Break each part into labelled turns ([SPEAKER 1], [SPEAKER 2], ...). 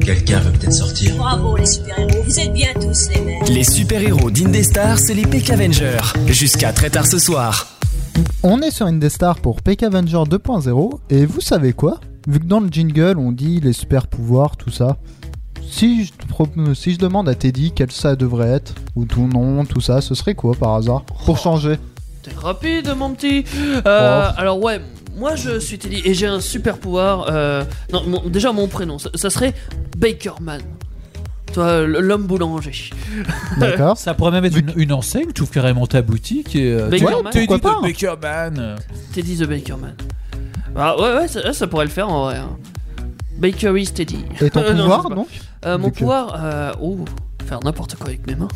[SPEAKER 1] Quelqu'un veut peut-être sortir.
[SPEAKER 2] Bravo les super-héros, vous êtes bien tous les mêmes.
[SPEAKER 3] Les super-héros d'Indestar, c'est les Peck Avengers. Jusqu'à très tard ce soir.
[SPEAKER 4] On est sur Indestar pour Peck Avenger 2.0 et vous savez quoi Vu que dans le jingle on dit les super pouvoirs, tout ça, si je, te propo- si je demande à Teddy quel ça devrait être, ou tout nom, tout ça, ce serait quoi par hasard Pour changer.
[SPEAKER 5] T'es rapide, mon petit. Euh,
[SPEAKER 4] Oh.
[SPEAKER 5] Alors ouais, moi je suis Teddy et j'ai un super pouvoir. euh, non, mon- déjà mon prénom, ça, ça serait Bakerman. Toi, l- l'homme boulanger.
[SPEAKER 4] D'accord
[SPEAKER 6] Ça pourrait même être une, une enseigne, tu ouvres carrément ta boutique et. euh,
[SPEAKER 5] Baker
[SPEAKER 6] tu vois,
[SPEAKER 5] Man.
[SPEAKER 6] t'es dit
[SPEAKER 4] Pourquoi
[SPEAKER 6] de
[SPEAKER 4] pas hein
[SPEAKER 6] Baker
[SPEAKER 4] euh,
[SPEAKER 6] Man.
[SPEAKER 5] Teddy the Bakerman. Ah ouais, ouais, ça, ça pourrait le faire en vrai. hein. Bakery Teddy.
[SPEAKER 4] Et ton
[SPEAKER 5] Euh, non, je
[SPEAKER 4] pouvoir,
[SPEAKER 5] sais pas.
[SPEAKER 4] non
[SPEAKER 5] Euh, Mon
[SPEAKER 4] Baker.
[SPEAKER 5] pouvoir, euh, oh, faire n'importe quoi avec mes mains.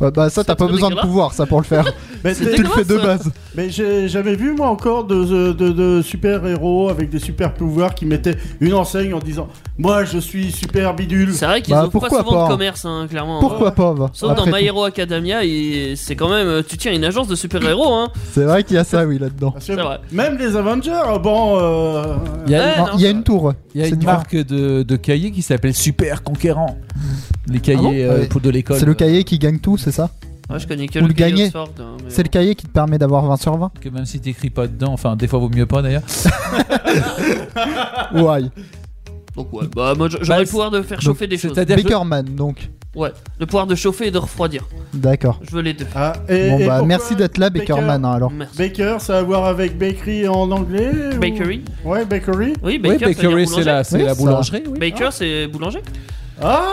[SPEAKER 4] Ouais, Bah ça, t'as pas
[SPEAKER 5] trop
[SPEAKER 4] besoin de
[SPEAKER 5] dégueulasse.
[SPEAKER 4] pouvoir, ça, pour le faire.
[SPEAKER 7] Mais,
[SPEAKER 5] C'est
[SPEAKER 7] c'est-
[SPEAKER 4] tu le fais de
[SPEAKER 5] dégueulasse.
[SPEAKER 4] base.
[SPEAKER 7] mais j'ai- j'avais vu moi encore de, de- de super-héros avec des super-pouvoirs qui mettaient une enseigne en disant Moi je suis super bidule.
[SPEAKER 5] C'est vrai qu'ils
[SPEAKER 4] Bah,
[SPEAKER 5] ouvrent pas
[SPEAKER 4] pourquoi
[SPEAKER 5] souvent
[SPEAKER 4] pas
[SPEAKER 5] de commerce, hein, clairement.
[SPEAKER 4] Pourquoi pas va
[SPEAKER 5] Sauf dans
[SPEAKER 4] Après
[SPEAKER 5] My
[SPEAKER 4] tout.
[SPEAKER 5] Hero Academia, il- c'est quand même. euh, Tu tiens une agence de super-héros, hein.
[SPEAKER 4] C'est vrai qu'il y a ça, oui, là-dedans.
[SPEAKER 7] Parce
[SPEAKER 5] C'est
[SPEAKER 7] que
[SPEAKER 5] vrai.
[SPEAKER 7] même les Avengers, bon. euh,
[SPEAKER 6] Il y a,
[SPEAKER 5] Ouais,
[SPEAKER 4] Non,
[SPEAKER 5] non,
[SPEAKER 4] Il y a
[SPEAKER 5] ça-
[SPEAKER 4] une tour.
[SPEAKER 6] il y a
[SPEAKER 4] C'est
[SPEAKER 6] une
[SPEAKER 4] différent.
[SPEAKER 6] marque de, de cahiers qui s'appelle Super Conquérant. Les cahiers
[SPEAKER 4] Ah bon
[SPEAKER 6] euh, pour de l'école.
[SPEAKER 4] C'est le cahier qui gagne tout, c'est ça
[SPEAKER 5] Ouais, je connais que
[SPEAKER 4] Vous
[SPEAKER 5] le
[SPEAKER 4] le
[SPEAKER 5] Gay
[SPEAKER 4] gagnez.
[SPEAKER 5] Oxford, hein, mais
[SPEAKER 4] C'est le cahier qui te permet d'avoir 20 sur 20
[SPEAKER 6] Que même si t'écris pas dedans, enfin des fois vaut mieux pas d'ailleurs.
[SPEAKER 4] Ouais.
[SPEAKER 5] Donc ouais, bah moi j- j'aurais
[SPEAKER 6] Bah,
[SPEAKER 5] le pouvoir de faire
[SPEAKER 6] donc,
[SPEAKER 5] chauffer des choses.
[SPEAKER 6] c'est-à-dire- je-
[SPEAKER 4] Bakerman, donc.
[SPEAKER 5] Ouais, le pouvoir de chauffer et de refroidir.
[SPEAKER 4] D'accord.
[SPEAKER 5] Je veux les deux.
[SPEAKER 7] ah, et-
[SPEAKER 4] Bon
[SPEAKER 7] et
[SPEAKER 4] bah,
[SPEAKER 7] pourquoi
[SPEAKER 4] merci d'être là, Bakerman, hein, alors.
[SPEAKER 5] Merci.
[SPEAKER 7] Baker, ça a à voir avec bakery en anglais ou-
[SPEAKER 5] Bakery
[SPEAKER 7] Ouais, bakery.
[SPEAKER 5] Oui,
[SPEAKER 6] Oui,
[SPEAKER 5] Baker, ça veut dire
[SPEAKER 6] Bakery, c'est
[SPEAKER 5] boulanger.
[SPEAKER 6] la, c'est
[SPEAKER 4] Oui,
[SPEAKER 6] la
[SPEAKER 4] ça.
[SPEAKER 6] boulangerie. Oui.
[SPEAKER 5] Baker, c'est boulanger
[SPEAKER 7] Ah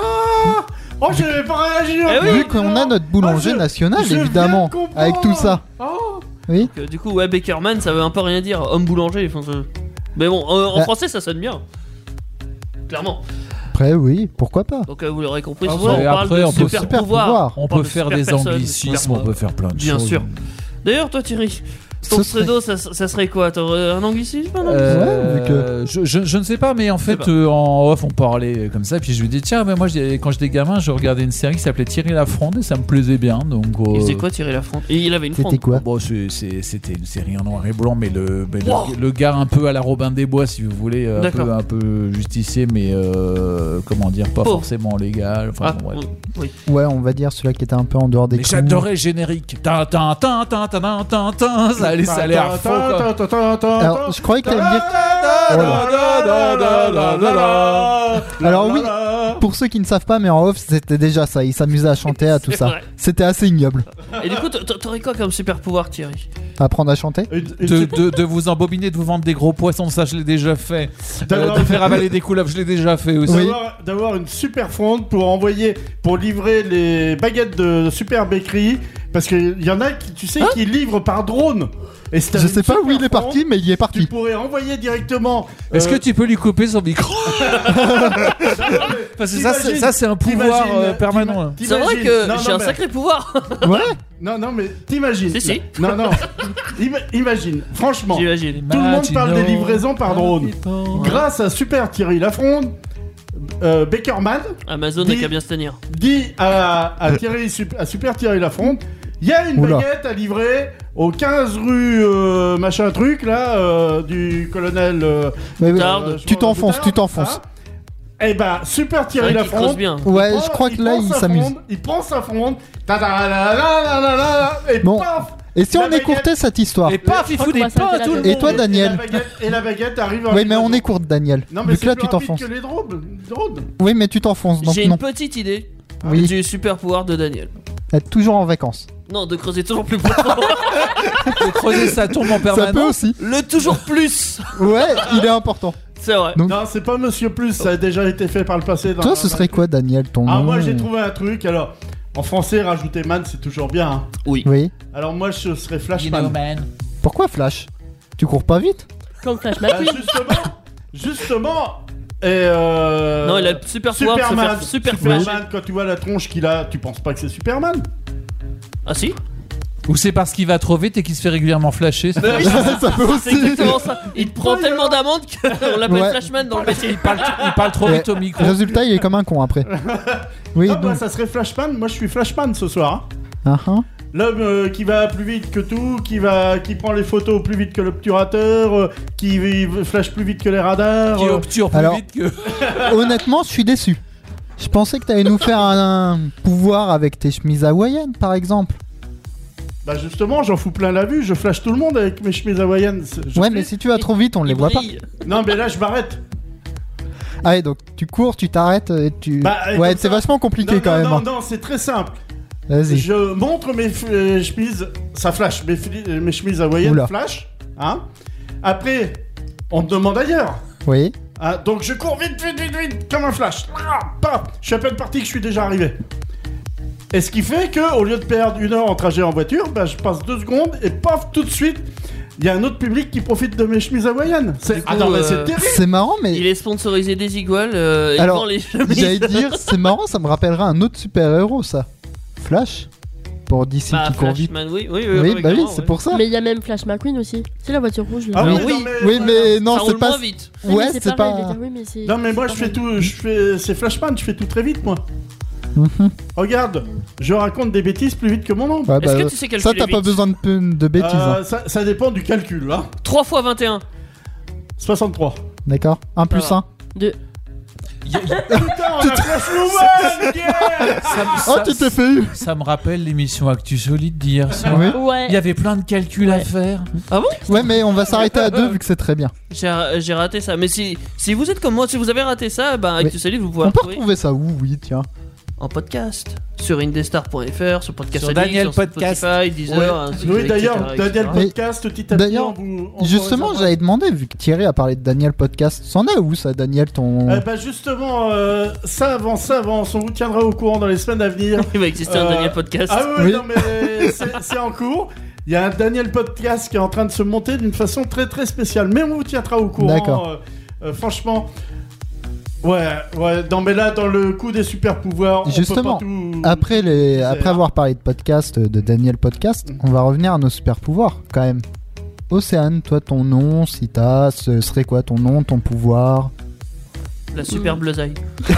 [SPEAKER 7] Oh, j'avais pas réagi hein.
[SPEAKER 5] Eh
[SPEAKER 7] en
[SPEAKER 5] oui.
[SPEAKER 4] Vu qu'on a notre boulanger
[SPEAKER 7] Ah, je-
[SPEAKER 4] national,
[SPEAKER 7] je viens de
[SPEAKER 4] évidemment,
[SPEAKER 7] comprendre.
[SPEAKER 4] avec tout ça.
[SPEAKER 7] Oh
[SPEAKER 5] Donc, euh, Du coup, ouais, Bakerman, ça veut un peu rien dire. Homme boulanger, enfin, ça- Mais bon, en, en
[SPEAKER 4] Bah.
[SPEAKER 5] français, ça sonne bien. Clairement.
[SPEAKER 4] Après, oui, pourquoi pas
[SPEAKER 5] Donc euh, vous l'aurez compris,
[SPEAKER 6] Ah
[SPEAKER 5] ce
[SPEAKER 6] ouais,
[SPEAKER 5] soir, on
[SPEAKER 6] et
[SPEAKER 5] parle
[SPEAKER 6] après,
[SPEAKER 5] de
[SPEAKER 6] on peut
[SPEAKER 5] super
[SPEAKER 4] super
[SPEAKER 5] pouvoir.
[SPEAKER 4] pouvoir.
[SPEAKER 6] On
[SPEAKER 5] parle
[SPEAKER 6] peut
[SPEAKER 5] de
[SPEAKER 6] faire
[SPEAKER 5] super
[SPEAKER 6] des
[SPEAKER 5] personnes,
[SPEAKER 6] anglicismes,
[SPEAKER 5] super-
[SPEAKER 6] on peut faire plein de
[SPEAKER 5] Bien
[SPEAKER 6] choses.
[SPEAKER 5] sûr. D'ailleurs, toi, Thierry, ton
[SPEAKER 4] Ce
[SPEAKER 5] pseudo, ça, ça serait quoi T'aurais un anglicisme un anglicisme
[SPEAKER 6] Euh,
[SPEAKER 4] Ouais, vu que-
[SPEAKER 6] je, je- je ne sais pas, mais en
[SPEAKER 5] sais
[SPEAKER 6] fait,
[SPEAKER 5] pas.
[SPEAKER 6] euh, en off, on parlait euh, comme ça. Puis je lui dis, tiens, mais moi, j'ai- quand j'étais gamin, je regardais une série qui s'appelait Thierry la Fronde et ça me plaisait bien. Donc,
[SPEAKER 5] Il
[SPEAKER 6] euh,
[SPEAKER 5] faisait quoi, Thierry Lafronde Et il avait une fronde.
[SPEAKER 4] C'était quoi
[SPEAKER 6] Bon, c'est- c'est- c'était une série en noir et blanc, mais le, mais le- le gars un peu à la Robin des Bois, si vous voulez, un
[SPEAKER 5] D'accord.
[SPEAKER 6] peu, un peu justicier, mais euh, comment dire, pas
[SPEAKER 5] Pauvre.
[SPEAKER 6] forcément légal. Enfin,
[SPEAKER 5] Ah,
[SPEAKER 6] bon, bref.
[SPEAKER 5] oui.
[SPEAKER 4] Ouais, on va dire celui-là qui était un peu en dehors des
[SPEAKER 6] Mais
[SPEAKER 4] clous.
[SPEAKER 6] j'adorais le générique. Tin, tin, tin, tin, tin, tin, tin, tin. ça allait, ça allait à fond. quoi. Oh
[SPEAKER 4] Alors, je Oh croyais que t'allais me dire.
[SPEAKER 7] Ah,
[SPEAKER 4] Alors oui. Pour ceux qui ne savent pas, mais en off, c'était déjà ça. Il s'amusait à chanter, à tout
[SPEAKER 5] C'est
[SPEAKER 4] ça.
[SPEAKER 5] vrai.
[SPEAKER 4] C'était assez ignoble.
[SPEAKER 5] Et du coup, t'a- t'a- t'aurais quoi comme super pouvoir, Thierry
[SPEAKER 4] Apprendre à chanter
[SPEAKER 7] Une- une
[SPEAKER 6] De,
[SPEAKER 7] super-
[SPEAKER 6] de- de vous embobiner, de vous vendre des gros poissons, ça je l'ai déjà fait. Euh,
[SPEAKER 7] D'avoir-
[SPEAKER 6] de faire avaler des couleuvres, je l'ai déjà fait aussi.
[SPEAKER 7] d'avoir- D'avoir une super fronde pour envoyer, pour livrer les baguettes de super bakery. Parce qu'il y en a qui, tu sais,
[SPEAKER 5] Hein
[SPEAKER 7] qui livrent par drone. Et si t'avais
[SPEAKER 4] Je
[SPEAKER 7] une
[SPEAKER 4] sais pas où
[SPEAKER 7] super
[SPEAKER 4] il est
[SPEAKER 7] fronde,
[SPEAKER 4] parti, mais il y est
[SPEAKER 7] Tu
[SPEAKER 4] parti.
[SPEAKER 7] pourrais envoyer directement.
[SPEAKER 6] Est-ce
[SPEAKER 7] euh,
[SPEAKER 6] que tu peux lui couper son micro Parce que ça, c'est-
[SPEAKER 7] T'imagines-
[SPEAKER 6] ça, c'est un pouvoir
[SPEAKER 7] t'imagines-
[SPEAKER 6] euh, permanent. là.
[SPEAKER 5] C'est vrai
[SPEAKER 7] t'imagines-
[SPEAKER 5] que
[SPEAKER 7] Non, non,
[SPEAKER 5] j'ai un
[SPEAKER 7] mais-
[SPEAKER 5] sacré pouvoir
[SPEAKER 4] Ouais
[SPEAKER 7] Non, non, mais t'imagines.
[SPEAKER 5] Si, si.
[SPEAKER 7] Non, non. Ima- imagine, franchement.
[SPEAKER 5] J'imagine.
[SPEAKER 7] Tout le monde parle des livraisons par drone. Grâce à Super Thierry Lafronde, euh, Bakerman
[SPEAKER 5] Amazon n'a
[SPEAKER 7] Dis-
[SPEAKER 5] qu'à bien se tenir.
[SPEAKER 7] dit à, à Thierry, Sup- à Super Thierry Lafronde il y a une
[SPEAKER 4] Oula.
[SPEAKER 7] baguette à livrer au 15 rue euh, machin truc là euh, du colonel. euh,
[SPEAKER 4] Mais oui.
[SPEAKER 5] Tarde.
[SPEAKER 7] je
[SPEAKER 4] Tu
[SPEAKER 7] crois,
[SPEAKER 4] t'enfonces,
[SPEAKER 7] Tarde,
[SPEAKER 4] tu t'enfonces.
[SPEAKER 7] hein. Eh ben, Super
[SPEAKER 5] C'est
[SPEAKER 7] Thierry
[SPEAKER 5] vrai qu'il creuse
[SPEAKER 7] Lafronde.
[SPEAKER 5] bien.
[SPEAKER 4] Ouais,
[SPEAKER 7] prend-
[SPEAKER 4] je crois que là,
[SPEAKER 7] Oh, prend
[SPEAKER 4] il
[SPEAKER 7] sa
[SPEAKER 4] s'amuse.
[SPEAKER 7] fronde, Il prend sa fronde, ta ta la la la la la la, et
[SPEAKER 4] Bon.
[SPEAKER 7] paf
[SPEAKER 4] Et si on
[SPEAKER 7] La baguette.
[SPEAKER 4] écourtait cette histoire
[SPEAKER 6] Et paf, il fout
[SPEAKER 8] crois qu'on
[SPEAKER 6] des
[SPEAKER 8] va s'arrêter
[SPEAKER 6] pains à
[SPEAKER 8] là
[SPEAKER 6] tout le
[SPEAKER 8] dedans.
[SPEAKER 6] monde.
[SPEAKER 4] Et toi,
[SPEAKER 7] Et la
[SPEAKER 4] Daniel
[SPEAKER 7] baguette, et la baguette arrive en
[SPEAKER 4] Oui, mais on
[SPEAKER 7] livraison.
[SPEAKER 4] écourte, Daniel.
[SPEAKER 7] Non, mais
[SPEAKER 4] Donc
[SPEAKER 7] c'est
[SPEAKER 4] là,
[SPEAKER 7] plus
[SPEAKER 4] tu
[SPEAKER 7] rapide
[SPEAKER 4] t'enfonces.
[SPEAKER 7] que les drones. drones.
[SPEAKER 4] Oui, mais tu t'enfonces, donc
[SPEAKER 5] J'ai
[SPEAKER 4] non.
[SPEAKER 5] une petite idée
[SPEAKER 4] Oui,
[SPEAKER 5] du super pouvoir de Daniel.
[SPEAKER 4] être toujours en vacances.
[SPEAKER 5] Non, de creuser toujours plus profond.
[SPEAKER 6] De creuser sa tombe en
[SPEAKER 4] Ça peut
[SPEAKER 6] permanence.
[SPEAKER 4] aussi.
[SPEAKER 5] le toujours plus
[SPEAKER 4] Ouais, il est important.
[SPEAKER 5] C'est vrai.
[SPEAKER 4] Donc-
[SPEAKER 7] Non, c'est pas Monsieur Plus, ça a déjà été fait par le passé. dans-
[SPEAKER 4] Toi, ce serait quoi, Daniel, ton
[SPEAKER 7] Ah,
[SPEAKER 4] nom
[SPEAKER 7] moi j'ai trouvé un truc, alors. En français, rajouter man, c'est toujours bien. hein.
[SPEAKER 4] Oui.
[SPEAKER 7] Alors moi, je serais
[SPEAKER 6] You know,
[SPEAKER 7] Flashman.
[SPEAKER 6] man.
[SPEAKER 4] Pourquoi Flash Tu cours pas vite
[SPEAKER 8] Comme Flash
[SPEAKER 7] Bah,
[SPEAKER 8] McQueen.
[SPEAKER 7] justement, justement. Et euh...
[SPEAKER 5] Non, il a le super pouvoir de se
[SPEAKER 7] Superman,
[SPEAKER 5] faire super flasher.
[SPEAKER 7] Superman, quand tu vois la tronche qu'il a, tu penses pas que c'est Superman
[SPEAKER 5] Ah si
[SPEAKER 6] Ou c'est parce qu'il va trop vite et qu'il se fait régulièrement flasher. c'est-
[SPEAKER 7] Euh,
[SPEAKER 4] Ça peut
[SPEAKER 5] C'est
[SPEAKER 4] aussi.
[SPEAKER 5] exactement ça. Il te prend tellement d'amendes qu'on l'appelle
[SPEAKER 4] Ouais.
[SPEAKER 5] Flashman dans le métier.
[SPEAKER 6] Il parle, il parle trop
[SPEAKER 4] Ouais.
[SPEAKER 6] vite au micro.
[SPEAKER 4] Résultat, il est comme un con après. Oui,
[SPEAKER 7] Ah, bah,
[SPEAKER 4] donc.
[SPEAKER 7] ça serait Flashman, moi je suis Flashman ce soir. hein.
[SPEAKER 4] Ah, ah.
[SPEAKER 7] L'homme euh, qui va plus vite que tout, qui va, qui prend les photos plus vite que l'obturateur, euh, qui flash plus vite que les radars.
[SPEAKER 6] Qui est
[SPEAKER 7] euh,
[SPEAKER 6] obture plus
[SPEAKER 4] Alors-
[SPEAKER 6] vite que.
[SPEAKER 4] Honnêtement, je suis déçu. Je pensais que t'allais nous faire un, un pouvoir avec tes chemises hawaïennes, par exemple.
[SPEAKER 7] Bah justement, j'en fous plein la vue, je flash tout le monde avec mes chemises hawaïennes. Je
[SPEAKER 4] ouais,
[SPEAKER 7] sais.
[SPEAKER 4] mais si tu vas trop vite, on les voit pas.
[SPEAKER 7] Non, mais là, je m'arrête.
[SPEAKER 4] Allez, donc tu cours, tu t'arrêtes et tu.
[SPEAKER 7] Bah, et
[SPEAKER 4] ouais,
[SPEAKER 7] comme
[SPEAKER 4] c'est
[SPEAKER 7] ça-
[SPEAKER 4] vachement compliqué
[SPEAKER 7] non,
[SPEAKER 4] quand
[SPEAKER 7] non,
[SPEAKER 4] même.
[SPEAKER 7] non,
[SPEAKER 4] hein.
[SPEAKER 7] non, c'est très simple.
[SPEAKER 4] Vas-y.
[SPEAKER 7] Je montre mes f- euh, chemises, ça flash, mes, fli- euh, mes chemises hawaïennes
[SPEAKER 4] Oula.
[SPEAKER 7] flash. Hein Après, on te demande ailleurs.
[SPEAKER 4] Oui.
[SPEAKER 7] Hein, donc je cours vite, vite, vite, vite, comme un flash. Ah, paf, je suis à peine parti que je suis déjà arrivé. Et ce qui fait que, au lieu de perdre une heure en trajet en voiture, bah, je passe deux secondes et paf, tout de suite, il y a un autre public qui profite de mes chemises hawaïennes. C'est...
[SPEAKER 5] Du
[SPEAKER 7] Ah
[SPEAKER 5] coup,
[SPEAKER 7] non, mais c'est
[SPEAKER 5] euh,
[SPEAKER 7] terrible.
[SPEAKER 4] C'est marrant, mais
[SPEAKER 5] Il est sponsorisé des iguales. Euh, il
[SPEAKER 4] Alors,
[SPEAKER 5] vend les chemises.
[SPEAKER 4] j'allais dire, c'est marrant, ça me rappellera un autre super-héros, ça. Flash Pour DC
[SPEAKER 5] Bah, euh,
[SPEAKER 4] qui court vite.
[SPEAKER 5] Flashman, oui, oui, oui.
[SPEAKER 4] Oui,
[SPEAKER 5] oui,
[SPEAKER 4] bah oui,
[SPEAKER 5] clairement,
[SPEAKER 4] c'est
[SPEAKER 5] oui.
[SPEAKER 4] pour ça.
[SPEAKER 1] Mais il y a même Flash McQueen aussi. C'est la voiture rouge. là.
[SPEAKER 7] Ah
[SPEAKER 5] Mais
[SPEAKER 7] oui,
[SPEAKER 5] oui.
[SPEAKER 7] non, mais,
[SPEAKER 4] Oui,
[SPEAKER 7] voilà.
[SPEAKER 4] mais non,
[SPEAKER 5] ça
[SPEAKER 4] c'est
[SPEAKER 5] roule
[SPEAKER 4] pas. Ah
[SPEAKER 5] moins vite.
[SPEAKER 1] Oui, mais
[SPEAKER 4] Ouais, c'est
[SPEAKER 1] pareil, les
[SPEAKER 4] pas.
[SPEAKER 1] gars, oui, mais c'est-
[SPEAKER 7] Non mais
[SPEAKER 1] c'est
[SPEAKER 7] moi
[SPEAKER 1] pas
[SPEAKER 7] je fais
[SPEAKER 1] mal.
[SPEAKER 7] tout, je fais, c'est Flashman, je fais tout très vite moi.
[SPEAKER 4] Mhm.
[SPEAKER 7] Regarde, je raconte des bêtises plus vite que mon nom.
[SPEAKER 4] Ouais,
[SPEAKER 5] Est-ce
[SPEAKER 4] bah,
[SPEAKER 5] que tu sais calculer
[SPEAKER 4] ça, t'as pas
[SPEAKER 5] vite
[SPEAKER 4] besoin de, p- de bêtises, hein.
[SPEAKER 7] ça, ça dépend du calcul, hein.
[SPEAKER 5] 3 fois 21.
[SPEAKER 7] 63.
[SPEAKER 5] Euh,
[SPEAKER 4] d'accord 1 plus
[SPEAKER 5] va.
[SPEAKER 4] 1.
[SPEAKER 7] Putain, on a Flash Woman, yeah
[SPEAKER 6] Ça, me-
[SPEAKER 4] Oh,
[SPEAKER 6] ça-
[SPEAKER 4] tu t'es fait eu
[SPEAKER 6] ça me rappelle l'émission Actu Solide d'hier soir.
[SPEAKER 4] Oui.
[SPEAKER 1] Ouais.
[SPEAKER 6] Il y avait plein de calculs à faire.
[SPEAKER 4] Ouais, mais on va s'arrêter à deux vu que c'est très bien.
[SPEAKER 5] J'ai j'ai raté ça. Mais si, si vous êtes comme moi, si vous avez raté ça, bah, avec
[SPEAKER 4] Mais
[SPEAKER 5] tout salut, vous pouvez
[SPEAKER 4] On peut
[SPEAKER 5] retrouver
[SPEAKER 4] retrouver ça où Oui, tiens.
[SPEAKER 5] en podcast sur indestar.fr, sur podcast
[SPEAKER 6] Sur
[SPEAKER 5] Addict,
[SPEAKER 6] Daniel
[SPEAKER 5] sur
[SPEAKER 6] Podcast.
[SPEAKER 5] Spotify, Deezer,
[SPEAKER 7] Ouais.
[SPEAKER 5] ainsi que-
[SPEAKER 7] Oui d'ailleurs,
[SPEAKER 5] etc.,
[SPEAKER 7] Daniel
[SPEAKER 5] etc.
[SPEAKER 4] Mais-
[SPEAKER 7] Podcast, petit à petit,
[SPEAKER 4] d'ailleurs,
[SPEAKER 7] on vous- on vous
[SPEAKER 4] Justement,
[SPEAKER 7] réserve.
[SPEAKER 4] j'avais demandé, vu que Thierry a parlé de Daniel Podcast, c'en est où ça, Daniel, ton.
[SPEAKER 7] Eh ben justement, euh, ça avance, ça avance, on vous tiendra au courant dans les semaines à venir.
[SPEAKER 5] Il va exister
[SPEAKER 7] Euh,
[SPEAKER 5] un Daniel Podcast.
[SPEAKER 7] Ah oui,
[SPEAKER 4] Oui.
[SPEAKER 7] non mais c'est c'est en cours. Il y a un Daniel Podcast qui est en train de se monter d'une façon très très spéciale. Mais on vous tiendra au courant.
[SPEAKER 4] D'accord.
[SPEAKER 7] euh, euh, franchement. Ouais, ouais, non mais là, dans le coup des super pouvoirs, on peut
[SPEAKER 4] Justement,
[SPEAKER 7] pas tout-
[SPEAKER 4] Après, les...
[SPEAKER 7] C'est-
[SPEAKER 4] Après avoir parlé de podcast, euh, de Daniel Podcast,
[SPEAKER 7] Mhm.
[SPEAKER 4] on va revenir à nos super pouvoirs quand même. Océane, toi, ton nom, si t'as, ce serait quoi ton nom, ton pouvoir
[SPEAKER 5] La super
[SPEAKER 7] Mm.
[SPEAKER 5] bleusaille.
[SPEAKER 7] Ouais,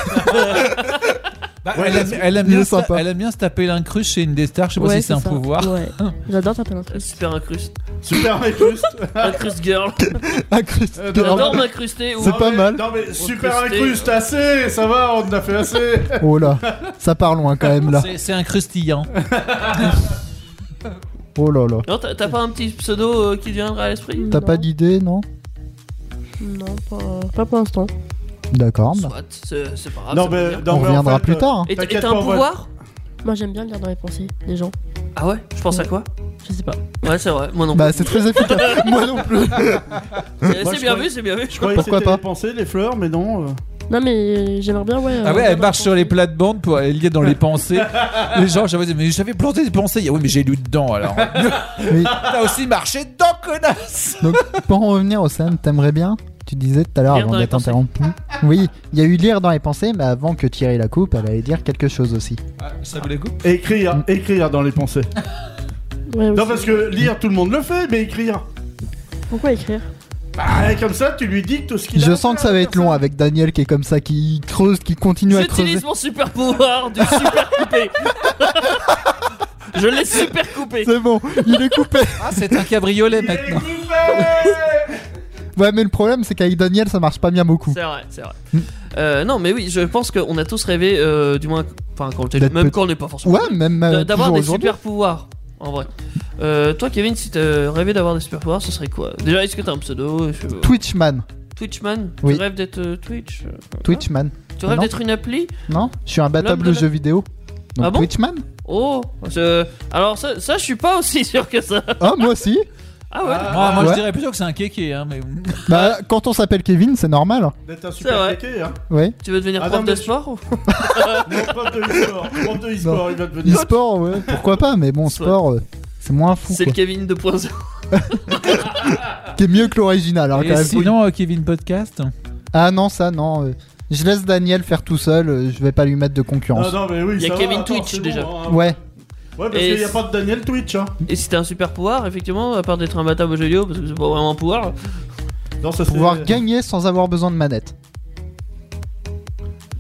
[SPEAKER 6] Bah, elle, aime, elle aime
[SPEAKER 4] il est
[SPEAKER 6] bien se ta-
[SPEAKER 4] sympa.
[SPEAKER 6] elle aime bien se taper l'incruche chez une des stars. Je sais pas
[SPEAKER 1] Ouais,
[SPEAKER 6] si c'est un
[SPEAKER 1] ça.
[SPEAKER 6] pouvoir.
[SPEAKER 1] Ouais. J'adore taper un
[SPEAKER 5] La
[SPEAKER 1] truc.
[SPEAKER 5] super incruste.
[SPEAKER 7] Super incruste.
[SPEAKER 5] Incruste girl.
[SPEAKER 4] Ah, Christ-
[SPEAKER 7] Euh, non,
[SPEAKER 5] J'adore m'incruster. ou-
[SPEAKER 4] C'est
[SPEAKER 7] Non,
[SPEAKER 4] pas
[SPEAKER 7] mais-
[SPEAKER 4] mal.
[SPEAKER 7] Non mais super
[SPEAKER 5] Incrusté.
[SPEAKER 7] incruste, assez, ça va, on en a fait assez.
[SPEAKER 5] Ah,
[SPEAKER 4] Oh là, ça part loin quand même là.
[SPEAKER 6] C'est- C'est un croustillant.
[SPEAKER 4] Oh là là.
[SPEAKER 5] Non, t'as t'as pas un petit pseudo euh, qui viendra à l'esprit
[SPEAKER 4] T'as
[SPEAKER 1] Non.
[SPEAKER 4] pas d'idée, non
[SPEAKER 1] Non, pas, pas pour l'instant.
[SPEAKER 4] D'accord. bah,
[SPEAKER 5] Soit, c'est c'est pas grave.
[SPEAKER 7] Non
[SPEAKER 5] ça
[SPEAKER 7] mais,
[SPEAKER 5] va bien.
[SPEAKER 7] non,
[SPEAKER 4] on
[SPEAKER 7] mais en
[SPEAKER 4] reviendra
[SPEAKER 7] fait,
[SPEAKER 4] plus
[SPEAKER 7] euh,
[SPEAKER 4] tard. hein.
[SPEAKER 5] Et t'as-
[SPEAKER 7] t'inquiète
[SPEAKER 5] et t'as
[SPEAKER 7] pas,
[SPEAKER 5] un
[SPEAKER 7] moi-
[SPEAKER 5] pouvoir
[SPEAKER 1] Moi, j'aime bien lire dans les pensées des gens.
[SPEAKER 5] Ah ouais Je
[SPEAKER 7] Mm.
[SPEAKER 5] pense à quoi
[SPEAKER 1] Je sais pas.
[SPEAKER 5] Ouais, c'est vrai. Moi non plus.
[SPEAKER 4] Bah, c'est très efficace. Moi non plus.
[SPEAKER 5] C'est
[SPEAKER 7] moi,
[SPEAKER 5] c'est
[SPEAKER 7] je
[SPEAKER 5] bien
[SPEAKER 7] croyais-
[SPEAKER 5] vu, c'est bien vu.
[SPEAKER 7] Je croyais
[SPEAKER 4] Pourquoi
[SPEAKER 7] que c'était
[SPEAKER 4] pas
[SPEAKER 7] les pensées, les fleurs, mais non. euh.
[SPEAKER 1] Non, mais euh, j'aimerais bien, ouais. euh,
[SPEAKER 6] Ah ouais,
[SPEAKER 1] lire
[SPEAKER 6] elle
[SPEAKER 1] dans
[SPEAKER 6] marche sur les plates-bandes pour aller lier dans les pensées. les gens, j'avais dit, mais j'avais planté des pensées. Ah Oui, mais j'ai lu dedans alors.
[SPEAKER 4] Mais
[SPEAKER 6] T'as aussi marché dedans, connasse
[SPEAKER 4] Donc, pour en revenir, Océane, t'aimerais bien Tu disais tout à l'heure
[SPEAKER 5] Lire
[SPEAKER 4] avant
[SPEAKER 5] dans les
[SPEAKER 4] d'être interrompu. Oui, il y a eu lire dans les pensées, mais avant que Thierry la coupe, elle allait dire quelque chose aussi.
[SPEAKER 6] Ça voulait quoi
[SPEAKER 4] Mm.
[SPEAKER 7] Écrire, écrire dans les pensées.
[SPEAKER 1] Ouais,
[SPEAKER 7] Non
[SPEAKER 1] aussi.
[SPEAKER 7] parce que lire, tout le monde le fait, mais écrire.
[SPEAKER 1] Pourquoi écrire
[SPEAKER 7] Bah, comme ça, tu lui dictes ce qu'il a
[SPEAKER 4] Je
[SPEAKER 7] à
[SPEAKER 4] sens
[SPEAKER 7] faire,
[SPEAKER 4] que ça va
[SPEAKER 7] la
[SPEAKER 4] être long avec Daniel qui est comme ça, qui creuse, qui continue à creuser.
[SPEAKER 5] J'utilise mon super pouvoir du super coupé. Je l'ai super coupé.
[SPEAKER 4] C'est bon, il est coupé.
[SPEAKER 6] Ah, c'est un cabriolet
[SPEAKER 7] personne. Il est
[SPEAKER 6] maintenant.
[SPEAKER 7] coupé
[SPEAKER 4] Ouais, mais le problème, c'est qu'avec Daniel, ça marche pas bien beaucoup.
[SPEAKER 5] C'est vrai, c'est vrai.
[SPEAKER 4] Mm.
[SPEAKER 5] Euh, non, mais oui, je pense qu'on a tous rêvé, euh, du moins, enfin, quand on était-
[SPEAKER 4] D'être
[SPEAKER 5] même
[SPEAKER 4] petit.
[SPEAKER 5] quand on n'est pas forcément.
[SPEAKER 4] Ouais, même euh,
[SPEAKER 5] d'a- d'avoir
[SPEAKER 4] toujours
[SPEAKER 5] des
[SPEAKER 4] aujourd'hui.
[SPEAKER 5] super pouvoirs, en vrai. Euh, toi, Kevin, si t'as rêvé d'avoir des super pouvoirs, ce serait quoi Déjà, est-ce que t'as un pseudo Je-
[SPEAKER 4] Twitchman,
[SPEAKER 5] Twitchman
[SPEAKER 4] Oui.
[SPEAKER 5] Tu rêves d'être euh, Twitch euh,
[SPEAKER 4] Twitchman,
[SPEAKER 5] hein Tu
[SPEAKER 4] Ah
[SPEAKER 5] rêves
[SPEAKER 4] non.
[SPEAKER 5] d'être une appli
[SPEAKER 4] non Je suis
[SPEAKER 5] L'homme
[SPEAKER 4] imbattable
[SPEAKER 5] de
[SPEAKER 4] aux
[SPEAKER 5] la-
[SPEAKER 4] jeux vidéo. Donc
[SPEAKER 5] Ah bon
[SPEAKER 4] Twitchman
[SPEAKER 5] Oh je- Alors, ça, ça, je suis pas aussi sûr que ça.
[SPEAKER 4] Ah, moi aussi
[SPEAKER 5] Ah ouais
[SPEAKER 6] moi, moi,
[SPEAKER 4] Ouais.
[SPEAKER 6] je dirais plutôt que c'est un kéké, hein, mais
[SPEAKER 4] Bah, quand on s'appelle Kevin, c'est normal.
[SPEAKER 7] D'être un
[SPEAKER 5] C'est vrai.
[SPEAKER 7] super kéké, hein.
[SPEAKER 4] Ouais.
[SPEAKER 5] Tu veux devenir
[SPEAKER 7] Ah non,
[SPEAKER 5] prof
[SPEAKER 7] mais
[SPEAKER 5] de
[SPEAKER 7] je-
[SPEAKER 5] sport ou-
[SPEAKER 7] Non, prof de e-sport. Prof de e-sport, il va devenir.
[SPEAKER 4] E-sport, ouais, pourquoi pas, mais bon, sport, euh, c'est moins fou.
[SPEAKER 5] C'est le
[SPEAKER 4] quoi.
[SPEAKER 5] Kevin 2.0.
[SPEAKER 4] Qui est mieux que l'original, hein, quand
[SPEAKER 6] Et
[SPEAKER 4] même.
[SPEAKER 6] sinon euh, Kevin podcast.
[SPEAKER 4] Ah non, ça, non. euh, Je laisse Daniel faire tout seul, euh, je vais pas lui mettre de concurrence.
[SPEAKER 7] Non,
[SPEAKER 5] Ah,
[SPEAKER 7] non, mais oui,
[SPEAKER 5] Il y a
[SPEAKER 7] ça va,
[SPEAKER 5] Kevin
[SPEAKER 7] attends,
[SPEAKER 5] Twitch,
[SPEAKER 7] c'est bon,
[SPEAKER 5] déjà.
[SPEAKER 7] hein.
[SPEAKER 4] Ouais,
[SPEAKER 7] Ouais, parce
[SPEAKER 5] Et
[SPEAKER 7] qu'il n'y a
[SPEAKER 5] c'est-
[SPEAKER 7] pas de Daniel Twitch, hein.
[SPEAKER 5] Et si t'as un super pouvoir, effectivement, à part d'être un batable au jeu vidéo, parce que c'est pas vraiment un pouvoir,
[SPEAKER 7] Non, ça, c'est-
[SPEAKER 4] pouvoir gagner sans avoir besoin de manette.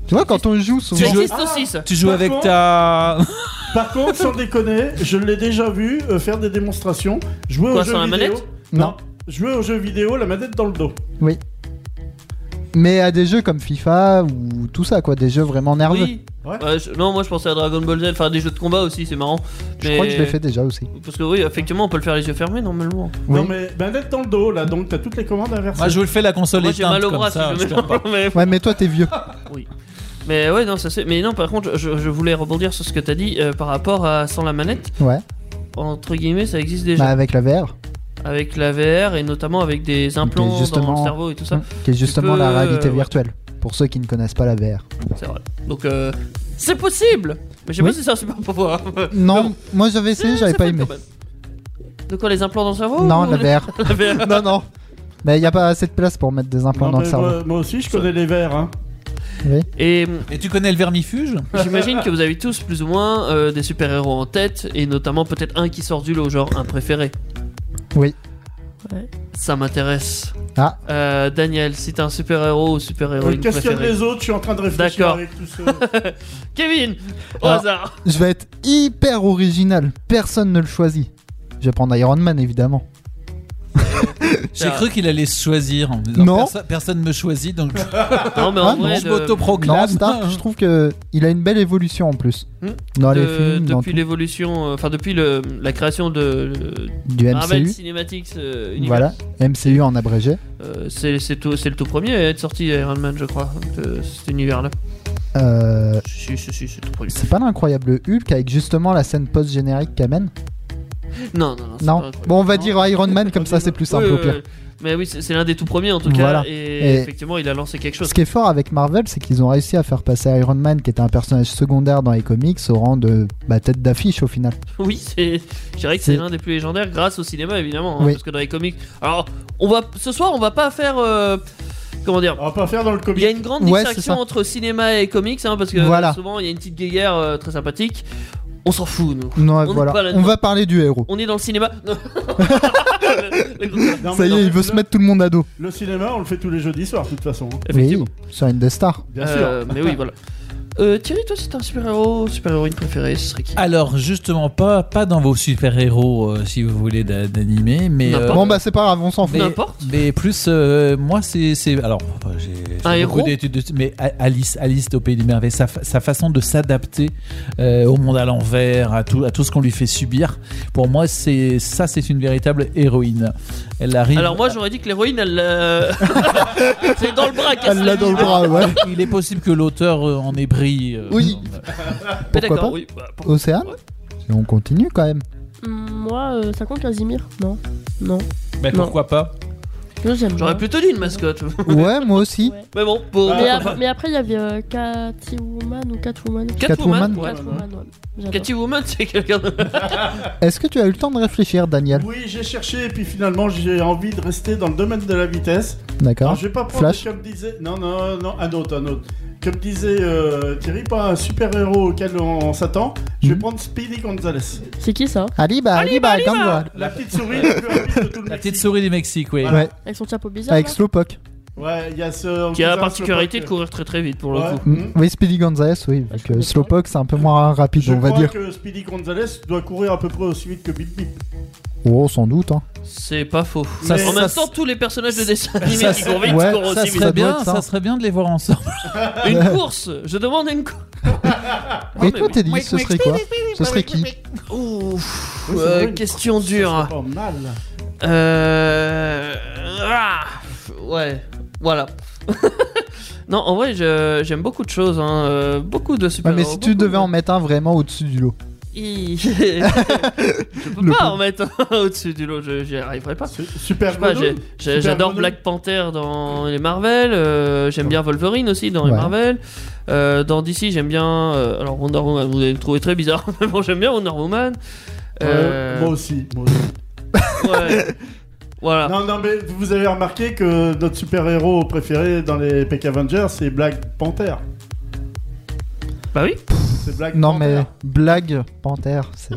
[SPEAKER 4] Tu vois, quand on joue
[SPEAKER 5] tu
[SPEAKER 4] souvent.
[SPEAKER 5] existes
[SPEAKER 7] Ah.
[SPEAKER 5] aussi ça.
[SPEAKER 6] Tu joues
[SPEAKER 7] Par
[SPEAKER 6] avec
[SPEAKER 7] contre-
[SPEAKER 6] ta.
[SPEAKER 7] Par contre, sans déconner, je l'ai déjà vu euh, faire des démonstrations. Jouer
[SPEAKER 5] Quoi,
[SPEAKER 7] aux jeux
[SPEAKER 5] sans la
[SPEAKER 7] vidéo.
[SPEAKER 5] manette
[SPEAKER 4] Non.
[SPEAKER 7] Jouer aux jeux vidéo, la manette dans le dos.
[SPEAKER 4] Oui. Mais à des jeux comme FIFA ou tout ça, quoi, des jeux vraiment nerveux.
[SPEAKER 5] Oui.
[SPEAKER 7] Ouais.
[SPEAKER 5] Ouais, je- non, moi je pensais à Dragon Ball Z, enfin des jeux de combat aussi, c'est marrant.
[SPEAKER 4] je
[SPEAKER 5] mais-
[SPEAKER 4] crois que je l'ai fait déjà aussi.
[SPEAKER 5] Parce que oui, effectivement, on peut le faire les yeux fermés normalement.
[SPEAKER 7] Non,
[SPEAKER 4] Oui.
[SPEAKER 7] mais ben, d'être dans le dos là, donc t'as toutes les commandes inversées.
[SPEAKER 6] Moi, je vous le fais la console
[SPEAKER 5] Moi j'ai
[SPEAKER 6] éteinte
[SPEAKER 5] mal au
[SPEAKER 6] comme
[SPEAKER 5] bras
[SPEAKER 6] ça.
[SPEAKER 5] si
[SPEAKER 6] je
[SPEAKER 5] je mets
[SPEAKER 6] perds pas.
[SPEAKER 5] mais...
[SPEAKER 4] Ouais, mais toi, t'es vieux.
[SPEAKER 5] mais ouais, non, ça c'est. Mais non, par contre, je, je voulais rebondir sur ce que t'as dit euh, par rapport à sans la manette.
[SPEAKER 4] Ouais.
[SPEAKER 5] Entre guillemets, ça existe déjà.
[SPEAKER 4] Bah, avec la VR,
[SPEAKER 5] Avec la VR et notamment avec des implants dans
[SPEAKER 4] justement-
[SPEAKER 5] le cerveau et tout ça.
[SPEAKER 4] hein, qui est justement
[SPEAKER 5] peux,
[SPEAKER 4] la
[SPEAKER 5] euh,
[SPEAKER 4] réalité
[SPEAKER 5] ouais.
[SPEAKER 4] virtuelle. Pour ceux qui ne connaissent pas la VR.
[SPEAKER 5] C'est vrai. Donc euh, c'est possible. Mais je sais
[SPEAKER 4] Oui.
[SPEAKER 5] pas si c'est un super pouvoir.
[SPEAKER 4] Non,
[SPEAKER 5] Mais bon,
[SPEAKER 4] moi j'avais essayé,
[SPEAKER 5] c'est-
[SPEAKER 4] j'avais
[SPEAKER 5] c'est
[SPEAKER 4] pas
[SPEAKER 5] fun
[SPEAKER 4] aimé.
[SPEAKER 5] quand même. De quoi les implants dans le cerveau
[SPEAKER 4] Non,
[SPEAKER 5] ou-
[SPEAKER 4] la VR.
[SPEAKER 5] la VR.
[SPEAKER 4] non, non. Mais il n'y a pas assez de place pour mettre des implants
[SPEAKER 7] Non,
[SPEAKER 4] dans le
[SPEAKER 7] mais
[SPEAKER 4] cerveau.
[SPEAKER 7] moi, moi aussi, je connais les verres. Hein.
[SPEAKER 4] Oui.
[SPEAKER 5] Et hum,
[SPEAKER 6] Et tu connais le vermifuge
[SPEAKER 5] j'imagine que vous avez tous plus ou moins euh, des super-héros en tête et notamment peut-être un qui sort du lot, genre un préféré.
[SPEAKER 4] Oui.
[SPEAKER 1] Ouais.
[SPEAKER 5] Ça m'intéresse.
[SPEAKER 4] Ah.
[SPEAKER 5] Euh, Daniel, si t'es un super-héros ou
[SPEAKER 7] Euh,
[SPEAKER 5] super-héroïne
[SPEAKER 7] Qu'est-ce qu'il y a de
[SPEAKER 5] préférée.
[SPEAKER 7] les autres Je suis en train de réfléchir
[SPEAKER 5] D'accord.
[SPEAKER 7] avec tout ce.
[SPEAKER 5] Kevin, au
[SPEAKER 4] Ah.
[SPEAKER 5] hasard.
[SPEAKER 4] Je vais être hyper original. Personne ne le choisit. Je vais prendre Iron Man, évidemment.
[SPEAKER 5] Ah.
[SPEAKER 6] J'ai cru qu'il allait se choisir en me disant
[SPEAKER 4] Non.
[SPEAKER 6] perso- personne me choisit donc
[SPEAKER 5] Non mais en
[SPEAKER 4] Ah,
[SPEAKER 5] vrai,
[SPEAKER 6] je
[SPEAKER 5] de-
[SPEAKER 4] Non,
[SPEAKER 6] m'autoproclame.
[SPEAKER 4] Stark, je trouve que il a une belle évolution en plus.
[SPEAKER 5] Hmm.
[SPEAKER 4] Dans les
[SPEAKER 5] de-
[SPEAKER 4] films, dans
[SPEAKER 5] depuis l'évolution, euh, enfin depuis le, la création de,
[SPEAKER 4] tout- du
[SPEAKER 5] Marvel
[SPEAKER 4] MCU.
[SPEAKER 5] Cinematics euh, Universe.
[SPEAKER 4] Voilà, MCU en abrégé.
[SPEAKER 5] Euh, c'est c'est tout- c'est le tout premier à être sorti Iron Man, je crois, de cet univers-là.
[SPEAKER 4] Euh,
[SPEAKER 5] Si, si, si, c'est le tout premier.
[SPEAKER 4] c'est pas l'incroyable Hulk avec justement la scène post-générique qu'amène
[SPEAKER 5] Non, non, non. c'est pas
[SPEAKER 4] Non.
[SPEAKER 5] le premier.
[SPEAKER 4] Bon, on va
[SPEAKER 5] Non.
[SPEAKER 4] dire Iron Man comme ça, c'est plus simple
[SPEAKER 5] Oui,
[SPEAKER 4] au
[SPEAKER 5] oui,
[SPEAKER 4] pire.
[SPEAKER 5] oui. Mais oui, c'est c'est l'un des tout premiers en tout
[SPEAKER 4] Voilà.
[SPEAKER 5] cas. Et,
[SPEAKER 4] Et-
[SPEAKER 5] effectivement, il a lancé quelque chose.
[SPEAKER 4] Ce qui est fort avec Marvel, c'est qu'ils ont réussi à faire passer Iron Man, qui était un personnage secondaire dans les comics, au rang de bah, tête d'affiche au final.
[SPEAKER 5] Oui, c'est. Je dirais que c'est
[SPEAKER 4] C'est-
[SPEAKER 5] l'un des plus légendaires grâce au cinéma, évidemment. hein,
[SPEAKER 4] Oui.
[SPEAKER 5] parce que dans les comics. Alors, on va... ce soir, on va pas faire. euh, Comment dire
[SPEAKER 7] On va pas faire dans le
[SPEAKER 5] Il y a
[SPEAKER 7] comic.
[SPEAKER 5] une grande
[SPEAKER 4] Ouais, c'est
[SPEAKER 5] distinction
[SPEAKER 4] ça.
[SPEAKER 5] entre cinéma et comics, hein, parce que
[SPEAKER 4] Voilà.
[SPEAKER 5] souvent, il y a une petite guéguerre euh, très sympathique. On s'en fout, nous.
[SPEAKER 4] Non,
[SPEAKER 5] On est
[SPEAKER 4] voilà.
[SPEAKER 5] pas là-dedans.
[SPEAKER 4] On va parler du héros.
[SPEAKER 5] On est dans le cinéma. Non. Le- le-
[SPEAKER 7] Non,
[SPEAKER 4] Ça
[SPEAKER 7] mais
[SPEAKER 4] y
[SPEAKER 7] non,
[SPEAKER 4] est,
[SPEAKER 7] mais
[SPEAKER 4] il veut
[SPEAKER 7] le-
[SPEAKER 4] se mettre tout le monde à dos.
[SPEAKER 7] Le cinéma, on le fait tous les jeudis soirs, de toute façon. hein.
[SPEAKER 5] Effectivement.
[SPEAKER 4] Oui, sur une des stars.
[SPEAKER 7] Bien
[SPEAKER 5] Euh,
[SPEAKER 7] sûr.
[SPEAKER 5] mais oui, voilà. Euh, Thierry, toi, si t'es un super-héros, super-héroïne préférée, ce serait qui
[SPEAKER 6] Alors justement pas pas dans vos super-héros euh, si vous voulez d'a- d'animer mais euh,
[SPEAKER 5] N'importe.
[SPEAKER 4] Bon, bah c'est pas grave, on s'en fout.
[SPEAKER 6] mais-
[SPEAKER 5] N'importe.
[SPEAKER 6] mais plus euh, moi c'est c'est alors enfin, j'ai j'ai
[SPEAKER 5] Un héros
[SPEAKER 6] beaucoup d'études dessus, mais A- Alice Alice au pays des merveilles sa, fa- sa façon de s'adapter euh, au monde à l'envers à tout à tout ce qu'on lui fait subir pour moi c'est ça c'est une véritable héroïne elle arrive
[SPEAKER 5] Alors
[SPEAKER 4] bah.
[SPEAKER 5] moi, j'aurais dit que l'héroïne, elle. euh, c'est dans le bras qu'elle
[SPEAKER 4] Elle
[SPEAKER 5] se
[SPEAKER 4] l'a
[SPEAKER 5] lève.
[SPEAKER 4] dans le bras, ouais.
[SPEAKER 6] il est possible que l'auteur euh, en ait pris euh,
[SPEAKER 4] Oui.
[SPEAKER 5] Mais
[SPEAKER 4] Pourquoi pas
[SPEAKER 5] d'accord, oui. bah, pour-
[SPEAKER 4] Océane Et on continue quand même.
[SPEAKER 1] Moi, euh, ça compte Casimir Non. Non.
[SPEAKER 6] mais
[SPEAKER 1] Non.
[SPEAKER 6] pourquoi pas
[SPEAKER 1] Moi, j'aime
[SPEAKER 5] J'aurais
[SPEAKER 1] bien.
[SPEAKER 5] plutôt dit une mascotte.
[SPEAKER 4] Ouais, moi aussi.
[SPEAKER 1] Ouais.
[SPEAKER 5] mais bon, pour.
[SPEAKER 1] Mais,
[SPEAKER 7] Ah.
[SPEAKER 1] a- mais après, il y avait euh, Catwoman ou
[SPEAKER 5] Catwoman,
[SPEAKER 1] Catwoman.
[SPEAKER 4] Catwoman.
[SPEAKER 5] ouais.
[SPEAKER 1] Catwoman, ouais. J'adore.
[SPEAKER 5] Catwoman, c'est quelqu'un de.
[SPEAKER 4] Est-ce que tu as eu le temps de réfléchir, Daniel
[SPEAKER 7] Oui, j'ai cherché et puis finalement j'ai envie de rester dans le domaine de la vitesse. Alors
[SPEAKER 4] D'accord.
[SPEAKER 7] je vais pas prendre
[SPEAKER 4] Flash.
[SPEAKER 7] comme disait non non non un autre un autre. Comme disait euh, Thierry, pas un super héros auquel on, on s'attend. Je vais
[SPEAKER 4] Mhm.
[SPEAKER 7] prendre Speedy Gonzalez,
[SPEAKER 1] C'est qui ça
[SPEAKER 4] Aliba, Aliba, Gangwa.
[SPEAKER 7] la petite souris la plus rapide de tout le
[SPEAKER 6] la
[SPEAKER 7] Mexique.
[SPEAKER 6] petite souris du Mexique oui
[SPEAKER 4] Ouais,
[SPEAKER 1] Avec son chapeau bizarre.
[SPEAKER 4] avec
[SPEAKER 1] là
[SPEAKER 4] Slowpoke.
[SPEAKER 7] Ouais, il y a ce.
[SPEAKER 5] Qui a la
[SPEAKER 7] ce-
[SPEAKER 5] particularité
[SPEAKER 7] ce-
[SPEAKER 5] de courir très très vite pour le
[SPEAKER 7] Ouais.
[SPEAKER 5] coup.
[SPEAKER 4] Mm,
[SPEAKER 7] Mhm.
[SPEAKER 4] Oui, Speedy Gonzales, oui. vu que Slowpoke, c'est un peu moins rapide,
[SPEAKER 7] Je
[SPEAKER 4] on va
[SPEAKER 7] crois
[SPEAKER 4] dire.
[SPEAKER 7] que Speedy Gonzalez doit courir à peu près aussi vite que Bip Bip.
[SPEAKER 4] Oh, sans doute. Hein.
[SPEAKER 5] C'est pas faux.
[SPEAKER 6] Ça,
[SPEAKER 5] en
[SPEAKER 6] ça,
[SPEAKER 5] même temps, tous les personnages de dessin animé
[SPEAKER 6] ça,
[SPEAKER 5] qui courent vite
[SPEAKER 4] ouais,
[SPEAKER 5] courent
[SPEAKER 6] ça
[SPEAKER 5] aussi vite.
[SPEAKER 6] serait
[SPEAKER 4] Ça doit
[SPEAKER 6] bien
[SPEAKER 4] être ça.
[SPEAKER 6] ça serait bien de les voir ensemble
[SPEAKER 5] Une course Je demande une course.
[SPEAKER 4] Et
[SPEAKER 5] mais
[SPEAKER 4] toi,
[SPEAKER 5] oui.
[SPEAKER 4] Teddy, ce serait quoi Ce serait qui
[SPEAKER 5] Ouf,
[SPEAKER 7] Oui, c'est
[SPEAKER 5] euh,
[SPEAKER 7] vrai, une
[SPEAKER 5] question
[SPEAKER 7] Ça,
[SPEAKER 5] dure.
[SPEAKER 7] c'est Pas mal.
[SPEAKER 5] Euh... ah, ouais, voilà. non, en vrai, je- j'aime beaucoup de choses, hein. euh, beaucoup de
[SPEAKER 4] Ouais,
[SPEAKER 5] super.
[SPEAKER 4] mais si tu devais en mettre un vraiment au-dessus du lot.
[SPEAKER 5] je peux
[SPEAKER 4] Le
[SPEAKER 5] pas
[SPEAKER 4] pauvre.
[SPEAKER 5] en mettre un au-dessus du lot, je- j'y arriverai pas.
[SPEAKER 7] Su-
[SPEAKER 5] Ah. Je
[SPEAKER 7] Super
[SPEAKER 5] sais pas, j'ai-
[SPEAKER 7] Grenouille.
[SPEAKER 5] j'ai-
[SPEAKER 7] Super
[SPEAKER 5] j'adore
[SPEAKER 7] Grenouille.
[SPEAKER 5] Black Panther dans les Marvel, euh, j'aime bien Wolverine aussi dans les
[SPEAKER 4] Ouais.
[SPEAKER 5] Marvel, euh, dans DC j'aime bien, euh, alors Wonder Woman vous allez me trouver très bizarre, mais bon j'aime bien Wonder Woman.
[SPEAKER 7] Ouais,
[SPEAKER 5] Euh,
[SPEAKER 7] Moi aussi. Moi aussi.
[SPEAKER 5] ouais. voilà.
[SPEAKER 7] Non, non, mais vous avez remarqué que notre super-héros préféré dans les Peck Avengers, c'est Black Panther.
[SPEAKER 5] Bah oui.
[SPEAKER 7] C'est Black
[SPEAKER 4] Non, mais
[SPEAKER 7] Panther.
[SPEAKER 4] blague, panthère, c'est.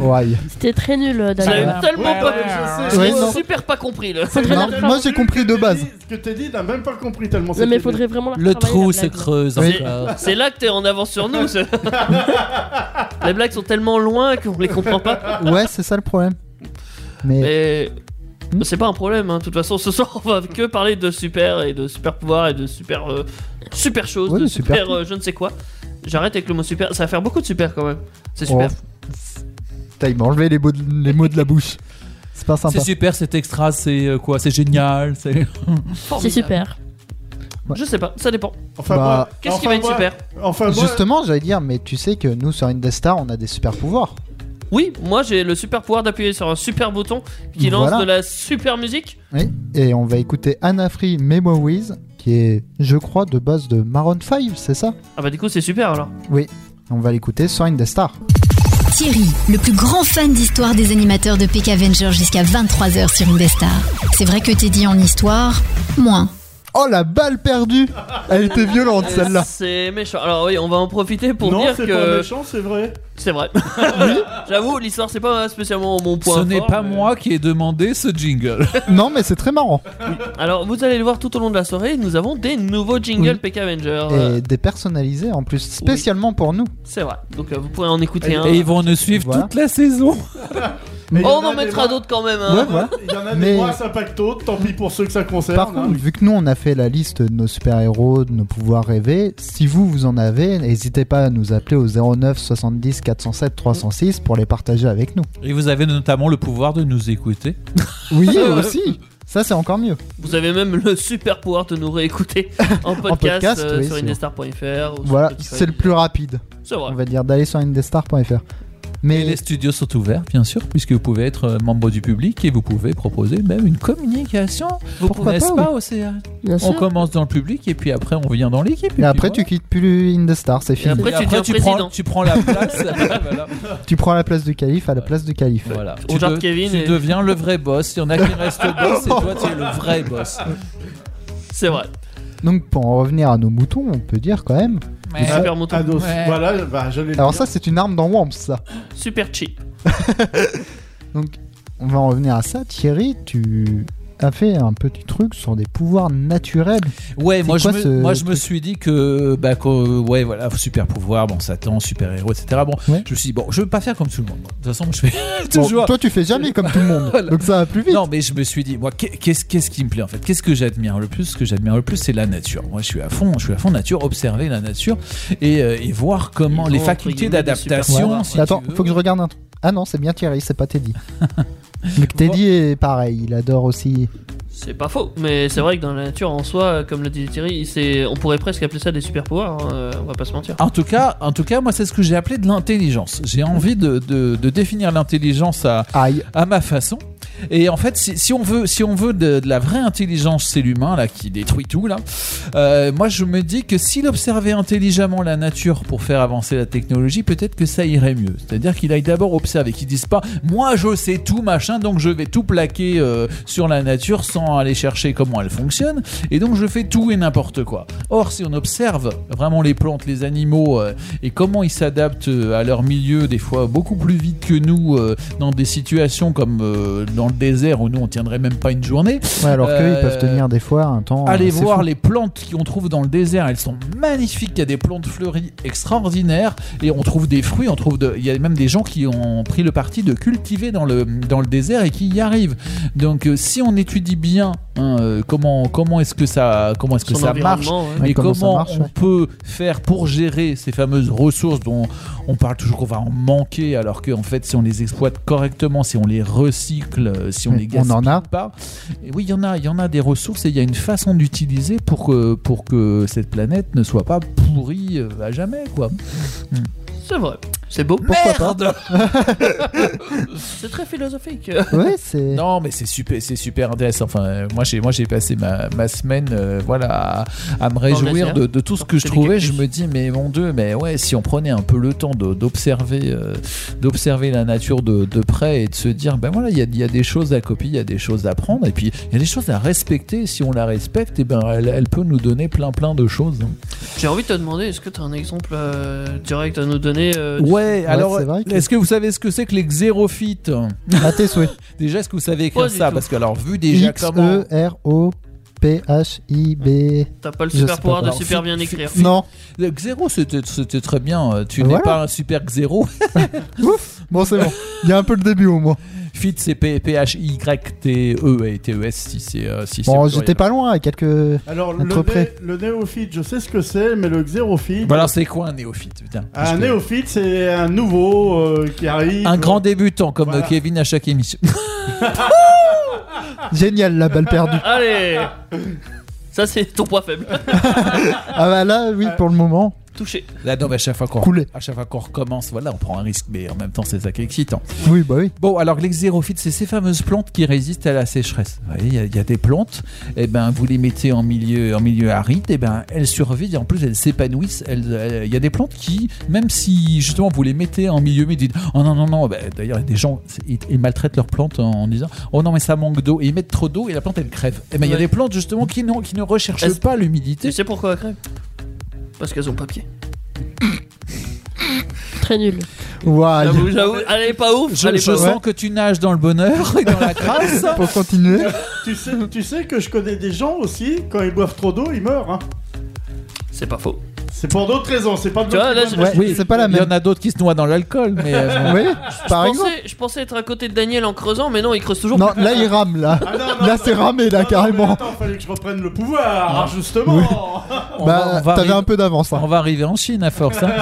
[SPEAKER 4] Ouais.
[SPEAKER 1] C'était très nul, euh,
[SPEAKER 5] Je
[SPEAKER 1] Daniel.
[SPEAKER 5] l'avais tellement pas
[SPEAKER 7] je
[SPEAKER 5] J'ai
[SPEAKER 7] sais.
[SPEAKER 4] Ouais, non.
[SPEAKER 5] super pas compris là.
[SPEAKER 1] Faudrait la
[SPEAKER 4] Non,
[SPEAKER 1] refaire.
[SPEAKER 4] moi, j'ai compris de base.
[SPEAKER 7] Ce que t'as dit, t'as même pas compris tellement
[SPEAKER 1] Non,
[SPEAKER 7] c'était
[SPEAKER 1] mais
[SPEAKER 7] nul.
[SPEAKER 1] faudrait vraiment la
[SPEAKER 6] le
[SPEAKER 1] retravailler,
[SPEAKER 6] trou
[SPEAKER 1] la
[SPEAKER 6] se
[SPEAKER 1] blague.
[SPEAKER 6] creuse
[SPEAKER 4] Oui.
[SPEAKER 6] encore.
[SPEAKER 5] C'est là que t'es en avance sur nous. c'est- les blagues sont tellement loin qu'on les comprend pas.
[SPEAKER 4] Ouais, c'est ça le problème. Mais
[SPEAKER 5] Mais
[SPEAKER 4] Hmm.
[SPEAKER 5] C'est pas un problème, hein. de toute façon, ce soir, on va que parler de super et de super pouvoir et de super, euh, super choses,
[SPEAKER 4] Ouais,
[SPEAKER 5] de
[SPEAKER 4] de super
[SPEAKER 5] super, euh, je ne sais quoi. J'arrête avec le mot super, ça va faire beaucoup de super quand même. C'est
[SPEAKER 4] Oh.
[SPEAKER 5] super.
[SPEAKER 4] Putain, il m'a enlevé les mots, de, les mots de la bouche. C'est pas sympa.
[SPEAKER 6] C'est super, c'est extra, c'est euh, quoi C'est génial, c'est.
[SPEAKER 1] C'est
[SPEAKER 5] Formidable.
[SPEAKER 1] super.
[SPEAKER 5] Je sais pas, ça dépend.
[SPEAKER 7] Enfin,
[SPEAKER 4] Bah,
[SPEAKER 7] moi-
[SPEAKER 5] Qu'est-ce qui
[SPEAKER 7] enfin,
[SPEAKER 5] va être
[SPEAKER 7] moi-
[SPEAKER 5] super
[SPEAKER 7] Enfin, moi-
[SPEAKER 4] Justement, j'allais dire, mais tu sais que nous, sur Indestar, on a des super pouvoirs.
[SPEAKER 5] Oui, moi j'ai le super pouvoir d'appuyer sur un super bouton qui lance
[SPEAKER 4] Voilà.
[SPEAKER 5] de la super musique.
[SPEAKER 4] Oui. Et on va écouter Anna Free Memories, qui est, je crois, de base de Maroon 5, c'est ça
[SPEAKER 5] Ah bah du coup c'est super alors.
[SPEAKER 4] Oui. On va l'écouter sur Indestar.
[SPEAKER 8] Thierry, le plus grand fan d'histoire des animateurs de PK Avenger jusqu'à 23h sur Indestar. C'est vrai que Teddy en histoire, moins.
[SPEAKER 4] Oh la balle perdue Elle était violente Ah, celle-là.
[SPEAKER 5] C'est méchant. Alors oui, on va en profiter pour
[SPEAKER 7] non,
[SPEAKER 5] dire
[SPEAKER 7] c'est pas
[SPEAKER 5] que
[SPEAKER 7] méchant, c'est vrai.
[SPEAKER 5] c'est vrai. J'avoue, l'histoire c'est pas spécialement mon point.
[SPEAKER 6] Ce n'est
[SPEAKER 5] fort,
[SPEAKER 6] pas
[SPEAKER 5] mais-
[SPEAKER 6] moi qui ai demandé ce jingle.
[SPEAKER 4] Non mais c'est très marrant.
[SPEAKER 5] Alors vous allez le voir tout au long de la soirée, nous avons des nouveaux jingles
[SPEAKER 4] Oui.
[SPEAKER 5] PK Avenger. Euh,
[SPEAKER 4] Et des personnalisés en plus, spécialement pour nous.
[SPEAKER 5] C'est vrai. Donc euh, vous pourrez en écouter un.
[SPEAKER 6] Et ils vont nous suivre
[SPEAKER 4] Voilà.
[SPEAKER 6] toute la saison.
[SPEAKER 7] Mais
[SPEAKER 5] Oh, on
[SPEAKER 7] il y
[SPEAKER 5] en
[SPEAKER 7] a des
[SPEAKER 5] mettra
[SPEAKER 7] mois-
[SPEAKER 5] d'autres quand même. hein.
[SPEAKER 4] Ouais, voilà.
[SPEAKER 7] Il y en a des
[SPEAKER 4] Mais-
[SPEAKER 7] mois, ça pacte d'autres, tant pis pour ceux que ça concerne.
[SPEAKER 4] Par
[SPEAKER 7] hein.
[SPEAKER 4] contre, vu que nous on a fait la liste de nos super-héros, de nos pouvoirs rêvés, si vous vous en avez, n'hésitez pas à nous appeler au 09 70 407 306 pour les partager avec nous.
[SPEAKER 6] Et vous avez notamment le pouvoir de nous écouter.
[SPEAKER 4] Oui, euh, aussi. Ça c'est encore mieux.
[SPEAKER 5] Vous avez même le super pouvoir de nous réécouter en podcast,
[SPEAKER 4] podcast,
[SPEAKER 5] euh,
[SPEAKER 4] oui,
[SPEAKER 5] sur
[SPEAKER 4] c'est-
[SPEAKER 5] indestar.fr. ou sur
[SPEAKER 4] Voilà,
[SPEAKER 5] Spotify.
[SPEAKER 4] c'est le plus rapide,
[SPEAKER 5] C'est vrai.
[SPEAKER 4] on va dire, d'aller sur indestar.fr.
[SPEAKER 6] Et les
[SPEAKER 4] Mais
[SPEAKER 6] studios sont ouverts, bien sûr, puisque vous pouvez être euh, membre du public et vous pouvez proposer même une communication.
[SPEAKER 4] Vous pourquoi
[SPEAKER 6] N'est-ce
[SPEAKER 4] pas,
[SPEAKER 6] pas, OCA
[SPEAKER 1] Bien
[SPEAKER 6] On
[SPEAKER 1] sûr.
[SPEAKER 6] commence dans le public et puis après on vient dans l'équipe.
[SPEAKER 4] Et après tu
[SPEAKER 6] voilà.
[SPEAKER 4] quittes plus Indestar, c'est fini.
[SPEAKER 5] après,
[SPEAKER 6] Et
[SPEAKER 5] tu deviens
[SPEAKER 6] prends,
[SPEAKER 5] président.
[SPEAKER 6] tu prends la place. voilà.
[SPEAKER 4] Tu prends la place du calife à la place du calife.
[SPEAKER 6] Voilà.
[SPEAKER 5] On
[SPEAKER 6] Tu,
[SPEAKER 5] jarte Kevin
[SPEAKER 6] tu
[SPEAKER 5] et-
[SPEAKER 6] deviens le vrai boss. Il y en a qui restent boss et toi tu es le vrai boss.
[SPEAKER 5] C'est vrai.
[SPEAKER 4] Donc pour en revenir à nos moutons, on peut dire quand même.
[SPEAKER 6] Mais-
[SPEAKER 7] Ah,
[SPEAKER 5] Super mouton.
[SPEAKER 7] Ados.
[SPEAKER 6] Ouais.
[SPEAKER 7] Voilà, bah, j'allais le
[SPEAKER 4] Alors
[SPEAKER 7] dire.
[SPEAKER 4] ça c'est une arme dans Worms ça.
[SPEAKER 5] Super cheap.
[SPEAKER 4] On va en revenir à ça. Thierry, tu as fait un petit truc sur des pouvoirs naturels.
[SPEAKER 6] Ouais,
[SPEAKER 4] C'est
[SPEAKER 6] moi,
[SPEAKER 4] quoi
[SPEAKER 6] je,
[SPEAKER 4] ce
[SPEAKER 6] me, moi je
[SPEAKER 4] truc
[SPEAKER 6] me suis dit que, bah, qu'au- ouais, voilà, super pouvoir, bon, Satan, super héros, etc. Bon,
[SPEAKER 4] Ouais.
[SPEAKER 6] je me suis dit, bon, je veux pas faire comme tout le monde. De toute façon, moi, je fais
[SPEAKER 4] Bon,
[SPEAKER 6] toujours.
[SPEAKER 4] toi tu fais jamais comme tout le monde,
[SPEAKER 6] Voilà.
[SPEAKER 4] donc ça va plus vite.
[SPEAKER 6] Non, mais je me suis dit, moi, qu'est- qu'est-ce qu'est-ce qui me plaît en fait Qu'est-ce que j'admire le plus Ce que j'admire le plus, c'est la nature. Moi, je suis à fond, je suis à fond nature, observer la nature et, euh, et voir comment
[SPEAKER 5] Ils
[SPEAKER 6] les
[SPEAKER 5] ont, entre
[SPEAKER 6] facultés
[SPEAKER 5] guillemets, des
[SPEAKER 6] d'adaptation.
[SPEAKER 5] super
[SPEAKER 6] si
[SPEAKER 4] Attends,
[SPEAKER 6] tu veux.
[SPEAKER 4] faut que je regarde un truc. Ah non, c'est bien Thierry, c'est pas Teddy. Donc Teddy est pareil, il adore aussi.
[SPEAKER 5] C'est pas faux, mais c'est vrai que dans la nature en soi, euh, comme le dit Thierry, c'est- on pourrait presque appeler ça des super pouvoirs, hein, euh, on va pas se mentir.
[SPEAKER 6] En tout cas, en tout cas, moi, c'est ce que j'ai appelé de l'intelligence. J'ai envie de- de- de définir l'intelligence à,
[SPEAKER 4] Aïe.
[SPEAKER 6] à ma façon. Et en fait, si, si on veut, si on veut de, de la vraie intelligence, c'est l'humain là qui détruit tout là. Euh, moi, je me dis que s'il observait intelligemment la nature pour faire avancer la technologie, peut-être que ça irait mieux. C'est-à-dire qu'il aille d'abord observer, qu'il dise pas, moi je sais tout machin, donc je vais tout plaquer euh, sur la nature sans aller chercher comment elle fonctionne, et donc je fais tout et n'importe quoi. Or, si on observe vraiment les plantes, les animaux euh, et comment ils s'adaptent euh, à leur milieu, des fois beaucoup plus vite que nous, euh, dans des situations comme euh, dans le désert où nous on tiendrait même pas une journée.
[SPEAKER 4] Ouais, alors qu'eux
[SPEAKER 6] Euh,
[SPEAKER 4] ils peuvent tenir des fois un temps.
[SPEAKER 6] Allez
[SPEAKER 4] euh, c'est
[SPEAKER 6] voir
[SPEAKER 4] fou.
[SPEAKER 6] les plantes qu'on trouve dans le désert, elles sont magnifiques. Il y a des plantes fleuries extraordinaires et on trouve des fruits, on trouve de... il y a même des gens qui ont pris le parti de cultiver dans le, dans le désert et qui y arrivent. Donc euh, si on étudie bien hein, euh, comment, comment est-ce que ça, comment est-ce que ça marche
[SPEAKER 5] environnement, ouais.
[SPEAKER 4] Ouais,
[SPEAKER 6] et comment,
[SPEAKER 4] comment ça marche,
[SPEAKER 6] on
[SPEAKER 4] ouais.
[SPEAKER 6] peut faire pour gérer ces fameuses ressources dont on parle toujours qu'on va en manquer, alors qu'en fait, si on les exploite correctement, si on les recycle, euh, si on
[SPEAKER 4] Mais
[SPEAKER 6] les
[SPEAKER 4] on
[SPEAKER 6] gaspille
[SPEAKER 4] en a.
[SPEAKER 6] pas, et oui, il y en a, il y en a des ressources et il y a une façon d'utiliser pour que pour que cette planète ne soit pas pourrie euh, à jamais, quoi.
[SPEAKER 5] C'est vrai. C'est beau.
[SPEAKER 4] Pourquoi
[SPEAKER 6] Merde
[SPEAKER 5] C'est très philosophique.
[SPEAKER 4] Ouais, c'est.
[SPEAKER 6] Non, mais c'est super, c'est super intéressant. Enfin, euh, moi, j'ai, moi, j'ai passé ma, ma semaine, euh, voilà, à, à me réjouir
[SPEAKER 5] désert.
[SPEAKER 6] de, de tout ce que je
[SPEAKER 5] Porter des
[SPEAKER 6] trouvais. Je
[SPEAKER 5] cactus.
[SPEAKER 6] me dis, mais mon Dieu, mais ouais, si on prenait un peu le temps de- d'observer, euh, d'observer la nature de, de près et de se dire, ben voilà, il y a, il y a des choses à copier, il y a des choses à prendre, et puis il y a des choses à respecter. Si on la respecte, et ben, elle, elle peut nous donner plein, plein de choses.
[SPEAKER 5] J'ai envie de te demander, est-ce que t'as un exemple euh, direct à nous donner euh,
[SPEAKER 6] Ouais, alors,
[SPEAKER 4] c'est vrai que-
[SPEAKER 6] est-ce que vous savez ce que c'est que les xérophytes
[SPEAKER 4] À tes souhaits.
[SPEAKER 6] Déjà, est-ce que vous savez écrire
[SPEAKER 5] Pas du
[SPEAKER 6] ça
[SPEAKER 5] tout.
[SPEAKER 6] Parce que alors, vu déjà
[SPEAKER 4] X
[SPEAKER 6] comment
[SPEAKER 4] E R O P H I B.
[SPEAKER 5] T'as pas le
[SPEAKER 4] Je sais
[SPEAKER 5] super
[SPEAKER 4] pas,
[SPEAKER 5] pouvoir de
[SPEAKER 4] alors,
[SPEAKER 5] super
[SPEAKER 6] fi-
[SPEAKER 5] bien
[SPEAKER 6] fi-
[SPEAKER 5] écrire.
[SPEAKER 6] fi-
[SPEAKER 4] Non.
[SPEAKER 6] Le Xero, c'était c'était très bien. euh, Tu
[SPEAKER 4] Voilà.
[SPEAKER 6] n'es pas un super Xero.
[SPEAKER 4] Bon, c'est bon. Il y a un peu le début au moins.
[SPEAKER 6] Fit, c'est P- P-H-Y-T-E et T-E-S si c'est. euh, si c'est au
[SPEAKER 4] Bon,
[SPEAKER 6] pluriel.
[SPEAKER 4] j'étais pas loin à quelques.
[SPEAKER 7] Alors, le,
[SPEAKER 4] Entre
[SPEAKER 7] né-
[SPEAKER 4] près.
[SPEAKER 7] le néophyte, je sais ce que c'est, mais le xérophyte.
[SPEAKER 6] Bah alors, c'est quoi un néophyte putain Parce
[SPEAKER 7] Un
[SPEAKER 6] que-
[SPEAKER 7] néophyte, c'est un nouveau euh, qui arrive.
[SPEAKER 6] Un grand débutant comme
[SPEAKER 7] Voilà.
[SPEAKER 6] euh, Kevin à chaque émission.
[SPEAKER 4] Génial, la balle perdue.
[SPEAKER 5] Allez Ça, c'est ton point faible.
[SPEAKER 4] Ah bah là, oui, pour le moment,
[SPEAKER 5] Touché.
[SPEAKER 6] Là, non, mais à chaque fois qu'on
[SPEAKER 4] coulé.
[SPEAKER 6] à chaque fois qu'on recommence, voilà, on prend un risque, mais en même temps, c'est ça qui est excitant.
[SPEAKER 4] Oui, bah oui.
[SPEAKER 6] Bon, alors que les xérophytes, c'est ces fameuses plantes qui résistent à la sécheresse. Vous voyez, il y a- il y, a des plantes, et ben vous les mettez en milieu, en milieu aride, et ben elles survivent, et en plus elles s'épanouissent. Elles- elles- Il y a des plantes qui, même si justement vous les mettez en milieu humide, dites, oh non, non, non, ben, d'ailleurs, il y a des gens, c'est- ils, ils maltraitent leurs plantes en, en disant, oh non, mais ça manque d'eau, et ils mettent trop d'eau, et la plante elle crève. Et ben il y a
[SPEAKER 5] Ouais.
[SPEAKER 6] des plantes justement qui, n'ont- qui ne recherchent
[SPEAKER 5] Est-ce-
[SPEAKER 6] pas l'humidité.
[SPEAKER 5] Tu sais pourquoi la crève Parce qu'elles ont pas pied.
[SPEAKER 1] Très nul.
[SPEAKER 4] Ouah,
[SPEAKER 5] J'avoue, j'avoue, elle est pas ouf.
[SPEAKER 6] Je,
[SPEAKER 5] elle est
[SPEAKER 6] je
[SPEAKER 5] pas ouf.
[SPEAKER 6] sens que tu nages dans le bonheur et dans la grâce.
[SPEAKER 4] pour continuer.
[SPEAKER 7] Tu sais, tu sais que je connais des gens aussi, quand ils boivent trop d'eau, ils meurent. hein.
[SPEAKER 5] C'est pas faux.
[SPEAKER 7] C'est pour d'autres raisons, c'est pas de
[SPEAKER 5] Tu vois, là, je-
[SPEAKER 4] Ouais,
[SPEAKER 6] Oui,
[SPEAKER 4] c'est pas
[SPEAKER 7] Ah,
[SPEAKER 4] la
[SPEAKER 6] Il y en
[SPEAKER 4] même.
[SPEAKER 6] a d'autres qui se noient dans l'alcool, mais euh,
[SPEAKER 4] Oui, par
[SPEAKER 5] je,
[SPEAKER 4] exemple.
[SPEAKER 5] pensais, je pensais être à côté de Daniel en creusant, mais non, il creuse toujours.
[SPEAKER 4] Non, là, il rame, là.
[SPEAKER 7] Ah non, non,
[SPEAKER 4] là,
[SPEAKER 7] non,
[SPEAKER 4] c'est ramé,
[SPEAKER 7] non,
[SPEAKER 4] là,
[SPEAKER 7] non, mais
[SPEAKER 4] carrément. Ah.
[SPEAKER 7] attends, fallait que je reprenne le pouvoir, justement.
[SPEAKER 6] on va- on
[SPEAKER 4] bah,
[SPEAKER 6] va
[SPEAKER 4] t'avais
[SPEAKER 6] arriver-
[SPEAKER 4] un peu d'avance,
[SPEAKER 6] On
[SPEAKER 4] hein.
[SPEAKER 6] va arriver en Chine à force. hein.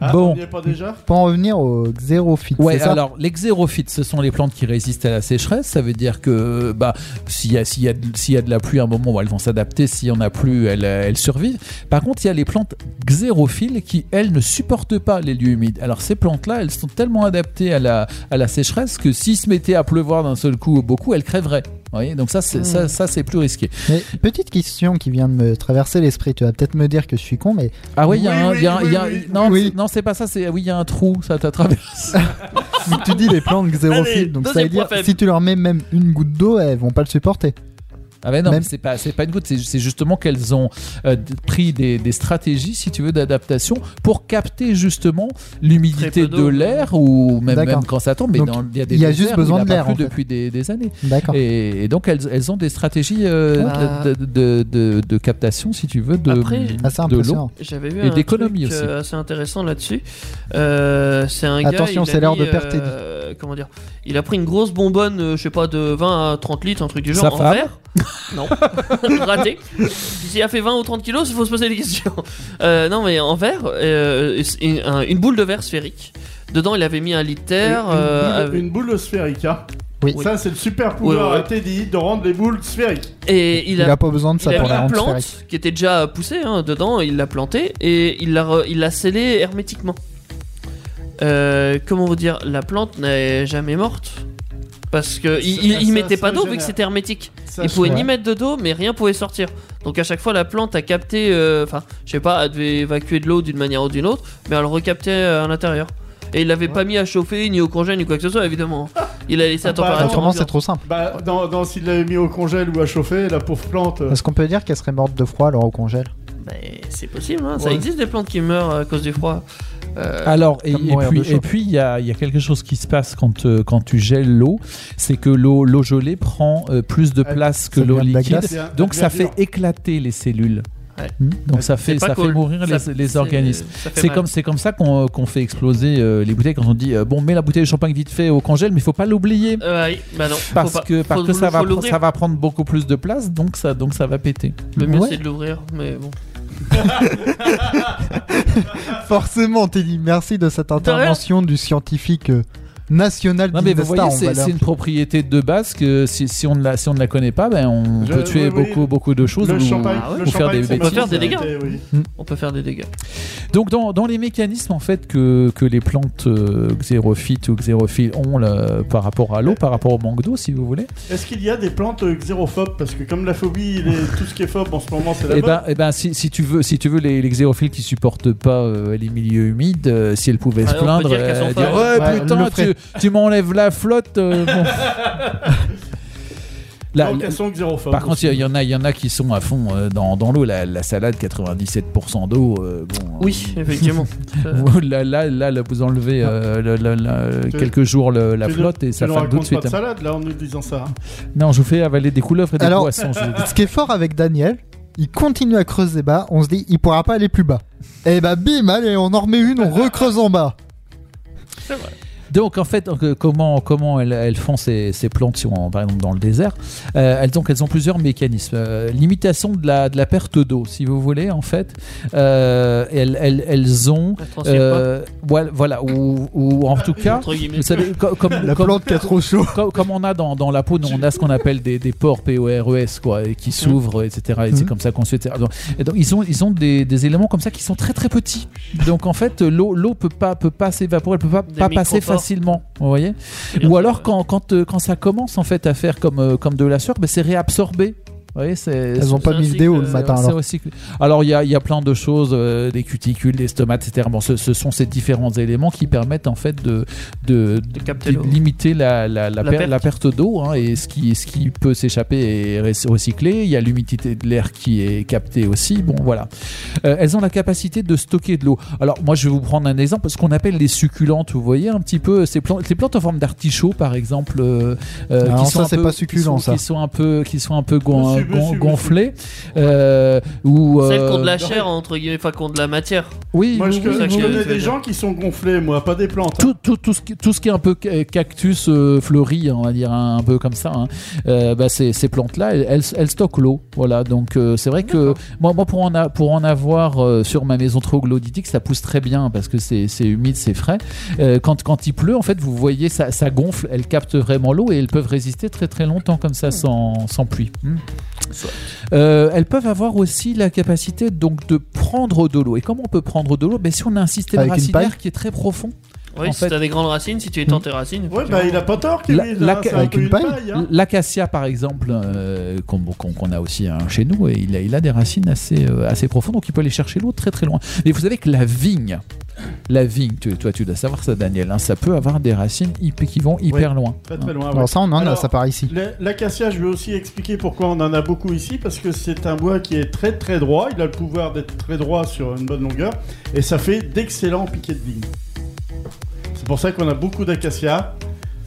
[SPEAKER 7] Ah,
[SPEAKER 6] Bon.
[SPEAKER 7] on y est pas déjà
[SPEAKER 4] Pour en revenir au xérophyte,
[SPEAKER 6] Ouais,
[SPEAKER 4] c'est ça
[SPEAKER 6] alors les xérophytes, ce sont les plantes qui résistent à la sécheresse. Ça veut dire que bah, s'il y, a- s'il y, a de- s'il y a de la pluie à un moment, bah, elles vont s'adapter. S'il y en a plus, elles, euh, elles survivent. Par contre, il y a les plantes xérophiles qui, elles, ne supportent pas les lieux humides. Alors ces plantes-là, elles sont tellement adaptées à la, à la sécheresse que s'il se mettait à pleuvoir d'un seul coup beaucoup, elles crèveraient. Vous voyez Donc ça, c'est ça, ça, c'est plus risqué.
[SPEAKER 4] Mais petite question qui vient de me traverser l'esprit, tu vas peut-être me dire que je suis con, mais
[SPEAKER 6] Ah oui, il y a
[SPEAKER 7] Oui,
[SPEAKER 6] un...
[SPEAKER 7] oui,
[SPEAKER 6] il y a un- il y
[SPEAKER 7] oui,
[SPEAKER 6] a un-
[SPEAKER 7] oui.
[SPEAKER 6] non,
[SPEAKER 4] Oui.
[SPEAKER 6] c'est- non, c'est pas ça. C'est ah Oui, il y a un trou, ça t'a traversé.
[SPEAKER 4] vu que tu dis les plantes
[SPEAKER 5] Allez,
[SPEAKER 4] xérophiles, donc ça veut
[SPEAKER 5] deuxième point
[SPEAKER 4] dire
[SPEAKER 5] faible.
[SPEAKER 4] si tu leur mets même une goutte d'eau, elles vont pas le supporter.
[SPEAKER 6] Ah ben non,
[SPEAKER 4] Même-
[SPEAKER 6] mais c'est pas c'est pas une goutte, c'est c'est justement qu'elles ont euh, d- pris des, des stratégies, si tu veux, d'adaptation pour capter justement
[SPEAKER 5] Très
[SPEAKER 6] l'humidité
[SPEAKER 5] peu
[SPEAKER 6] de
[SPEAKER 5] d'eau.
[SPEAKER 6] l'air ou même,
[SPEAKER 4] D'accord.
[SPEAKER 6] même quand ça tombe. Mais
[SPEAKER 4] Donc,
[SPEAKER 6] dans- il y a des
[SPEAKER 4] il y a
[SPEAKER 6] déserts
[SPEAKER 4] juste
[SPEAKER 6] où
[SPEAKER 4] besoin
[SPEAKER 6] il
[SPEAKER 4] de
[SPEAKER 6] en a
[SPEAKER 4] l'air,
[SPEAKER 6] plus
[SPEAKER 4] en fait.
[SPEAKER 6] depuis des, des années.
[SPEAKER 4] D'accord.
[SPEAKER 6] Et, et donc elles, elles ont des stratégies euh,
[SPEAKER 5] Ah.
[SPEAKER 6] de, de- de- de captation, si tu veux, de
[SPEAKER 5] Après,
[SPEAKER 4] Ah, c'est
[SPEAKER 6] de l'eau.
[SPEAKER 4] impressionnant.
[SPEAKER 5] J'avais vu
[SPEAKER 6] Et
[SPEAKER 5] un
[SPEAKER 6] d'économie
[SPEAKER 5] truc
[SPEAKER 6] aussi.
[SPEAKER 5] euh, assez intéressant là-dessus. Euh, c'est un gars,
[SPEAKER 4] Attention,
[SPEAKER 5] il a
[SPEAKER 4] c'est l'heure
[SPEAKER 5] mis,
[SPEAKER 4] de perte,
[SPEAKER 5] euh, Comment dire Il a pris une grosse bonbonne, euh, je sais pas, de 20 à 30 litres, un truc du genre,
[SPEAKER 6] Sa
[SPEAKER 5] en
[SPEAKER 6] femme
[SPEAKER 5] verre. Non, raté. S'il a fait 20 ou 30 kilos, il faut se poser des questions. Euh, non, mais en verre, euh, une, un- une boule de verre sphérique. Dedans, il avait mis un litre.
[SPEAKER 7] une,
[SPEAKER 5] euh,
[SPEAKER 7] boule,
[SPEAKER 5] avec-
[SPEAKER 7] une boule sphérique, hein.
[SPEAKER 4] Oui.
[SPEAKER 7] Ça, c'est le super pouvoir
[SPEAKER 5] Ouais, ouais.
[SPEAKER 7] à Teddy de rendre les boules sphériques.
[SPEAKER 5] et il
[SPEAKER 4] Il
[SPEAKER 5] a
[SPEAKER 4] a pas besoin de ça
[SPEAKER 5] il a
[SPEAKER 4] pour
[SPEAKER 5] mis
[SPEAKER 4] la
[SPEAKER 5] la
[SPEAKER 4] rendre
[SPEAKER 5] plante
[SPEAKER 4] sphérique.
[SPEAKER 5] qui était déjà poussée hein, dedans, il l'a plantée et il l'a re- il l'a scellée hermétiquement. Euh, comment vous dire, la plante n'est jamais morte parce que il, il-
[SPEAKER 7] Ça-
[SPEAKER 5] il
[SPEAKER 7] ça-
[SPEAKER 5] mettait
[SPEAKER 7] ça
[SPEAKER 5] pas
[SPEAKER 7] me
[SPEAKER 5] d'eau
[SPEAKER 7] gêne.
[SPEAKER 5] vu que c'était hermétique.
[SPEAKER 7] Ça,
[SPEAKER 5] il
[SPEAKER 7] je-
[SPEAKER 5] pouvait
[SPEAKER 4] ouais.
[SPEAKER 5] ni mettre de d'eau, mais rien pouvait sortir. Donc à chaque fois, la plante a capté, euh, enfin, je sais pas, elle devait évacuer de l'eau d'une manière ou d'une autre, mais elle le recaptait euh, à l'intérieur. Et il l'avait pas mis à chauffer, ni au congé, ni quoi que ce soit, évidemment. Il a laissé à
[SPEAKER 7] Ah bah,
[SPEAKER 5] température.
[SPEAKER 4] Autrement, c'est
[SPEAKER 5] ambiante.
[SPEAKER 4] trop simple.
[SPEAKER 7] Bah, dans, dans s'il l'avait mis au congèle ou à chauffer, la pauvre plante. euh,
[SPEAKER 4] Est-ce qu'on peut dire qu'elle serait morte de froid alors au congèle
[SPEAKER 5] Mais c'est possible, hein, ça
[SPEAKER 7] Ouais.
[SPEAKER 5] existe des plantes qui meurent à cause du froid. Euh,
[SPEAKER 6] Alors, et,
[SPEAKER 4] Comme
[SPEAKER 6] et
[SPEAKER 4] mourir
[SPEAKER 6] puis,
[SPEAKER 4] de chaud.
[SPEAKER 6] et puis, il y a, il y a quelque chose qui se passe quand, euh, quand tu gèles l'eau, c'est que l'eau l'eau gelée prend euh, plus de
[SPEAKER 7] Elle-
[SPEAKER 6] place que
[SPEAKER 4] ça
[SPEAKER 6] l'eau
[SPEAKER 4] devient de la
[SPEAKER 6] liquide.
[SPEAKER 4] glace.
[SPEAKER 7] c'est un-
[SPEAKER 6] Donc
[SPEAKER 7] un
[SPEAKER 6] ça fait
[SPEAKER 7] verdure.
[SPEAKER 6] éclater les cellules.
[SPEAKER 5] Ouais.
[SPEAKER 6] Hmm Donc ça
[SPEAKER 5] c'est
[SPEAKER 6] fait,
[SPEAKER 5] pas
[SPEAKER 6] ça
[SPEAKER 5] cool.
[SPEAKER 6] fait mourir
[SPEAKER 5] Ça-
[SPEAKER 6] les, les
[SPEAKER 5] c'est-
[SPEAKER 6] organismes.
[SPEAKER 5] ça fait
[SPEAKER 6] C'est
[SPEAKER 5] mal.
[SPEAKER 6] comme, c'est comme ça qu'on euh, qu'on fait exploser euh, les bouteilles quand on dit euh, bon mets la bouteille de champagne vite fait au congèle mais il faut pas l'oublier
[SPEAKER 5] Euh, ouais, bah non, faut
[SPEAKER 6] parce
[SPEAKER 5] pas-
[SPEAKER 6] que, parce
[SPEAKER 5] faut-
[SPEAKER 6] que ça,
[SPEAKER 5] faut
[SPEAKER 6] va,
[SPEAKER 5] l'ouvrir.
[SPEAKER 6] ça va prendre beaucoup plus de place donc ça, donc ça va péter.
[SPEAKER 5] Le mieux
[SPEAKER 4] Ouais.
[SPEAKER 5] c'est de l'ouvrir, mais bon.
[SPEAKER 4] Forcément, Teddy, merci de cette intervention du scientifique euh, national
[SPEAKER 6] Non mais vous
[SPEAKER 4] d'Indestar,
[SPEAKER 6] voyez
[SPEAKER 4] on va
[SPEAKER 6] c'est
[SPEAKER 4] leur-
[SPEAKER 6] c'est une propriété de base que si, si on ne la, si on ne la connaît pas ben on
[SPEAKER 7] Je-
[SPEAKER 6] peut tuer
[SPEAKER 7] oui, oui.
[SPEAKER 6] beaucoup, beaucoup de choses.
[SPEAKER 7] Le
[SPEAKER 6] ou-
[SPEAKER 7] champagne,
[SPEAKER 5] Ah ouais.
[SPEAKER 7] le
[SPEAKER 6] ou faire
[SPEAKER 7] champagne,
[SPEAKER 6] des
[SPEAKER 7] c'est
[SPEAKER 5] bêtises. Faire des
[SPEAKER 7] parti,
[SPEAKER 5] dégâts.
[SPEAKER 7] c'était- oui.
[SPEAKER 5] On peut faire des dégâts.
[SPEAKER 6] Donc dans, dans les mécanismes en fait que, que les plantes euh, xérophytes ou xérophiles ont là, par rapport à l'eau, par rapport au manque d'eau si vous voulez.
[SPEAKER 7] Est-ce qu'il y a des plantes euh, xérophobes Parce que comme la phobie, il est- tout ce qui est phobe en ce moment, c'est la
[SPEAKER 6] Eh
[SPEAKER 7] bonne.
[SPEAKER 6] ben, eh ben si, si tu veux, si tu veux les, les xérophiles qui supportent pas euh, les milieux humides, euh, si elles pouvaient
[SPEAKER 5] Ah,
[SPEAKER 6] se
[SPEAKER 5] on peut
[SPEAKER 6] plaindre,
[SPEAKER 5] dire qu'elles sont
[SPEAKER 6] euh,
[SPEAKER 5] folles.
[SPEAKER 6] ouais,
[SPEAKER 4] Ouais,
[SPEAKER 6] putain,
[SPEAKER 4] le
[SPEAKER 6] tu,
[SPEAKER 4] frais.
[SPEAKER 6] tu m'enlèves la flotte. euh, bon. Là,
[SPEAKER 7] Donc elles sont xérophobes.
[SPEAKER 6] par contre,
[SPEAKER 7] aussi.
[SPEAKER 6] il y a- il y, en a, il y en a qui sont à fond euh, dans, dans l'eau. La, la salade, 97% d'eau. euh, bon,
[SPEAKER 5] Oui, effectivement. Euh,
[SPEAKER 6] Vous- Là, là, là, là, vous enlevez euh, le- le- le-
[SPEAKER 7] Ah. Tu-
[SPEAKER 6] quelques jours le- la
[SPEAKER 7] tu
[SPEAKER 6] flotte et
[SPEAKER 7] Tu
[SPEAKER 6] ça
[SPEAKER 7] nous
[SPEAKER 6] fane tout de
[SPEAKER 7] racontes pas
[SPEAKER 6] suite. hein.
[SPEAKER 7] de salade là en nous disant ça. hein.
[SPEAKER 6] Non, je vous fais avaler des couleuvres et des
[SPEAKER 4] Alors-
[SPEAKER 6] poissons. je vous le dis.
[SPEAKER 4] Ce qui est fort avec Daniel, il continue à creuser bas, on se dit il pourra Eh ben, pas aller plus bas. Et bah bim, allez, on en remet une, on recreuse en bas.
[SPEAKER 6] Donc en fait, donc, euh, comment, comment elles, elles font ces, ces plantes, si on- par exemple dans le désert Euh, elles, donc, elles ont plusieurs mécanismes. Euh, Limitation de la, de la perte d'eau, si vous voulez, en fait. Euh, elles, elles, elles ont...
[SPEAKER 5] On transpire
[SPEAKER 6] euh, voilà, voilà, ou, ou
[SPEAKER 7] Ah,
[SPEAKER 6] en tout
[SPEAKER 5] pas,
[SPEAKER 6] cas...
[SPEAKER 5] entre guillemets.
[SPEAKER 6] Vous savez, co- comme,
[SPEAKER 4] La
[SPEAKER 6] comme-
[SPEAKER 4] plante qui a trop chaud.
[SPEAKER 6] comme, comme on a dans, dans la peau, nous, on a ce qu'on appelle des, des pores PORES, E quoi, et qui s'ouvrent, etc. Et c'est
[SPEAKER 4] Mhm.
[SPEAKER 6] comme ça qu'on suit, etc. Donc, et donc, ils ont, ils ont des, des éléments comme ça qui sont très très petits. Donc en fait, l'eau l'eau peut pas, peut pas s'évaporer, elle peut pas,
[SPEAKER 5] Des
[SPEAKER 6] pas passer
[SPEAKER 5] micropores.
[SPEAKER 6] facilement. Vous voyez Ou alors quand, quand, euh, quand ça commence en fait à faire comme, euh, comme de la sueur, ben, c'est réabsorbé. Vous voyez, c'est
[SPEAKER 4] Elles ont pas
[SPEAKER 5] c'est
[SPEAKER 4] mis
[SPEAKER 5] un
[SPEAKER 4] le déo
[SPEAKER 5] cycle,
[SPEAKER 4] le
[SPEAKER 5] euh,
[SPEAKER 4] matin
[SPEAKER 6] c'est
[SPEAKER 4] alors.
[SPEAKER 6] recyclé. Alors il y a, il y a plein de choses, euh, des cuticules, des stomates, etc. Bon, ce, ce sont ces différents éléments qui permettent en fait de, de,
[SPEAKER 5] De capter
[SPEAKER 6] de
[SPEAKER 5] l'eau.
[SPEAKER 6] limiter la, la, la
[SPEAKER 5] La
[SPEAKER 6] per-
[SPEAKER 5] perte.
[SPEAKER 6] la perte d'eau hein, et ce qui, ce qui peut s'échapper et re- recycler. Il y a l'humidité de l'air qui est captée aussi. Bon voilà. Euh, elles ont la capacité de stocker de l'eau. Alors moi je vais vous prendre un exemple, ce qu'on appelle les succulentes, vous voyez un petit peu euh, ces plantes, les plantes en forme d'artichaut par exemple. euh, euh,
[SPEAKER 4] Ah, non, ça,
[SPEAKER 6] un
[SPEAKER 4] c'est
[SPEAKER 6] peu-
[SPEAKER 4] pas
[SPEAKER 6] qui
[SPEAKER 4] succulent,
[SPEAKER 6] sont-
[SPEAKER 4] ça.
[SPEAKER 6] Qui sont un peu, qui sont un peu gon-
[SPEAKER 7] Monsieur,
[SPEAKER 6] gon-
[SPEAKER 7] monsieur,
[SPEAKER 6] gonflés. Euh, ou
[SPEAKER 5] Celles
[SPEAKER 6] euh,
[SPEAKER 5] qui ont de la chair, entre guillemets, enfin qui ont de la matière.
[SPEAKER 6] Oui,
[SPEAKER 7] Moi, je,
[SPEAKER 6] oui, oui,
[SPEAKER 7] connais-
[SPEAKER 5] oui,
[SPEAKER 7] je
[SPEAKER 5] oui.
[SPEAKER 7] connais des gens qui sont gonflés, moi, pas des plantes. hein.
[SPEAKER 6] tout, tout, tout, ce qui, tout ce qui est un peu ca- cactus euh, fleuri, on va dire un, un peu comme ça, hein, euh, bah, ces, ces plantes-là, elles, elles, elles stockent l'eau. Voilà, donc euh, c'est vrai que moi, moi pour, en a- pour en avoir euh, sur ma maison troglodytique, ça pousse très bien parce que c'est c'est humide, c'est frais. Euh, quand, quand il pleut, en fait, vous voyez, ça, ça gonfle, elles captent vraiment l'eau et elles peuvent résister très très longtemps comme ça sans, sans pluie. Hmm. Euh, elles peuvent avoir aussi la capacité donc de prendre de l'eau. Et comment on peut prendre de l'eau ben, Si on a un système
[SPEAKER 4] Avec une
[SPEAKER 6] racinaire
[SPEAKER 4] paille
[SPEAKER 6] qui est très profond,
[SPEAKER 5] Oui,
[SPEAKER 6] En
[SPEAKER 5] si
[SPEAKER 6] fait- Hmm.
[SPEAKER 5] t'as des grandes racines, si tu étends tes racines.
[SPEAKER 7] Ouais, bah, il a pas tort,
[SPEAKER 6] La-
[SPEAKER 7] Kevin.
[SPEAKER 6] la-
[SPEAKER 7] hein, c'est un
[SPEAKER 4] avec
[SPEAKER 7] peu
[SPEAKER 4] une
[SPEAKER 7] une
[SPEAKER 4] paille.
[SPEAKER 7] paille. hein.
[SPEAKER 6] L'acacia, par exemple, euh, qu'on qu'on- qu'on a aussi hein, chez nous, et il a, il a des racines assez, euh, assez profondes, donc il peut aller chercher l'eau très très loin. Mais vous savez que la vigne, la vigne, tu- toi tu dois savoir ça, Daniel, hein, ça peut avoir des racines hyper- qui vont hyper loin.
[SPEAKER 7] Pas très loin. ouais.
[SPEAKER 4] Alors ça on en a,
[SPEAKER 7] Alors,
[SPEAKER 4] ça part ici.
[SPEAKER 7] Le- L'acacia, je vais aussi expliquer pourquoi on en a beaucoup ici, parce que c'est un bois qui est très très droit, il a le pouvoir d'être très droit sur une bonne longueur, et ça fait d'excellents piquets de vigne. C'est pour ça qu'on a beaucoup d'acacia,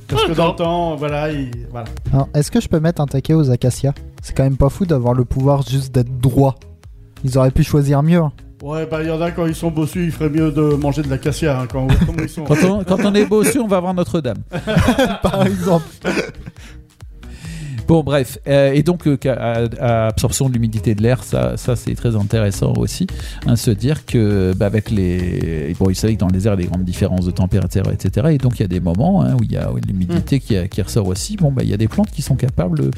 [SPEAKER 7] parce que dans le
[SPEAKER 5] D'accord.
[SPEAKER 7] temps, voilà, il- voilà.
[SPEAKER 4] Alors, est-ce que je peux mettre un taquet aux acacias C'est quand même pas fou d'avoir le pouvoir juste d'être droit. Ils auraient pu choisir mieux. hein.
[SPEAKER 7] Ouais, bah il y en a quand ils sont bossus, il ferait mieux de manger de l'acacia, hein, quand on voit comment ils sont.
[SPEAKER 6] Quand on, quand on est bossu, on va voir Notre-Dame.
[SPEAKER 4] Par exemple.
[SPEAKER 6] Bon, bref. Euh, et donc, euh, qu'à- à, à absorption de l'humidité de l'air, ça, ça c'est très intéressant aussi. hein, se dire que, bah, avec les. Bon, vous savez que dans les airs, il y a des grandes différences de température, etc. Et donc, il y a des moments hein, où il y a où l'humidité qui, euh, qui ressort aussi. Bon, bah, il y a des plantes qui sont capables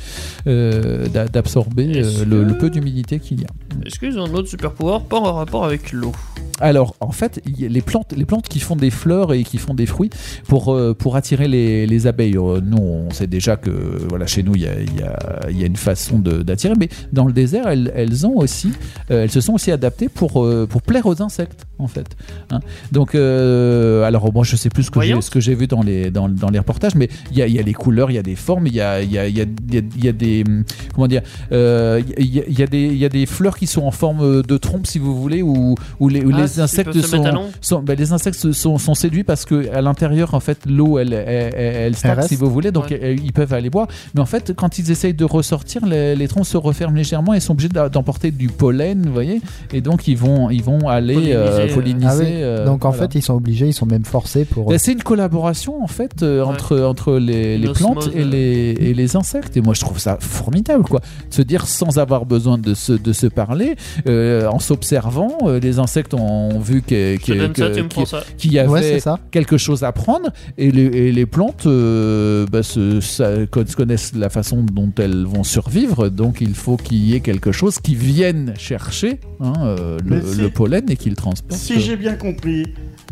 [SPEAKER 6] euh, d'a- d'absorber
[SPEAKER 5] Est-ce
[SPEAKER 6] euh, le,
[SPEAKER 5] que-
[SPEAKER 6] le peu d'humidité qu'il y a.
[SPEAKER 5] Excuse, un autre super pouvoir, pas en rapport avec l'eau.
[SPEAKER 6] Alors, en fait, il y a les plantes, les plantes qui font des fleurs et qui font des fruits pour, euh, pour attirer les, les abeilles. Euh, nous, on sait déjà que voilà, chez nous, il y a, il y a- il y a une façon de- d'attirer, mais dans le désert, elles, elles, ont aussi, euh, elles se sont aussi adaptées pour, euh, pour plaire aux insectes, en fait. hein. Donc, euh, alors, moi, je sais plus ce que j'ai-
[SPEAKER 5] Voyons.
[SPEAKER 6] ce que j'ai vu dans les, dans, dans les reportages, mais il y a, il y a les couleurs, il y a des formes, il y a, il y a- il y a- il y a- il y a des. hum, Comment dire euh, Il y, a- il y a des- il y a des fleurs qui sont en forme euh, de trompe, si vous voulez, ou ou les, ou
[SPEAKER 5] Ah,
[SPEAKER 6] les
[SPEAKER 5] s'ils
[SPEAKER 6] insectes
[SPEAKER 5] peuvent se
[SPEAKER 6] sont,
[SPEAKER 5] mettre à l'ombre.
[SPEAKER 6] sont- ben, les insectes se- sont, sont séduits parce que à l'intérieur en fait l'eau elle elle, elle- elle stagne,
[SPEAKER 4] reste.
[SPEAKER 6] si vous voulez donc
[SPEAKER 5] Ouais.
[SPEAKER 6] euh, ils peuvent aller boire mais en fait quand ils essayent de ressortir les, les troncs se referment légèrement et sont obligés d'a- d'emporter du pollen vous voyez et donc ils vont ils vont aller euh, polliniser,
[SPEAKER 5] Polliniser,
[SPEAKER 4] Ah oui.
[SPEAKER 6] euh,
[SPEAKER 4] Donc en
[SPEAKER 6] voilà.
[SPEAKER 4] fait ils sont obligés, ils sont même forcés pour.
[SPEAKER 6] Ben, c'est une collaboration en fait euh,
[SPEAKER 5] Ouais.
[SPEAKER 6] entre, entre les, les
[SPEAKER 5] L'osmose,
[SPEAKER 6] plantes et
[SPEAKER 5] euh.
[SPEAKER 6] les, et les insectes et moi je trouve ça formidable quoi de se dire sans avoir besoin de se, de se parler euh, en s'observant euh, les insectes ont vu que-
[SPEAKER 5] Je te
[SPEAKER 6] que-
[SPEAKER 5] donne ça,
[SPEAKER 6] que-
[SPEAKER 5] tu me prends
[SPEAKER 6] qu'il
[SPEAKER 5] ça.
[SPEAKER 6] qu'il y avait
[SPEAKER 4] Ouais c'est ça.
[SPEAKER 6] quelque chose à prendre et les, et les plantes euh, bah, se, sa- con- connaissent la façon dont elles vont survivre donc il faut qu'il y ait quelque chose qui vienne chercher hein, euh, le,
[SPEAKER 7] Mais si-
[SPEAKER 6] le pollen et qu'il transporte
[SPEAKER 7] Si j'ai bien compris,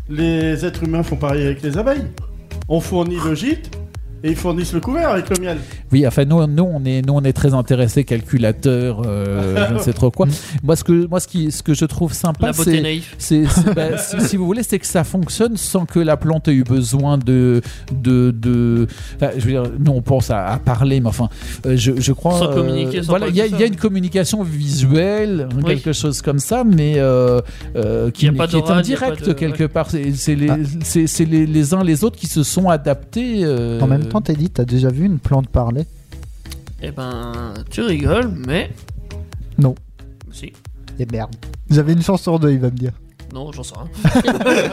[SPEAKER 7] les êtres humains font pareil avec les abeilles. On fournit le gîte et ils fournissent le couvert avec le miel.
[SPEAKER 6] Oui, enfin nous, nous on est, nous on est très intéressés calculateurs, euh, je ne sais trop quoi. Moi ce que, moi ce qui, ce que je trouve sympa,
[SPEAKER 5] Mm. La beauté
[SPEAKER 6] c'est
[SPEAKER 5] naïve.
[SPEAKER 6] c'est- c'est- bah, si, si vous voulez, c'est que ça fonctionne sans que la plante ait eu besoin de. de, de enfin, je veux dire, nous on pense à, à parler, mais enfin, euh, je, je crois.
[SPEAKER 5] Sans communiquer, sans
[SPEAKER 6] voilà, il y, a-
[SPEAKER 5] parler de
[SPEAKER 6] il y a
[SPEAKER 5] ça.
[SPEAKER 6] une communication visuelle,
[SPEAKER 5] Oui.
[SPEAKER 6] quelque chose comme ça, mais euh, euh, qui,
[SPEAKER 5] Il y a
[SPEAKER 6] n'est-
[SPEAKER 5] pas
[SPEAKER 6] qui est
[SPEAKER 5] d'oral, il y a
[SPEAKER 6] indirect
[SPEAKER 5] pas de-
[SPEAKER 6] quelque part. C'est c'est les,
[SPEAKER 4] Ah.
[SPEAKER 6] c'est- c'est les, les uns les autres qui se sont adaptés. euh,
[SPEAKER 4] En même temps t'as dit t'as déjà vu une plante parler
[SPEAKER 5] Eh ben, tu rigoles, mais.
[SPEAKER 4] Non.
[SPEAKER 5] Si.
[SPEAKER 4] Et merde. J'avais une chance sur deux il va me dire.
[SPEAKER 5] Non, j'en sais rien.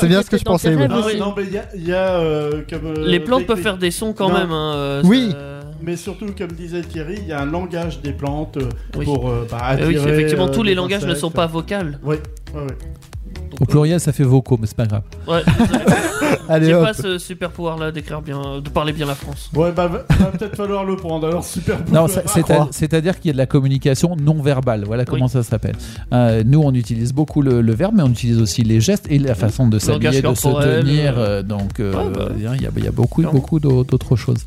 [SPEAKER 4] C'est bien ce que je
[SPEAKER 1] Dans
[SPEAKER 4] pensais.
[SPEAKER 1] tes
[SPEAKER 4] oui.
[SPEAKER 1] rêves
[SPEAKER 7] Non,
[SPEAKER 5] Ah oui.
[SPEAKER 7] mais- non, mais il y a, il y a, euh, comme. euh,
[SPEAKER 5] Les plantes
[SPEAKER 7] mais-
[SPEAKER 5] peuvent faire des sons quand
[SPEAKER 7] Non.
[SPEAKER 5] même. hein, euh,
[SPEAKER 4] Oui.
[SPEAKER 5] ça-
[SPEAKER 7] Mais surtout, comme disait Thierry, il y a un langage des plantes euh,
[SPEAKER 5] Oui.
[SPEAKER 7] pour euh, bah,
[SPEAKER 5] Eh oui,
[SPEAKER 7] attirer,
[SPEAKER 5] effectivement,
[SPEAKER 7] euh,
[SPEAKER 5] tous
[SPEAKER 7] des
[SPEAKER 5] les langages ne
[SPEAKER 7] insectes.
[SPEAKER 5] sont pas vocales.
[SPEAKER 7] Ouais, ouais, ouais.
[SPEAKER 5] Donc,
[SPEAKER 6] Au pluriel, ça fait vocaux, mais c'est pas grave.
[SPEAKER 5] Ouais, désolé.
[SPEAKER 4] Allez
[SPEAKER 5] j'ai
[SPEAKER 4] hop.
[SPEAKER 5] pas ce super pouvoir là d'écrire bien, de parler bien la France.
[SPEAKER 7] Ouais, bah va, va peut-être falloir le prendre. Alors, super.
[SPEAKER 6] Non,
[SPEAKER 7] pouvoir.
[SPEAKER 6] ça- c'est à-
[SPEAKER 4] croire.
[SPEAKER 6] c'est-à-dire qu'il y a de la communication non verbale. Voilà comment ça s'appelle. Euh, nous, on utilise beaucoup le, le verbe, mais on utilise aussi les gestes et la façon de s'habiller, de se
[SPEAKER 5] corporel,
[SPEAKER 6] tenir.
[SPEAKER 5] euh,
[SPEAKER 6] euh, donc, euh,
[SPEAKER 5] ouais, bah.
[SPEAKER 6] il y a- il y a beaucoup,
[SPEAKER 5] Non.
[SPEAKER 6] beaucoup d'au- d'autres choses.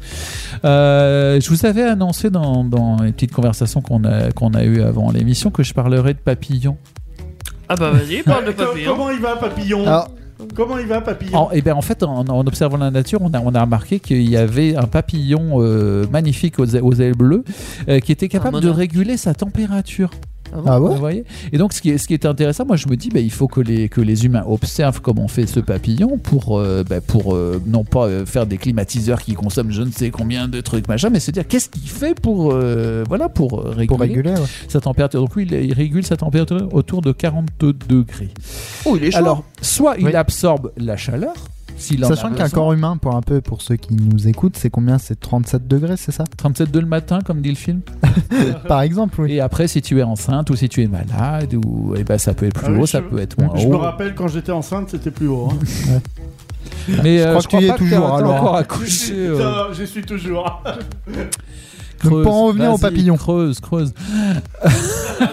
[SPEAKER 6] Euh, je vous avais annoncé dans, dans une petite conversation qu'on a, qu'on a eue avant l'émission que je parlerais de papillons.
[SPEAKER 5] Ah bah vas-y, parle de hein.
[SPEAKER 7] Co-
[SPEAKER 5] papillon.
[SPEAKER 7] Comment il va, papillon
[SPEAKER 4] Alors,
[SPEAKER 7] Comment il va, papillon
[SPEAKER 6] En, et ben en fait, en, en observant la nature, on a, on a remarqué qu'il y avait un papillon euh, magnifique aux, ailes- aux ailes bleues euh, qui était capable de
[SPEAKER 5] monarque.
[SPEAKER 6] réguler sa température.
[SPEAKER 4] ah
[SPEAKER 6] Vous
[SPEAKER 4] ouais
[SPEAKER 6] voyez Et donc, ce qui, est, ce qui est intéressant, moi, je me dis, bah, il faut que les, que les humains observent comment fait ce papillon pour, euh, bah, pour euh, non pas euh, faire des climatiseurs qui consomment je ne sais combien de trucs, machin, mais se dire qu'est-ce qu'il fait pour, euh, voilà, pour, euh, réguler
[SPEAKER 4] Pour réguler, ouais.
[SPEAKER 6] sa température. Donc, lui, il, il régule sa température autour de 42 degrés.
[SPEAKER 5] Oh, il est chaud.
[SPEAKER 6] Alors, soit il
[SPEAKER 4] Oui.
[SPEAKER 6] absorbe la chaleur, s'il en a
[SPEAKER 4] Sachant qu'un
[SPEAKER 6] besoin.
[SPEAKER 4] corps humain, pour un peu, pour ceux qui nous écoutent, c'est combien C'est 37 degrés, c'est ça
[SPEAKER 6] 37 de le matin, comme dit le film.
[SPEAKER 4] Par exemple, oui.
[SPEAKER 6] Et après, si tu es enceinte ou si tu es malade, ou, eh ben, ça peut être plus
[SPEAKER 7] Ah oui,
[SPEAKER 6] haut,
[SPEAKER 7] je-
[SPEAKER 6] ça peut être moins
[SPEAKER 7] Je
[SPEAKER 6] haut.
[SPEAKER 7] me rappelle quand j'étais enceinte, c'était plus haut. hein.
[SPEAKER 6] Mais
[SPEAKER 4] Je
[SPEAKER 6] euh,
[SPEAKER 4] crois que tu y es
[SPEAKER 6] pas t'es-
[SPEAKER 4] toujours,
[SPEAKER 6] t'es
[SPEAKER 4] alors.
[SPEAKER 6] encore
[SPEAKER 7] Je suis-
[SPEAKER 6] accouché. euh,
[SPEAKER 7] putain, J'y suis toujours.
[SPEAKER 4] Donc, pour en revenir au
[SPEAKER 6] vas-y,
[SPEAKER 4] papillon.
[SPEAKER 6] Creuse, creuse.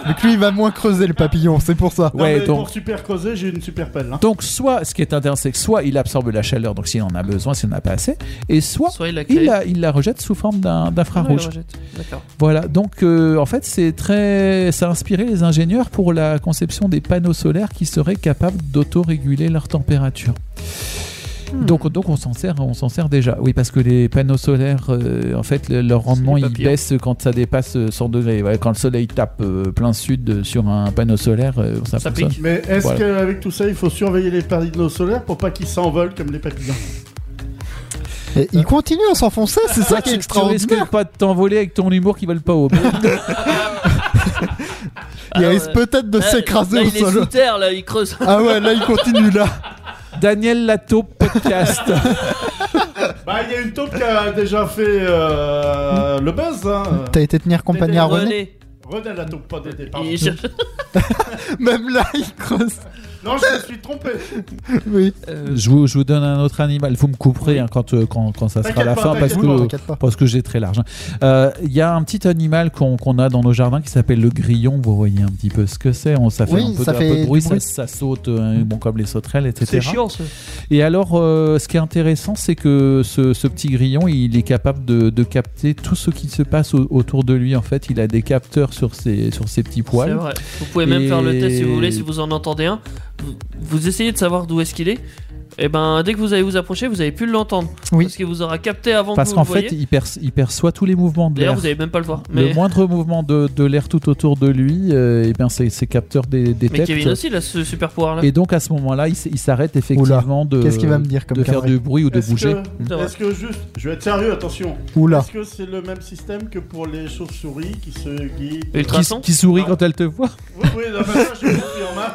[SPEAKER 4] Donc lui, il va moins creuser le papillon, c'est pour ça.
[SPEAKER 7] Non,
[SPEAKER 6] Ouais,
[SPEAKER 7] mais
[SPEAKER 6] donc-
[SPEAKER 7] Pour super creuser, j'ai une super pelle. hein.
[SPEAKER 6] Donc, soit, ce qui est intéressant, c'est que soit il absorbe la chaleur, donc s'il en a besoin, s'il n'en a pas assez, et soit.
[SPEAKER 5] Soit il a créé.
[SPEAKER 6] Il la, il la rejette sous forme d'un-
[SPEAKER 5] Ah, il la
[SPEAKER 6] d'infrarouge.
[SPEAKER 5] rejette. D'accord.
[SPEAKER 6] voilà, donc euh, en fait, c'est très. Ça a inspiré les ingénieurs pour la conception des panneaux solaires qui seraient capables d'autoréguler leur température.
[SPEAKER 7] Hmm.
[SPEAKER 6] Donc, donc on s'en sert, on s'en sert déjà. Oui, parce que les panneaux solaires, euh, en fait, le- leur rendement
[SPEAKER 5] les
[SPEAKER 6] il
[SPEAKER 5] papillons.
[SPEAKER 6] baisse quand ça dépasse euh, 100 degrés. Ouais, quand le soleil tape euh, plein sud euh, sur un panneau solaire, euh, ça,
[SPEAKER 5] Ça
[SPEAKER 6] fonctionne.
[SPEAKER 5] pique.
[SPEAKER 7] Mais est-ce
[SPEAKER 6] Voilà.
[SPEAKER 7] qu'avec tout ça, il faut surveiller les panneaux solaires pour pas qu'ils s'envolent comme les papillons
[SPEAKER 4] Et il continue à s'enfoncer, c'est ça qui est
[SPEAKER 6] Tu- Tu
[SPEAKER 4] extraordinaire.
[SPEAKER 6] risques pas de t'envoler avec ton humour qui vole pas haut.
[SPEAKER 4] Il
[SPEAKER 5] Alors,
[SPEAKER 4] risque
[SPEAKER 5] euh,
[SPEAKER 4] peut-être de
[SPEAKER 5] là,
[SPEAKER 4] s'écraser
[SPEAKER 5] là,
[SPEAKER 4] au
[SPEAKER 5] il est sous
[SPEAKER 4] sol.
[SPEAKER 5] terre, là, il creuse.
[SPEAKER 4] Ah ouais, là, il continue, là.
[SPEAKER 6] Daniel Lato podcast.
[SPEAKER 7] Bah, il y a une taupe qui a déjà fait
[SPEAKER 6] Hmm.
[SPEAKER 7] euh, le buzz. Hein.
[SPEAKER 4] T'as été tenir compagnie à
[SPEAKER 5] René,
[SPEAKER 4] René
[SPEAKER 7] René la taupe, pas Dédé, pardon.
[SPEAKER 5] il cherche-
[SPEAKER 4] Même là, il creuse.
[SPEAKER 7] Non, je me suis trompé.
[SPEAKER 4] Oui.
[SPEAKER 5] Euh,
[SPEAKER 6] je, vous, je vous donne un autre animal. Vous me couperez hein, quand, euh, quand, quand ça sera
[SPEAKER 7] T'inquiète
[SPEAKER 6] la
[SPEAKER 7] pas,
[SPEAKER 6] fin parce
[SPEAKER 7] t'inquiète
[SPEAKER 4] Oui, non,
[SPEAKER 6] que,
[SPEAKER 4] t'inquiète pas.
[SPEAKER 6] parce que j'ai très large. hein. Euh, Il y a un petit animal qu'on qu'on a dans nos jardins qui s'appelle le grillon. Vous voyez un petit peu ce que c'est. On- Ça fait
[SPEAKER 4] Oui,
[SPEAKER 6] un peu,
[SPEAKER 4] ça
[SPEAKER 6] de, un
[SPEAKER 4] fait
[SPEAKER 6] peu de
[SPEAKER 4] du
[SPEAKER 6] bruit,
[SPEAKER 4] bruit.
[SPEAKER 6] Ça, ça saute hein, bon, comme les sauterelles, etc.
[SPEAKER 5] C'est chiant, ça.
[SPEAKER 6] Et alors, euh, ce qui est intéressant, c'est que ce, ce petit grillon, il est capable de, de capter tout ce qui se passe au- autour de lui. En fait, il a des capteurs sur ses, sur ses petits
[SPEAKER 5] C'est
[SPEAKER 6] poils.
[SPEAKER 5] vrai. Vous pouvez même
[SPEAKER 6] Et-
[SPEAKER 5] faire le test si vous voulez, si vous en entendez un. Vous, vous essayez de savoir d'où est-ce qu'il est. Et ben, dès que vous allez vous approcher, vous avez pu l'entendre.
[SPEAKER 4] Oui.
[SPEAKER 5] Parce qu'il vous aura capté avant
[SPEAKER 6] Parce
[SPEAKER 5] que vous
[SPEAKER 6] qu'en
[SPEAKER 5] le
[SPEAKER 6] fait,
[SPEAKER 5] voyez.
[SPEAKER 6] il, perce- il perçoit tous les mouvements de
[SPEAKER 5] D'ailleurs,
[SPEAKER 6] l'air.
[SPEAKER 5] vous allez même pas le voir. Mais,
[SPEAKER 6] Le moindre mouvement de, de l'air tout autour de lui, euh, et bien, c'est c'est capteur des, des
[SPEAKER 5] mais Kevin
[SPEAKER 6] têtes.
[SPEAKER 5] aussi, il a ce super pouvoir là.
[SPEAKER 6] Et donc, à ce moment-là, il, s- il s'arrête effectivement de,
[SPEAKER 4] Qu'est-ce qu'il va me dire comme
[SPEAKER 6] de faire
[SPEAKER 4] connerie
[SPEAKER 6] du bruit ou de
[SPEAKER 7] Est-ce
[SPEAKER 6] bouger.
[SPEAKER 5] C'est
[SPEAKER 7] que,
[SPEAKER 5] vrai.
[SPEAKER 7] est-ce que juste. Je vais être sérieux, attention.
[SPEAKER 4] Oula.
[SPEAKER 7] Est-ce que c'est le même système que pour les chauves-souris qui se guident
[SPEAKER 6] Qui,
[SPEAKER 5] Ultrason
[SPEAKER 6] qui sourit
[SPEAKER 7] Ah.
[SPEAKER 6] quand elle te voit
[SPEAKER 7] Oui, oui, non, mais ça, je confirme.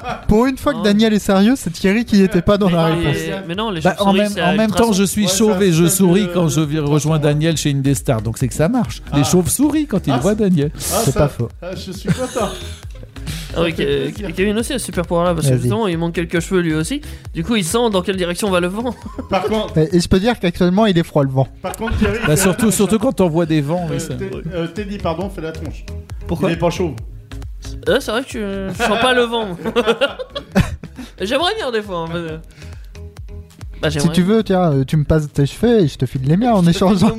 [SPEAKER 7] Ah,
[SPEAKER 4] Pour une fois que
[SPEAKER 5] Hein.
[SPEAKER 4] Daniel est sérieux, c'est Thierry qui n'était pas dans la
[SPEAKER 5] Mais-
[SPEAKER 4] réponse.
[SPEAKER 5] euh, Mais non, les
[SPEAKER 6] Bah, en
[SPEAKER 5] chauves-souris,
[SPEAKER 6] même,
[SPEAKER 5] c'est
[SPEAKER 6] en
[SPEAKER 5] à
[SPEAKER 6] même temps,
[SPEAKER 5] ultrasons.
[SPEAKER 6] je suis
[SPEAKER 7] Ouais,
[SPEAKER 6] chauve
[SPEAKER 7] ça-
[SPEAKER 6] et je
[SPEAKER 7] ça,
[SPEAKER 6] souris
[SPEAKER 7] le-
[SPEAKER 6] quand
[SPEAKER 7] le-
[SPEAKER 6] je vais
[SPEAKER 7] le-
[SPEAKER 6] rejoins Daniel chez Indestar, donc c'est que ça marche. Les
[SPEAKER 7] Ah.
[SPEAKER 6] chauves souris quand ils
[SPEAKER 7] Ah,
[SPEAKER 6] voient Daniel.
[SPEAKER 7] Ah,
[SPEAKER 4] C'est
[SPEAKER 7] ça-
[SPEAKER 4] pas faux.
[SPEAKER 7] ah, Je suis content.
[SPEAKER 5] Ah oui, Ke- Ke- Kevin aussi a ce super pouvoir là. Parce que
[SPEAKER 4] Vas-y.
[SPEAKER 5] justement, il manque quelques cheveux lui aussi. Du coup, il sent dans quelle direction va le vent.
[SPEAKER 7] Par contre,
[SPEAKER 4] Et et je peux dire qu'actuellement, il est froid le vent.
[SPEAKER 7] par contre Thierry.
[SPEAKER 6] Bah,
[SPEAKER 7] fais la
[SPEAKER 6] surtout,
[SPEAKER 7] tronche,
[SPEAKER 6] surtout
[SPEAKER 7] hein.
[SPEAKER 6] quand on voit des vents. oui,
[SPEAKER 7] Euh,
[SPEAKER 6] ça-
[SPEAKER 7] Ted- euh, Teddy, pardon, fait la tronche.
[SPEAKER 5] Pourquoi
[SPEAKER 7] Il est pas chaud.
[SPEAKER 5] Ah, c'est vrai que tu- je sens pas le vent. J'aimerais bien des fois. hein, mais- Bah,
[SPEAKER 4] Si
[SPEAKER 5] j'aimerais.
[SPEAKER 4] tu veux, tiens, euh, tu me passes tes cheveux et je te file les miens en échange.
[SPEAKER 7] Bon,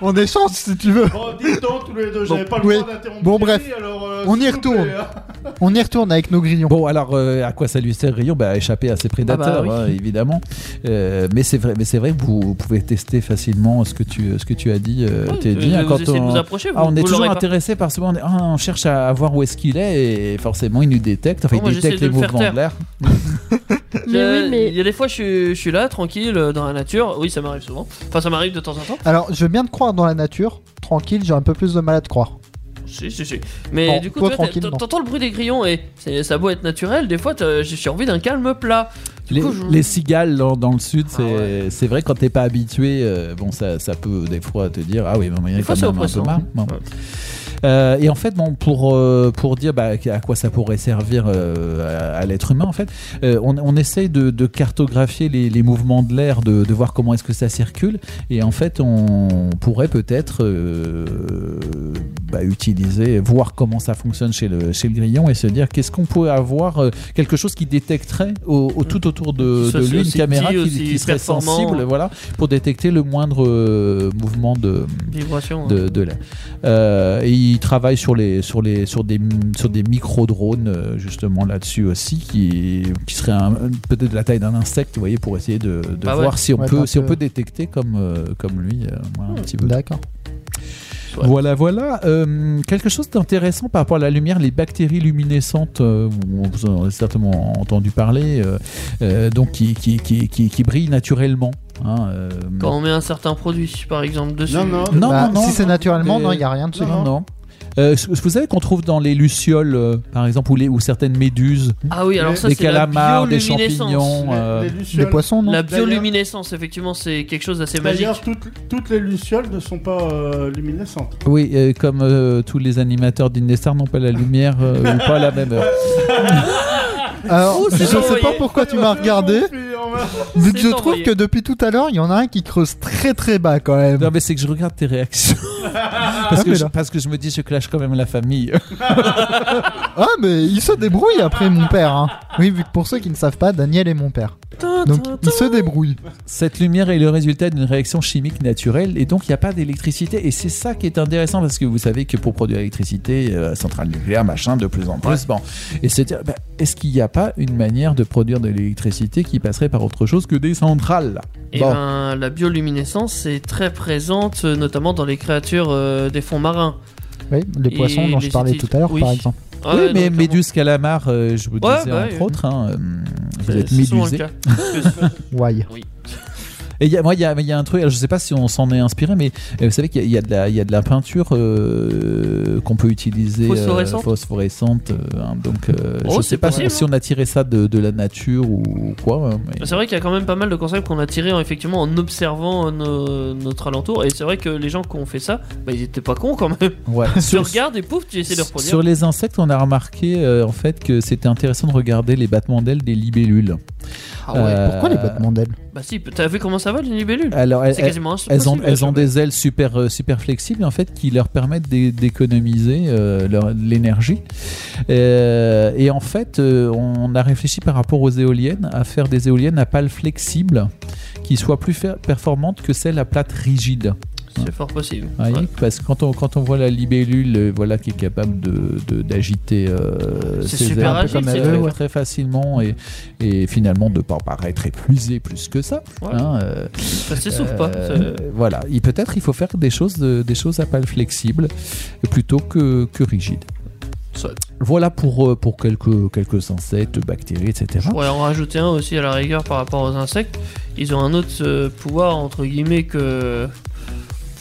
[SPEAKER 4] On échange si tu veux.
[SPEAKER 7] bon dites donc tous les deux, j'avais pas le
[SPEAKER 4] oui.
[SPEAKER 7] droit d'interrompre.
[SPEAKER 4] Bon,
[SPEAKER 7] Thierry,
[SPEAKER 4] bref.
[SPEAKER 7] alors, euh,
[SPEAKER 4] On
[SPEAKER 7] s'il
[SPEAKER 4] y
[SPEAKER 7] vous plaît,
[SPEAKER 4] retourne.
[SPEAKER 7] hein.
[SPEAKER 4] On y retourne avec nos grillons.
[SPEAKER 6] Bon, alors, euh, à quoi ça lui sert, Rayon bah, Échapper à ses prédateurs,
[SPEAKER 5] Ah bah
[SPEAKER 6] hein, évidemment. Euh, mais c'est vrai, mais c'est vrai que vous, vous pouvez tester facilement ce que tu, ce que tu as dit, euh,
[SPEAKER 5] Ouais,
[SPEAKER 6] Teddy,
[SPEAKER 5] vous-
[SPEAKER 6] hein,
[SPEAKER 5] vous
[SPEAKER 6] quand
[SPEAKER 5] essayez de
[SPEAKER 6] on-
[SPEAKER 5] vous approcher, vous,
[SPEAKER 6] Ah, on est
[SPEAKER 5] vous
[SPEAKER 6] toujours
[SPEAKER 5] l'aurez pas.
[SPEAKER 6] intéressé par ce moment. On, est- ah, on cherche à, à voir où est-ce qu'il est et forcément il nous détecte. Enfin,
[SPEAKER 5] Oh, moi,
[SPEAKER 6] il détecte
[SPEAKER 5] j'essaie
[SPEAKER 6] les
[SPEAKER 5] de le faire
[SPEAKER 6] mouvements de l'air.
[SPEAKER 7] Ah
[SPEAKER 1] Mais
[SPEAKER 5] Euh,
[SPEAKER 1] oui, mais
[SPEAKER 5] Il y a des fois, je, suis- je suis là, tranquille, euh, dans la nature. Oui, ça m'arrive souvent. Enfin, ça m'arrive de temps en temps.
[SPEAKER 4] Alors, je veux bien te croire dans la nature. Tranquille, j'ai un peu plus de mal à te croire.
[SPEAKER 5] Si, si, si. Mais
[SPEAKER 4] Bon,
[SPEAKER 5] du coup,
[SPEAKER 4] toi,
[SPEAKER 5] tu vois, t'as-
[SPEAKER 4] tranquille, non.
[SPEAKER 5] t'entends le bruit des grillons et c'est- ça a beau être naturel, des fois, t'as- j'ai j'ai envie d'un calme plat. Du
[SPEAKER 6] Les,
[SPEAKER 5] coup, je-
[SPEAKER 6] les cigales dans, dans le sud,
[SPEAKER 5] Ah
[SPEAKER 6] c'est c'est vrai quand t'es pas habitué, euh, bon ça, ça peut des fois te dire ah oui, mais il y a
[SPEAKER 5] Des fois,
[SPEAKER 6] quand
[SPEAKER 5] c'est
[SPEAKER 6] même un peu
[SPEAKER 5] oppressant.
[SPEAKER 6] marre. Bon.
[SPEAKER 5] Ouais.
[SPEAKER 6] Euh, et en fait, bon, pour, euh, pour dire bah, à quoi ça pourrait servir euh, à, à l'être humain, en fait, euh, on, on essaye de, de cartographier les, les mouvements de l'air, de, de voir comment est-ce que ça circule, et en fait, on pourrait peut-être euh, bah, utiliser, voir comment ça fonctionne chez le, chez le grillon, et se dire qu'est-ce qu'on pourrait avoir, euh, quelque chose qui détecterait au- au- tout autour de, de,
[SPEAKER 5] Qui soit
[SPEAKER 6] de lui, une
[SPEAKER 5] aussi
[SPEAKER 6] caméra
[SPEAKER 5] petit,
[SPEAKER 6] qui,
[SPEAKER 5] aussi
[SPEAKER 6] qui serait
[SPEAKER 5] performant.
[SPEAKER 6] sensible voilà, pour détecter le moindre euh, mouvement de,
[SPEAKER 5] Vibration. hein.
[SPEAKER 6] de, de l'air. Euh, et il travaille sur, les, sur, les, sur des, sur des micro-drones, euh, justement là-dessus aussi, qui, qui seraient un- peut-être de la taille d'un insecte, vous voyez, pour essayer de, de
[SPEAKER 5] Ah ouais.
[SPEAKER 6] voir si, on
[SPEAKER 4] Ouais,
[SPEAKER 6] peut,
[SPEAKER 4] d'un
[SPEAKER 6] si on
[SPEAKER 4] peu.
[SPEAKER 6] peut détecter comme, euh, comme lui euh, voilà, un petit peu.
[SPEAKER 4] D'accord.
[SPEAKER 5] Hmm. Ouais.
[SPEAKER 6] Voilà, voilà. Euh, quelque chose d'intéressant par rapport à la lumière, les bactéries luminescentes, euh, vous- vous en avez certainement entendu parler, euh, euh, donc qui, qui, qui, qui, qui brillent naturellement. hein, euh,
[SPEAKER 5] Quand on met un certain produit, par exemple, dessus.
[SPEAKER 7] Non, non.
[SPEAKER 6] Non,
[SPEAKER 4] Bah,
[SPEAKER 6] non, non.
[SPEAKER 4] si c'est naturellement,
[SPEAKER 6] Des-
[SPEAKER 4] non, il n'y a rien de ce
[SPEAKER 6] non,
[SPEAKER 4] genre.
[SPEAKER 6] non. Euh, ce- vous savez qu'on trouve dans les lucioles, euh, par exemple, ou, les, ou certaines méduses,
[SPEAKER 5] Ah oui, alors ça,
[SPEAKER 6] des
[SPEAKER 5] c'est la
[SPEAKER 6] calamars, des
[SPEAKER 5] bioluminescence.
[SPEAKER 6] champignons. euh,
[SPEAKER 4] Les poissons, non
[SPEAKER 5] La
[SPEAKER 7] D'ailleurs-
[SPEAKER 5] bioluminescence, effectivement, c'est quelque chose d'assez magique.
[SPEAKER 7] D'ailleurs, toutes, toutes les lucioles ne sont pas euh, luminescentes.
[SPEAKER 6] Oui, euh, comme euh, tous les animateurs d'Indestar n'ont pas la lumière euh, ou pas à la même heure.
[SPEAKER 4] Alors,
[SPEAKER 5] Oh,
[SPEAKER 4] Euh, je
[SPEAKER 5] c'est
[SPEAKER 4] sais
[SPEAKER 5] envoyé.
[SPEAKER 4] pas pourquoi tu m'as regardé, mais
[SPEAKER 5] C'est
[SPEAKER 4] je trouve
[SPEAKER 5] envoyé.
[SPEAKER 4] que depuis tout à l'heure, il y en a un qui creuse très très bas quand même.
[SPEAKER 6] Non, mais c'est que je regarde tes réactions. parce,
[SPEAKER 4] Ah,
[SPEAKER 6] que
[SPEAKER 4] mais
[SPEAKER 6] je,
[SPEAKER 4] là.
[SPEAKER 6] parce que je me dis, je clash quand même la famille.
[SPEAKER 4] Ah, mais il se débrouille après mon père. hein. Oui, vu que pour ceux qui ne savent pas, Daniel est mon père. Donc, il se débrouille.
[SPEAKER 6] Cette lumière est le résultat d'une réaction chimique naturelle et donc il n'y a pas d'électricité. Et c'est ça qui est intéressant parce que vous savez que pour produire l'électricité, euh, centrale nucléaire, machin, de plus en plus. Bon. Et c'est dire, bah, est-ce qu'il n'y a pas une manière de produire de l'électricité qui passerait par autre chose que des centrales là
[SPEAKER 5] Et
[SPEAKER 6] Bon.
[SPEAKER 5] ben, la bioluminescence est très présente, euh, notamment dans les créatures euh, des fonds marins.
[SPEAKER 4] Oui, les
[SPEAKER 5] Et
[SPEAKER 4] poissons dont
[SPEAKER 5] les
[SPEAKER 4] je parlais
[SPEAKER 5] études-
[SPEAKER 4] tout à l'heure,
[SPEAKER 5] oui.
[SPEAKER 4] par exemple.
[SPEAKER 5] Ah
[SPEAKER 6] oui,
[SPEAKER 5] ouais,
[SPEAKER 6] mais
[SPEAKER 5] donc,
[SPEAKER 6] Méduse Calamar, euh, je vous
[SPEAKER 5] Ouais,
[SPEAKER 6] disais
[SPEAKER 5] bah
[SPEAKER 6] entre
[SPEAKER 5] oui.
[SPEAKER 6] autres, hein, euh, vous
[SPEAKER 5] C'est
[SPEAKER 6] êtes
[SPEAKER 5] c'est souvent
[SPEAKER 6] médusé.
[SPEAKER 5] le cas. Parce que-
[SPEAKER 4] Why
[SPEAKER 6] Et il y a- moi, il y a, il y a un truc, alors je sais pas si on s'en est inspiré, mais euh, vous savez qu'il y, a- il y a de la- il y a de la peinture euh, qu'on peut utiliser. euh,
[SPEAKER 5] Phosphorescente.
[SPEAKER 6] phosphorescente, euh, hein, donc, euh,
[SPEAKER 5] Oh,
[SPEAKER 6] je
[SPEAKER 5] c'est
[SPEAKER 6] sais pas
[SPEAKER 5] possible,
[SPEAKER 6] si on a tiré ça de, de la nature ou quoi. hein, mais-
[SPEAKER 5] C'est vrai qu'il y a quand même pas mal de concepts qu'on a tirés en, effectivement en observant euh, nos- notre alentour. Et c'est vrai que les gens qui ont fait ça, bah, ils étaient pas cons quand même.
[SPEAKER 6] Ouais.
[SPEAKER 5] Tu regardes et pouf, tu essaies de reproduire.
[SPEAKER 6] Sur les insectes, on a remarqué euh, en fait que c'était intéressant de regarder les battements d'ailes des libellules.
[SPEAKER 5] Ah ouais.
[SPEAKER 6] Euh,
[SPEAKER 4] Pourquoi les battements d'ailes
[SPEAKER 5] Bah si, t'as vu comment ça va les libellules
[SPEAKER 6] Alors, elles-
[SPEAKER 5] C'est quasiment impossible.
[SPEAKER 6] Elles ont, elles ont
[SPEAKER 5] je-
[SPEAKER 6] des ailes super, euh, super flexibles en fait qui leur permettent d'é- d'économiser euh, leur- l'énergie. Euh, et en fait, euh, on a réfléchi par rapport aux éoliennes à faire des éoliennes à pales flexibles qui soient plus fer- performantes que celles à plates rigides.
[SPEAKER 5] C'est fort possible.
[SPEAKER 6] Vous voyez
[SPEAKER 5] Ouais.
[SPEAKER 6] Parce que quand on, quand on voit la libellule euh, voilà, qui est capable d'agiter de, d'agiter euh,
[SPEAKER 5] C'est
[SPEAKER 6] ses
[SPEAKER 5] super
[SPEAKER 6] ailes
[SPEAKER 5] agile,
[SPEAKER 6] comme
[SPEAKER 5] c'est
[SPEAKER 6] elle
[SPEAKER 5] vrai,
[SPEAKER 6] veut,
[SPEAKER 5] ouais.
[SPEAKER 6] très facilement et, et finalement de ne pas paraître épuisé plus que ça.
[SPEAKER 5] Ouais.
[SPEAKER 6] hein, euh,
[SPEAKER 5] Ça s'essouffle pas.
[SPEAKER 6] euh,
[SPEAKER 5] c'est-
[SPEAKER 6] Voilà, Il- peut-être il faut faire des choses, de- des choses à pales flexibles plutôt que, que rigides.
[SPEAKER 5] Soit.
[SPEAKER 6] Voilà pour, euh, pour quelques, quelques insectes, bactéries, etc.
[SPEAKER 5] Je pourrais en rajouter un aussi à la rigueur par rapport aux insectes. Ils ont un autre euh, pouvoir, entre guillemets, que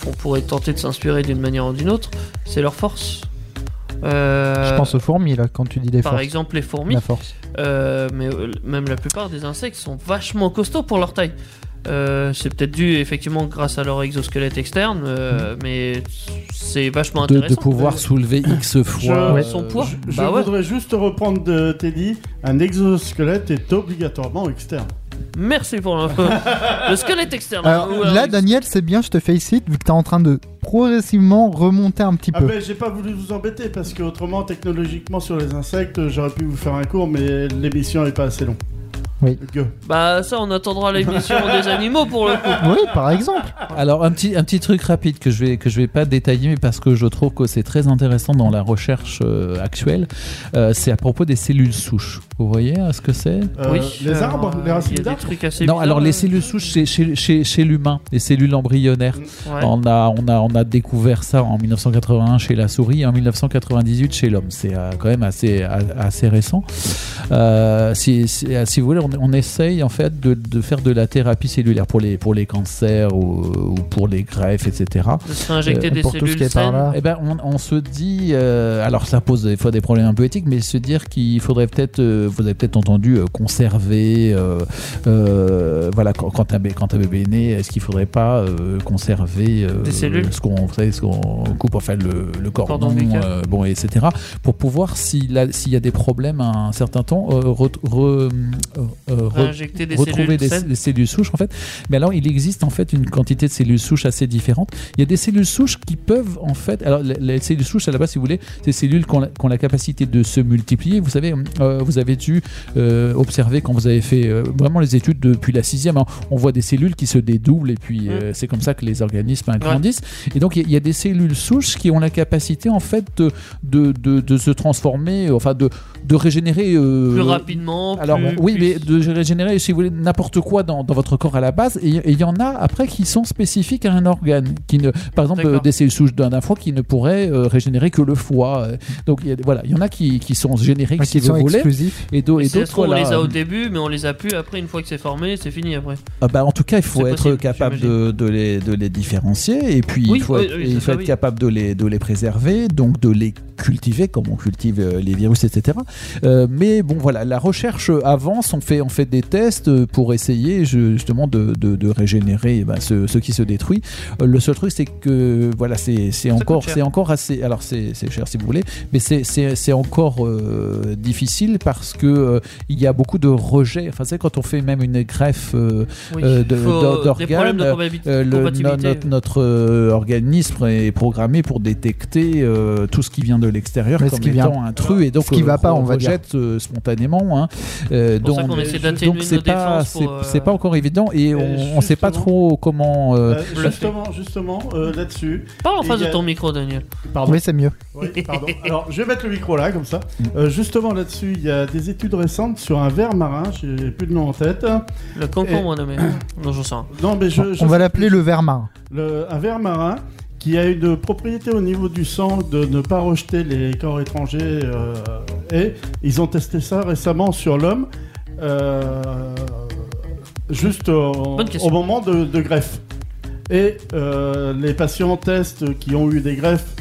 [SPEAKER 5] on pourrait tenter de s'inspirer d'une manière ou d'une autre. C'est leur force. Euh,
[SPEAKER 4] Je pense aux fourmis, là, quand tu dis les
[SPEAKER 5] par
[SPEAKER 4] forces.
[SPEAKER 5] exemple, les fourmis,
[SPEAKER 4] La force.
[SPEAKER 5] euh, mais euh, même la plupart des insectes sont vachement costauds pour leur taille. Euh, c'est peut-être dû effectivement grâce à leur exosquelette externe, euh, mais c'est vachement
[SPEAKER 6] Mm. De, de
[SPEAKER 5] intéressant.
[SPEAKER 6] pouvoir soulever X fois. euh,
[SPEAKER 7] Ouais.
[SPEAKER 5] Son poids.
[SPEAKER 7] Je, je
[SPEAKER 5] Bah ouais.
[SPEAKER 7] voudrais juste reprendre de Teddy, un exosquelette est obligatoirement externe.
[SPEAKER 5] Merci pour l'info. le squelette externe. euh,
[SPEAKER 4] Alors
[SPEAKER 5] Ou
[SPEAKER 4] là,
[SPEAKER 5] ex-
[SPEAKER 4] Daniel, c'est bien, je te félicite, vu que t'es en train de progressivement remonter un petit
[SPEAKER 7] Ah
[SPEAKER 4] peu.
[SPEAKER 7] ben j'ai pas voulu vous embêter parce que autrement technologiquement sur les insectes j'aurais pu vous faire un cours mais l'émission est pas assez longue.
[SPEAKER 4] Oui.
[SPEAKER 7] Go.
[SPEAKER 5] Bah ça, on attendra l'émission des animaux pour le coup.
[SPEAKER 4] Oui, par exemple.
[SPEAKER 6] Alors un petit, un petit truc rapide que je vais, que je vais pas détailler, mais parce que je trouve que c'est très intéressant dans la recherche euh, actuelle, Euh, c'est à propos des cellules souches. Vous voyez euh, ce que c'est
[SPEAKER 7] Euh, les
[SPEAKER 5] alors,
[SPEAKER 7] arbres,
[SPEAKER 5] euh,
[SPEAKER 7] les
[SPEAKER 5] il y
[SPEAKER 7] racines
[SPEAKER 5] a des
[SPEAKER 7] d'arbres.
[SPEAKER 5] trucs assez.
[SPEAKER 6] Non,
[SPEAKER 5] bizarres,
[SPEAKER 6] alors
[SPEAKER 5] euh,
[SPEAKER 6] les cellules souches chez, chez, chez, chez l'humain, les cellules embryonnaires.
[SPEAKER 5] ouais.
[SPEAKER 6] On a, on, a, on a découvert ça en 1981 chez la souris et en 1998 chez l'homme. C'est euh, quand même assez, a- assez récent. Euh, si, si, si vous voulez, on, on, on essaye en fait de, de faire de la thérapie cellulaire pour les, pour les cancers ou, ou pour les greffes, etc.
[SPEAKER 5] De se réinjecter
[SPEAKER 6] Euh,
[SPEAKER 5] des
[SPEAKER 4] pour tout ce
[SPEAKER 5] cellules
[SPEAKER 4] qui est par
[SPEAKER 5] saines.
[SPEAKER 4] là.
[SPEAKER 6] Eh ben, on, on se dit, euh, alors ça pose des fois des problèmes un peu éthiques, mais se dire qu'il faudrait peut-être, euh, vous avez peut-être entendu euh, conserver, euh, euh, voilà, quand, quand un bé- quand un bébé, est né, est-ce qu'il faudrait pas euh, conserver euh,
[SPEAKER 5] Des cellules
[SPEAKER 6] ce qu'on, vous savez, ce qu'on coupe, enfin le, le cordon,
[SPEAKER 5] Cordon ombilical.
[SPEAKER 6] euh, bon, etc., pour pouvoir s'il a- s'il y a des problèmes à un certain temps, euh, re- re- euh, re-
[SPEAKER 5] Réinjecter des
[SPEAKER 6] retrouver
[SPEAKER 5] cellules
[SPEAKER 6] des,
[SPEAKER 5] saines.
[SPEAKER 6] des cellules souches en fait. Mais alors il existe en fait une quantité de cellules souches assez différentes. Il y a des cellules souches qui peuvent en fait, alors les, les cellules souches à la base si vous voulez, c'est des cellules qui ont, la, qui ont la capacité de se multiplier. Vous savez, euh, vous avez dû euh, observer quand vous avez fait euh, vraiment les études depuis la sixième, hein, on voit des cellules qui se dédoublent et puis
[SPEAKER 5] Mm.
[SPEAKER 6] euh, c'est comme ça que les organismes grandissent. Et donc il y, a- il y a des cellules souches qui ont la capacité en fait de, de, de- de se transformer, euh, enfin de, de régénérer euh,
[SPEAKER 5] Plus rapidement.
[SPEAKER 6] alors
[SPEAKER 5] plus-
[SPEAKER 6] oui,
[SPEAKER 5] plus-
[SPEAKER 6] mais de régénérer, si vous voulez, n'importe quoi dans, dans votre corps à la base. Et et il y en a après qui sont spécifiques à un organe, qui ne, par exemple,
[SPEAKER 5] D'accord.
[SPEAKER 6] euh, des cellules souches d'un d'un foie qui ne pourraient euh, régénérer que le foie. euh. Donc il y a- voilà, il y en a qui, qui sont génériques,
[SPEAKER 4] Ah,
[SPEAKER 6] si
[SPEAKER 4] qui
[SPEAKER 6] vous
[SPEAKER 4] sont
[SPEAKER 6] voulez,
[SPEAKER 4] exclusifs.
[SPEAKER 6] et d'au-
[SPEAKER 5] Et
[SPEAKER 6] et
[SPEAKER 5] si ça
[SPEAKER 6] d'autres euh,
[SPEAKER 5] se trouve, on les a
[SPEAKER 6] voilà.
[SPEAKER 5] au début, mais on les a plus après, une fois que c'est formé, c'est fini après.
[SPEAKER 6] Ah bah, en tout cas, il faut
[SPEAKER 5] C'est
[SPEAKER 6] être
[SPEAKER 5] possible,
[SPEAKER 6] capable de, de les, de les différencier et puis
[SPEAKER 5] Oui,
[SPEAKER 6] il faut,
[SPEAKER 5] oui,
[SPEAKER 6] être,
[SPEAKER 5] oui,
[SPEAKER 6] il
[SPEAKER 5] ça,
[SPEAKER 6] faut
[SPEAKER 5] ça,
[SPEAKER 6] être
[SPEAKER 5] oui.
[SPEAKER 6] capable de les, de les préserver, donc de les cultiver comme on cultive euh, les virus, etc. Euh, mais bon, voilà, la recherche avance, on fait, on fait des tests euh, pour essayer je- justement de, de, de régénérer eh ben, ce, ce qui se détruit. Euh, Le seul truc, c'est que voilà, c'est c'est encore,
[SPEAKER 5] cher.
[SPEAKER 6] c'est encore assez. Alors, c'est c'est cher si vous voulez, mais c'est- c'est c'est encore euh, difficile parce que euh, il y a beaucoup de rejets. Enfin, c'est quand on fait même une greffe. euh,
[SPEAKER 5] Oui.
[SPEAKER 6] Euh, de-
[SPEAKER 5] Faut-
[SPEAKER 6] d'or-
[SPEAKER 5] des
[SPEAKER 6] d'organes,
[SPEAKER 5] problèmes de probabilité-
[SPEAKER 6] euh, le- no-
[SPEAKER 5] compatibilité.
[SPEAKER 6] notre, notre, euh, organisme est programmé pour détecter euh, tout ce qui vient de l'extérieur
[SPEAKER 4] Mais ce
[SPEAKER 6] comme
[SPEAKER 4] qui
[SPEAKER 6] étant
[SPEAKER 4] vient-
[SPEAKER 6] intrus et donc euh,
[SPEAKER 4] ce qui va pas, on va dire.
[SPEAKER 6] rejette euh, spontanément. hein. Euh,
[SPEAKER 5] pour ça
[SPEAKER 6] donc
[SPEAKER 5] qu'on essaie d'atténuer
[SPEAKER 6] donc
[SPEAKER 5] nos
[SPEAKER 6] c'est pas
[SPEAKER 5] défenses
[SPEAKER 6] c'est
[SPEAKER 5] pour, euh,
[SPEAKER 6] c'est pas encore évident et on, on sait pas
[SPEAKER 7] justement-
[SPEAKER 6] trop comment. euh,
[SPEAKER 7] Euh,
[SPEAKER 5] bluffé.
[SPEAKER 7] justement, justement, euh, là-dessus.
[SPEAKER 5] Parle en face
[SPEAKER 7] Il y a-
[SPEAKER 5] de ton micro, Daniel.
[SPEAKER 7] Pardon.
[SPEAKER 4] Oui, c'est mieux.
[SPEAKER 7] Oui, pardon. Alors, je vais mettre le micro là, comme ça. Euh, justement, là-dessus, il y a des études récentes sur un ver marin. J'ai plus de nom en tête.
[SPEAKER 5] Le concombre, on a mais. Non, j'en sais rien.
[SPEAKER 7] Non, mais je. je-
[SPEAKER 4] On va l'appeler le vermin.
[SPEAKER 7] le- un ver marin qui a une propriété au niveau du sang de ne pas rejeter les corps étrangers. euh, et ils ont testé ça récemment sur l'homme. euh, juste en-
[SPEAKER 5] Bonne question.
[SPEAKER 7] au moment de, de greffe. Et euh, les patients tests qui ont eu des greffes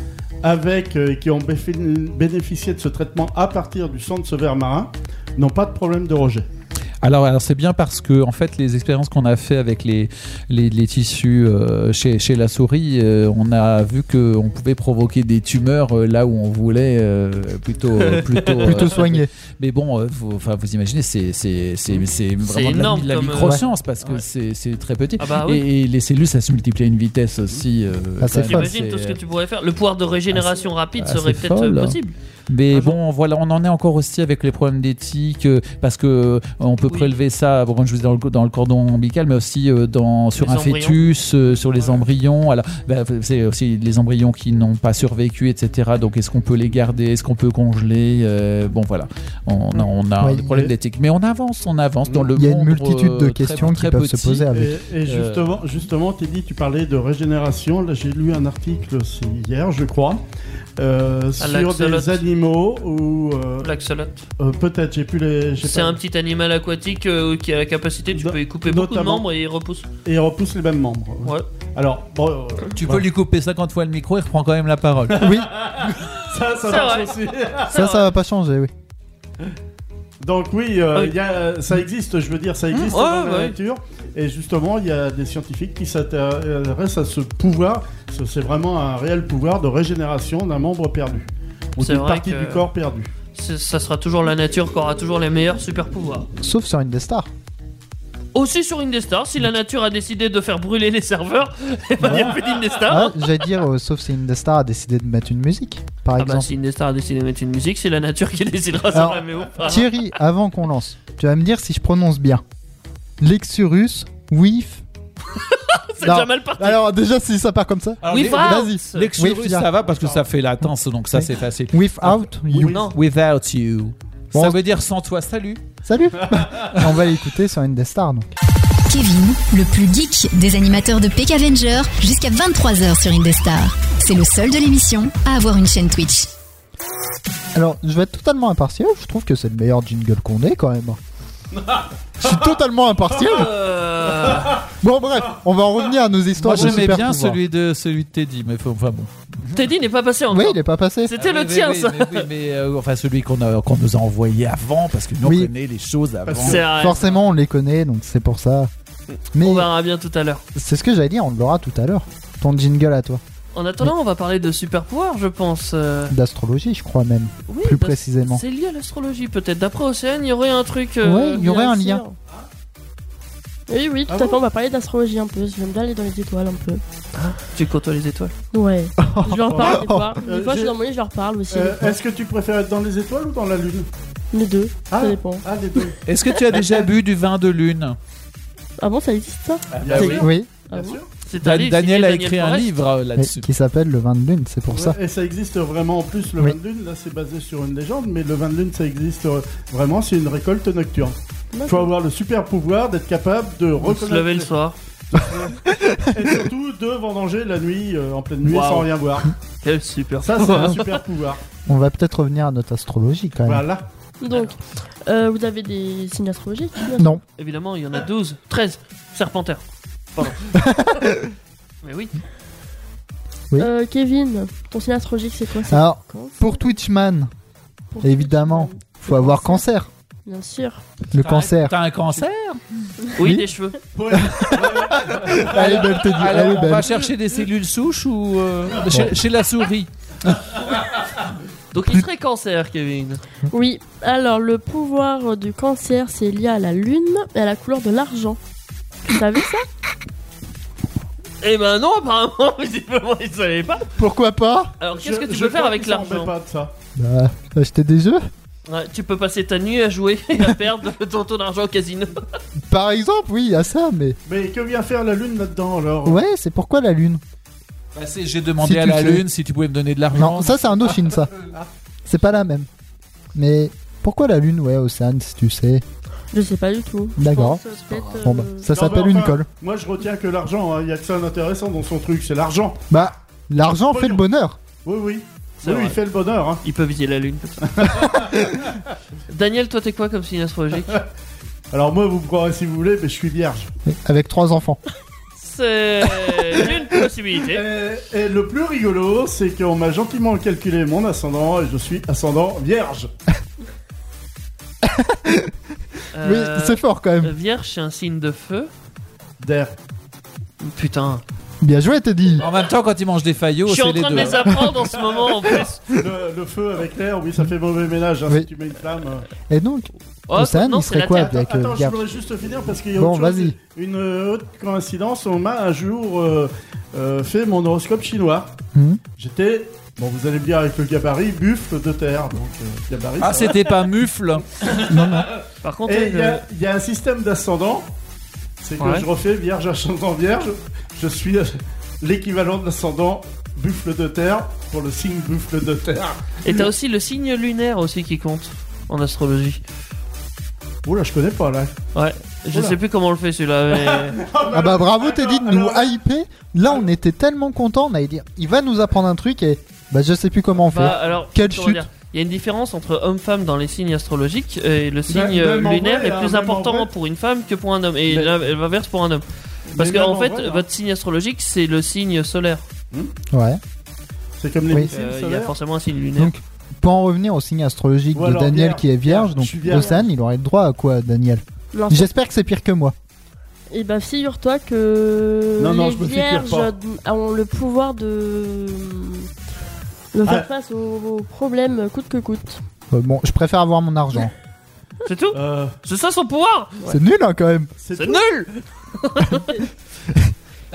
[SPEAKER 7] avec euh, et qui ont béfi- bénéficié de ce traitement à partir du sang de ce ver marin n'ont pas de problème de rejet.
[SPEAKER 6] Alors, alors c'est bien parce que en fait les expériences qu'on a fait avec les les, les tissus euh, chez, chez la souris, euh, on a vu que on pouvait provoquer des tumeurs euh, là où on voulait euh, plutôt euh, plutôt
[SPEAKER 4] Plutôt
[SPEAKER 6] euh,
[SPEAKER 4] soigné.
[SPEAKER 6] Mais bon, euh, vous, enfin, vous imaginez, c'est c'est- c'est- c'est vraiment de la-
[SPEAKER 5] énorme
[SPEAKER 6] de la,
[SPEAKER 5] comme, euh,
[SPEAKER 6] microscience parce que
[SPEAKER 5] Ouais.
[SPEAKER 6] c'est c'est très petit.
[SPEAKER 5] Ah bah oui.
[SPEAKER 6] et, et les cellules, ça se multiplie à une vitesse aussi. euh,
[SPEAKER 4] Ah, c'est
[SPEAKER 6] quand même,
[SPEAKER 5] J'imagine
[SPEAKER 6] c'est- euh,
[SPEAKER 5] tout ce que tu pourrais faire. Le pouvoir de régénération rapide
[SPEAKER 6] assez
[SPEAKER 5] serait peut-être
[SPEAKER 6] folle. hein.
[SPEAKER 5] euh, possible.
[SPEAKER 6] Mais
[SPEAKER 5] Un
[SPEAKER 6] Ah bon, voilà, on en est encore aussi avec les problèmes d'éthique euh, parce que euh, on peut
[SPEAKER 5] Oui.
[SPEAKER 6] prélever ça, bon, je vous dis dans le, dans le cordon ombilical, mais aussi euh, dans, sur
[SPEAKER 5] Les
[SPEAKER 6] un
[SPEAKER 5] embryons.
[SPEAKER 6] fœtus, euh, sur les
[SPEAKER 5] Ouais.
[SPEAKER 6] embryons. Alors, bah, c'est aussi les embryons qui n'ont pas survécu, etc. Donc, est-ce qu'on peut les garder Est-ce qu'on peut congeler Euh, Bon, voilà, on, a- on a
[SPEAKER 4] Ouais,
[SPEAKER 6] des problèmes
[SPEAKER 7] mais-
[SPEAKER 6] d'éthique, mais on avance, on avance dans le
[SPEAKER 4] Il y a une
[SPEAKER 6] monde,
[SPEAKER 4] multitude de
[SPEAKER 6] euh,
[SPEAKER 4] questions
[SPEAKER 6] très-
[SPEAKER 4] qui
[SPEAKER 6] très
[SPEAKER 4] peuvent se
[SPEAKER 6] petit.
[SPEAKER 4] poser avec.
[SPEAKER 7] Et, et justement, justement, Teddy, tu parlais de régénération. Là, j'ai lu un article c'est hier, je crois, euh, sur
[SPEAKER 5] l'axolote.
[SPEAKER 7] des animaux ou euh,
[SPEAKER 5] L'axolote.
[SPEAKER 7] euh, peut-être j'ai plus les. j'ai
[SPEAKER 5] C'est
[SPEAKER 7] pas-
[SPEAKER 5] un petit animal aquatique euh, qui a la capacité, tu
[SPEAKER 4] Bah,
[SPEAKER 7] No-
[SPEAKER 5] peux y couper beaucoup de
[SPEAKER 7] notamment-
[SPEAKER 5] membres et il repousse.
[SPEAKER 7] Et ils repoussent les mêmes membres.
[SPEAKER 5] Ouais.
[SPEAKER 7] Alors, bon, euh,
[SPEAKER 6] Tu peux lui couper 50 fois le micro, il reprend quand même la parole.
[SPEAKER 4] Oui,
[SPEAKER 7] ça, ça
[SPEAKER 5] C'est
[SPEAKER 7] marche
[SPEAKER 5] vrai.
[SPEAKER 7] aussi.
[SPEAKER 4] ça, ça va pas changer, oui.
[SPEAKER 7] Donc oui, euh,
[SPEAKER 5] Ah oui.
[SPEAKER 7] il y a, euh, ça existe, je veux dire, ça existe
[SPEAKER 5] ouais,
[SPEAKER 7] dans la
[SPEAKER 5] ouais.
[SPEAKER 7] nature. Et justement, il y a des scientifiques qui s'intéressent à ce pouvoir. Ce- C'est vraiment un réel pouvoir de régénération d'un membre perdu. Ou
[SPEAKER 5] C'est
[SPEAKER 7] d'une
[SPEAKER 5] vrai
[SPEAKER 7] partie
[SPEAKER 5] que-
[SPEAKER 7] du corps perdu.
[SPEAKER 5] C'est- Ça sera toujours la nature qui aura toujours les meilleurs super pouvoirs.
[SPEAKER 4] Sauf sur Indestar.
[SPEAKER 5] Aussi sur Indestar, si la nature a décidé de faire brûler les serveurs, eh ben, il n'y a plus
[SPEAKER 4] Ah,
[SPEAKER 5] d'Indestar.
[SPEAKER 4] j'allais dire, euh, sauf si Indestar a décidé de mettre une musique, par
[SPEAKER 5] Ah bah
[SPEAKER 4] exemple.
[SPEAKER 5] si Indestar a décidé de mettre une musique, c'est la nature qui décidera ça
[SPEAKER 4] Alors,
[SPEAKER 5] la met ou pas.
[SPEAKER 4] Thierry, avant qu'on lance, tu vas me dire si je prononce bien. Lexurus, Wif.
[SPEAKER 5] C'est
[SPEAKER 4] non.
[SPEAKER 5] déjà mal parti. Ah.
[SPEAKER 4] Alors, déjà, si ça part comme ça.
[SPEAKER 6] Alors,
[SPEAKER 5] Oui,
[SPEAKER 6] les-
[SPEAKER 5] va.
[SPEAKER 4] Vas-y,
[SPEAKER 6] Lexurus,
[SPEAKER 4] Oui,
[SPEAKER 6] ça va parce que ça fait latence, donc ça
[SPEAKER 4] Oui.
[SPEAKER 6] c'est facile.
[SPEAKER 4] Without You.
[SPEAKER 5] Non.
[SPEAKER 6] Without you.
[SPEAKER 4] Bon,
[SPEAKER 6] ça
[SPEAKER 4] on-
[SPEAKER 6] veut dire sans toi, salut.
[SPEAKER 4] Salut On va l'écouter sur Indestar, donc.
[SPEAKER 8] Kevin, le plus geek des animateurs de Peck Avenger, jusqu'à 23h sur Indestar. C'est le seul de l'émission à avoir une chaîne Twitch.
[SPEAKER 4] Alors, je vais être totalement impartial, je trouve que c'est le meilleur jingle qu'on ait, quand même. Je suis totalement impartial.
[SPEAKER 5] Euh,
[SPEAKER 4] Bon, bref, on va en revenir à nos
[SPEAKER 6] Moi
[SPEAKER 4] histoires de
[SPEAKER 6] j'aimais
[SPEAKER 4] super
[SPEAKER 6] bien
[SPEAKER 4] pouvoirs.
[SPEAKER 6] celui de, celui de Teddy, mais faut- enfin bon.
[SPEAKER 5] Teddy n'est pas passé encore.
[SPEAKER 4] Oui, il est pas passé.
[SPEAKER 5] C'était
[SPEAKER 6] Ah,
[SPEAKER 5] le
[SPEAKER 6] oui,
[SPEAKER 5] tien,
[SPEAKER 6] oui,
[SPEAKER 5] ça.
[SPEAKER 6] Mais, oui, mais, euh, enfin celui qu'on a- qu'on nous a envoyé avant, parce que nous
[SPEAKER 4] Oui.
[SPEAKER 6] on connaît les choses avant.
[SPEAKER 5] C'est vrai.
[SPEAKER 4] Forcément, on les connaît, donc c'est pour ça. Mais
[SPEAKER 5] On verra bien tout à l'heure.
[SPEAKER 4] c'est ce que j'allais dire, on l'aura tout à l'heure. Ton jingle à toi.
[SPEAKER 5] En attendant, on va parler de super pouvoir, je pense. euh,
[SPEAKER 4] D'astrologie, je crois même.
[SPEAKER 5] oui,
[SPEAKER 4] Plus
[SPEAKER 5] parce-
[SPEAKER 4] précisément.
[SPEAKER 5] C'est lié à l'astrologie, peut-être. D'après Océane, il y aurait un truc. euh,
[SPEAKER 4] Ouais, il y aurait un
[SPEAKER 5] lié à
[SPEAKER 4] lien.
[SPEAKER 5] ça.
[SPEAKER 1] Oui, oui, tout
[SPEAKER 7] Ah
[SPEAKER 1] à fait, on va parler d'astrologie un peu. J'aime bien aller dans les étoiles un peu.
[SPEAKER 5] Tu côtoies les étoiles.
[SPEAKER 1] Ouais. je leur parle des fois.
[SPEAKER 7] Euh,
[SPEAKER 1] Des fois, je
[SPEAKER 7] j'ai-
[SPEAKER 1] suis dans mon lit, je leur parle aussi.
[SPEAKER 7] Euh, Est-ce que tu préfères être dans les étoiles ou dans la lune
[SPEAKER 1] Les deux,
[SPEAKER 7] Ah,
[SPEAKER 1] ça dépend.
[SPEAKER 7] ah les deux.
[SPEAKER 6] Est-ce que tu as déjà bu du vin de lune
[SPEAKER 1] Ah bon, ça existe ça
[SPEAKER 7] Bien
[SPEAKER 1] oui.
[SPEAKER 7] sûr,
[SPEAKER 4] bah Oui,
[SPEAKER 1] Ah
[SPEAKER 7] bien
[SPEAKER 1] bon
[SPEAKER 7] sûr.
[SPEAKER 5] C'est un
[SPEAKER 6] Dan-
[SPEAKER 5] livre,
[SPEAKER 6] Daniel a
[SPEAKER 5] signé
[SPEAKER 6] écrit un
[SPEAKER 5] Forest.
[SPEAKER 6] livre euh,
[SPEAKER 4] mais-
[SPEAKER 6] là-dessus.
[SPEAKER 4] qui s'appelle le vin de lune, c'est pour ça.
[SPEAKER 7] Ouais, Et ça existe vraiment en plus le
[SPEAKER 4] Oui.
[SPEAKER 7] vin de lune. Là, c'est basé sur une légende, mais le vin de lune, ça existe euh, vraiment. C'est une récolte nocturne. Il faut avoir le super pouvoir d'être capable de
[SPEAKER 5] On se
[SPEAKER 7] reconnaître
[SPEAKER 5] levait le soir.
[SPEAKER 7] et surtout de vendanger la nuit euh, en pleine nuit
[SPEAKER 5] Waouh.
[SPEAKER 7] sans rien boire.
[SPEAKER 5] Quel Eh, super
[SPEAKER 7] Ça, c'est un super pouvoir.
[SPEAKER 4] On va peut-être revenir à notre astrologie quand même.
[SPEAKER 7] Voilà.
[SPEAKER 1] Donc, euh, vous avez des signes astrologiques
[SPEAKER 4] Non,
[SPEAKER 5] Évidemment, il y en a 12, 13. Serpentaire. Pardon. Mais oui.
[SPEAKER 4] Oui.
[SPEAKER 1] Euh, Kevin, ton signe astrologique, c'est quoi ça
[SPEAKER 4] alors Ah. pour Twitchman,
[SPEAKER 1] Pour-
[SPEAKER 4] évidemment, faut avoir cancer.
[SPEAKER 1] Bien sûr.
[SPEAKER 4] Le
[SPEAKER 6] T'as-
[SPEAKER 4] cancer.
[SPEAKER 6] T'as un cancer
[SPEAKER 5] Oui,
[SPEAKER 4] Oui.
[SPEAKER 5] des cheveux.
[SPEAKER 7] Ouais.
[SPEAKER 4] Elle est belle, Teddy, elle
[SPEAKER 6] Alors,
[SPEAKER 4] est
[SPEAKER 6] on va
[SPEAKER 4] belle.
[SPEAKER 6] chercher des cellules souches ou euh, chez, chez la souris
[SPEAKER 5] Donc il serait cancer, Kevin.
[SPEAKER 1] Oui, alors le pouvoir du cancer, c'est lié à la lune et à la couleur de l'argent. Vous savez ça
[SPEAKER 5] Eh ben non, apparemment, visiblement, il ne savait pas.
[SPEAKER 4] Pourquoi pas
[SPEAKER 5] Alors
[SPEAKER 7] Je-
[SPEAKER 5] qu'est-ce que tu
[SPEAKER 7] je
[SPEAKER 5] peux faire
[SPEAKER 7] crois
[SPEAKER 5] avec
[SPEAKER 7] qu'ils s'en remettent
[SPEAKER 5] l'argent
[SPEAKER 7] pas de ça.
[SPEAKER 4] Bah, acheter des jeux,
[SPEAKER 5] Ouais, Tu peux passer ta nuit à jouer et à perdre ton taux d'argent au casino.
[SPEAKER 4] par exemple. Oui, il y a ça, mais
[SPEAKER 7] Mais que vient faire la lune là-dedans alors
[SPEAKER 4] ouais, c'est pourquoi la lune.
[SPEAKER 6] Bah, c'est- J'ai demandé
[SPEAKER 4] Si
[SPEAKER 6] à
[SPEAKER 4] tu
[SPEAKER 6] la
[SPEAKER 4] le sais.
[SPEAKER 6] lune si tu pouvais me donner de l'argent.
[SPEAKER 4] Non, ça c'est un Indochine ça. C'est pas la même. Mais pourquoi la lune, ouais, Océane, si tu sais.
[SPEAKER 1] Je sais pas du tout. Je
[SPEAKER 4] D'accord.
[SPEAKER 1] pense, euh, peut-être, euh,
[SPEAKER 4] Bon bah, ça
[SPEAKER 7] Non, mais
[SPEAKER 4] s'appelle une
[SPEAKER 7] enfin,
[SPEAKER 4] colle.
[SPEAKER 7] Moi, je retiens que l'argent. hein. Il y a que ça d'intéressant dans son truc, c'est l'argent.
[SPEAKER 4] Bah, l'argent fait le bonheur.
[SPEAKER 7] Oui, oui.
[SPEAKER 5] C'est
[SPEAKER 7] Oui,
[SPEAKER 5] vrai.
[SPEAKER 7] il fait le bonheur. hein.
[SPEAKER 5] Il peut viser la lune comme ça. Daniel, toi t'es quoi comme signe astrologique
[SPEAKER 7] Alors moi, vous me croirez si vous voulez, mais je suis vierge.
[SPEAKER 4] Oui, Avec trois enfants.
[SPEAKER 5] C'est euh, une possibilité.
[SPEAKER 7] Et, et le plus rigolo, c'est qu'on m'a gentiment calculé mon ascendant et je suis ascendant vierge.
[SPEAKER 5] Euh,
[SPEAKER 1] Euh,
[SPEAKER 4] Oui, c'est fort quand même.
[SPEAKER 5] Vierge, c'est un signe de feu.
[SPEAKER 7] D'air.
[SPEAKER 5] Putain.
[SPEAKER 4] Bien joué, Teddy.
[SPEAKER 6] En même temps, quand ils mangent des faillots,
[SPEAKER 5] Je suis en
[SPEAKER 6] c'est les
[SPEAKER 5] train de
[SPEAKER 6] deux.
[SPEAKER 5] les apprendre en ce moment en plus.
[SPEAKER 7] Le, le feu avec l'air, oui, ça fait mauvais ménage hein,
[SPEAKER 4] Oui.
[SPEAKER 7] si tu mets une flamme.
[SPEAKER 4] Et donc,
[SPEAKER 5] Oh,
[SPEAKER 4] Océane,
[SPEAKER 5] non,
[SPEAKER 4] il
[SPEAKER 5] c'est
[SPEAKER 4] serait
[SPEAKER 5] la
[SPEAKER 4] quoi
[SPEAKER 5] Terre.
[SPEAKER 4] avec euh,
[SPEAKER 7] Attends, je
[SPEAKER 4] Vierge
[SPEAKER 7] voudrais juste finir parce qu'il y a
[SPEAKER 4] Bon,
[SPEAKER 7] autre chose.
[SPEAKER 4] vas-y.
[SPEAKER 7] Une euh, autre coïncidence, on m'a un jour euh, euh, fait mon horoscope chinois.
[SPEAKER 4] Mhm.
[SPEAKER 7] J'étais, bon, vous allez me dire avec le gabarit, buffle de terre. Donc, euh, gabarit,
[SPEAKER 6] Ah,
[SPEAKER 7] ça va.
[SPEAKER 6] c'était pas mufle.
[SPEAKER 5] Par contre,
[SPEAKER 7] Et
[SPEAKER 5] euh,
[SPEAKER 7] Eh, il y, a- il y a un système d'ascendant. C'est que
[SPEAKER 5] Ouais.
[SPEAKER 7] je refais vierge ascendant vierge. Je suis euh, l'équivalent de l'ascendant buffle de terre pour le signe buffle de terre.
[SPEAKER 5] et t'as aussi le signe lunaire aussi qui compte en astrologie.
[SPEAKER 7] Oula, je connais pas là.
[SPEAKER 5] Je
[SPEAKER 7] Oula.
[SPEAKER 5] sais plus comment on le fait celui-là. Mais...
[SPEAKER 4] Ah bah bravo, Teddy, de nous
[SPEAKER 7] alors-
[SPEAKER 4] hyper. Là, on était tellement contents, on allait dire, il va nous apprendre un truc et bah je sais plus comment
[SPEAKER 5] Bah,
[SPEAKER 4] faire.
[SPEAKER 5] alors,
[SPEAKER 4] Quelle
[SPEAKER 5] comment
[SPEAKER 4] chute.
[SPEAKER 5] dire, Il y a une différence entre homme-femme dans les signes astrologiques et le signe
[SPEAKER 7] même
[SPEAKER 5] euh,
[SPEAKER 7] Bah, en vrai,
[SPEAKER 5] lunaire
[SPEAKER 7] hein,
[SPEAKER 5] est plus
[SPEAKER 7] même en
[SPEAKER 5] important
[SPEAKER 7] vrai.
[SPEAKER 5] pour une femme que pour un homme et
[SPEAKER 7] Mais-
[SPEAKER 5] l'in- l'inverse pour un homme. Parce
[SPEAKER 7] Mais
[SPEAKER 5] qu'en
[SPEAKER 7] même
[SPEAKER 5] fait,
[SPEAKER 7] en vrai, hein.
[SPEAKER 5] votre signe astrologique c'est le signe solaire.
[SPEAKER 4] Ouais.
[SPEAKER 7] C'est comme les
[SPEAKER 4] Oui.
[SPEAKER 7] missiles
[SPEAKER 5] Euh, Il y a
[SPEAKER 7] solaires.
[SPEAKER 5] forcément un signe lunaire.
[SPEAKER 4] Donc, Pour en revenir au signe astrologique
[SPEAKER 7] Ou
[SPEAKER 4] de
[SPEAKER 7] alors
[SPEAKER 4] Daniel
[SPEAKER 7] vierge.
[SPEAKER 4] qui est vierge,
[SPEAKER 7] Je
[SPEAKER 4] donc
[SPEAKER 7] suis vierge.
[SPEAKER 4] Océane, il aurait le droit à quoi, Daniel
[SPEAKER 1] L'enfant-
[SPEAKER 4] J'espère que c'est pire que moi.
[SPEAKER 1] Et bah figure-toi que
[SPEAKER 7] Non, non,
[SPEAKER 1] les
[SPEAKER 7] je me figure
[SPEAKER 1] vierges
[SPEAKER 7] pas.
[SPEAKER 1] ont le pouvoir de, de faire
[SPEAKER 7] Ah.
[SPEAKER 1] face aux, aux problèmes coûte que coûte.
[SPEAKER 4] Euh, bon, je préfère avoir mon argent.
[SPEAKER 5] C'est tout
[SPEAKER 7] Euh,
[SPEAKER 5] C'est ça son pouvoir
[SPEAKER 4] C'est nul hein, quand même.
[SPEAKER 7] c'est
[SPEAKER 5] C'est
[SPEAKER 7] tout.
[SPEAKER 5] nul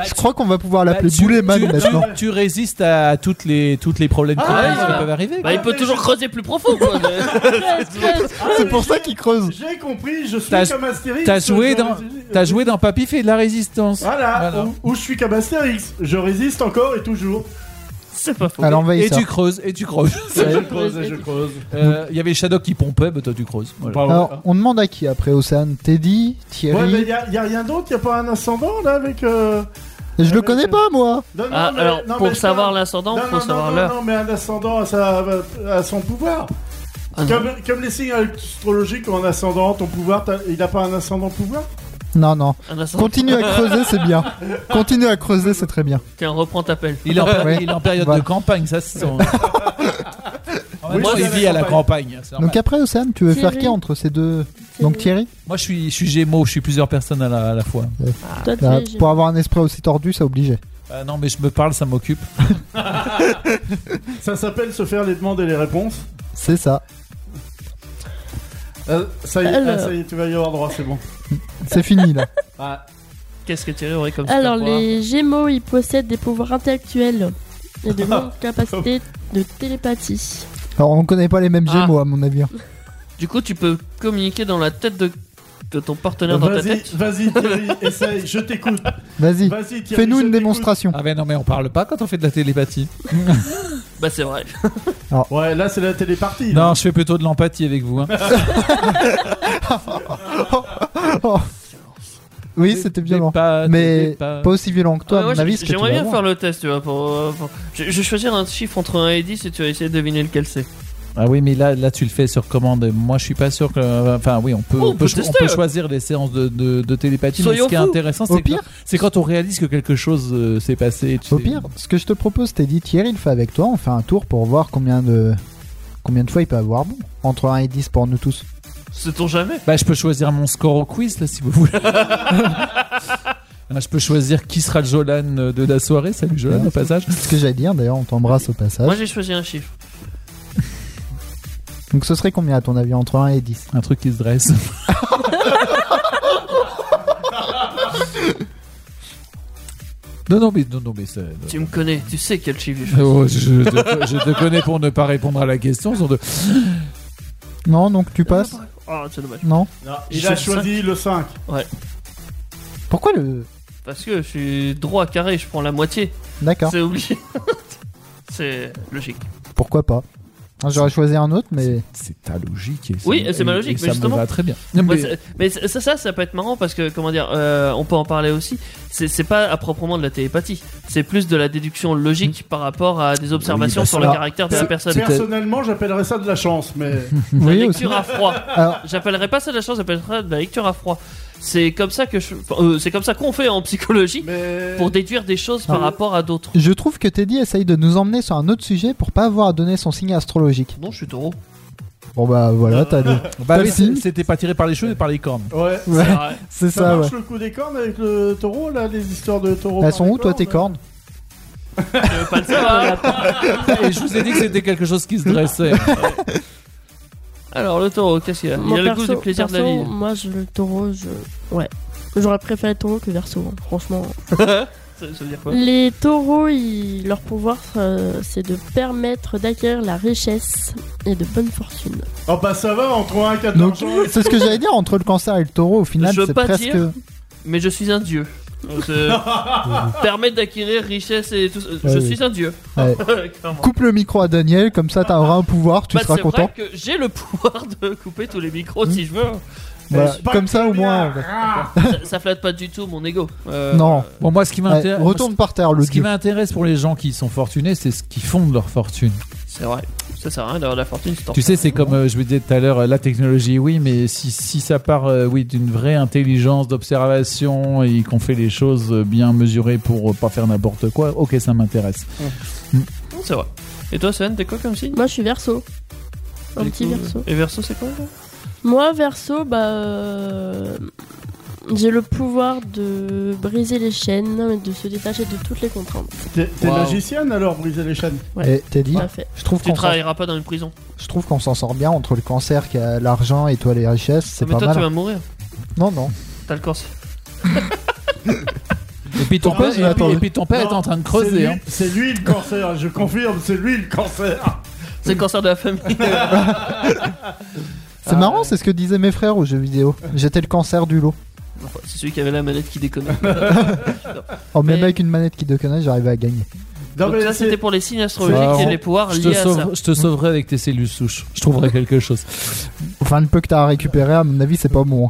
[SPEAKER 4] Je crois qu'on va pouvoir
[SPEAKER 6] Bah,
[SPEAKER 4] l'appeler
[SPEAKER 6] tu-
[SPEAKER 4] Bouleman
[SPEAKER 6] tu-
[SPEAKER 4] maintenant.
[SPEAKER 6] tu, tu résistes à toutes les, toutes les problèmes
[SPEAKER 7] Ah,
[SPEAKER 6] chroniques
[SPEAKER 5] ouais,
[SPEAKER 6] qui
[SPEAKER 5] voilà.
[SPEAKER 6] peuvent arriver.
[SPEAKER 5] Bah, il peut toujours creuser plus profond quoi.
[SPEAKER 1] Presque, presque.
[SPEAKER 7] Ah,
[SPEAKER 4] C'est
[SPEAKER 7] mais
[SPEAKER 4] pour ça
[SPEAKER 7] j'ai-
[SPEAKER 4] qu'il creuse.
[SPEAKER 7] J'ai compris, je suis
[SPEAKER 6] T'as-
[SPEAKER 7] comme Astérix.
[SPEAKER 6] t'as joué
[SPEAKER 7] je-
[SPEAKER 6] dans-
[SPEAKER 7] je-
[SPEAKER 6] T'as joué dans Papy fait de la résistance.
[SPEAKER 7] Voilà,
[SPEAKER 6] Voilà.
[SPEAKER 7] Où, où je suis comme Astérix. Je résiste encore et toujours.
[SPEAKER 5] c'est pas faux.
[SPEAKER 4] À
[SPEAKER 6] Et
[SPEAKER 4] l'envahisseur.
[SPEAKER 6] tu creuses, et tu creuses.
[SPEAKER 7] je
[SPEAKER 1] Ouais.
[SPEAKER 7] creuse et je creuse.
[SPEAKER 6] Euh, Il y avait Shadow qui pompait, bah toi tu creuses. Voilà.
[SPEAKER 7] Bravo.
[SPEAKER 4] Alors, on demande à qui après Océane Teddy
[SPEAKER 7] Ouais,
[SPEAKER 4] Thierry
[SPEAKER 7] mais y a, y a rien d'autre, y a pas un ascendant là avec. Euh...
[SPEAKER 4] Je le
[SPEAKER 7] avec,
[SPEAKER 4] connais
[SPEAKER 7] euh,
[SPEAKER 4] pas moi
[SPEAKER 7] Non, non,
[SPEAKER 5] Ah,
[SPEAKER 7] mais-
[SPEAKER 5] alors,
[SPEAKER 7] non, mais
[SPEAKER 5] pour
[SPEAKER 7] je
[SPEAKER 5] savoir
[SPEAKER 7] parle-
[SPEAKER 5] l'ascendant,
[SPEAKER 7] Non,
[SPEAKER 5] faut
[SPEAKER 7] non,
[SPEAKER 5] savoir
[SPEAKER 7] non,
[SPEAKER 5] l'heure.
[SPEAKER 7] Non, mais un ascendant à, sa- à son pouvoir.
[SPEAKER 5] Ah non.
[SPEAKER 7] Comme, comme les signes astrologiques en ascendant, ton pouvoir, t'as- il n'a pas un ascendant pouvoir
[SPEAKER 4] Non, non.
[SPEAKER 5] Un instant.
[SPEAKER 4] Continue à creuser, c'est bien. Continue à creuser, c'est très bien.
[SPEAKER 5] Tiens, reprends ta pelle.
[SPEAKER 6] Il est en, péri-
[SPEAKER 4] Ouais.
[SPEAKER 6] il est en période
[SPEAKER 4] Voilà.
[SPEAKER 6] de campagne, ça se sent. En même
[SPEAKER 7] Oui,
[SPEAKER 6] temps,
[SPEAKER 7] c'est
[SPEAKER 6] il
[SPEAKER 7] la
[SPEAKER 6] vit à la
[SPEAKER 7] campagne.
[SPEAKER 6] campagne. c'est normal.
[SPEAKER 4] Donc après, Océane, tu veux
[SPEAKER 1] Thierry.
[SPEAKER 4] faire qui entre ces deux Donc Thierry
[SPEAKER 6] Moi, je suis, je suis Gémeaux, je suis plusieurs personnes à la, à la fois.
[SPEAKER 1] Toi,
[SPEAKER 4] Bah,
[SPEAKER 1] t'es-
[SPEAKER 4] Pour avoir un esprit aussi tordu, c'est obligé.
[SPEAKER 6] Ah non, mais je me parle, ça m'occupe.
[SPEAKER 7] Ça s'appelle se faire les demandes et les réponses.
[SPEAKER 4] C'est ça.
[SPEAKER 7] Euh, ça, y est,
[SPEAKER 1] Alors.
[SPEAKER 7] ah, ça y est, tu vas y avoir droit, c'est bon.
[SPEAKER 4] C'est fini là.
[SPEAKER 7] Ah,
[SPEAKER 5] Qu'est-ce que Thierry aurait comme
[SPEAKER 1] Alors,
[SPEAKER 5] super pouvoir
[SPEAKER 1] les Gémeaux, ils possèdent des pouvoirs intellectuels et de grandes capacités de télépathie.
[SPEAKER 4] Alors on connaît pas les mêmes
[SPEAKER 5] Ah.
[SPEAKER 4] Gémeaux à mon avis. hein.
[SPEAKER 5] Du coup, tu peux communiquer dans la tête de, de ton partenaire dans ta
[SPEAKER 7] vas-y,
[SPEAKER 5] tête.
[SPEAKER 7] vas-y Thierry, essaye, je t'écoute.
[SPEAKER 4] Vas-y,
[SPEAKER 5] Bah,
[SPEAKER 7] Vas-y Thierry.
[SPEAKER 4] fais-nous
[SPEAKER 7] je
[SPEAKER 4] une
[SPEAKER 7] t'écoute.
[SPEAKER 4] démonstration.
[SPEAKER 6] Ah, mais non, mais on parle pas quand on fait de la télépathie.
[SPEAKER 5] Bah, c'est vrai.
[SPEAKER 7] Ouais, là c'est la télépartie. là.
[SPEAKER 6] Non, je fais plutôt de l'empathie avec vous. hein.
[SPEAKER 4] Oui, c'était violent.
[SPEAKER 6] Pas-
[SPEAKER 4] Mais
[SPEAKER 6] pas-
[SPEAKER 4] pas aussi violent que toi,
[SPEAKER 5] Ah,
[SPEAKER 4] à
[SPEAKER 5] moi,
[SPEAKER 4] mon avis. ce que tu
[SPEAKER 5] J'aimerais
[SPEAKER 4] vas
[SPEAKER 5] bien
[SPEAKER 4] avoir.
[SPEAKER 5] faire le test, tu vois. Pour, euh, pour- Je, je vais choisir un chiffre entre 1 et 10 et tu vas essayer de deviner lequel c'est.
[SPEAKER 6] Ah oui, mais là, là, tu le fais sur commande. Moi, je suis pas sûr que. Enfin, oui, on peut,
[SPEAKER 5] Oh, on
[SPEAKER 6] on
[SPEAKER 5] peut
[SPEAKER 6] peut, cho- on
[SPEAKER 5] tester.
[SPEAKER 6] peut choisir des séances de, de, de télépathie. mais
[SPEAKER 5] Soyons
[SPEAKER 6] ce qui est
[SPEAKER 5] fous.
[SPEAKER 6] intéressant,
[SPEAKER 4] Au
[SPEAKER 6] c'est que-
[SPEAKER 4] pire.
[SPEAKER 6] c'est quand on réalise que quelque chose euh, s'est passé. tu
[SPEAKER 4] Au
[SPEAKER 6] sais.
[SPEAKER 4] pire, ce que je te propose, t'es dit Thierry, il fait avec toi, on fait un tour pour voir combien de combien de fois il peut avoir bon. Entre 1 et 10 pour nous tous.
[SPEAKER 5] Sait-on jamais
[SPEAKER 6] Bah, je peux choisir mon score au quiz, là, si vous voulez. Ah, je peux choisir qui sera le Jolan euh, de la soirée. Salut Jolan,
[SPEAKER 4] Ouais.
[SPEAKER 6] au passage.
[SPEAKER 4] C'est ce que j'allais dire, d'ailleurs, on t'embrasse au passage.
[SPEAKER 5] Moi, j'ai choisi un chiffre.
[SPEAKER 4] Donc ce serait combien à ton avis entre 1 et 10
[SPEAKER 6] Un truc qui se dresse. non, non, mais, non, non, mais c'est.
[SPEAKER 5] Tu me connais, tu sais quel chiffre j'ai choisi.
[SPEAKER 6] Oh, je, je te, je te connais pour ne pas répondre à la question. sans de-
[SPEAKER 4] Non, donc tu passes
[SPEAKER 5] Oh, c'est dommage.
[SPEAKER 4] Non
[SPEAKER 7] Non, il
[SPEAKER 5] Je
[SPEAKER 7] a
[SPEAKER 5] sais.
[SPEAKER 7] choisi le 5.
[SPEAKER 4] Pourquoi le.
[SPEAKER 5] Parce que je suis droit carré, je prends la moitié.
[SPEAKER 4] D'accord,
[SPEAKER 5] C'est obligé. c'est logique.
[SPEAKER 4] pourquoi pas Hein, J'aurais choisi un autre, mais.
[SPEAKER 6] C'est ta logique. et ça-
[SPEAKER 5] Oui, c'est ma
[SPEAKER 6] et-
[SPEAKER 5] logique,
[SPEAKER 6] et
[SPEAKER 5] mais
[SPEAKER 6] ça
[SPEAKER 5] justement-
[SPEAKER 6] me va très bien. Non,
[SPEAKER 5] Ouais,
[SPEAKER 6] mais-
[SPEAKER 5] c'est- mais ça, ça, ça, ça peut être marrant parce que, comment dire, euh, on peut en parler aussi. C'est c'est pas à proprement de la télépathie. C'est plus de la déduction logique par rapport à des observations
[SPEAKER 6] bah,
[SPEAKER 5] sur
[SPEAKER 6] ça-
[SPEAKER 5] le caractère de la
[SPEAKER 6] c'est-
[SPEAKER 5] personne.
[SPEAKER 6] c'est-
[SPEAKER 7] Personnellement, j'appellerais ça de la chance, mais
[SPEAKER 5] La
[SPEAKER 4] Oui, aussi.
[SPEAKER 5] lecture à froid.
[SPEAKER 4] Alors-
[SPEAKER 5] J'appellerais pas ça de la chance, j'appellerais ça de la lecture à froid. C'est comme ça que je- enfin, euh, c'est comme ça qu'on fait en psychologie
[SPEAKER 7] mais
[SPEAKER 5] pour déduire des choses par
[SPEAKER 4] Ah.
[SPEAKER 5] rapport à d'autres.
[SPEAKER 4] Je trouve que Teddy essaye de nous emmener sur un autre sujet pour pas avoir à donner son signe astrologique.
[SPEAKER 5] Non, je suis taureau.
[SPEAKER 4] Bon bah voilà, t'as dit.
[SPEAKER 6] Bah oui,
[SPEAKER 4] Merci.
[SPEAKER 6] c'est- c'était pas tiré par les cheveux, mais par les cornes.
[SPEAKER 7] ouais.
[SPEAKER 5] C'est
[SPEAKER 4] Ouais,
[SPEAKER 5] vrai.
[SPEAKER 4] c'est
[SPEAKER 7] Ça,
[SPEAKER 4] ça, ouais.
[SPEAKER 7] marche le coup des cornes avec le taureau là, les histoires de taureau.
[SPEAKER 4] Elles
[SPEAKER 7] par
[SPEAKER 4] sont
[SPEAKER 7] les
[SPEAKER 4] où, toi, tes cornes
[SPEAKER 5] Je veux pas le savoir.
[SPEAKER 6] Et je vous ai dit que c'était quelque chose qui se dressait.
[SPEAKER 5] Alors, le taureau, qu'est-ce qu'il a Il
[SPEAKER 1] Moi,
[SPEAKER 5] a le goût
[SPEAKER 1] perso-
[SPEAKER 5] du plaisir de la
[SPEAKER 1] perso,
[SPEAKER 5] vie.
[SPEAKER 1] Moi, je, le taureau, je. Ouais. J'aurais préféré taureau que verso, hein, franchement.
[SPEAKER 5] Ça, ça veut dire quoi
[SPEAKER 1] Les taureaux, ils- leur pouvoir, euh, c'est de permettre d'acquérir la richesse et de bonne fortune.
[SPEAKER 7] Oh bah ça va, entre 1 et 4
[SPEAKER 4] Donc, c'est ce que j'allais dire entre le cancer et le taureau, au final,
[SPEAKER 5] Je veux
[SPEAKER 4] c'est
[SPEAKER 5] pas
[SPEAKER 4] presque.
[SPEAKER 5] dire. Mais je suis un dieu. Donc, euh, Permettre d'acquérir richesse et tout. ça.
[SPEAKER 4] Ouais,
[SPEAKER 5] je
[SPEAKER 4] oui.
[SPEAKER 5] suis un dieu.
[SPEAKER 4] Ouais.
[SPEAKER 5] Clairement.
[SPEAKER 4] Coupe le micro à Daniel, comme ça t'auras un pouvoir, tu
[SPEAKER 5] Bah,
[SPEAKER 4] seras
[SPEAKER 5] c'est
[SPEAKER 4] content.
[SPEAKER 5] vrai que j'ai le pouvoir de couper tous les micros si je veux. hein.
[SPEAKER 4] Voilà, Bah,
[SPEAKER 5] Bah,
[SPEAKER 4] Comme ça au moins. on va-
[SPEAKER 5] ça, ça flatte pas du tout mon ego. Euh,
[SPEAKER 4] Non.
[SPEAKER 6] Bon, moi, ce qui
[SPEAKER 4] Ouais,
[SPEAKER 6] m'intéresse.
[SPEAKER 4] retourne par terre, le
[SPEAKER 6] Ce qui
[SPEAKER 4] dieu.
[SPEAKER 6] m'intéresse pour les gens qui sont fortunés, c'est ce qu'ils font de leur fortune.
[SPEAKER 5] C'est vrai. Ça sert à rien d'avoir de la fortune. Tu t'en
[SPEAKER 6] Tu
[SPEAKER 5] fais.
[SPEAKER 6] sais, c'est comme euh, je vous disais tout à l'heure, euh, la technologie, oui, mais si, si ça part euh, oui, d'une vraie intelligence d'observation et qu'on fait les choses euh, bien mesurées pour euh, pas faire n'importe quoi, ok, ça m'intéresse.
[SPEAKER 5] C'est vrai. Et toi, Sven, t'es quoi comme signe
[SPEAKER 1] Moi, je suis verso. Un
[SPEAKER 5] Du
[SPEAKER 1] petit
[SPEAKER 5] coup, euh,
[SPEAKER 1] verso.
[SPEAKER 5] Et verso, c'est quoi là
[SPEAKER 1] Moi, verso, bah. euh, J'ai le pouvoir de briser les chaînes et de se détacher de toutes les contraintes.
[SPEAKER 7] T'es t'es
[SPEAKER 5] Wow.
[SPEAKER 7] magicienne alors, briser les chaînes.
[SPEAKER 1] Ouais.
[SPEAKER 4] Et Eh, Teddy,
[SPEAKER 1] Tout
[SPEAKER 5] Ah.
[SPEAKER 1] à fait.
[SPEAKER 4] je trouve
[SPEAKER 5] Tu
[SPEAKER 4] qu'on s'en-
[SPEAKER 5] travailleras pas dans une prison.
[SPEAKER 4] je trouve qu'on s'en sort bien entre le cancer qui a l'argent et toi les richesses, c'est
[SPEAKER 5] Ah, mais
[SPEAKER 4] pas
[SPEAKER 5] toi, tu
[SPEAKER 4] mal. hein.
[SPEAKER 5] vas mourir.
[SPEAKER 4] Non, non.
[SPEAKER 5] T'as le corps.
[SPEAKER 6] Et puis ton
[SPEAKER 7] Pourquoi
[SPEAKER 6] père,
[SPEAKER 7] je
[SPEAKER 6] et puis-
[SPEAKER 7] l'attendais
[SPEAKER 6] et puis ton père
[SPEAKER 7] Non,
[SPEAKER 6] est en train de
[SPEAKER 7] C'est
[SPEAKER 6] creuser.
[SPEAKER 7] lui-
[SPEAKER 6] hein.
[SPEAKER 7] C'est lui, le cancer, je confirme, c'est lui le cancer.
[SPEAKER 5] C'est le cancer de la famille. Ah,
[SPEAKER 4] C'est marrant, c'est ce que disaient mes frères aux jeux vidéo. J'étais le cancer du lot.
[SPEAKER 5] Enfin, c'est celui qui avait la manette qui déconne.
[SPEAKER 4] Oh, même
[SPEAKER 5] Mais-
[SPEAKER 4] avec une manette qui déconne, j'arrivais à gagner.
[SPEAKER 7] Non
[SPEAKER 5] Donc,
[SPEAKER 7] mais
[SPEAKER 5] ça,
[SPEAKER 7] c'est-
[SPEAKER 5] c'était pour les signes astrologiques
[SPEAKER 6] Ah,
[SPEAKER 5] et
[SPEAKER 6] on-
[SPEAKER 5] les pouvoirs
[SPEAKER 6] Je te,
[SPEAKER 5] liés à ça.
[SPEAKER 6] sauve- je te sauverai avec tes cellules souches. Je trouverai quelque chose.
[SPEAKER 4] Enfin, le peu que t'as à récupérer, à mon avis, c'est pas bon.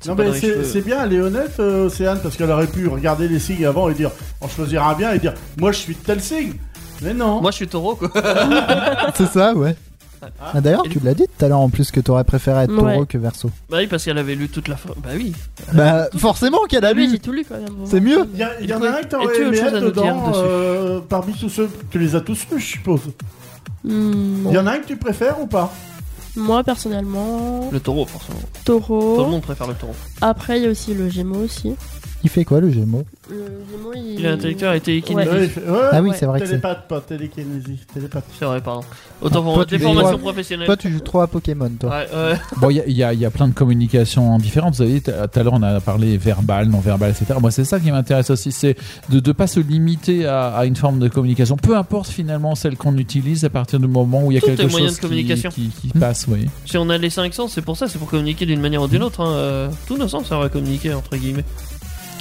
[SPEAKER 5] C'est
[SPEAKER 7] Non
[SPEAKER 5] pas
[SPEAKER 7] mais
[SPEAKER 5] dans les
[SPEAKER 7] c'est
[SPEAKER 5] cheveux.
[SPEAKER 7] c'est bien, elle est honnête, euh, Océane, parce qu'elle aurait pu regarder les signes avant et dire, en choisir un bien et dire, moi je suis de tel signe. Mais non.
[SPEAKER 5] Moi, je suis taureau, quoi.
[SPEAKER 4] C'est ça, ouais. Ah, D'ailleurs,
[SPEAKER 5] Et
[SPEAKER 4] tu l'as dit tout à l'heure en plus que t'aurais préféré être
[SPEAKER 1] Ouais. Euh,
[SPEAKER 4] taureau que verso.
[SPEAKER 5] Bah oui, parce qu'elle avait lu toute la fin. Bah oui.
[SPEAKER 4] Bah, forcément qu'elle a
[SPEAKER 1] Ah, lui,
[SPEAKER 4] lu.
[SPEAKER 1] j'ai tout lu quand même.
[SPEAKER 4] C'est mieux.
[SPEAKER 7] Il y, a- il y en a un que
[SPEAKER 5] Et
[SPEAKER 7] t'aurais
[SPEAKER 5] tu as autre
[SPEAKER 7] aimé
[SPEAKER 5] chose à
[SPEAKER 7] être
[SPEAKER 5] nous dire
[SPEAKER 7] dedans
[SPEAKER 5] dessus
[SPEAKER 7] euh, parmi tous ceux. Tu les as tous lus, je suppose.
[SPEAKER 1] Hmm,
[SPEAKER 7] Il y en a un que tu préfères ou pas
[SPEAKER 1] Moi, personnellement,
[SPEAKER 5] Le taureau, forcément. Tout le
[SPEAKER 1] taureau.
[SPEAKER 5] monde préfère le taureau.
[SPEAKER 1] Après, il y a aussi le gémeau aussi.
[SPEAKER 4] Il fait quoi le Gémeaux
[SPEAKER 1] Le gémeau, il...
[SPEAKER 5] Il est intellectuel, il était
[SPEAKER 1] Ouais.
[SPEAKER 5] kinésiste.
[SPEAKER 7] Ouais, il fait- ouais,
[SPEAKER 4] Ah oui,
[SPEAKER 1] Ouais.
[SPEAKER 4] c'est vrai que c'est.
[SPEAKER 7] Télépathe, pas télékinésie. Télépathe.
[SPEAKER 5] C'est vrai, pardon. Autant pour
[SPEAKER 4] Toi,
[SPEAKER 5] moi,
[SPEAKER 4] tu
[SPEAKER 5] des
[SPEAKER 4] fais
[SPEAKER 5] formations
[SPEAKER 4] quoi
[SPEAKER 5] professionnelles.
[SPEAKER 4] Toi, tu joues trop à Pokémon, toi.
[SPEAKER 5] Ouais, ouais.
[SPEAKER 6] Bon, il y a, il y a- il y a plein de communications différentes. Vous savez, tout à l'heure, on a parlé verbal, non verbal, etc. Moi, c'est ça qui m'intéresse aussi, c'est de ne pas se limiter à, à une forme de communication, peu importe finalement celle qu'on utilise à partir du moment où il y a
[SPEAKER 5] Tout est
[SPEAKER 6] quelque
[SPEAKER 5] moyen de
[SPEAKER 6] chose qui-
[SPEAKER 5] communication. Hmm.
[SPEAKER 6] qui, qui passe. Oui.
[SPEAKER 5] Si on a les cinq sens, c'est pour ça, c'est pour communiquer d'une manière ou d'une autre. hein, euh, Tous nos sens, ça va communiquer, entre guillemets.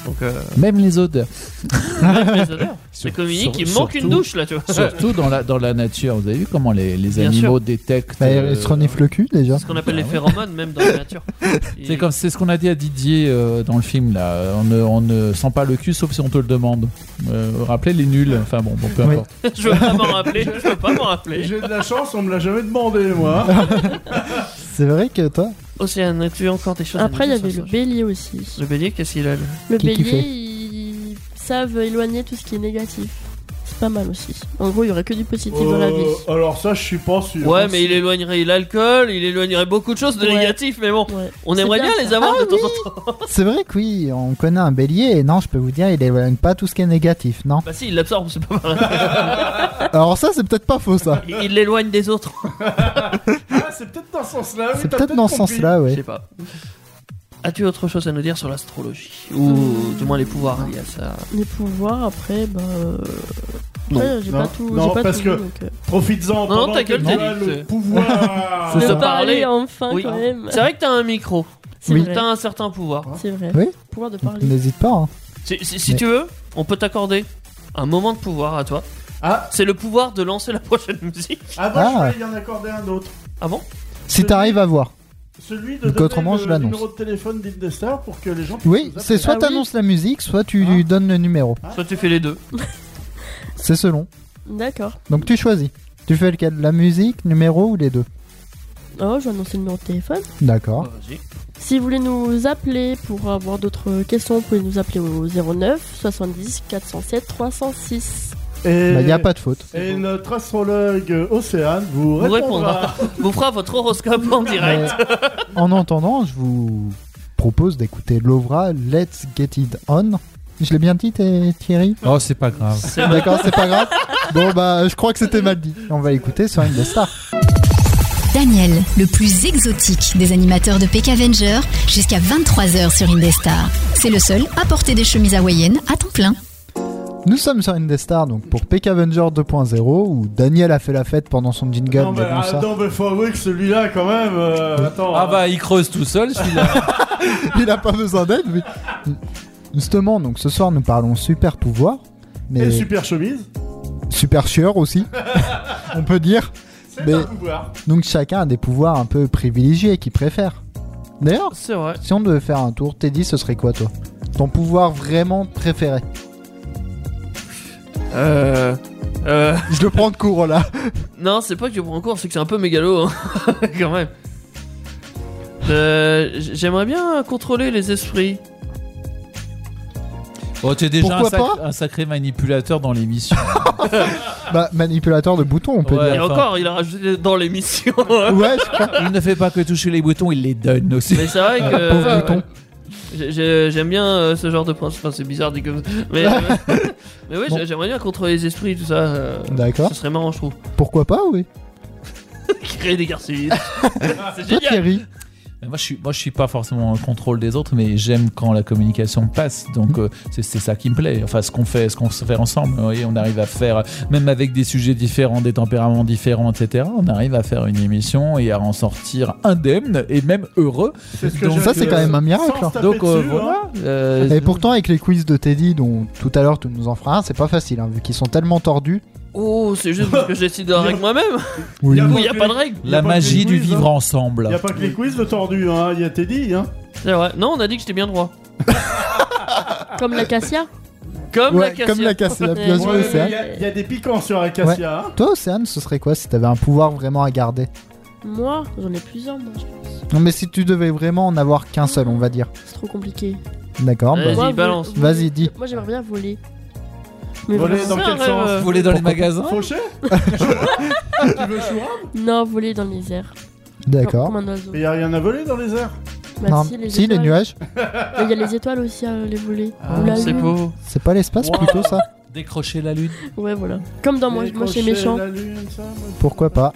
[SPEAKER 5] Donc, euh,
[SPEAKER 6] Même les odeurs.
[SPEAKER 5] même les odeurs. C'est
[SPEAKER 6] Sur-
[SPEAKER 5] communique,
[SPEAKER 6] sur-
[SPEAKER 5] il manque une
[SPEAKER 6] surtout-
[SPEAKER 5] douche là, tu vois.
[SPEAKER 6] Surtout dans la, dans la nature. Vous avez vu comment les, les
[SPEAKER 5] Bien
[SPEAKER 6] animaux détectent.
[SPEAKER 4] Bah,
[SPEAKER 6] euh,
[SPEAKER 4] il se renifle le cul déjà.
[SPEAKER 5] C'est ce qu'on appelle
[SPEAKER 6] Ah
[SPEAKER 5] les
[SPEAKER 6] ouais.
[SPEAKER 5] phéromones, même dans la nature.
[SPEAKER 6] C'est
[SPEAKER 5] Et-
[SPEAKER 6] comme c'est ce qu'on a dit à Didier euh, dans le film là. On ne, on ne sent pas le cul sauf si on te le demande. Euh, rappelez les nuls. Enfin bon, bon peu
[SPEAKER 4] Oui.
[SPEAKER 6] importe.
[SPEAKER 5] je veux pas m'en rappeler, je veux pas m'en rappeler.
[SPEAKER 7] J'ai de la chance, on me l'a jamais demandé, moi.
[SPEAKER 4] C'est vrai que toi,
[SPEAKER 5] Océane, as-tu encore des choses à
[SPEAKER 1] Après, il y
[SPEAKER 5] nous dire
[SPEAKER 1] avait
[SPEAKER 5] sur
[SPEAKER 1] le
[SPEAKER 5] ça
[SPEAKER 1] bélier aussi.
[SPEAKER 5] Le bélier, qu'est-ce qu'il a le-
[SPEAKER 1] Le
[SPEAKER 4] Qui- qui
[SPEAKER 1] bélier,
[SPEAKER 4] fait
[SPEAKER 1] ils savent éloigner tout ce qui est négatif. C'est pas mal aussi. En gros, il y aurait que du positif dans la vie.
[SPEAKER 7] Euh, alors ça, je suis pas sûr.
[SPEAKER 5] Ouais, mais il éloignerait l'alcool, il éloignerait beaucoup de choses de
[SPEAKER 1] Ouais.
[SPEAKER 5] négatif, mais bon,
[SPEAKER 1] Ouais.
[SPEAKER 5] on
[SPEAKER 1] C'est
[SPEAKER 5] aimerait
[SPEAKER 1] bien,
[SPEAKER 5] bien,
[SPEAKER 1] ça.
[SPEAKER 5] les avoir
[SPEAKER 1] Ah
[SPEAKER 5] de temps
[SPEAKER 1] oui.
[SPEAKER 5] en temps.
[SPEAKER 4] c'est vrai que oui, on connaît un bélier et non, je peux vous dire, il éloigne pas tout ce qui est négatif, non
[SPEAKER 5] Bah si, il l'absorbe, c'est pas mal.
[SPEAKER 4] Alors ça, c'est peut-être pas faux ça.
[SPEAKER 5] Il il l'éloigne des autres.
[SPEAKER 7] Ah, c'est peut-être dans ce sens-là. oui,
[SPEAKER 4] C'est
[SPEAKER 7] t'as
[SPEAKER 4] peut-être dans ce
[SPEAKER 7] compris.
[SPEAKER 4] sens-là,
[SPEAKER 5] Je
[SPEAKER 4] ouais.
[SPEAKER 5] sais pas. As-tu autre chose à nous dire sur l'astrologie
[SPEAKER 1] Hmm.
[SPEAKER 5] Ou du moins les pouvoirs liés à ça
[SPEAKER 1] Les pouvoirs, après, bah. euh,
[SPEAKER 7] Non.
[SPEAKER 1] après, j'ai
[SPEAKER 7] Non,
[SPEAKER 1] pas tout. j'ai
[SPEAKER 7] non,
[SPEAKER 1] pas
[SPEAKER 7] parce
[SPEAKER 1] tout
[SPEAKER 7] que-
[SPEAKER 1] vu, donc, euh,
[SPEAKER 7] Profites-en.
[SPEAKER 5] Non,
[SPEAKER 7] pendant
[SPEAKER 5] ta
[SPEAKER 7] que
[SPEAKER 5] gueule,
[SPEAKER 7] t'as
[SPEAKER 5] t'as dit,
[SPEAKER 7] le
[SPEAKER 5] c'est-
[SPEAKER 7] pouvoir.
[SPEAKER 6] C'est
[SPEAKER 1] de
[SPEAKER 6] ça.
[SPEAKER 5] Parler.
[SPEAKER 1] parler enfin,
[SPEAKER 5] Oui.
[SPEAKER 1] quand même.
[SPEAKER 5] C'est vrai que t'as un micro,
[SPEAKER 1] C'est
[SPEAKER 4] Oui.
[SPEAKER 1] vrai.
[SPEAKER 5] t'as un certain pouvoir.
[SPEAKER 1] C'est vrai.
[SPEAKER 4] Oui.
[SPEAKER 1] Pouvoir de parler.
[SPEAKER 4] N'hésite pas. hein.
[SPEAKER 5] Si, si- si
[SPEAKER 4] Mais-
[SPEAKER 5] tu veux, on peut t'accorder un moment de pouvoir à toi.
[SPEAKER 7] Ah,
[SPEAKER 5] C'est le pouvoir de lancer la prochaine musique.
[SPEAKER 4] Ah.
[SPEAKER 7] avant, bah, je voulais y en accorder un autre.
[SPEAKER 5] Ah bon
[SPEAKER 4] Si t'arrives à voir.
[SPEAKER 7] Celui de
[SPEAKER 4] Donc,
[SPEAKER 7] donner
[SPEAKER 4] autrement, je
[SPEAKER 7] le
[SPEAKER 4] l'annonce.
[SPEAKER 7] numéro de téléphone d'Indestar pour que les gens puissent
[SPEAKER 4] Oui,
[SPEAKER 7] nous
[SPEAKER 4] c'est
[SPEAKER 7] appeler.
[SPEAKER 4] soit
[SPEAKER 1] Ah oui.
[SPEAKER 4] t'annonces la musique, soit tu
[SPEAKER 7] Ah.
[SPEAKER 4] lui donnes le numéro.
[SPEAKER 5] Soit tu fais les deux.
[SPEAKER 4] C'est selon.
[SPEAKER 1] D'accord.
[SPEAKER 4] Donc tu choisis. Tu fais lequel La musique, numéro ou les deux
[SPEAKER 1] Oh, je vais annoncer le numéro de téléphone.
[SPEAKER 4] D'accord.
[SPEAKER 5] Bah, vas-y.
[SPEAKER 1] Si vous voulez nous appeler pour avoir d'autres questions, vous pouvez nous appeler au 09 70 407 306.
[SPEAKER 7] Et,
[SPEAKER 4] Bah, y a pas de faute.
[SPEAKER 7] et notre astrologue Océane vous
[SPEAKER 5] Vous
[SPEAKER 4] Ah,
[SPEAKER 7] répondra.
[SPEAKER 5] Vous fera votre horoscope en direct.
[SPEAKER 4] Mais Euh, en entendant, je vous propose d'écouter Lovra, Let's Get It On. Je l'ai bien dit, Thé- Thierry
[SPEAKER 6] Oh, c'est pas grave.
[SPEAKER 5] C'est vrai.
[SPEAKER 4] D'accord, c'est pas grave. Bon, bah, je crois que c'était mal dit. On va l'écouter sur Indestar.
[SPEAKER 8] Daniel, le plus exotique des animateurs de PK Avenger, jusqu'à 23h sur Indestar. C'est le seul à porter des chemises hawaïennes à temps plein.
[SPEAKER 4] Nous sommes sur Indestar, donc pour PK Avenger 2.0, où Daniel a fait la fête pendant son jingle.
[SPEAKER 7] non,
[SPEAKER 4] mais
[SPEAKER 7] mais,
[SPEAKER 4] bon, ça,
[SPEAKER 7] attends, mais faut avouer que celui-là, quand même. euh, attends.
[SPEAKER 6] Ah bah il creuse tout seul celui-là.
[SPEAKER 4] il a pas besoin d'aide. Mais... Justement, donc ce soir, nous parlons super pouvoir, mais
[SPEAKER 7] Et euh, super chemise.
[SPEAKER 4] super chieur aussi, on peut dire.
[SPEAKER 7] C'est
[SPEAKER 4] Mais-
[SPEAKER 7] un pouvoir.
[SPEAKER 4] Donc chacun a des pouvoirs un peu privilégiés qu'il préfère. D'ailleurs,
[SPEAKER 5] C'est vrai.
[SPEAKER 4] si on devait faire un tour, Teddy, ce serait quoi toi Ton pouvoir vraiment préféré
[SPEAKER 5] Euh... Euh...
[SPEAKER 4] Je le prends de court là.
[SPEAKER 5] Non, c'est pas que je prends en cours, c'est que c'est un peu mégalo, hein, quand même. Euh, j- J'aimerais bien contrôler les esprits.
[SPEAKER 6] Bon, Oh, t'es déjà un,
[SPEAKER 4] Pourquoi
[SPEAKER 6] sac-
[SPEAKER 4] pas
[SPEAKER 6] un sacré manipulateur dans l'émission.
[SPEAKER 4] Bah, manipulateur de boutons, on peut
[SPEAKER 6] Ouais.
[SPEAKER 5] Et
[SPEAKER 6] enfin.
[SPEAKER 5] encore, il a rajouté dans l'émission. hein.
[SPEAKER 4] dire. Ouais, je crois.
[SPEAKER 6] il ne fait pas que toucher les boutons, il les donne aussi.
[SPEAKER 5] Mais c'est vrai que.
[SPEAKER 4] Ah, pauvre
[SPEAKER 5] ouais,
[SPEAKER 4] bouton.
[SPEAKER 5] j'ai- j'ai- J'aime bien euh, ce genre de principe. Enfin, c'est bizarre dit comme ça. Mais, euh, mais oui,
[SPEAKER 4] Bon.
[SPEAKER 5] j'ai- j'aimerais bien contrôler les esprits, tout ça. euh,
[SPEAKER 4] D'accord.
[SPEAKER 5] Ce serait marrant, je trouve.
[SPEAKER 4] Pourquoi pas, oui.
[SPEAKER 5] Créer des guerres civiles. c'est
[SPEAKER 4] Toi,
[SPEAKER 5] génial.
[SPEAKER 4] Thierry
[SPEAKER 6] Mais Moi je, suis, moi, je suis pas forcément en contrôle des autres, mais j'aime quand la communication passe. Donc, euh, c'est c'est ça qui me plaît. Enfin, ce qu'on fait, ce qu'on se fait ensemble. Vous voyez, on arrive à faire, euh, même avec des sujets différents, des tempéraments différents, etc., on arrive à faire une émission et à en sortir indemne et même heureux.
[SPEAKER 7] C'est ce que
[SPEAKER 6] Donc
[SPEAKER 7] j'ai-
[SPEAKER 4] ça, c'est quand même un miracle,
[SPEAKER 7] Sans se taper
[SPEAKER 6] Donc, euh,
[SPEAKER 7] dessus, hein.
[SPEAKER 6] voilà. euh,
[SPEAKER 4] Et pourtant, avec les quiz de Teddy, dont tout à l'heure tu nous en feras un, c'est pas facile, hein, vu qu'ils sont tellement tordus.
[SPEAKER 5] Oh, c'est juste parce que je décide de la règle moi-même.
[SPEAKER 4] Oui.
[SPEAKER 5] Du coup, il n'y a pas de règle.
[SPEAKER 7] Y a
[SPEAKER 6] la
[SPEAKER 7] pas que les
[SPEAKER 6] magie du
[SPEAKER 7] quiz,
[SPEAKER 6] vivre
[SPEAKER 7] hein.
[SPEAKER 6] ensemble.
[SPEAKER 7] Y a pas que les quiz de tordu, hein. Y a Teddy, hein.
[SPEAKER 5] C'est vrai. Non, on a dit que j'étais bien droit.
[SPEAKER 1] Comme l'acacia.
[SPEAKER 5] Comme
[SPEAKER 4] Ouais,
[SPEAKER 5] la cassia.
[SPEAKER 4] comme la casse, la bien
[SPEAKER 1] Ouais,
[SPEAKER 4] sûr,
[SPEAKER 1] mais
[SPEAKER 4] Océane.
[SPEAKER 7] y, a, y a des piquants sur Acacia. hein.
[SPEAKER 4] Toi, Océane, ce serait quoi si t'avais un pouvoir vraiment à garder
[SPEAKER 1] Moi, j'en ai plusieurs, moi, je pense.
[SPEAKER 4] Non, mais si tu devais vraiment en avoir qu'un seul, on va dire.
[SPEAKER 1] C'est trop compliqué.
[SPEAKER 4] D'accord bah,
[SPEAKER 5] Vas-y,
[SPEAKER 1] Moi,
[SPEAKER 5] balance.
[SPEAKER 1] vous- vous-
[SPEAKER 4] Vas-y, dis.
[SPEAKER 1] Moi, j'aimerais bien voler. Mais
[SPEAKER 7] Voler
[SPEAKER 1] vraiment.
[SPEAKER 7] dans
[SPEAKER 5] C'est
[SPEAKER 7] quel
[SPEAKER 5] un rêve,
[SPEAKER 7] sens
[SPEAKER 5] euh,
[SPEAKER 6] Voler dans les
[SPEAKER 4] Pourquoi
[SPEAKER 6] magasins
[SPEAKER 7] Fauché Tu veux chourave
[SPEAKER 1] Non, voler dans les airs.
[SPEAKER 4] D'accord.
[SPEAKER 1] Comme un oiseau.
[SPEAKER 7] Mais y a rien à voler dans les airs.
[SPEAKER 1] Bah,
[SPEAKER 4] Non,
[SPEAKER 1] si, les
[SPEAKER 4] si, les
[SPEAKER 1] étoiles.
[SPEAKER 4] nuages,
[SPEAKER 1] Mais Il y a les étoiles aussi à les voler.
[SPEAKER 7] Ah,
[SPEAKER 1] Ou la
[SPEAKER 5] C'est
[SPEAKER 1] lune.
[SPEAKER 5] beau.
[SPEAKER 4] c'est pas l'espace
[SPEAKER 6] Wow.
[SPEAKER 4] plutôt ça
[SPEAKER 6] Décrocher la lune.
[SPEAKER 1] Ouais, voilà. Comme dans moi, moi
[SPEAKER 7] Décrocher
[SPEAKER 1] chez Méchant.
[SPEAKER 7] la lune, ça, moi, je-
[SPEAKER 4] Pourquoi pas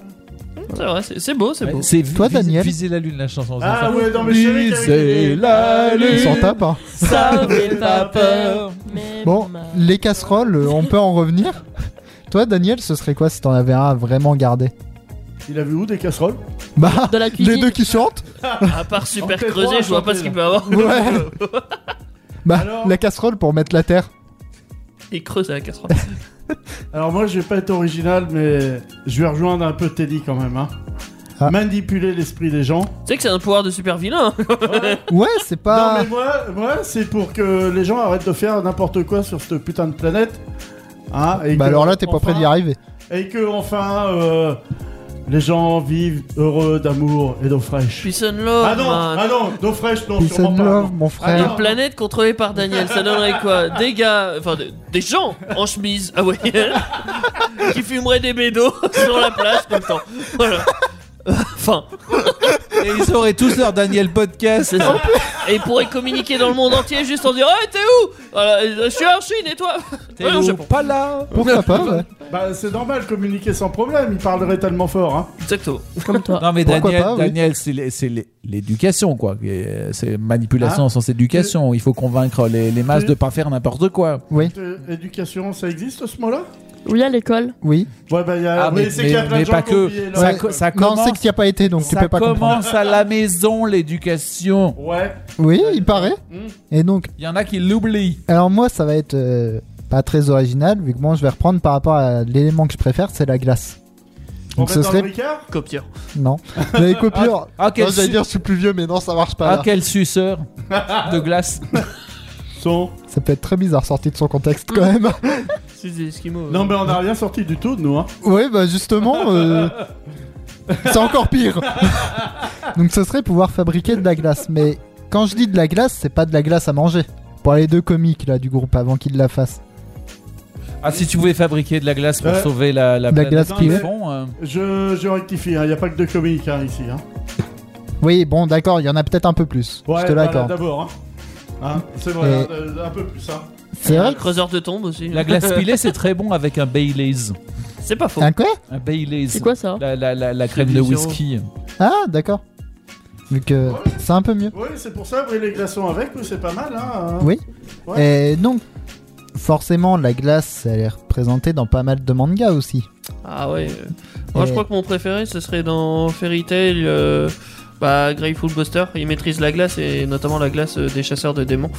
[SPEAKER 5] C'est vrai, c'est c'est beau, c'est
[SPEAKER 6] Ouais,
[SPEAKER 5] beau.
[SPEAKER 6] C'est
[SPEAKER 4] Toi,
[SPEAKER 6] viser-
[SPEAKER 4] Daniel
[SPEAKER 6] Viser la lune, la chanson.
[SPEAKER 7] Ah ouais, dans mes chéris.
[SPEAKER 6] Viser
[SPEAKER 7] Ah
[SPEAKER 6] la lune.
[SPEAKER 4] Ils s'en tapent, hein.
[SPEAKER 5] Ça fait
[SPEAKER 6] pas peur.
[SPEAKER 1] Mais bah,
[SPEAKER 4] Bon,
[SPEAKER 1] ma-
[SPEAKER 4] les casseroles, euh, on peut en revenir Toi, Daniel, ce serait quoi si t'en avais un à vraiment garder
[SPEAKER 7] Il a vu où des casseroles
[SPEAKER 4] Bah,
[SPEAKER 1] Dans la
[SPEAKER 4] les
[SPEAKER 1] cuisine.
[SPEAKER 4] deux qui chantent
[SPEAKER 5] À part super
[SPEAKER 7] Enquête
[SPEAKER 5] creusé,
[SPEAKER 7] trois,
[SPEAKER 5] je vois pas
[SPEAKER 7] enquête
[SPEAKER 5] ce qu'il peut avoir.
[SPEAKER 4] Ouais. Bah,
[SPEAKER 7] Alors
[SPEAKER 4] la casserole pour mettre la terre.
[SPEAKER 5] Il creuse à la casserole.
[SPEAKER 7] Alors moi, je vais pas être original, mais je vais rejoindre un peu Teddy quand même. Hein.
[SPEAKER 4] Ah.
[SPEAKER 7] Manipuler l'esprit des gens.
[SPEAKER 5] Tu sais que c'est un pouvoir de super vilain. hein.
[SPEAKER 4] Ouais, c'est
[SPEAKER 7] Non
[SPEAKER 4] pas.
[SPEAKER 7] mais moi, moi c'est pour que les gens arrêtent de faire n'importe quoi sur cette putain de planète. Hein, et
[SPEAKER 4] Bah,
[SPEAKER 7] que,
[SPEAKER 4] alors là, t'es pas prêt d'y
[SPEAKER 7] enfin,
[SPEAKER 4] arriver.
[SPEAKER 7] Et que enfin, euh, les gens vivent heureux d'amour et d'eau fraîche.
[SPEAKER 5] Peace and
[SPEAKER 6] Oh,
[SPEAKER 5] love,
[SPEAKER 7] Ah non,
[SPEAKER 5] man.
[SPEAKER 7] ah non, d'eau fraîche, non,
[SPEAKER 4] Peace
[SPEAKER 7] sûrement
[SPEAKER 4] and
[SPEAKER 7] pas.
[SPEAKER 4] love,
[SPEAKER 7] non.
[SPEAKER 4] mon
[SPEAKER 7] Ah,
[SPEAKER 4] frère.
[SPEAKER 7] non.
[SPEAKER 5] Une planète contrôlée par Daniel, ça donnerait quoi Des gars, enfin de- des gens en chemise, ah ouais, qui fumeraient des bédos sur la plage tout le temps. Voilà. Enfin,
[SPEAKER 6] Et ils auraient tous leur Daniel podcast.
[SPEAKER 5] c'est ça. Et ils pourraient communiquer dans le monde entier juste en disant Hey, t'es où Voilà, et, euh, Je suis en Chine et toi
[SPEAKER 6] T'es
[SPEAKER 5] Ouais, au
[SPEAKER 6] où
[SPEAKER 5] Japon.
[SPEAKER 6] pas là.
[SPEAKER 4] Pourquoi pas ouais.
[SPEAKER 7] Bah, c'est normal, communiquer sans problème, il parlerait tellement fort. Hein.
[SPEAKER 5] Exactement.
[SPEAKER 1] Comme toi.
[SPEAKER 6] Non mais
[SPEAKER 4] Pourquoi
[SPEAKER 6] Daniel,
[SPEAKER 4] pas, oui.
[SPEAKER 6] Daniel, c'est les- c'est les- l'éducation quoi. Et, euh, C'est manipulation
[SPEAKER 7] Ah.
[SPEAKER 6] sans éducation. Il faut convaincre les, les masses de pas faire n'importe quoi.
[SPEAKER 4] Oui,
[SPEAKER 7] Euh, éducation, ça existe ce mot-là
[SPEAKER 1] Oui, à l'école.
[SPEAKER 4] oui.
[SPEAKER 7] Ouais, bah, il y a.
[SPEAKER 6] Ah,
[SPEAKER 7] oui,
[SPEAKER 6] mais-
[SPEAKER 7] c'est qu'il y a
[SPEAKER 6] mais-
[SPEAKER 7] plein de
[SPEAKER 6] mais
[SPEAKER 7] gens
[SPEAKER 6] pas
[SPEAKER 7] qui ont
[SPEAKER 6] que.
[SPEAKER 7] oublié, là.
[SPEAKER 6] Ça
[SPEAKER 4] Ouais.
[SPEAKER 6] co- ça
[SPEAKER 4] Non,
[SPEAKER 6] commence-
[SPEAKER 4] c'est que t'y as pas été, donc tu
[SPEAKER 6] ça
[SPEAKER 4] peux pas comprendre.
[SPEAKER 6] commence à la maison l'éducation.
[SPEAKER 7] Ouais.
[SPEAKER 4] Oui, il paraît.
[SPEAKER 7] Hmm.
[SPEAKER 4] Et donc,
[SPEAKER 6] Il y en a qui l'oublient.
[SPEAKER 4] alors moi, ça va être euh, pas très original, vu que moi, je vais reprendre par rapport à l'élément que je préfère, c'est la glace.
[SPEAKER 7] On
[SPEAKER 4] Donc ce
[SPEAKER 7] fait
[SPEAKER 4] serait.
[SPEAKER 7] dans le Ricard
[SPEAKER 5] Copier.
[SPEAKER 4] Non. Les coupures.
[SPEAKER 6] Ah quel,
[SPEAKER 4] Non, j'allais
[SPEAKER 6] su-
[SPEAKER 4] dire, je suis plus vieux, mais non, ça marche pas.
[SPEAKER 6] ah,
[SPEAKER 4] là.
[SPEAKER 6] quel suceur de glace.
[SPEAKER 7] Son.
[SPEAKER 4] Ça peut être très bizarre sorti de son contexte quand même.
[SPEAKER 5] C'est des esquimaux.
[SPEAKER 7] Non, mais on n'a rien sorti du tout, nous. Hein.
[SPEAKER 4] ouais, bah justement, euh, c'est encore pire. Donc ce serait pouvoir fabriquer de la glace. Mais quand je dis de la glace, c'est pas de la glace à manger. Pour les deux comiques là du groupe avant qu'ils la fassent.
[SPEAKER 6] Ah si tu voulais fabriquer de la glace pour
[SPEAKER 7] Ouais.
[SPEAKER 6] sauver la la,
[SPEAKER 4] Euh, De la
[SPEAKER 6] planète
[SPEAKER 4] glace
[SPEAKER 6] dans
[SPEAKER 7] qui-
[SPEAKER 6] le fond, euh,
[SPEAKER 7] Je, je rectifie, il n'y a pas que deux comiques hein, ici. Hein.
[SPEAKER 4] Oui, bon, d'accord, il y en a peut-être un peu plus.
[SPEAKER 7] Ouais,
[SPEAKER 4] je te
[SPEAKER 7] voilà,
[SPEAKER 4] l'accorde.
[SPEAKER 7] D'abord, hein. Hein, c'est vrai,
[SPEAKER 4] Et-
[SPEAKER 7] euh, un peu plus. Hein.
[SPEAKER 4] c'est vrai.
[SPEAKER 5] Creuseur de tombe aussi.
[SPEAKER 6] La glace Ah. pilée c'est très bon avec un Baileys.
[SPEAKER 5] C'est
[SPEAKER 6] euh,
[SPEAKER 5] pas faux.
[SPEAKER 4] Un quoi
[SPEAKER 6] Un Baileys.
[SPEAKER 1] C'est quoi ça
[SPEAKER 6] la, la, la, la crème de
[SPEAKER 5] C'est du
[SPEAKER 6] whisky.
[SPEAKER 4] Ah, d'accord. Vu que c'est un peu mieux.
[SPEAKER 7] Oui, c'est pour ça, brûler les glaçons avec, nous, c'est pas mal. Hein.
[SPEAKER 4] Oui. Et donc, forcément, la glace, elle est représentée dans pas mal de mangas aussi.
[SPEAKER 5] Ah ouais. euh. Moi, je
[SPEAKER 4] Et-
[SPEAKER 5] crois que mon préféré, ce serait dans Fairy Tail. euh, Bah, Grateful Buster, il maîtrise la glace et notamment la glace euh, des chasseurs de démons.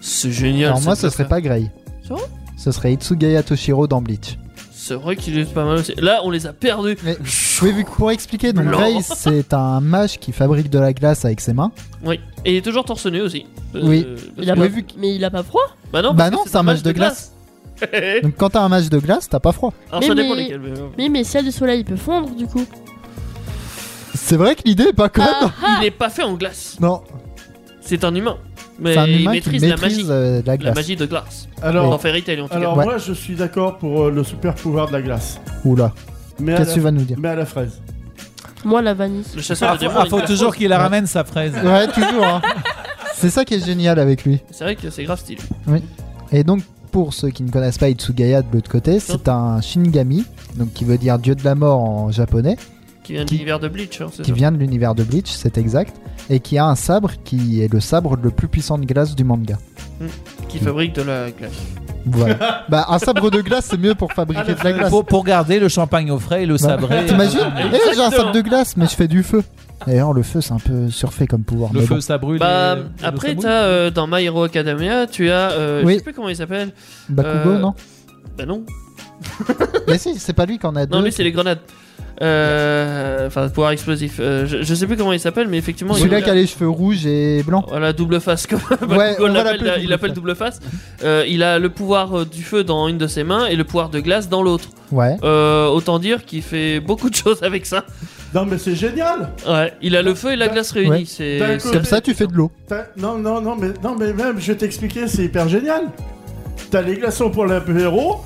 [SPEAKER 5] C'est génial.
[SPEAKER 4] Alors moi,
[SPEAKER 5] cette
[SPEAKER 4] ce serait
[SPEAKER 5] affaire.
[SPEAKER 4] pas Grey.
[SPEAKER 5] C'est vrai
[SPEAKER 4] Ce serait Itsugaya Toshiro dans Bleach.
[SPEAKER 5] C'est vrai qu'il est pas mal aussi. Là, on les a perdus.
[SPEAKER 4] Mais, oui, vu que pour expliquer, donc
[SPEAKER 5] Non.
[SPEAKER 4] Grey, c'est un mage qui fabrique de la glace avec ses mains.
[SPEAKER 5] Oui. Et il est toujours torse nu aussi. Euh,
[SPEAKER 4] Oui.
[SPEAKER 5] parce
[SPEAKER 1] Il a
[SPEAKER 5] que-
[SPEAKER 1] pas...
[SPEAKER 4] Ouais, vu que-
[SPEAKER 1] Mais il a pas froid.
[SPEAKER 5] Bah non,
[SPEAKER 4] bah
[SPEAKER 5] parce que
[SPEAKER 4] non, c'est un match de glace.
[SPEAKER 5] glace.
[SPEAKER 4] Donc quand t'as un mage de glace, t'as pas froid.
[SPEAKER 5] Alors,
[SPEAKER 1] Mais-
[SPEAKER 5] ça dépend
[SPEAKER 1] mais-
[SPEAKER 5] lesquels. mais, euh,
[SPEAKER 1] Mais, mais si y a du soleil, il peut fondre du coup. Ah,
[SPEAKER 4] C'est vrai que l'idée est pas conne.
[SPEAKER 5] Il n'est pas fait en glace.
[SPEAKER 4] non,
[SPEAKER 5] C'est un humain. Mais
[SPEAKER 4] c'est un
[SPEAKER 5] il
[SPEAKER 4] humain
[SPEAKER 5] maîtrise,
[SPEAKER 4] qui
[SPEAKER 5] la magie.
[SPEAKER 4] maîtrise euh, la
[SPEAKER 5] La
[SPEAKER 4] glace.
[SPEAKER 5] magie de glace. Dans
[SPEAKER 7] Alors,
[SPEAKER 5] Fairy Tail, en tout
[SPEAKER 7] alors
[SPEAKER 5] cas.
[SPEAKER 4] Ouais.
[SPEAKER 7] moi, je suis d'accord pour euh, le super pouvoir de la glace.
[SPEAKER 4] Oula,
[SPEAKER 7] Mais à,
[SPEAKER 4] qu'est-ce que
[SPEAKER 7] la,
[SPEAKER 4] tu vas nous dire
[SPEAKER 7] mais à la fraise.
[SPEAKER 1] Moi, la vanille.
[SPEAKER 5] Le
[SPEAKER 6] Ah,
[SPEAKER 5] chasseur de
[SPEAKER 6] faut,
[SPEAKER 5] démons.
[SPEAKER 6] ah,
[SPEAKER 5] il
[SPEAKER 6] faut
[SPEAKER 5] la pose.
[SPEAKER 6] toujours qu'il la ramène sa fraise.
[SPEAKER 4] Ouais, toujours. hein. c'est ça qui est génial avec lui.
[SPEAKER 5] C'est vrai que c'est grave stylé.
[SPEAKER 4] Et donc, pour ceux qui ne connaissent pas Itsugaya de l'autre côté, c'est un Shinigami, donc qui veut dire dieu de la mort en japonais,
[SPEAKER 5] Qui vient de
[SPEAKER 4] Qui-
[SPEAKER 5] l'univers de Bleach. hein, c'est
[SPEAKER 4] qui
[SPEAKER 5] ça.
[SPEAKER 4] vient de l'univers de Bleach, c'est exact, et qui a un sabre qui est le sabre le plus puissant de glace du manga.
[SPEAKER 5] qui fabrique de la glace.
[SPEAKER 4] Voilà. bah, un sabre de glace, c'est mieux pour fabriquer de la glace.
[SPEAKER 6] Pour, pour garder le champagne au frais et le
[SPEAKER 4] Ouais.
[SPEAKER 6] sabré.
[SPEAKER 4] T'imagines
[SPEAKER 5] Exactement.
[SPEAKER 4] Eh, J'ai un sabre de glace, mais je fais du feu. D'ailleurs, le feu, c'est un peu surfait comme pouvoir.
[SPEAKER 6] Le
[SPEAKER 4] mais
[SPEAKER 6] feu, ça brûle.
[SPEAKER 5] Bah,
[SPEAKER 6] et- et le
[SPEAKER 5] après,
[SPEAKER 6] sabot.
[SPEAKER 5] t'as euh, dans My Hero Academia, tu as. euh,
[SPEAKER 4] Oui.
[SPEAKER 5] Je sais plus comment il s'appelle.
[SPEAKER 4] bon. Bakugo,
[SPEAKER 5] euh,
[SPEAKER 4] non
[SPEAKER 5] Bah non.
[SPEAKER 4] Mais si, c'est pas lui qu'on a deux.
[SPEAKER 5] Non, lui, c'est les grenades. Euh, Enfin, pouvoir explosif. Euh, je, je sais plus comment il s'appelle, mais effectivement. il-
[SPEAKER 4] Celui-là qui a les cheveux rouges et blancs.
[SPEAKER 5] Voilà, double face. Comme
[SPEAKER 4] Ouais,
[SPEAKER 5] Bakugo
[SPEAKER 4] on va
[SPEAKER 5] l'appelle,
[SPEAKER 4] l'appeler
[SPEAKER 5] il
[SPEAKER 4] double
[SPEAKER 5] appelle
[SPEAKER 4] face.
[SPEAKER 5] double face. Euh, il a le pouvoir euh, du feu dans une de ses mains et le pouvoir de glace dans l'autre.
[SPEAKER 4] Ouais.
[SPEAKER 5] Euh, autant dire qu'il fait beaucoup de choses avec ça.
[SPEAKER 7] Non, mais c'est génial.
[SPEAKER 5] Ouais, il a le feu et la glace réunis.
[SPEAKER 4] Ouais.
[SPEAKER 5] C'est
[SPEAKER 7] D'un
[SPEAKER 5] c'est-
[SPEAKER 7] côté-
[SPEAKER 4] Comme ça, tu fais de l'eau.
[SPEAKER 7] T'as- Non, non, non, mais, non, mais même, je vais t'expliquer, c'est hyper génial. T'as les glaçons pour l'apéro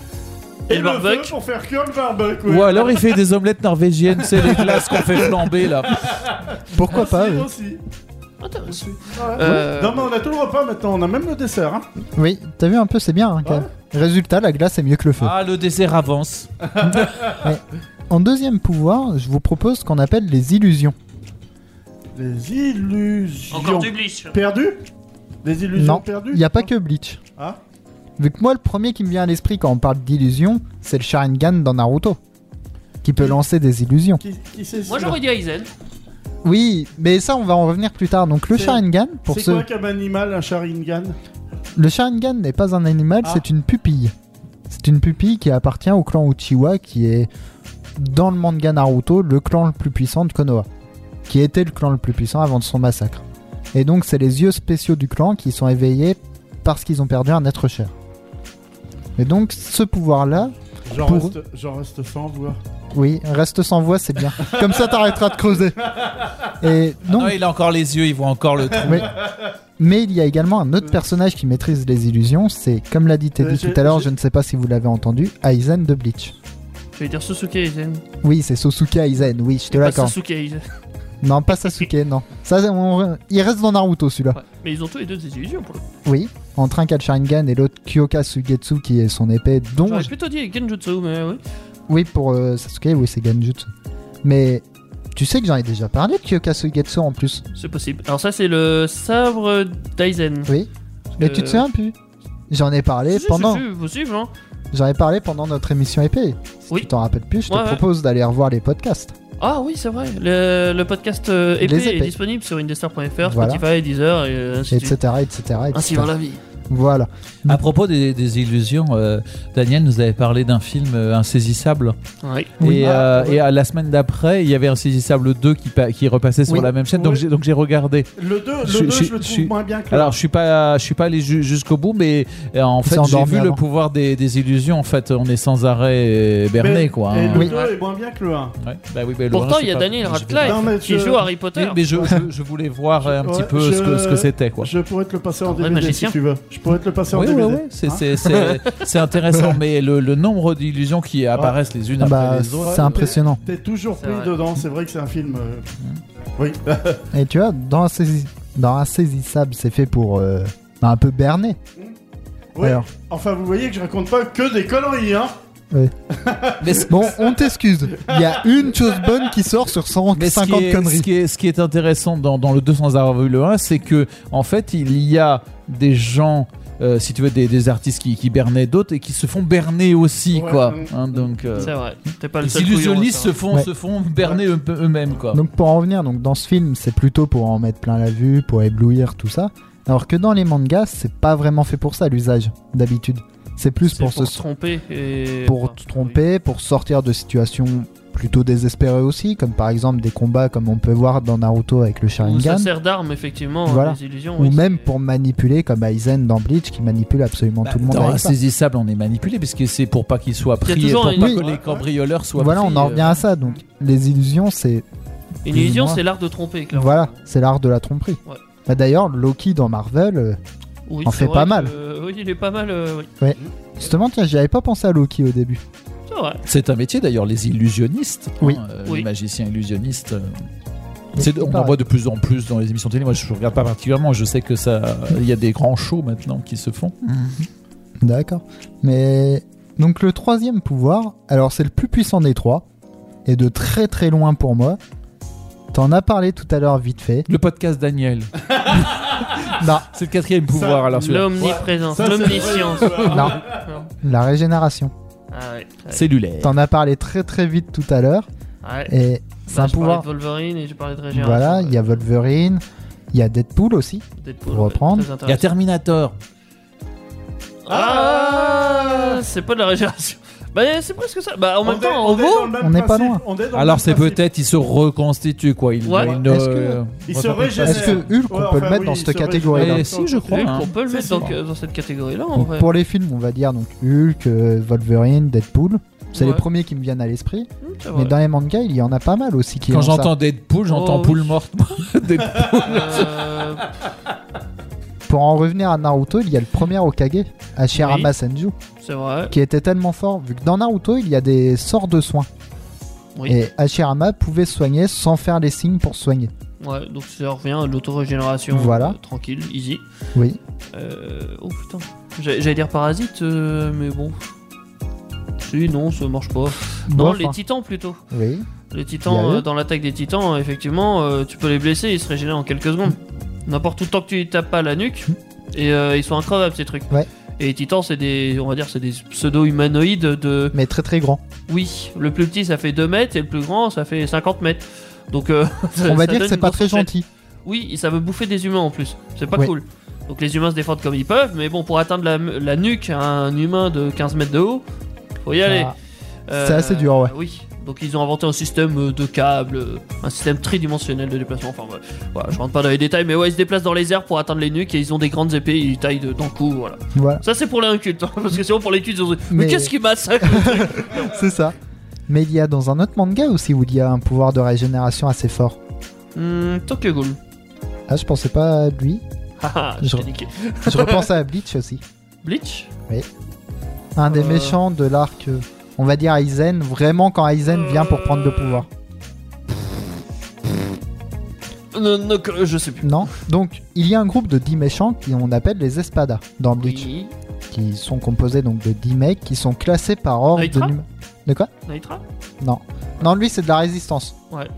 [SPEAKER 5] Et
[SPEAKER 7] et,
[SPEAKER 5] le
[SPEAKER 7] le
[SPEAKER 5] barbecue.
[SPEAKER 7] feu pour faire que le barbecue.
[SPEAKER 6] Ou alors il fait des omelettes norvégiennes, c'est les glaces qu'on fait flamber là.
[SPEAKER 4] Pourquoi
[SPEAKER 7] Aussi,
[SPEAKER 4] pas ouais.
[SPEAKER 7] aussi.
[SPEAKER 5] Intéressant.
[SPEAKER 7] Ouais.
[SPEAKER 5] Euh,
[SPEAKER 7] Non, mais on a tout le repas maintenant, on a même le dessert. Hein.
[SPEAKER 4] Oui, t'as vu un peu, c'est bien. hein, quand même. Résultat, la glace est mieux que le feu.
[SPEAKER 6] Ah, le dessert avance.
[SPEAKER 4] En deuxième pouvoir, je vous propose ce qu'on appelle les illusions.
[SPEAKER 7] Les illusions.
[SPEAKER 5] Encore du glitch.
[SPEAKER 7] Perdues Des illusions
[SPEAKER 4] non,
[SPEAKER 7] perdues
[SPEAKER 4] il n'y a pas que Bleach.
[SPEAKER 7] Ah.
[SPEAKER 4] Vu que moi, le premier qui me vient à l'esprit quand on parle d'illusions, c'est le Sharingan dans Naruto. Qui peut lancer des illusions.
[SPEAKER 7] Qui, qui c'est
[SPEAKER 5] Moi j'aurais dit Aizen.
[SPEAKER 4] Oui, mais ça, on va en revenir plus tard. Donc, le
[SPEAKER 7] C'est-
[SPEAKER 4] Sharingan, pour
[SPEAKER 7] C'est
[SPEAKER 4] ceux.
[SPEAKER 7] quoi comme animal un Sharingan
[SPEAKER 4] Le Sharingan n'est pas un animal,
[SPEAKER 7] Ah.
[SPEAKER 4] c'est une pupille. C'est une pupille qui appartient au clan Uchiwa, qui est, dans le manga Naruto, le clan le plus puissant de Konoha. Qui était le clan le plus puissant avant de son massacre. Et donc, c'est les yeux spéciaux du clan qui sont éveillés parce qu'ils ont perdu un être cher. Et donc, ce pouvoir-là,
[SPEAKER 7] J'en
[SPEAKER 4] Pour-
[SPEAKER 7] reste, j'en reste sans voix.
[SPEAKER 4] oui, reste sans voix, c'est bien. Comme ça, t'arrêteras de creuser. Et
[SPEAKER 6] Non,
[SPEAKER 4] donc,
[SPEAKER 6] Ah, il a encore les yeux, il voit encore le trou.
[SPEAKER 4] mais, mais il y a également un autre personnage qui maîtrise les illusions, c'est, comme l'a dit Teddy
[SPEAKER 7] Euh, j'ai-
[SPEAKER 4] tout à l'heure,
[SPEAKER 7] j'ai-
[SPEAKER 4] je ne sais pas si vous l'avez entendu, Aizen de Bleach.
[SPEAKER 5] Je vais dire Susuke Aizen.
[SPEAKER 4] Oui, c'est Sosuke Aizen, oui, je te
[SPEAKER 5] Pas
[SPEAKER 4] l'accorde.
[SPEAKER 5] Sasuke Aizen.
[SPEAKER 4] Non, pas Sasuke, non. Ça, on- il reste dans Naruto celui-là.
[SPEAKER 5] Ouais. Mais ils ont tous les deux des illusions pour le coup.
[SPEAKER 4] Oui, entre un cas de Sharingan et l'autre Kyoka Sugetsu qui est son épée, dont.
[SPEAKER 5] J'aurais plutôt dit Genjutsu, mais oui.
[SPEAKER 4] Oui, pour euh, Sasuke, oui, c'est Ganjutsu. Mais tu sais que j'en ai déjà parlé de Kyoka Sugetsu en plus.
[SPEAKER 5] C'est possible. Alors ça c'est le sabre d'Aizen.
[SPEAKER 4] Oui, mais tu
[SPEAKER 5] Euh,
[SPEAKER 4] te souviens plus J'en ai parlé
[SPEAKER 5] Si, si,
[SPEAKER 4] pendant.
[SPEAKER 5] si, si, possible, hein.
[SPEAKER 4] J'en ai parlé pendant notre émission épée. Si
[SPEAKER 5] Oui.
[SPEAKER 4] tu t'en rappelles plus, je te
[SPEAKER 5] Ouais, ouais.
[SPEAKER 4] propose d'aller revoir les podcasts.
[SPEAKER 5] Ah oui, c'est vrai. Le, le podcast euh,
[SPEAKER 4] Les
[SPEAKER 5] épée est
[SPEAKER 4] épées.
[SPEAKER 5] disponible sur indestar.fr,
[SPEAKER 4] Voilà.
[SPEAKER 5] Spotify, Deezer et euh, ainsi de
[SPEAKER 4] etc.
[SPEAKER 5] suite.
[SPEAKER 4] etc.
[SPEAKER 5] Ainsi
[SPEAKER 4] etc.
[SPEAKER 5] va la vie.
[SPEAKER 4] Voilà.
[SPEAKER 6] À propos des, des illusions, euh, Daniel nous avait parlé d'un film euh, insaisissable.
[SPEAKER 5] Ouais.
[SPEAKER 4] Oui.
[SPEAKER 6] Et,
[SPEAKER 7] Ah,
[SPEAKER 6] euh, et, euh, la semaine d'après, il y avait Insaisissable 2 qui, pa- qui repassait sur
[SPEAKER 4] Oui.
[SPEAKER 6] la même chaîne, donc
[SPEAKER 7] Oui.
[SPEAKER 6] j'ai- donc j'ai regardé.
[SPEAKER 7] Le 2, le
[SPEAKER 6] Je-
[SPEAKER 7] deux,
[SPEAKER 6] je-
[SPEAKER 7] je, le trouve
[SPEAKER 6] je-
[SPEAKER 7] moins bien que le
[SPEAKER 6] Alors je suis pas, je suis pas allé ju- jusqu'au bout, mais euh, en
[SPEAKER 4] Il
[SPEAKER 6] fait
[SPEAKER 4] s'est
[SPEAKER 6] j'ai
[SPEAKER 4] endormi
[SPEAKER 6] vu le
[SPEAKER 4] avant.
[SPEAKER 6] pouvoir des, des illusions. En fait, on est sans arrêt euh, berné,
[SPEAKER 7] Mais-
[SPEAKER 6] quoi.
[SPEAKER 7] Et
[SPEAKER 6] hein.
[SPEAKER 7] le
[SPEAKER 4] Oui.
[SPEAKER 7] 2 est moins bien que le 1.
[SPEAKER 6] Ouais. Bah oui, bah, le
[SPEAKER 5] Pourtant
[SPEAKER 6] reste,
[SPEAKER 5] il
[SPEAKER 6] je
[SPEAKER 5] y a
[SPEAKER 6] sais pas.
[SPEAKER 5] Daniel
[SPEAKER 6] J'ai fait-
[SPEAKER 5] Radcliffe
[SPEAKER 7] Non, mais
[SPEAKER 5] qui
[SPEAKER 7] je-
[SPEAKER 5] joue Harry Potter.
[SPEAKER 6] Euh, Mais, mais je, je- je voulais voir euh, un petit
[SPEAKER 7] Ouais,
[SPEAKER 6] peu
[SPEAKER 7] je-
[SPEAKER 6] ce que ce que c'était, quoi.
[SPEAKER 7] Je pourrais te le passer en
[SPEAKER 5] vrai
[SPEAKER 7] DVD
[SPEAKER 5] magicien.
[SPEAKER 7] si tu veux. Je pourrais te le passer en
[SPEAKER 6] Oui, oui,
[SPEAKER 7] DVD.
[SPEAKER 6] oui, c'est
[SPEAKER 7] Hein
[SPEAKER 6] c'est- c'est- c'est intéressant, mais le, le nombre d'illusions qui apparaissent les unes
[SPEAKER 4] Ah
[SPEAKER 6] après
[SPEAKER 4] bah,
[SPEAKER 6] les autres.
[SPEAKER 4] c'est impressionnant.
[SPEAKER 7] T'es toujours
[SPEAKER 5] C'est
[SPEAKER 7] pris
[SPEAKER 5] vrai.
[SPEAKER 7] dedans, c'est vrai que c'est un film. euh, Oui.
[SPEAKER 4] Et tu vois, dans, Insaisi- dans Insaisissable, c'est fait pour euh, un peu berner.
[SPEAKER 7] oui.
[SPEAKER 4] Alors.
[SPEAKER 7] Enfin, vous voyez que je raconte pas que des conneries, hein.
[SPEAKER 6] Mais ce-
[SPEAKER 4] Bon, on t'excuse. Il y a une chose bonne qui sort sur
[SPEAKER 6] mais ce
[SPEAKER 4] 150
[SPEAKER 6] qui, est,
[SPEAKER 4] conneries.
[SPEAKER 6] ce, qui est, ce qui est intéressant dans, dans le 200 avril le 1, c'est que en fait, il y a des gens, euh, si tu veux, des, des artistes qui, qui bernaient d'autres et qui se font berner aussi,
[SPEAKER 7] Ouais,
[SPEAKER 6] quoi.
[SPEAKER 7] ouais.
[SPEAKER 6] Hein, donc, euh,
[SPEAKER 5] C'est vrai. T'es pas le
[SPEAKER 6] les
[SPEAKER 5] seul couillon hein. à
[SPEAKER 6] illusionnistes se
[SPEAKER 5] faire.
[SPEAKER 6] font,
[SPEAKER 4] Ouais.
[SPEAKER 6] se font berner eux- eux-mêmes, quoi.
[SPEAKER 4] Donc pour en revenir, donc dans ce film, c'est plutôt pour en mettre plein la vue, pour éblouir tout ça. Alors que dans les mangas, c'est pas vraiment fait pour ça l'usage d'habitude. C'est plus
[SPEAKER 5] C'est
[SPEAKER 4] pour,
[SPEAKER 5] pour
[SPEAKER 4] se
[SPEAKER 5] se tromper. et-
[SPEAKER 4] pour
[SPEAKER 5] enfin,
[SPEAKER 4] te tromper, pour sortir de situations plutôt désespérées aussi, comme par exemple des combats comme on peut voir dans Naruto avec le
[SPEAKER 5] oui. Ou ça
[SPEAKER 4] Sharingan,
[SPEAKER 5] sert d'arme effectivement. hein,
[SPEAKER 4] Voilà.
[SPEAKER 5] Les illusions.
[SPEAKER 4] ou
[SPEAKER 5] oui,
[SPEAKER 4] même
[SPEAKER 5] c'est-
[SPEAKER 4] pour manipuler comme Aizen dans Bleach qui manipule absolument
[SPEAKER 6] Bah,
[SPEAKER 4] tout le monde
[SPEAKER 6] dans
[SPEAKER 4] avec ça.
[SPEAKER 6] Insaisissable, on est manipulé parce que c'est pour pas qu'ils soient
[SPEAKER 5] y a
[SPEAKER 6] pris, et
[SPEAKER 5] toujours
[SPEAKER 6] pour
[SPEAKER 5] une-
[SPEAKER 6] pas
[SPEAKER 4] Oui.
[SPEAKER 6] que les cambrioleurs soient
[SPEAKER 4] Voilà,
[SPEAKER 6] pris.
[SPEAKER 4] on en
[SPEAKER 6] euh,
[SPEAKER 4] revient à ça. Donc les illusions, c'est
[SPEAKER 5] Une
[SPEAKER 4] plus ou
[SPEAKER 5] illusion
[SPEAKER 4] moins.
[SPEAKER 5] c'est l'art de tromper. Clairement.
[SPEAKER 4] voilà, c'est l'art de la tromperie.
[SPEAKER 5] Ouais.
[SPEAKER 4] Bah, D'ailleurs, Loki dans Marvel, euh,
[SPEAKER 5] Oui,
[SPEAKER 4] On
[SPEAKER 5] c'est
[SPEAKER 4] fait
[SPEAKER 5] vrai
[SPEAKER 4] pas
[SPEAKER 5] que-
[SPEAKER 4] mal.
[SPEAKER 5] euh, oui, il est pas mal. euh, oui.
[SPEAKER 4] justement, tiens, j'y avais pas pensé à Loki au début.
[SPEAKER 5] C'est vrai.
[SPEAKER 6] C'est un métier d'ailleurs, les illusionnistes.
[SPEAKER 4] Oui.
[SPEAKER 6] hein, euh,
[SPEAKER 5] Oui.
[SPEAKER 6] Les magiciens illusionnistes. euh, c'est-
[SPEAKER 4] Il
[SPEAKER 6] on en
[SPEAKER 4] paraît.
[SPEAKER 6] voit de plus en plus dans les émissions télé. Moi, je ne regarde pas particulièrement. Je sais que ça, il y a des grands shows maintenant qui se font.
[SPEAKER 4] D'accord. Mais donc le troisième pouvoir, alors c'est le plus puissant des trois, et de très très loin pour moi. T'en as parlé tout à l'heure vite fait.
[SPEAKER 6] Le podcast Daniel.
[SPEAKER 4] Non,
[SPEAKER 6] C'est le quatrième pouvoir. alors celui-là.
[SPEAKER 5] L'omniprésence,
[SPEAKER 7] Ça, c'est-
[SPEAKER 5] l'omniscience.
[SPEAKER 4] non,
[SPEAKER 5] Non.
[SPEAKER 4] la régénération.
[SPEAKER 5] Ah ouais. ouais.
[SPEAKER 6] cellulaire.
[SPEAKER 4] T'en as parlé très très vite tout à l'heure,
[SPEAKER 5] Ouais. Bah,
[SPEAKER 4] et c'est un
[SPEAKER 5] je parlais
[SPEAKER 4] pouvoir.
[SPEAKER 5] de Wolverine et j'ai parlé de Régénération.
[SPEAKER 4] Voilà, il y a Wolverine, il y a Deadpool aussi.
[SPEAKER 5] Deadpool,
[SPEAKER 4] Pour
[SPEAKER 5] ouais,
[SPEAKER 4] reprendre.
[SPEAKER 5] très
[SPEAKER 6] Il y a
[SPEAKER 5] intéressant.
[SPEAKER 6] Terminator.
[SPEAKER 5] Ah C'est pas de la régénération. Bah, c'est presque ça. Bah, en même
[SPEAKER 7] est-
[SPEAKER 5] temps, en
[SPEAKER 7] est dans
[SPEAKER 5] gros.
[SPEAKER 7] le même
[SPEAKER 4] on n'est pas
[SPEAKER 7] principe,
[SPEAKER 4] loin.
[SPEAKER 7] on est dans le
[SPEAKER 6] Alors
[SPEAKER 7] même
[SPEAKER 6] c'est
[SPEAKER 7] principe.
[SPEAKER 6] peut-être il se reconstitue quoi. Il,
[SPEAKER 5] Ouais.
[SPEAKER 6] il ne-
[SPEAKER 4] Est-ce que-
[SPEAKER 6] euh,
[SPEAKER 7] Il
[SPEAKER 6] on
[SPEAKER 7] se
[SPEAKER 6] rappelle pas.
[SPEAKER 7] régénère.
[SPEAKER 4] Est-ce que Hulk,
[SPEAKER 7] Ouais,
[SPEAKER 4] on peut le
[SPEAKER 7] enfin,
[SPEAKER 4] mettre
[SPEAKER 7] oui,
[SPEAKER 4] dans
[SPEAKER 7] il
[SPEAKER 4] cette
[SPEAKER 7] se
[SPEAKER 4] catégorie-là
[SPEAKER 6] Eh,
[SPEAKER 7] régénère.
[SPEAKER 6] si, je crois.
[SPEAKER 5] Hulk,
[SPEAKER 6] hein.
[SPEAKER 5] on peut le
[SPEAKER 7] C'est
[SPEAKER 5] mettre
[SPEAKER 7] sûr.
[SPEAKER 5] dans, dans cette catégorie-là en
[SPEAKER 4] Donc,
[SPEAKER 5] vrai.
[SPEAKER 4] Pour les films, on va dire donc Hulk, euh, Wolverine, Deadpool. C'est
[SPEAKER 5] Ouais.
[SPEAKER 4] les premiers qui me viennent à l'esprit.
[SPEAKER 5] C'est
[SPEAKER 4] Mais
[SPEAKER 5] vrai.
[SPEAKER 4] dans les mangas, il y en a pas mal aussi qui
[SPEAKER 6] Quand
[SPEAKER 4] ont ça.
[SPEAKER 6] j'entends Deadpool, j'entends
[SPEAKER 5] Oh.
[SPEAKER 6] poule morte. Deadpool.
[SPEAKER 5] Euh,
[SPEAKER 4] Pour en revenir à Naruto, il y a le premier Okage, Hashirama Senju,
[SPEAKER 5] c'est vrai.
[SPEAKER 4] qui était tellement fort, vu que dans Naruto, il y a des sorts de soins.
[SPEAKER 5] Oui.
[SPEAKER 4] Et Hashirama pouvait soigner sans faire les signes pour soigner.
[SPEAKER 5] Ouais, donc ça revient à l'autorégénération.
[SPEAKER 4] Voilà.
[SPEAKER 5] euh, tranquille, easy.
[SPEAKER 4] Oui.
[SPEAKER 5] Euh, oh putain. J'allais j'allais dire parasite, euh, mais bon. Si, non, ça marche pas. Non,
[SPEAKER 4] Bon,
[SPEAKER 5] les
[SPEAKER 4] enfin,
[SPEAKER 5] titans plutôt.
[SPEAKER 4] Oui.
[SPEAKER 5] Les
[SPEAKER 4] Il y a
[SPEAKER 5] titans,
[SPEAKER 4] eux.
[SPEAKER 5] euh, dans l'attaque des titans, euh, effectivement, euh, tu peux les blesser, ils se régénèrent en quelques secondes. N'importe où, tant que tu les tapes pas à la nuque, et euh, ils sont increvables ces trucs.
[SPEAKER 4] Ouais.
[SPEAKER 5] Et les titans, c'est des, on va dire, c'est des pseudo-humanoïdes de.
[SPEAKER 4] Mais très très grand.
[SPEAKER 5] Oui, le plus petit ça fait 2 mètres et le plus grand ça fait 50 mètres. Donc euh, ça-
[SPEAKER 4] On va
[SPEAKER 5] ça
[SPEAKER 4] dire que
[SPEAKER 5] donne
[SPEAKER 4] c'est
[SPEAKER 5] une
[SPEAKER 4] pas
[SPEAKER 5] grosse
[SPEAKER 4] très
[SPEAKER 5] fourchette.
[SPEAKER 4] gentil.
[SPEAKER 5] Oui, et ça veut bouffer des humains en plus. C'est pas
[SPEAKER 4] Ouais.
[SPEAKER 5] cool. Donc les humains se défendent comme ils peuvent, mais bon, pour atteindre la, la nuque à un humain de 15 mètres de haut, faut
[SPEAKER 4] Ah,
[SPEAKER 5] y aller.
[SPEAKER 4] c'est assez dur, ouais.
[SPEAKER 5] Euh, Oui. Donc ils ont inventé un système euh, de câbles, euh, un système tridimensionnel de déplacement. Enfin, ouais, voilà, je rentre pas dans les détails, mais ouais, ils se déplacent dans les airs pour atteindre les nuques et ils ont des grandes épées, ils taillent de- dans le cou, voilà.
[SPEAKER 4] Voilà,
[SPEAKER 5] Ça c'est pour les incultes, hein, parce que sinon pour les cultes, ils ont dit, mais,
[SPEAKER 4] Mais-
[SPEAKER 5] qu'est-ce qui massacre
[SPEAKER 4] c'est ça. Mais il y a dans un autre manga aussi où il y a un pouvoir de régénération assez fort.
[SPEAKER 5] Hmm, Tokyo Ghoul.
[SPEAKER 4] Ah, je pensais pas à lui.
[SPEAKER 5] Haha, je
[SPEAKER 4] Je-
[SPEAKER 5] t'ai niqué.
[SPEAKER 4] Je repense à Bleach aussi.
[SPEAKER 5] Bleach
[SPEAKER 4] Un des
[SPEAKER 5] Euh.
[SPEAKER 4] méchants de l'arc, euh, on va dire Aizen, vraiment quand Aizen vient pour prendre le pouvoir.
[SPEAKER 5] Euh, Non, non, que- je sais plus.
[SPEAKER 4] Non Donc, il y a un groupe de 10 méchants qui on appelle les Espadas dans Bleach,
[SPEAKER 5] Oui.
[SPEAKER 4] qui sont composés donc de 10 mecs qui sont classés par ordre
[SPEAKER 5] Nitra
[SPEAKER 4] de numé- De quoi
[SPEAKER 5] Naitra
[SPEAKER 4] Non. Non, lui, c'est de la résistance.
[SPEAKER 5] Ouais.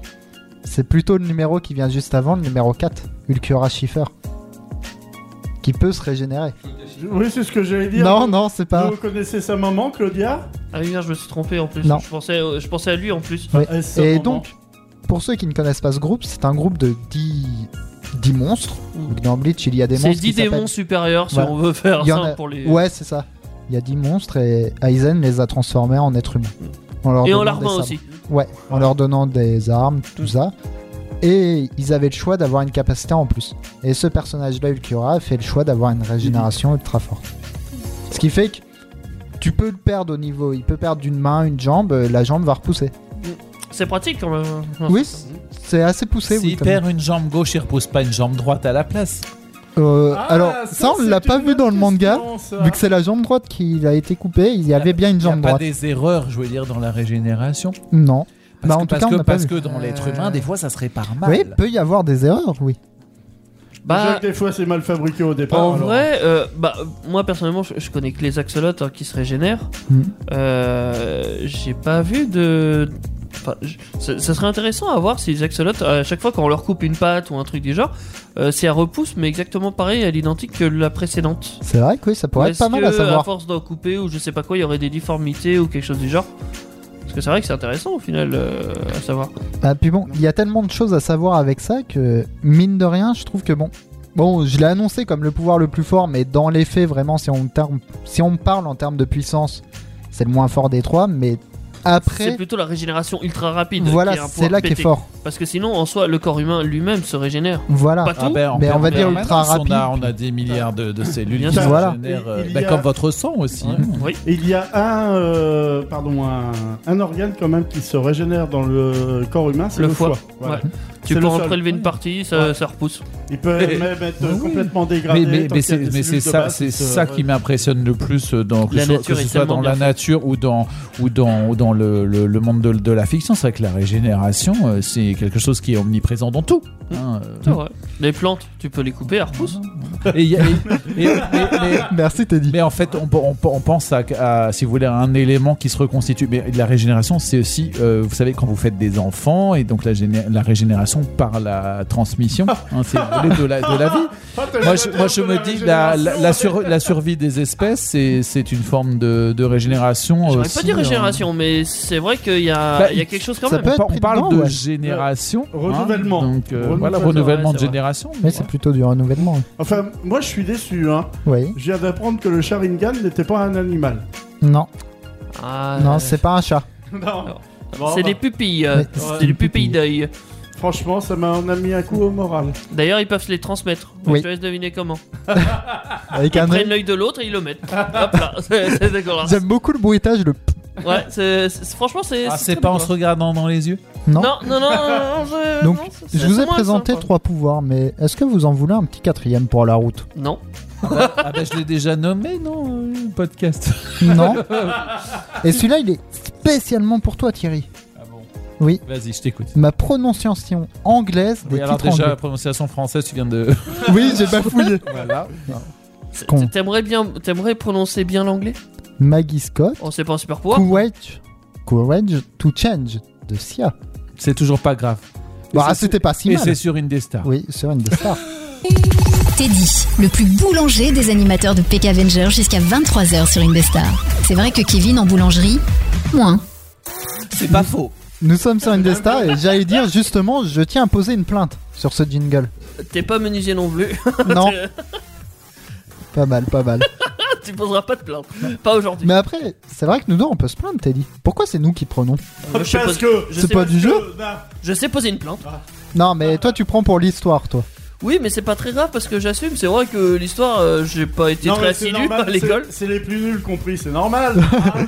[SPEAKER 4] C'est plutôt le numéro qui vient juste avant, le numéro 4, Ulcura Schiffer. Qui peut se régénérer.
[SPEAKER 7] Oui, c'est ce que j'allais dire.
[SPEAKER 4] Non, non, c'est pas.
[SPEAKER 5] Oh,
[SPEAKER 7] Vous connaissez sa maman, Claudia
[SPEAKER 5] Ah oui, merde, je me suis trompé en plus.
[SPEAKER 4] Non.
[SPEAKER 5] Je pensais, euh, je pensais à lui en plus.
[SPEAKER 7] Elle, sa
[SPEAKER 4] Et
[SPEAKER 7] maman.
[SPEAKER 4] donc, pour ceux qui ne connaissent pas ce groupe, c'est un groupe de 10, 10 monstres. Dans Bleach, il y a des
[SPEAKER 5] C'est
[SPEAKER 4] monstres. qui
[SPEAKER 5] 10 démons
[SPEAKER 4] s'appellent-
[SPEAKER 5] supérieurs si
[SPEAKER 4] Voilà.
[SPEAKER 5] on veut faire
[SPEAKER 4] Il y en
[SPEAKER 5] ça
[SPEAKER 4] a-
[SPEAKER 5] pour les.
[SPEAKER 4] Ouais, c'est ça. Il y a 10 monstres et Aizen les a transformés en êtres humains. En leur
[SPEAKER 5] Et en
[SPEAKER 4] donnant des
[SPEAKER 5] larvin
[SPEAKER 4] sabres.
[SPEAKER 5] aussi.
[SPEAKER 4] Ouais, en leur donnant des armes, tout ça. Et ils avaient le choix d'avoir une capacité en plus. Et ce personnage-là, Ulcura, a fait le choix d'avoir une régénération ultra forte. Ce qui fait que tu peux le perdre au niveau. Il peut perdre d'une main, une jambe, euh, la jambe va repousser.
[SPEAKER 5] C'est pratique quand même.
[SPEAKER 4] Oui, c- c'est assez poussé.
[SPEAKER 6] S'il
[SPEAKER 4] oui, comme-
[SPEAKER 6] perd une jambe gauche, il repousse pas une jambe droite à la place.
[SPEAKER 4] Euh,
[SPEAKER 7] Ah,
[SPEAKER 4] alors, ça, on
[SPEAKER 7] c'est
[SPEAKER 4] l'a pas
[SPEAKER 7] une
[SPEAKER 4] vu dans le manga.
[SPEAKER 7] question, ça.
[SPEAKER 4] Vu que c'est la jambe droite qui a été coupée, il y avait bien une
[SPEAKER 6] Il n'y a
[SPEAKER 4] jambe
[SPEAKER 6] pas
[SPEAKER 4] droite.
[SPEAKER 6] des erreurs, je veux dire, dans la régénération.
[SPEAKER 4] Non.
[SPEAKER 6] Parce, que,
[SPEAKER 4] Bah, en tout
[SPEAKER 6] parce
[SPEAKER 4] cas, on
[SPEAKER 6] que-
[SPEAKER 4] n'a pas
[SPEAKER 6] parce
[SPEAKER 4] vu. Euh.
[SPEAKER 6] que dans l'être humain, des fois, ça se répare mal.
[SPEAKER 4] Oui, peut y avoir des erreurs, oui.
[SPEAKER 7] Déjà
[SPEAKER 5] Bah,
[SPEAKER 7] que des fois c'est mal fabriqué au départ.
[SPEAKER 5] en
[SPEAKER 7] alors.
[SPEAKER 5] vrai, euh, bah, moi personnellement, je, je connais que les axolotes hein, qui se régénèrent.
[SPEAKER 4] Mm.
[SPEAKER 5] Euh, J'ai pas vu de. Enfin, je- ça, ça serait intéressant à voir si les axolotes, à chaque fois qu'on leur coupe une patte ou un truc du genre, euh, si elles repoussent, mais exactement pareil à l'identique que la précédente.
[SPEAKER 4] C'est vrai que oui, ça pourrait être
[SPEAKER 5] Est-ce
[SPEAKER 4] pas mal
[SPEAKER 5] que,
[SPEAKER 4] à savoir.
[SPEAKER 5] force d'en couper ou je sais pas quoi, il y aurait des difformités ou quelque chose du genre Parce que c'est vrai que c'est intéressant au final euh, à savoir.
[SPEAKER 4] Ah, puis bon, il y a tellement de choses à savoir avec ça que, mine de rien, je trouve que bon. Bon, je l'ai annoncé comme le pouvoir le plus fort, mais dans les faits, vraiment, si on, terme- si on parle en termes de puissance, c'est le moins fort des trois, mais
[SPEAKER 5] C'est
[SPEAKER 4] après,
[SPEAKER 5] plutôt la régénération ultra rapide. qui est
[SPEAKER 4] voilà,
[SPEAKER 5] un
[SPEAKER 4] c'est
[SPEAKER 5] point
[SPEAKER 4] là qui est
[SPEAKER 5] pété.
[SPEAKER 4] fort.
[SPEAKER 5] Parce que sinon, en soi, le corps humain lui-même se régénère.
[SPEAKER 4] Voilà.
[SPEAKER 5] Pas tout.
[SPEAKER 6] Ah ben, en
[SPEAKER 4] Mais on va
[SPEAKER 6] permanence,
[SPEAKER 4] dire ultra
[SPEAKER 6] On a,
[SPEAKER 4] rapide.
[SPEAKER 6] on a des milliards de, de cellules
[SPEAKER 5] Bien
[SPEAKER 6] qui
[SPEAKER 7] sûr.
[SPEAKER 6] se
[SPEAKER 4] Voilà.
[SPEAKER 6] régénèrent, euh,
[SPEAKER 7] Il y
[SPEAKER 6] bah,
[SPEAKER 7] a-
[SPEAKER 6] comme votre sang aussi.
[SPEAKER 7] Ouais.
[SPEAKER 6] hein.
[SPEAKER 5] Oui.
[SPEAKER 7] Il y a un, euh, pardon, un, un organe quand même qui se régénère dans le corps humain, c'est
[SPEAKER 5] Le
[SPEAKER 7] le,
[SPEAKER 5] foie.
[SPEAKER 7] foie. Voilà.
[SPEAKER 5] Ouais. Tu
[SPEAKER 7] C'est
[SPEAKER 5] peux
[SPEAKER 7] le
[SPEAKER 5] en
[SPEAKER 7] seul.
[SPEAKER 5] prélever une
[SPEAKER 7] Ouais.
[SPEAKER 5] partie, ça,
[SPEAKER 7] Ouais. Mm.
[SPEAKER 5] ça repousse.
[SPEAKER 7] Il peut même être euh,
[SPEAKER 6] Oui.
[SPEAKER 7] complètement dégradé.
[SPEAKER 6] Mais, mais,
[SPEAKER 7] tant
[SPEAKER 6] mais
[SPEAKER 7] qu'il y a
[SPEAKER 6] c'est
[SPEAKER 7] des
[SPEAKER 6] mais c'est
[SPEAKER 7] cellules de
[SPEAKER 6] ça,
[SPEAKER 7] base
[SPEAKER 6] c'est
[SPEAKER 7] se-
[SPEAKER 6] ça qui m'impressionne le plus euh, dans que,
[SPEAKER 5] La
[SPEAKER 6] ce soit-
[SPEAKER 5] nature
[SPEAKER 6] que
[SPEAKER 5] est
[SPEAKER 6] ce soit dans
[SPEAKER 5] tellement
[SPEAKER 6] la
[SPEAKER 5] bien faite.
[SPEAKER 6] nature ou dans ou dans ou dans le, le- le monde de, de la fiction. C'est vrai que la régénération, euh, c'est quelque chose qui est omniprésent dans tout. hein, euh.
[SPEAKER 5] C'est vrai. Les plantes, tu peux les couper, elles repoussent.
[SPEAKER 6] Et il y a- et- et- et- et-
[SPEAKER 4] Merci, Teddy.
[SPEAKER 6] Mais en fait, on, on- on pense à, à, si vous voulez, à un élément qui se reconstitue. Mais la régénération, c'est aussi, euh, vous savez, quand vous faites des enfants, et donc la, géné- la régénération par la transmission,
[SPEAKER 4] Ah.
[SPEAKER 6] hein, si vous voulez, de la, de la vie.
[SPEAKER 7] Ah, t'as
[SPEAKER 6] Moi,
[SPEAKER 7] le
[SPEAKER 6] je,
[SPEAKER 7] terme
[SPEAKER 6] moi,
[SPEAKER 7] de
[SPEAKER 6] je me dis, la,
[SPEAKER 7] régénération.
[SPEAKER 6] la, la sur- la survie des espèces, c'est c'est une forme de, de régénération.
[SPEAKER 4] Oh,
[SPEAKER 5] J'aurais
[SPEAKER 6] aussi,
[SPEAKER 5] pas dit
[SPEAKER 6] hein.
[SPEAKER 5] régénération, mais c'est vrai qu'il y, a-
[SPEAKER 6] Bah,
[SPEAKER 5] il y a quelque chose quand
[SPEAKER 4] ça
[SPEAKER 5] même.
[SPEAKER 4] peut
[SPEAKER 6] On,
[SPEAKER 4] être
[SPEAKER 6] par- on
[SPEAKER 4] pris
[SPEAKER 6] parle
[SPEAKER 4] dedans,
[SPEAKER 6] de
[SPEAKER 4] ouais.
[SPEAKER 6] génération. hein,
[SPEAKER 7] Renouvellement.
[SPEAKER 6] donc, euh, voilà,
[SPEAKER 7] Renouvellement,
[SPEAKER 6] renouvellement
[SPEAKER 5] ouais,
[SPEAKER 6] de
[SPEAKER 5] c'est vrai.
[SPEAKER 6] génération.
[SPEAKER 4] Mais c'est plutôt du renouvellement. hein.
[SPEAKER 7] Enfin, moi je suis déçu. Hein.
[SPEAKER 4] Oui.
[SPEAKER 7] Je viens d'apprendre que le Sharingan n'était pas un animal.
[SPEAKER 4] Non,
[SPEAKER 5] Ah,
[SPEAKER 4] non, c'est pas un chat.
[SPEAKER 7] Non. Bon,
[SPEAKER 5] c'est
[SPEAKER 7] bah,
[SPEAKER 5] des pupilles. euh,
[SPEAKER 4] Mais
[SPEAKER 5] C'est des pupilles d'œil.
[SPEAKER 7] Franchement, ça m'en a mis un coup au moral.
[SPEAKER 5] D'ailleurs, ils peuvent se les transmettre.
[SPEAKER 4] Oui.
[SPEAKER 5] Je te laisse deviner comment.
[SPEAKER 4] Avec
[SPEAKER 5] Ils
[SPEAKER 4] un
[SPEAKER 5] prennent l'œil de l'autre et ils le mettent. Hop là, c'est c'est dégueulasse.
[SPEAKER 4] J'aime beaucoup le bruitage, le p-
[SPEAKER 5] Ouais, c'est- c'est- franchement, c'est.
[SPEAKER 6] Ah, c'est
[SPEAKER 5] très
[SPEAKER 6] pas en
[SPEAKER 5] bien.
[SPEAKER 6] se regardant dans les yeux
[SPEAKER 4] Non.
[SPEAKER 5] Non, non, non, non, non, je.
[SPEAKER 4] Donc,
[SPEAKER 5] non, c'est-
[SPEAKER 4] Je
[SPEAKER 5] c'est
[SPEAKER 4] vous ai
[SPEAKER 5] moins
[SPEAKER 4] présenté
[SPEAKER 5] simple.
[SPEAKER 4] trois pouvoirs, mais est-ce que vous en voulez un petit quatrième pour la route
[SPEAKER 5] Non.
[SPEAKER 6] Ah bah je l'ai déjà nommé, non, euh, le podcast.
[SPEAKER 4] Non. Et celui-là, il est spécialement pour toi, Thierry.
[SPEAKER 6] Ah bon
[SPEAKER 4] Oui.
[SPEAKER 6] Vas-y, je t'écoute.
[SPEAKER 4] Ma prononciation anglaise des
[SPEAKER 6] Oui, alors
[SPEAKER 4] titres
[SPEAKER 6] déjà, la
[SPEAKER 4] anglais.
[SPEAKER 6] prononciation française, tu viens de...
[SPEAKER 4] Oui, j'ai bafouillé.
[SPEAKER 6] voilà.
[SPEAKER 5] C'est-
[SPEAKER 4] Con.
[SPEAKER 5] T'aimerais bien, t'aimerais prononcer bien l'anglais
[SPEAKER 4] Maggie Scott,
[SPEAKER 5] On sait pas un super pouvoir.
[SPEAKER 4] Courage, Courage to Change de Sia.
[SPEAKER 6] C'est toujours pas grave.
[SPEAKER 4] Bah,
[SPEAKER 6] c'est-
[SPEAKER 4] c'était pas si
[SPEAKER 6] Et
[SPEAKER 4] mal.
[SPEAKER 6] c'est sur Indestar.
[SPEAKER 4] Oui, sur une des stars.
[SPEAKER 8] Teddy, le plus boulanger des animateurs de PK Avenger jusqu'à 23h sur Indestar. C'est vrai que Kevin en boulangerie, moins.
[SPEAKER 6] C'est pas faux.
[SPEAKER 4] Nous sommes sur Indestar et j'allais dire justement, je tiens à poser une plainte sur ce jingle.
[SPEAKER 5] T'es pas menuisier non plus.
[SPEAKER 4] Non. Pas mal, pas mal.
[SPEAKER 5] tu poseras pas de plainte. Pas aujourd'hui.
[SPEAKER 4] Mais après, c'est vrai que nous deux, on peut se plaindre, Teddy. Pourquoi c'est nous qui prenons
[SPEAKER 5] Euh, je, sais
[SPEAKER 7] Parce
[SPEAKER 5] poser,
[SPEAKER 7] que.
[SPEAKER 5] je
[SPEAKER 4] C'est
[SPEAKER 5] sais
[SPEAKER 4] pas
[SPEAKER 5] pas-
[SPEAKER 4] du jeu
[SPEAKER 7] Euh, non.
[SPEAKER 5] je sais poser une plainte.
[SPEAKER 4] Non, mais toi, tu prends pour l'histoire, toi.
[SPEAKER 5] Oui, mais c'est pas très grave parce que j'assume. C'est vrai que l'histoire, euh, j'ai pas été
[SPEAKER 7] Non,
[SPEAKER 5] très
[SPEAKER 7] mais c'est
[SPEAKER 5] assidu
[SPEAKER 7] normal,
[SPEAKER 5] à l'école.
[SPEAKER 7] c'est- C'est les plus nuls compris, c'est normal. hein.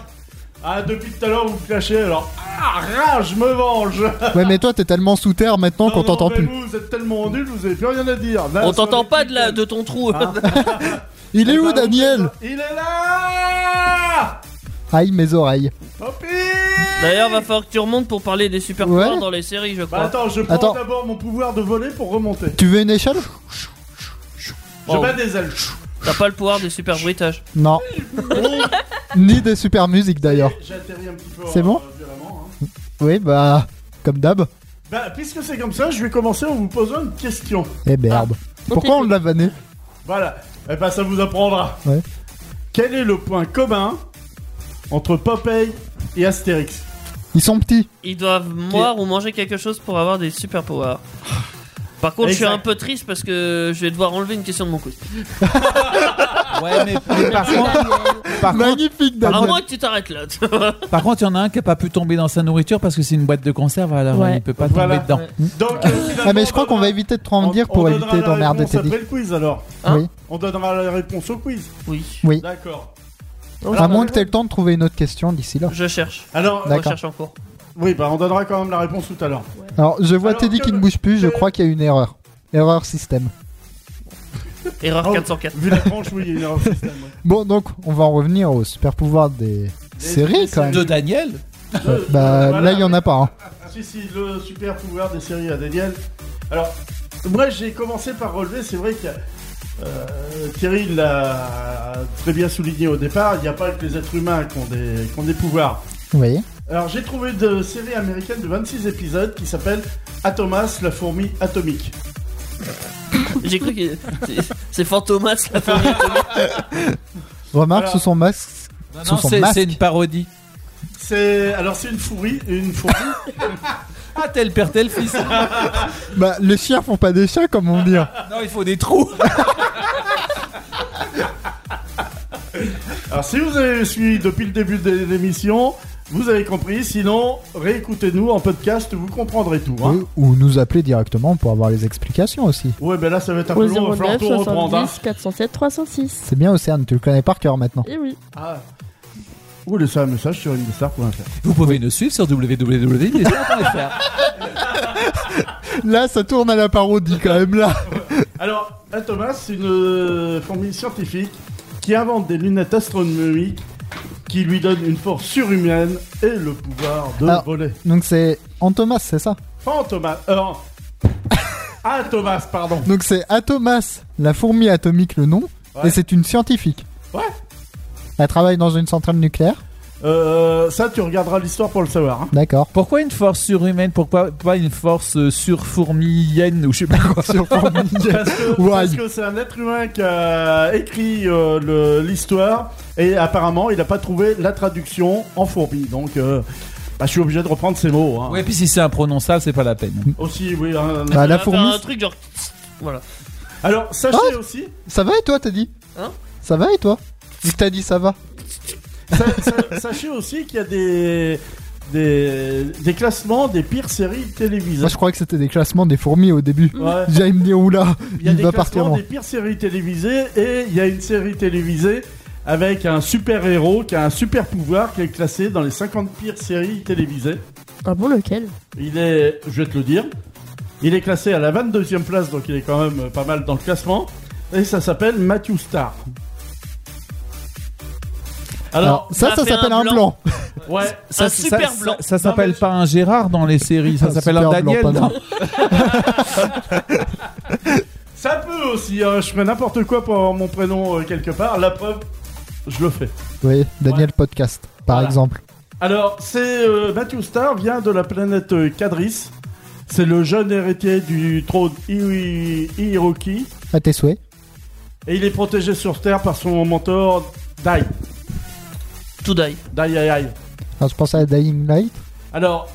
[SPEAKER 7] ah, depuis tout à l'heure, vous me cachez alors. Ah, rage, je me venge.
[SPEAKER 4] Ouais, mais toi, t'es tellement sous terre maintenant
[SPEAKER 7] Non,
[SPEAKER 4] qu'on
[SPEAKER 7] non,
[SPEAKER 4] t'entend
[SPEAKER 7] mais
[SPEAKER 4] plus.
[SPEAKER 7] Vous, vous êtes tellement nuls, vous avez plus rien à dire. Là,
[SPEAKER 5] On
[SPEAKER 7] sur
[SPEAKER 5] t'entend
[SPEAKER 7] les
[SPEAKER 5] pas de, la,
[SPEAKER 7] TikTok,
[SPEAKER 5] de ton trou.
[SPEAKER 7] Hein
[SPEAKER 4] Il est
[SPEAKER 7] eh
[SPEAKER 4] où,
[SPEAKER 7] ben,
[SPEAKER 4] Daniel
[SPEAKER 7] Il est là
[SPEAKER 4] Aïe, mes oreilles.
[SPEAKER 7] Hopi
[SPEAKER 5] D'ailleurs, va falloir que tu remontes pour parler des super
[SPEAKER 4] Ouais.
[SPEAKER 5] pouvoirs dans les séries, je
[SPEAKER 7] Bah
[SPEAKER 5] crois.
[SPEAKER 7] attends, je prends
[SPEAKER 4] Attends.
[SPEAKER 7] d'abord mon pouvoir de voler pour remonter.
[SPEAKER 4] Tu veux une échelle
[SPEAKER 7] Je
[SPEAKER 5] Oh.
[SPEAKER 7] bats des ailes.
[SPEAKER 5] T'as pas le pouvoir des super bruitages.
[SPEAKER 4] Non. Ni des super musiques, d'ailleurs.
[SPEAKER 7] J'atterris un petit peu.
[SPEAKER 4] C'est
[SPEAKER 7] euh,
[SPEAKER 4] bon
[SPEAKER 7] violemment, hein.
[SPEAKER 4] Oui, bah, comme d'hab.
[SPEAKER 7] Bah, puisque c'est comme ça, je vais commencer en vous posant une question.
[SPEAKER 4] Eh merde.
[SPEAKER 7] Ah,
[SPEAKER 4] Pourquoi on l'a vanné
[SPEAKER 7] Voilà. Eh ben, ça vous apprendra.
[SPEAKER 4] Ouais.
[SPEAKER 7] Quel est le point commun entre Popeye et Astérix
[SPEAKER 4] Ils sont petits.
[SPEAKER 5] Ils doivent boire ou manger quelque chose pour avoir des super pouvoirs. Par contre, je suis
[SPEAKER 7] Exact.
[SPEAKER 5] un peu triste parce que je vais devoir enlever une question de mon quiz.
[SPEAKER 6] Ouais, mais, mais par contre, par contre,
[SPEAKER 4] Magnifique,
[SPEAKER 7] Bah,
[SPEAKER 5] À
[SPEAKER 4] Daniel.
[SPEAKER 5] moins que tu t'arrêtes là.
[SPEAKER 6] par contre, il y en a un qui a pas pu tomber dans sa nourriture parce que c'est une boîte de conserve, alors euh,
[SPEAKER 1] Ouais.
[SPEAKER 6] il peut pas
[SPEAKER 7] Voilà.
[SPEAKER 6] tomber dedans.
[SPEAKER 7] Donc, euh,
[SPEAKER 4] Ah, mais je crois qu'on va éviter de trop en
[SPEAKER 7] on-
[SPEAKER 4] dire
[SPEAKER 7] on
[SPEAKER 4] pour
[SPEAKER 7] donnera
[SPEAKER 4] éviter
[SPEAKER 7] la
[SPEAKER 4] d'emmerder
[SPEAKER 7] réponse
[SPEAKER 4] Teddy.
[SPEAKER 7] Après le quiz, alors.
[SPEAKER 5] hein
[SPEAKER 4] Oui.
[SPEAKER 7] On donnera la réponse au quiz.
[SPEAKER 5] oui.
[SPEAKER 4] Oui.
[SPEAKER 7] D'accord.
[SPEAKER 4] À moins que t'aies le temps de trouver une autre question d'ici là.
[SPEAKER 5] Je cherche.
[SPEAKER 7] Alors,
[SPEAKER 4] D'accord.
[SPEAKER 5] Recherche en cours.
[SPEAKER 7] oui, bah, on donnera quand même la réponse tout à l'heure.
[SPEAKER 4] Alors, je vois
[SPEAKER 7] Alors,
[SPEAKER 4] Teddy qui
[SPEAKER 7] que-
[SPEAKER 4] ne bouge plus, je
[SPEAKER 7] que-
[SPEAKER 4] crois qu'il y a une erreur. Erreur système.
[SPEAKER 5] Erreur
[SPEAKER 7] Oh.
[SPEAKER 5] 404.
[SPEAKER 7] Vu la tranche, oui, il y a une erreur système. ouais.
[SPEAKER 4] Bon, donc, on va en revenir au super pouvoir des séries quand même.
[SPEAKER 6] De Daniel
[SPEAKER 7] Euh,
[SPEAKER 4] Bah,
[SPEAKER 7] voilà.
[SPEAKER 4] là, il y en a pas. hein.
[SPEAKER 7] Ah Si, si, le super pouvoir des séries à Daniel. Alors, moi j'ai commencé par relever, c'est vrai que euh, Thierry l'a très bien souligné au départ, il n'y a pas que les êtres humains qui ont des, qui ont des pouvoirs.
[SPEAKER 4] Oui.
[SPEAKER 7] Alors j'ai trouvé une série américaine de 26 épisodes qui s'appelle Atomas, la fourmi atomique.
[SPEAKER 5] J'ai cru que c'est- c'est Fantomas la famille.
[SPEAKER 4] Remarque,
[SPEAKER 7] Alors-
[SPEAKER 4] sous son masque. Sous
[SPEAKER 6] Non,
[SPEAKER 4] son
[SPEAKER 6] c'est
[SPEAKER 4] masque.
[SPEAKER 6] c'est une parodie.
[SPEAKER 7] C'est alors c'est une fourmi, une fourmi.
[SPEAKER 6] Ah, tel père, tel fils.
[SPEAKER 4] Bah, les chiens font pas des chats, comme on dit. hein.
[SPEAKER 6] non, il faut des trous.
[SPEAKER 7] alors si vous avez suivi depuis le début de l'émission, vous avez compris, sinon réécoutez-nous en podcast, vous comprendrez tout. Hein.
[SPEAKER 4] Ou- Ou nous appeler directement pour avoir les explications aussi.
[SPEAKER 7] Ouais, ben là ça va être un peu
[SPEAKER 1] Au
[SPEAKER 7] long, il va
[SPEAKER 1] 09
[SPEAKER 7] falloir tout reprendre. hein.
[SPEAKER 1] 70 407 306.
[SPEAKER 4] C'est bien, Océane, tu le connais par cœur maintenant.
[SPEAKER 1] Et Eh oui.
[SPEAKER 7] Ah. Ou laissez un message sur indestar.fr.
[SPEAKER 6] Vous pouvez nous suivre sur www.indestar.fr.
[SPEAKER 4] Là, ça tourne à la parodie quand même, là.
[SPEAKER 7] Alors, la Thomas, c'est une euh, fourmi scientifique qui invente des lunettes astronomiques qui lui donnent une force surhumaine et le pouvoir de
[SPEAKER 4] Alors-
[SPEAKER 7] voler.
[SPEAKER 4] Donc, c'est Antomas, c'est ça
[SPEAKER 7] Fantomas. Euh, ah, Thomas, pardon.
[SPEAKER 4] Donc, c'est Atomas, la fourmi atomique, le nom.
[SPEAKER 7] Ouais.
[SPEAKER 4] Et c'est une scientifique.
[SPEAKER 7] Ouais.
[SPEAKER 4] Elle travaille dans une centrale nucléaire.
[SPEAKER 7] Euh, ça, tu regarderas l'histoire pour le savoir. hein.
[SPEAKER 4] D'accord.
[SPEAKER 6] Pourquoi une force surhumaine Pourquoi pas une force euh, surfourmilienne ou je sais pas quoi
[SPEAKER 4] Sur fourmi.
[SPEAKER 7] Parce que
[SPEAKER 4] Ouais.
[SPEAKER 7] parce que c'est un être humain qui a écrit euh, le- l'histoire et apparemment il n'a pas trouvé la traduction en fourmi. Donc, euh, bah, je suis obligé de reprendre ses mots. hein.
[SPEAKER 6] Ouais, puis si c'est imprononçable, c'est pas la peine.
[SPEAKER 7] Aussi, oui. hein,
[SPEAKER 4] Bah, la
[SPEAKER 5] On va faire
[SPEAKER 4] fourmi,
[SPEAKER 5] un truc genre. Voilà.
[SPEAKER 7] Alors, sachez
[SPEAKER 4] Ah
[SPEAKER 7] aussi,
[SPEAKER 4] ça va et toi, t'as dit
[SPEAKER 5] Hein
[SPEAKER 4] Ça va et toi Vu que t'as dit ça va.
[SPEAKER 7] sa- sa- sachez aussi qu'il y a des, des, des classements des pires séries télévisées.
[SPEAKER 4] Moi, je croyais que c'était des classements des fourmis au début.
[SPEAKER 7] Ouais.
[SPEAKER 4] J'allais me dire, oula,
[SPEAKER 7] Il y a
[SPEAKER 4] il
[SPEAKER 7] des
[SPEAKER 4] va partir
[SPEAKER 7] classements
[SPEAKER 4] loin.
[SPEAKER 7] des pires séries télévisées et il y a une série télévisée avec un super héros qui a un super pouvoir qui est classé dans les 50 pires séries télévisées.
[SPEAKER 1] Ah bon, lequel
[SPEAKER 7] Il est, je vais te le dire, il est classé à la 22e place, donc il est quand même pas mal dans le classement. Et ça s'appelle Matthew Star.
[SPEAKER 4] Alors,
[SPEAKER 7] Alors,
[SPEAKER 4] ça,
[SPEAKER 5] ça
[SPEAKER 4] ça
[SPEAKER 5] fait Ah, un
[SPEAKER 4] s'appelle un blanc.
[SPEAKER 5] blanc.
[SPEAKER 7] ouais,
[SPEAKER 5] un super
[SPEAKER 6] ça-
[SPEAKER 5] blanc.
[SPEAKER 6] ça
[SPEAKER 7] Non,
[SPEAKER 6] s'appelle
[SPEAKER 7] mais-
[SPEAKER 6] pas un Gérard dans les séries, ça
[SPEAKER 4] Un
[SPEAKER 6] s'appelle
[SPEAKER 4] super
[SPEAKER 6] un
[SPEAKER 4] blanc,
[SPEAKER 6] Daniel.
[SPEAKER 4] pas
[SPEAKER 6] non.
[SPEAKER 7] ça peut aussi. hein, je fais n'importe quoi pour avoir mon prénom euh, quelque part. La preuve, je le fais.
[SPEAKER 4] Oui, Daniel Podcast, par
[SPEAKER 7] Voilà.
[SPEAKER 4] exemple.
[SPEAKER 7] Alors, c'est euh, Matthew Star vient de la planète euh, Cadris. C'est le jeune héritier du trône Iwi- Iroquois.
[SPEAKER 4] À tes souhaits.
[SPEAKER 7] Et il est protégé sur Terre par son mentor Dai.
[SPEAKER 5] To die.
[SPEAKER 7] Dai Dai Dai.
[SPEAKER 4] Enfin, je pensais à Dying Light.
[SPEAKER 7] Alors,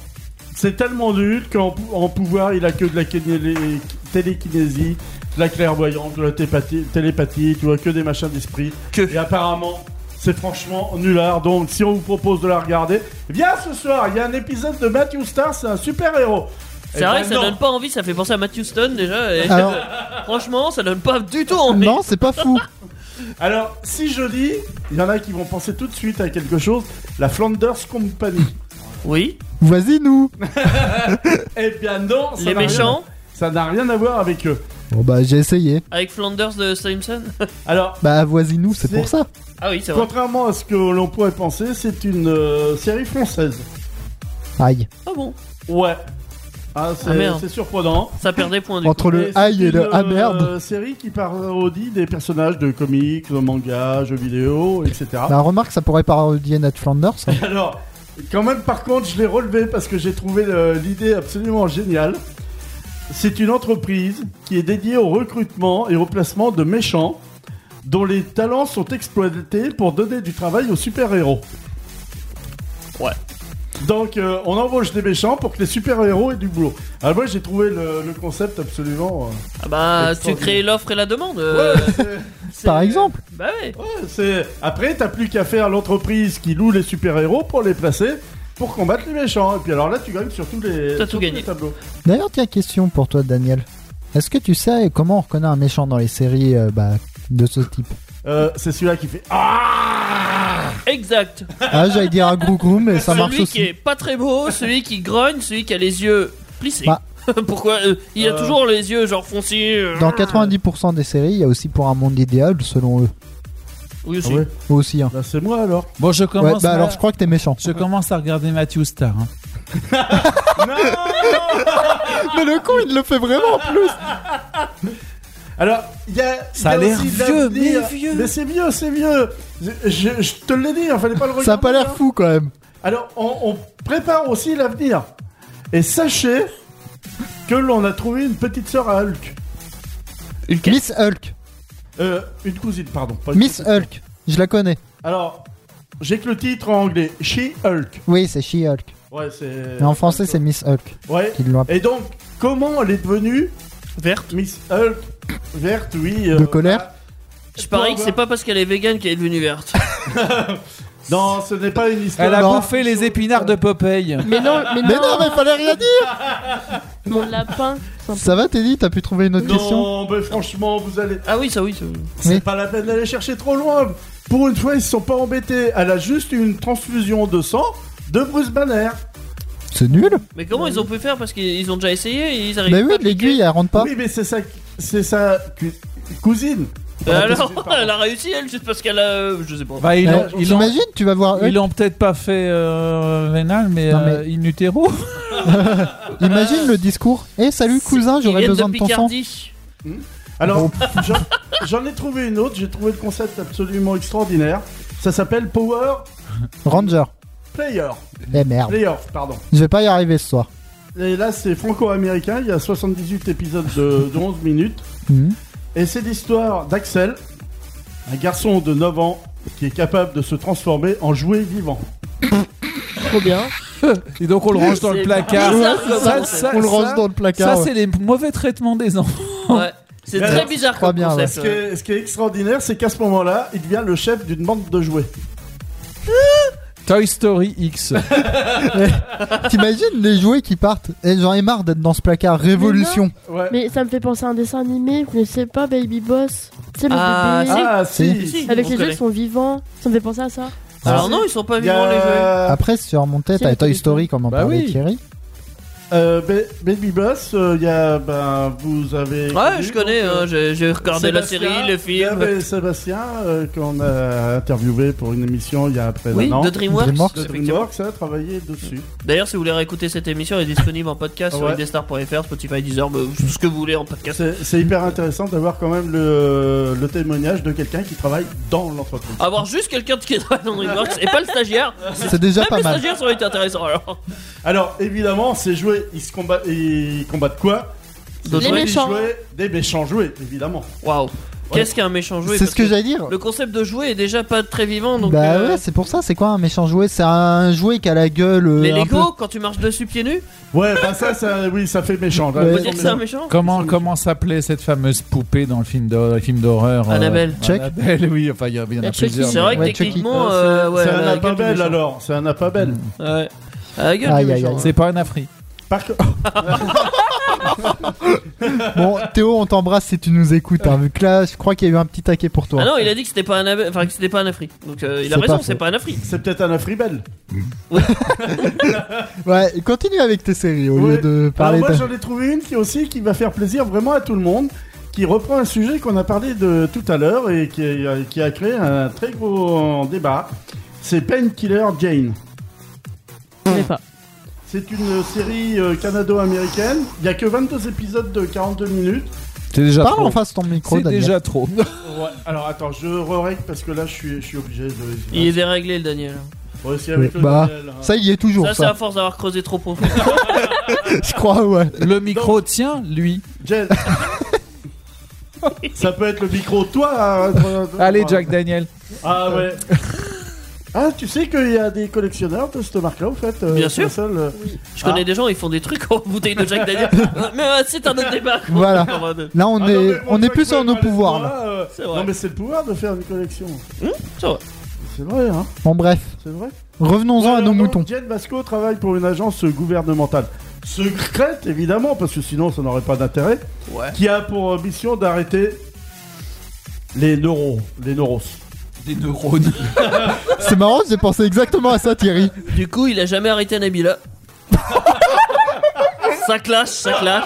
[SPEAKER 7] c'est tellement nul qu'en pou- en pouvoir, il a que de la kéné- télékinésie, de la clairvoyance, de la tépathie- télépathie, tu vois, que des machins d'esprit.
[SPEAKER 5] Que.
[SPEAKER 7] Et apparemment, c'est franchement nullard. Donc, si on vous propose de la regarder, viens ce soir, il y a un épisode de Matthew Star, c'est un super héros.
[SPEAKER 5] C'est vrai
[SPEAKER 6] Eh
[SPEAKER 5] que ça
[SPEAKER 6] ben,
[SPEAKER 7] non.
[SPEAKER 5] donne pas envie, ça fait penser à Matthew Stone déjà. et
[SPEAKER 4] Alors-
[SPEAKER 5] Franchement, ça donne pas du tout envie.
[SPEAKER 4] Non, c'est pas fou.
[SPEAKER 7] Alors, si je dis, il y en a qui vont penser tout de suite à quelque chose, la Flanders Company.
[SPEAKER 5] Oui,
[SPEAKER 4] Vas-y, nous.
[SPEAKER 7] eh bien non, ça
[SPEAKER 5] les
[SPEAKER 7] n'a rien-
[SPEAKER 5] méchants,
[SPEAKER 7] ça n'a rien à voir avec eux.
[SPEAKER 4] Bon, bah, j'ai essayé.
[SPEAKER 5] avec Flanders de Simpson.
[SPEAKER 7] Alors,
[SPEAKER 4] Bah, voisine nous, c'est
[SPEAKER 7] C'est-
[SPEAKER 4] pour ça.
[SPEAKER 5] Ah oui, c'est vrai.
[SPEAKER 7] Contrairement à ce que l'on pourrait penser, c'est une euh, série française.
[SPEAKER 4] Aïe.
[SPEAKER 5] Ah bon,
[SPEAKER 7] Ouais. Ah, c'est
[SPEAKER 5] Ah, merde.
[SPEAKER 7] c'est surprenant.
[SPEAKER 5] ça perd des points du coup.
[SPEAKER 4] Entre le aïe et
[SPEAKER 5] euh,
[SPEAKER 4] le ah merde.
[SPEAKER 7] C'est une euh, série qui parodie des personnages de comics, de mangas, jeux vidéo, etc.
[SPEAKER 5] Ah.
[SPEAKER 4] Bah, remarque, ça pourrait parodier Ned Flanders. hein.
[SPEAKER 7] Alors, quand même, par contre, je l'ai relevé parce que j'ai trouvé euh, l'idée absolument géniale. C'est une entreprise qui est dédiée au recrutement et au placement de méchants dont les talents sont exploités pour donner du travail aux super-héros.
[SPEAKER 5] Ouais.
[SPEAKER 7] Donc, euh, on embauche des méchants pour que les super-héros aient du boulot. Alors, moi, j'ai trouvé le, le concept absolument. euh,
[SPEAKER 5] Ah bah, tu crées l'offre et la demande. euh,
[SPEAKER 7] c'est-
[SPEAKER 5] c'est-
[SPEAKER 4] Par exemple.
[SPEAKER 5] Bah ouais.
[SPEAKER 7] ouais, c'est- Après, t'as plus qu'à faire l'entreprise qui loue les super-héros pour les placer pour combattre les méchants. Et puis, alors là, tu gagnes sur tous les,
[SPEAKER 5] T'as tout
[SPEAKER 7] sur tous
[SPEAKER 5] gagné.
[SPEAKER 7] les tableaux.
[SPEAKER 4] D'ailleurs, tiens, question pour toi, Daniel. Est-ce que tu sais comment on reconnaît un méchant dans les séries euh, bah, de ce type
[SPEAKER 7] Euh, c'est celui-là qui fait Ah
[SPEAKER 5] Exact.
[SPEAKER 4] Ah, j'allais dire un gros gros, mais ça marche
[SPEAKER 5] celui qui
[SPEAKER 4] aussi.
[SPEAKER 5] est pas très beau, celui qui grogne, celui qui a les yeux plissés.
[SPEAKER 4] Bah.
[SPEAKER 5] Pourquoi euh, Il a
[SPEAKER 7] Euh.
[SPEAKER 5] toujours les yeux genre foncés. euh,
[SPEAKER 4] Dans 90% des séries, il y a aussi pour un monde idéal, selon eux.
[SPEAKER 5] Oui aussi.
[SPEAKER 4] Aussi, hein.
[SPEAKER 7] Bah, c'est moi alors.
[SPEAKER 6] Bon, je
[SPEAKER 4] Ouais,
[SPEAKER 6] commence.
[SPEAKER 4] bah
[SPEAKER 6] à-
[SPEAKER 4] alors je crois que t'es méchant.
[SPEAKER 6] je commence à regarder Matthew Star. hein.
[SPEAKER 7] non
[SPEAKER 4] Mais le con, il le fait vraiment
[SPEAKER 7] Alors, il y a.
[SPEAKER 6] Ça
[SPEAKER 7] il y
[SPEAKER 6] a l'air
[SPEAKER 7] aussi
[SPEAKER 6] vieux, mais
[SPEAKER 7] l'avenir.
[SPEAKER 6] vieux.
[SPEAKER 7] Mais c'est vieux, c'est vieux. Je, je- je te l'ai dit, il fallait pas le regarder.
[SPEAKER 4] Ça a pas l'air
[SPEAKER 7] hein.
[SPEAKER 4] fou quand même.
[SPEAKER 7] Alors, on, on prépare aussi l'avenir. Et sachez que l'on a trouvé une petite sœur à Hulk.
[SPEAKER 4] Miss Hulk.
[SPEAKER 7] Euh, une cousine, pardon. pas une
[SPEAKER 4] Miss
[SPEAKER 7] cousine.
[SPEAKER 4] Hulk. Je la connais.
[SPEAKER 7] Alors, j'ai que le titre en anglais. She-Hulk.
[SPEAKER 4] Oui, c'est She-Hulk.
[SPEAKER 7] Ouais, c'est.
[SPEAKER 4] Mais en français, c'est Miss Hulk.
[SPEAKER 7] Ouais.
[SPEAKER 4] Qui l'ont appelée.
[SPEAKER 7] Et donc, comment elle est devenue
[SPEAKER 5] Verte.
[SPEAKER 7] Miss Hulk Verte, oui. euh,
[SPEAKER 4] De colère
[SPEAKER 5] Je parie que c'est pas parce qu'elle est végane qu'elle est devenue verte.
[SPEAKER 7] Non, ce n'est pas une histoire.
[SPEAKER 6] Elle a
[SPEAKER 4] Non.
[SPEAKER 6] bouffé les épinards de Popeye.
[SPEAKER 1] Mais non, mais
[SPEAKER 4] Mais
[SPEAKER 1] non,
[SPEAKER 4] non, mais fallait rien dire
[SPEAKER 1] mon lapin.
[SPEAKER 4] Ça va, Teddy T'as pu trouver une autre question
[SPEAKER 7] Non, mais franchement, vous allez.
[SPEAKER 5] Ah oui, ça oui. ça oui.
[SPEAKER 7] C'est
[SPEAKER 4] Oui.
[SPEAKER 7] pas la peine d'aller chercher trop loin. Pour une fois, ils se sont pas embêtés. Elle a juste eu une transfusion de sang de Bruce Banner.
[SPEAKER 4] C'est nul
[SPEAKER 5] Mais comment ils ont pu faire parce qu'ils ils ont déjà essayé et ils arrivent
[SPEAKER 4] Mais
[SPEAKER 5] pas
[SPEAKER 4] oui,
[SPEAKER 5] à piquer.
[SPEAKER 4] l'aiguille, elle rentre pas.
[SPEAKER 7] Oui, mais c'est sa, c'est sa cu- cousine.
[SPEAKER 5] Euh, alors,
[SPEAKER 7] cousine, pardon.
[SPEAKER 5] elle a réussi elle juste parce qu'elle a, euh, je sais pas.
[SPEAKER 6] Bah, ils
[SPEAKER 4] Eh,
[SPEAKER 6] l'ont- ils l'ont-
[SPEAKER 4] T'imagines, tu vas voir
[SPEAKER 6] ils
[SPEAKER 4] Hulk.
[SPEAKER 6] l'ont peut-être pas fait euh, vénal, mais,
[SPEAKER 4] Non, mais-
[SPEAKER 6] euh, in utero.
[SPEAKER 4] Imagine le discours. Eh, salut cousin,
[SPEAKER 5] Ils
[SPEAKER 4] j'aurais
[SPEAKER 5] viennent
[SPEAKER 4] besoin de,
[SPEAKER 5] de
[SPEAKER 4] ton sang.
[SPEAKER 5] Picardie.
[SPEAKER 7] Alors, j'en- j'en ai trouvé une autre. J'ai trouvé le concept absolument extraordinaire. Ça s'appelle Power
[SPEAKER 4] Ranger.
[SPEAKER 7] Player.
[SPEAKER 4] Eh merde.
[SPEAKER 7] Playoff, pardon.
[SPEAKER 4] Je vais pas y arriver ce soir.
[SPEAKER 7] Et là, c'est franco-américain. Il y a 78 épisodes de, de 11 minutes.
[SPEAKER 4] Mhm.
[SPEAKER 7] Et c'est l'histoire d'Axel, un garçon de 9 ans qui est capable de se transformer en jouet vivant.
[SPEAKER 1] Trop bien.
[SPEAKER 6] Et donc on le range dans le
[SPEAKER 5] C'est
[SPEAKER 6] placard.
[SPEAKER 5] bizarre, comme
[SPEAKER 6] Ça,
[SPEAKER 5] concept.
[SPEAKER 6] ça,
[SPEAKER 4] On le
[SPEAKER 6] ça-
[SPEAKER 4] range dans le
[SPEAKER 6] Ça,
[SPEAKER 4] placard. ouais.
[SPEAKER 6] c'est les mauvais traitements des enfants.
[SPEAKER 5] Ouais. C'est
[SPEAKER 7] Mais
[SPEAKER 5] très
[SPEAKER 7] alors,
[SPEAKER 5] bizarre
[SPEAKER 4] crois
[SPEAKER 5] comme
[SPEAKER 4] bien,
[SPEAKER 5] concept.
[SPEAKER 7] Ce qui est, ce qui est extraordinaire, c'est qu'à ce moment-là, il devient le chef d'une bande de jouets.
[SPEAKER 6] Toy Story X.
[SPEAKER 4] T'imagines les jouets qui partent Et j'en ai marre d'être dans ce placard. Révolution.
[SPEAKER 7] Ouais.
[SPEAKER 1] Mais ça me fait penser à un dessin animé, vous connaissez pas Baby Boss Tu sais, le
[SPEAKER 5] Ah,
[SPEAKER 1] bébé.
[SPEAKER 7] Ah,
[SPEAKER 4] Si.
[SPEAKER 7] si.
[SPEAKER 1] Avec
[SPEAKER 5] on
[SPEAKER 1] les jeux
[SPEAKER 5] connaît.
[SPEAKER 1] qui sont vivants, ça me fait penser à ça.
[SPEAKER 5] Alors non, ils sont pas
[SPEAKER 7] Il y
[SPEAKER 5] vivants les jeux.
[SPEAKER 7] a
[SPEAKER 4] Après, si tu remontais,
[SPEAKER 1] Si,
[SPEAKER 4] t'as
[SPEAKER 1] les
[SPEAKER 4] Toy
[SPEAKER 1] téléphones.
[SPEAKER 4] Story, comme en
[SPEAKER 6] Bah
[SPEAKER 4] parlait
[SPEAKER 6] oui.
[SPEAKER 4] Thierry.
[SPEAKER 7] euh, Ba- Baby Boss, euh, il y a. Ben, vous avez.
[SPEAKER 5] Ouais,
[SPEAKER 7] connu,
[SPEAKER 5] je connais,
[SPEAKER 7] donc,
[SPEAKER 5] hein,
[SPEAKER 7] euh,
[SPEAKER 5] j'ai j'ai regardé la
[SPEAKER 7] Sébastien,
[SPEAKER 5] série, le
[SPEAKER 7] il y
[SPEAKER 5] film.
[SPEAKER 7] avait Sébastien, euh, qu'on a interviewé pour une émission il y a près
[SPEAKER 5] Oui,
[SPEAKER 7] d'un an.
[SPEAKER 5] de DreamWorks.
[SPEAKER 4] Bah, DreamWorks.
[SPEAKER 7] De
[SPEAKER 5] effectivement.
[SPEAKER 7] DreamWorks a travaillé dessus.
[SPEAKER 5] D'ailleurs, si vous voulez réécouter cette émission, elle est disponible en podcast sur
[SPEAKER 7] Ouais.
[SPEAKER 5] idestar.fr, Spotify, Deezer, bah, ce que vous voulez en podcast.
[SPEAKER 7] C'est c'est hyper intéressant d'avoir quand même le, le témoignage de quelqu'un qui travaille dans l'entreprise.
[SPEAKER 5] Avoir juste quelqu'un qui travaille dans DreamWorks et pas le stagiaire.
[SPEAKER 4] C'est déjà
[SPEAKER 5] Même
[SPEAKER 4] pas
[SPEAKER 5] le
[SPEAKER 4] mal.
[SPEAKER 5] stagiaire, Ah, ça aurait été intéressant alors.
[SPEAKER 7] Alors évidemment, ces jouets, ils se combattent, ils combattent quoi
[SPEAKER 5] D'autres jouets
[SPEAKER 1] Les
[SPEAKER 7] Des
[SPEAKER 1] méchants.
[SPEAKER 7] jouets- des méchants jouets, évidemment.
[SPEAKER 5] Waouh. Qu'est-ce qu'un méchant jouet
[SPEAKER 4] C'est
[SPEAKER 5] parce
[SPEAKER 4] ce que j'allais dire.
[SPEAKER 5] Le concept de jouet est déjà pas très vivant, donc.
[SPEAKER 4] bah
[SPEAKER 5] euh,
[SPEAKER 4] ouais, c'est pour ça. C'est quoi un méchant jouet C'est un jouet qui a la gueule. euh,
[SPEAKER 5] les
[SPEAKER 4] un
[SPEAKER 5] Lego, quand tu marches dessus pieds nus,
[SPEAKER 7] Ouais, bah ça, ça, oui, ça fait méchant. là.
[SPEAKER 5] on
[SPEAKER 4] Ouais.
[SPEAKER 5] peut dire que c'est un méchant
[SPEAKER 6] Comment comment s'appelait cette fameuse poupée dans le film d'hor- le film d'horreur euh,
[SPEAKER 5] Annabelle.
[SPEAKER 4] Chuck.
[SPEAKER 6] Annabelle, oui, enfin il y en a- il y en a
[SPEAKER 1] La Chucky.
[SPEAKER 6] plusieurs.
[SPEAKER 5] C'est vrai que
[SPEAKER 4] Ouais, Chucky. Ah,
[SPEAKER 5] techniquement.
[SPEAKER 7] Euh,
[SPEAKER 5] euh, ouais,
[SPEAKER 7] c'est
[SPEAKER 5] elle a
[SPEAKER 7] un
[SPEAKER 5] la gueule du
[SPEAKER 7] apabel
[SPEAKER 5] méchant. Mm.
[SPEAKER 7] alors, c'est un apabel.
[SPEAKER 5] Ouais. Elle a la gueule
[SPEAKER 4] Aïe,
[SPEAKER 5] du
[SPEAKER 4] aïe,
[SPEAKER 5] méchant,
[SPEAKER 4] aïe.
[SPEAKER 6] C'est pas un Afri.
[SPEAKER 7] Par co-
[SPEAKER 4] peu- Bon, Théo, on t'embrasse si tu nous écoutes. hein, vu que là, je crois qu'il y a eu un petit taquet pour toi.
[SPEAKER 5] Ah non, il a dit que c'était pas un Abe- enfin que c'était pas un Afri. Donc euh, il a
[SPEAKER 4] C'est
[SPEAKER 5] raison,
[SPEAKER 4] pas
[SPEAKER 5] c'est
[SPEAKER 4] faux.
[SPEAKER 5] pas un Afri.
[SPEAKER 7] c'est peut-être un afribel.
[SPEAKER 4] Ouais, continue avec tes séries au
[SPEAKER 7] Ouais.
[SPEAKER 4] lieu de
[SPEAKER 7] Alors
[SPEAKER 4] parler.
[SPEAKER 7] moi,
[SPEAKER 4] de-
[SPEAKER 7] j'en ai trouvé une qui aussi qui va faire plaisir vraiment à tout le monde, qui reprend un sujet qu'on a parlé de tout à l'heure et qui, a- qui a créé un très gros débat. C'est Painkiller Jane.
[SPEAKER 1] Je sais pas.
[SPEAKER 7] C'est une série euh, canado-américaine. Il n'y a que 22 épisodes de 42 minutes.
[SPEAKER 6] C'est déjà
[SPEAKER 4] Parle
[SPEAKER 6] trop.
[SPEAKER 4] en face de ton micro,
[SPEAKER 6] C'est
[SPEAKER 4] Daniel.
[SPEAKER 6] déjà trop.
[SPEAKER 7] Ouais, alors attends, je re-règle parce que là je suis, je suis obligé de.
[SPEAKER 5] Il est déréglé le Daniel.
[SPEAKER 7] Faut essayer avec
[SPEAKER 4] Ouais,
[SPEAKER 7] le
[SPEAKER 4] bah,
[SPEAKER 7] Daniel, hein.
[SPEAKER 4] Ça, il y est toujours.
[SPEAKER 5] Ça, c'est
[SPEAKER 4] Ça,
[SPEAKER 5] à force d'avoir creusé trop profond.
[SPEAKER 4] je crois, ouais.
[SPEAKER 6] Le micro tient, lui.
[SPEAKER 7] Jane. ça peut être le micro, toi. hein, toi-
[SPEAKER 6] Allez,
[SPEAKER 7] toi.
[SPEAKER 6] Jack Daniel.
[SPEAKER 7] Ah ouais. Ah, tu sais qu'il y a des collectionneurs de cette marque-là, en fait. euh,
[SPEAKER 5] Bien
[SPEAKER 7] c'est
[SPEAKER 5] sûr.
[SPEAKER 7] la seule, euh,
[SPEAKER 5] Je connais des gens, ils font des trucs en bouteille de Jack Daniel. Mais euh, c'est un autre débat. quoi.
[SPEAKER 4] Voilà.
[SPEAKER 5] En mode-
[SPEAKER 4] Là, on
[SPEAKER 7] Ah non,
[SPEAKER 4] est,
[SPEAKER 7] mais
[SPEAKER 4] on est
[SPEAKER 7] Jack
[SPEAKER 4] plus sur
[SPEAKER 7] Whale,
[SPEAKER 4] nos
[SPEAKER 7] allez,
[SPEAKER 4] pouvoirs.
[SPEAKER 7] toi,
[SPEAKER 4] là.
[SPEAKER 7] euh,
[SPEAKER 5] C'est vrai.
[SPEAKER 7] Non, mais c'est le pouvoir de faire une collection.
[SPEAKER 5] C'est vrai.
[SPEAKER 7] C'est vrai, hein.
[SPEAKER 4] Bon, bref,
[SPEAKER 7] C'est vrai.
[SPEAKER 4] revenons-en à
[SPEAKER 7] Alors,
[SPEAKER 4] nos
[SPEAKER 7] donc,
[SPEAKER 4] moutons.
[SPEAKER 7] Jane Basco travaille pour une agence gouvernementale secrète, évidemment, parce que sinon ça n'aurait pas d'intérêt,
[SPEAKER 5] Ouais.
[SPEAKER 7] qui a pour euh, mission d'arrêter les neurones, les neuros.
[SPEAKER 6] Des neurones.
[SPEAKER 4] C'est marrant, j'ai pensé exactement à ça, Thierry.
[SPEAKER 5] Du coup, il a jamais arrêté Nabila. ça clash, ça clash.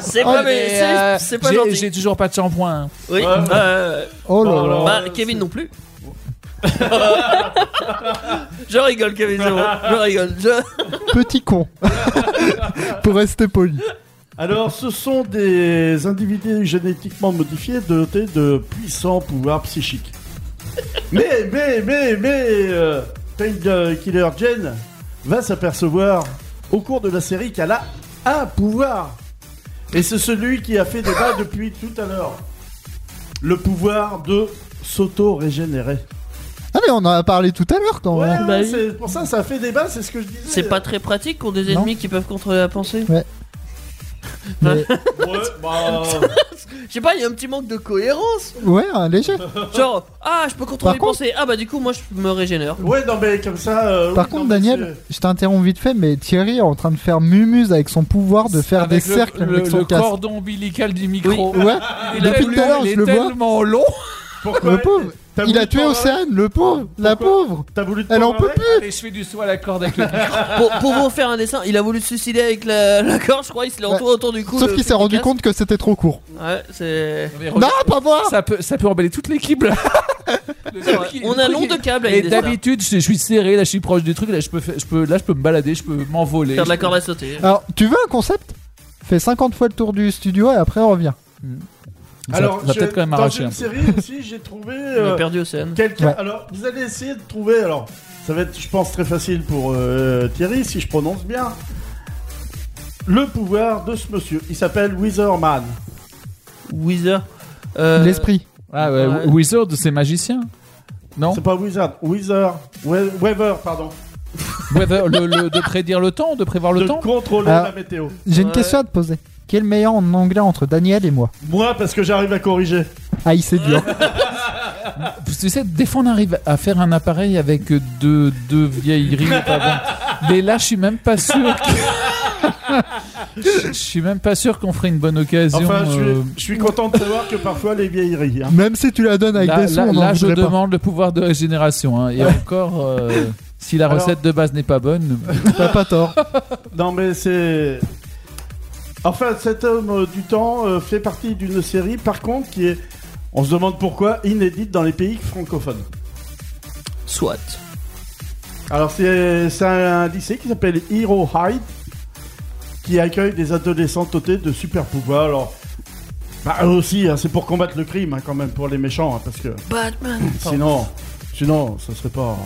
[SPEAKER 5] C'est
[SPEAKER 6] Oh,
[SPEAKER 5] pas, mais
[SPEAKER 6] mais,
[SPEAKER 5] c'est-
[SPEAKER 6] euh,
[SPEAKER 5] c'est pas
[SPEAKER 6] j'ai-
[SPEAKER 5] gentil.
[SPEAKER 6] J'ai toujours pas de shampoing. hein.
[SPEAKER 5] Oui.
[SPEAKER 7] Ouais.
[SPEAKER 5] euh,
[SPEAKER 4] Oh là
[SPEAKER 7] Oh là
[SPEAKER 4] là.
[SPEAKER 7] là.
[SPEAKER 5] bah, Kevin non plus. je rigole, Kevin. c'est bon. Je rigole. Je...
[SPEAKER 4] Petit con. Pour rester poli.
[SPEAKER 7] Alors, ce sont des individus génétiquement modifiés dotés de puissants pouvoirs psychiques. Mais, mais, mais, mais, euh, Tank Killer Jane va s'apercevoir au cours de la série qu'elle a un pouvoir. Et c'est celui qui a fait débat depuis tout à l'heure. Le pouvoir de s'auto-régénérer.
[SPEAKER 4] Ah, mais on en a parlé tout à l'heure quand
[SPEAKER 7] Ouais,
[SPEAKER 4] même.
[SPEAKER 1] Bah
[SPEAKER 7] ouais,
[SPEAKER 1] oui.
[SPEAKER 7] c'est pour ça, ça fait débat, c'est ce que je disais.
[SPEAKER 5] C'est pas très pratique qu'on des
[SPEAKER 4] Non.
[SPEAKER 5] ennemis qui peuvent contrôler la pensée.
[SPEAKER 4] Mais-
[SPEAKER 7] Ouais, bah,
[SPEAKER 5] Je sais pas, il y a un petit manque de cohérence.
[SPEAKER 4] Ouais, un léger.
[SPEAKER 5] Genre, ah, je peux contrôler
[SPEAKER 4] Par
[SPEAKER 5] les
[SPEAKER 4] contre-
[SPEAKER 5] pensées. Ah bah du coup, moi, je me régénère.
[SPEAKER 7] ouais, non, mais comme ça. euh,
[SPEAKER 4] Par
[SPEAKER 7] oui,
[SPEAKER 4] contre,
[SPEAKER 7] non, mais
[SPEAKER 4] Daniel, je t'interromps vite fait, mais Thierry est en train de faire mumuse avec son pouvoir de faire
[SPEAKER 6] Avec
[SPEAKER 4] des
[SPEAKER 6] le-
[SPEAKER 4] cercles
[SPEAKER 6] Le,
[SPEAKER 4] avec son
[SPEAKER 6] le
[SPEAKER 4] casque.
[SPEAKER 6] cordon ombilical du micro. Ah,
[SPEAKER 4] Ouais,
[SPEAKER 6] Il est
[SPEAKER 4] Depuis tout à
[SPEAKER 6] tellement-
[SPEAKER 4] l'heure,
[SPEAKER 6] il
[SPEAKER 4] je
[SPEAKER 6] est
[SPEAKER 4] le vois.
[SPEAKER 6] tellement long.
[SPEAKER 7] c'est- pourquoi-
[SPEAKER 4] le pauvre.
[SPEAKER 7] t'as
[SPEAKER 4] Il
[SPEAKER 7] voulu
[SPEAKER 4] a
[SPEAKER 7] te
[SPEAKER 4] tué
[SPEAKER 6] euh,
[SPEAKER 7] prendre-
[SPEAKER 4] Océane, le pauvre, la
[SPEAKER 7] Pourquoi
[SPEAKER 4] pauvre.
[SPEAKER 7] T'as voulu te
[SPEAKER 4] Elle en
[SPEAKER 7] prendre
[SPEAKER 4] Eh peut
[SPEAKER 7] un
[SPEAKER 4] plus.
[SPEAKER 6] Allez, je fais du saut à la corde avec le
[SPEAKER 5] Pour, pour vous faire un dessin, il a voulu se suicider avec la, la corde, je crois. Il se l'est entouré autour du cou.
[SPEAKER 4] Sauf
[SPEAKER 5] le
[SPEAKER 4] qu'il
[SPEAKER 5] flic
[SPEAKER 4] s'est rendu
[SPEAKER 5] casse.
[SPEAKER 4] compte que c'était trop court.
[SPEAKER 5] Ouais, c'est.
[SPEAKER 4] Non, pas moi
[SPEAKER 6] ça peut, ça peut emballer toute l'équipe là. Le
[SPEAKER 5] C'est vrai.
[SPEAKER 6] truc, il-
[SPEAKER 5] On
[SPEAKER 6] le
[SPEAKER 5] a
[SPEAKER 6] truc,
[SPEAKER 5] long de
[SPEAKER 6] il-
[SPEAKER 5] câble
[SPEAKER 6] Et
[SPEAKER 5] avec des stars.
[SPEAKER 6] d'habitude, je, je suis serré, là je suis proche du truc, là je peux, faire- je peux, là, je peux me balader, je peux m'envoler.
[SPEAKER 5] Faire de la corde à sauter.
[SPEAKER 4] Alors, tu veux un concept Fais 50 fois le tour du studio et après reviens.
[SPEAKER 6] Ça-
[SPEAKER 7] Alors,
[SPEAKER 6] ça va
[SPEAKER 7] je-
[SPEAKER 6] peut-être quand même
[SPEAKER 7] dans
[SPEAKER 6] arracher.
[SPEAKER 7] une série aussi, j'ai trouvé euh,
[SPEAKER 5] On a perdu Océane.
[SPEAKER 7] quelqu'un.
[SPEAKER 4] Ouais.
[SPEAKER 7] Alors, vous allez essayer de trouver. Alors, ça va être, je pense, très facile pour euh, Thierry si je prononce bien. Le pouvoir de ce monsieur. Il s'appelle Wizardman.
[SPEAKER 5] Wither. Euh,
[SPEAKER 4] L'esprit.
[SPEAKER 6] Ah ouais,
[SPEAKER 7] euh,
[SPEAKER 5] Ouais.
[SPEAKER 6] Wizard, c'est magicien Non
[SPEAKER 7] C'est pas Wizard, Wizard, We- Weaver, pardon.
[SPEAKER 6] Weather- le- le- De prédire le temps, de prévoir le
[SPEAKER 7] de
[SPEAKER 6] temps
[SPEAKER 7] contrôler
[SPEAKER 4] Ah.
[SPEAKER 7] la météo.
[SPEAKER 4] J'ai une
[SPEAKER 5] Ouais.
[SPEAKER 4] question à te poser. Qui est le meilleur en anglais entre Daniel et moi
[SPEAKER 7] Moi, parce que j'arrive à corriger.
[SPEAKER 4] Ah, il c'est dur.
[SPEAKER 6] tu sais, des fois on arrive à faire un appareil avec deux, deux vieilleries pas bonnes. Mais là, je suis même pas sûr. que- Je suis même pas sûr qu'on ferait une bonne occasion.
[SPEAKER 7] Enfin, je
[SPEAKER 6] euh,
[SPEAKER 7] suis, je suis content de savoir que parfois les vieilleries. hein.
[SPEAKER 4] Même si tu la donnes avec
[SPEAKER 6] là,
[SPEAKER 4] des sons,
[SPEAKER 6] là-
[SPEAKER 4] on en
[SPEAKER 6] là, je
[SPEAKER 4] voudrait pas.
[SPEAKER 6] demande le pouvoir de régénération. hein. Et encore, euh, si la
[SPEAKER 7] Alors-
[SPEAKER 6] recette de base n'est pas bonne,
[SPEAKER 4] T'as pas tort.
[SPEAKER 7] Non, mais c'est. Enfin, cet homme euh, du temps euh, fait partie d'une série, par contre, qui est, on se demande pourquoi, inédite dans les pays francophones.
[SPEAKER 5] Soit.
[SPEAKER 7] Alors, c'est c'est un lycée qui s'appelle Hero High, qui accueille des adolescents dotés de super pouvoirs. Alors, bah, eux aussi, hein, c'est pour combattre le crime, hein, quand même, pour les méchants, hein, parce que
[SPEAKER 5] Batman.
[SPEAKER 7] sinon, sinon, ça serait pas.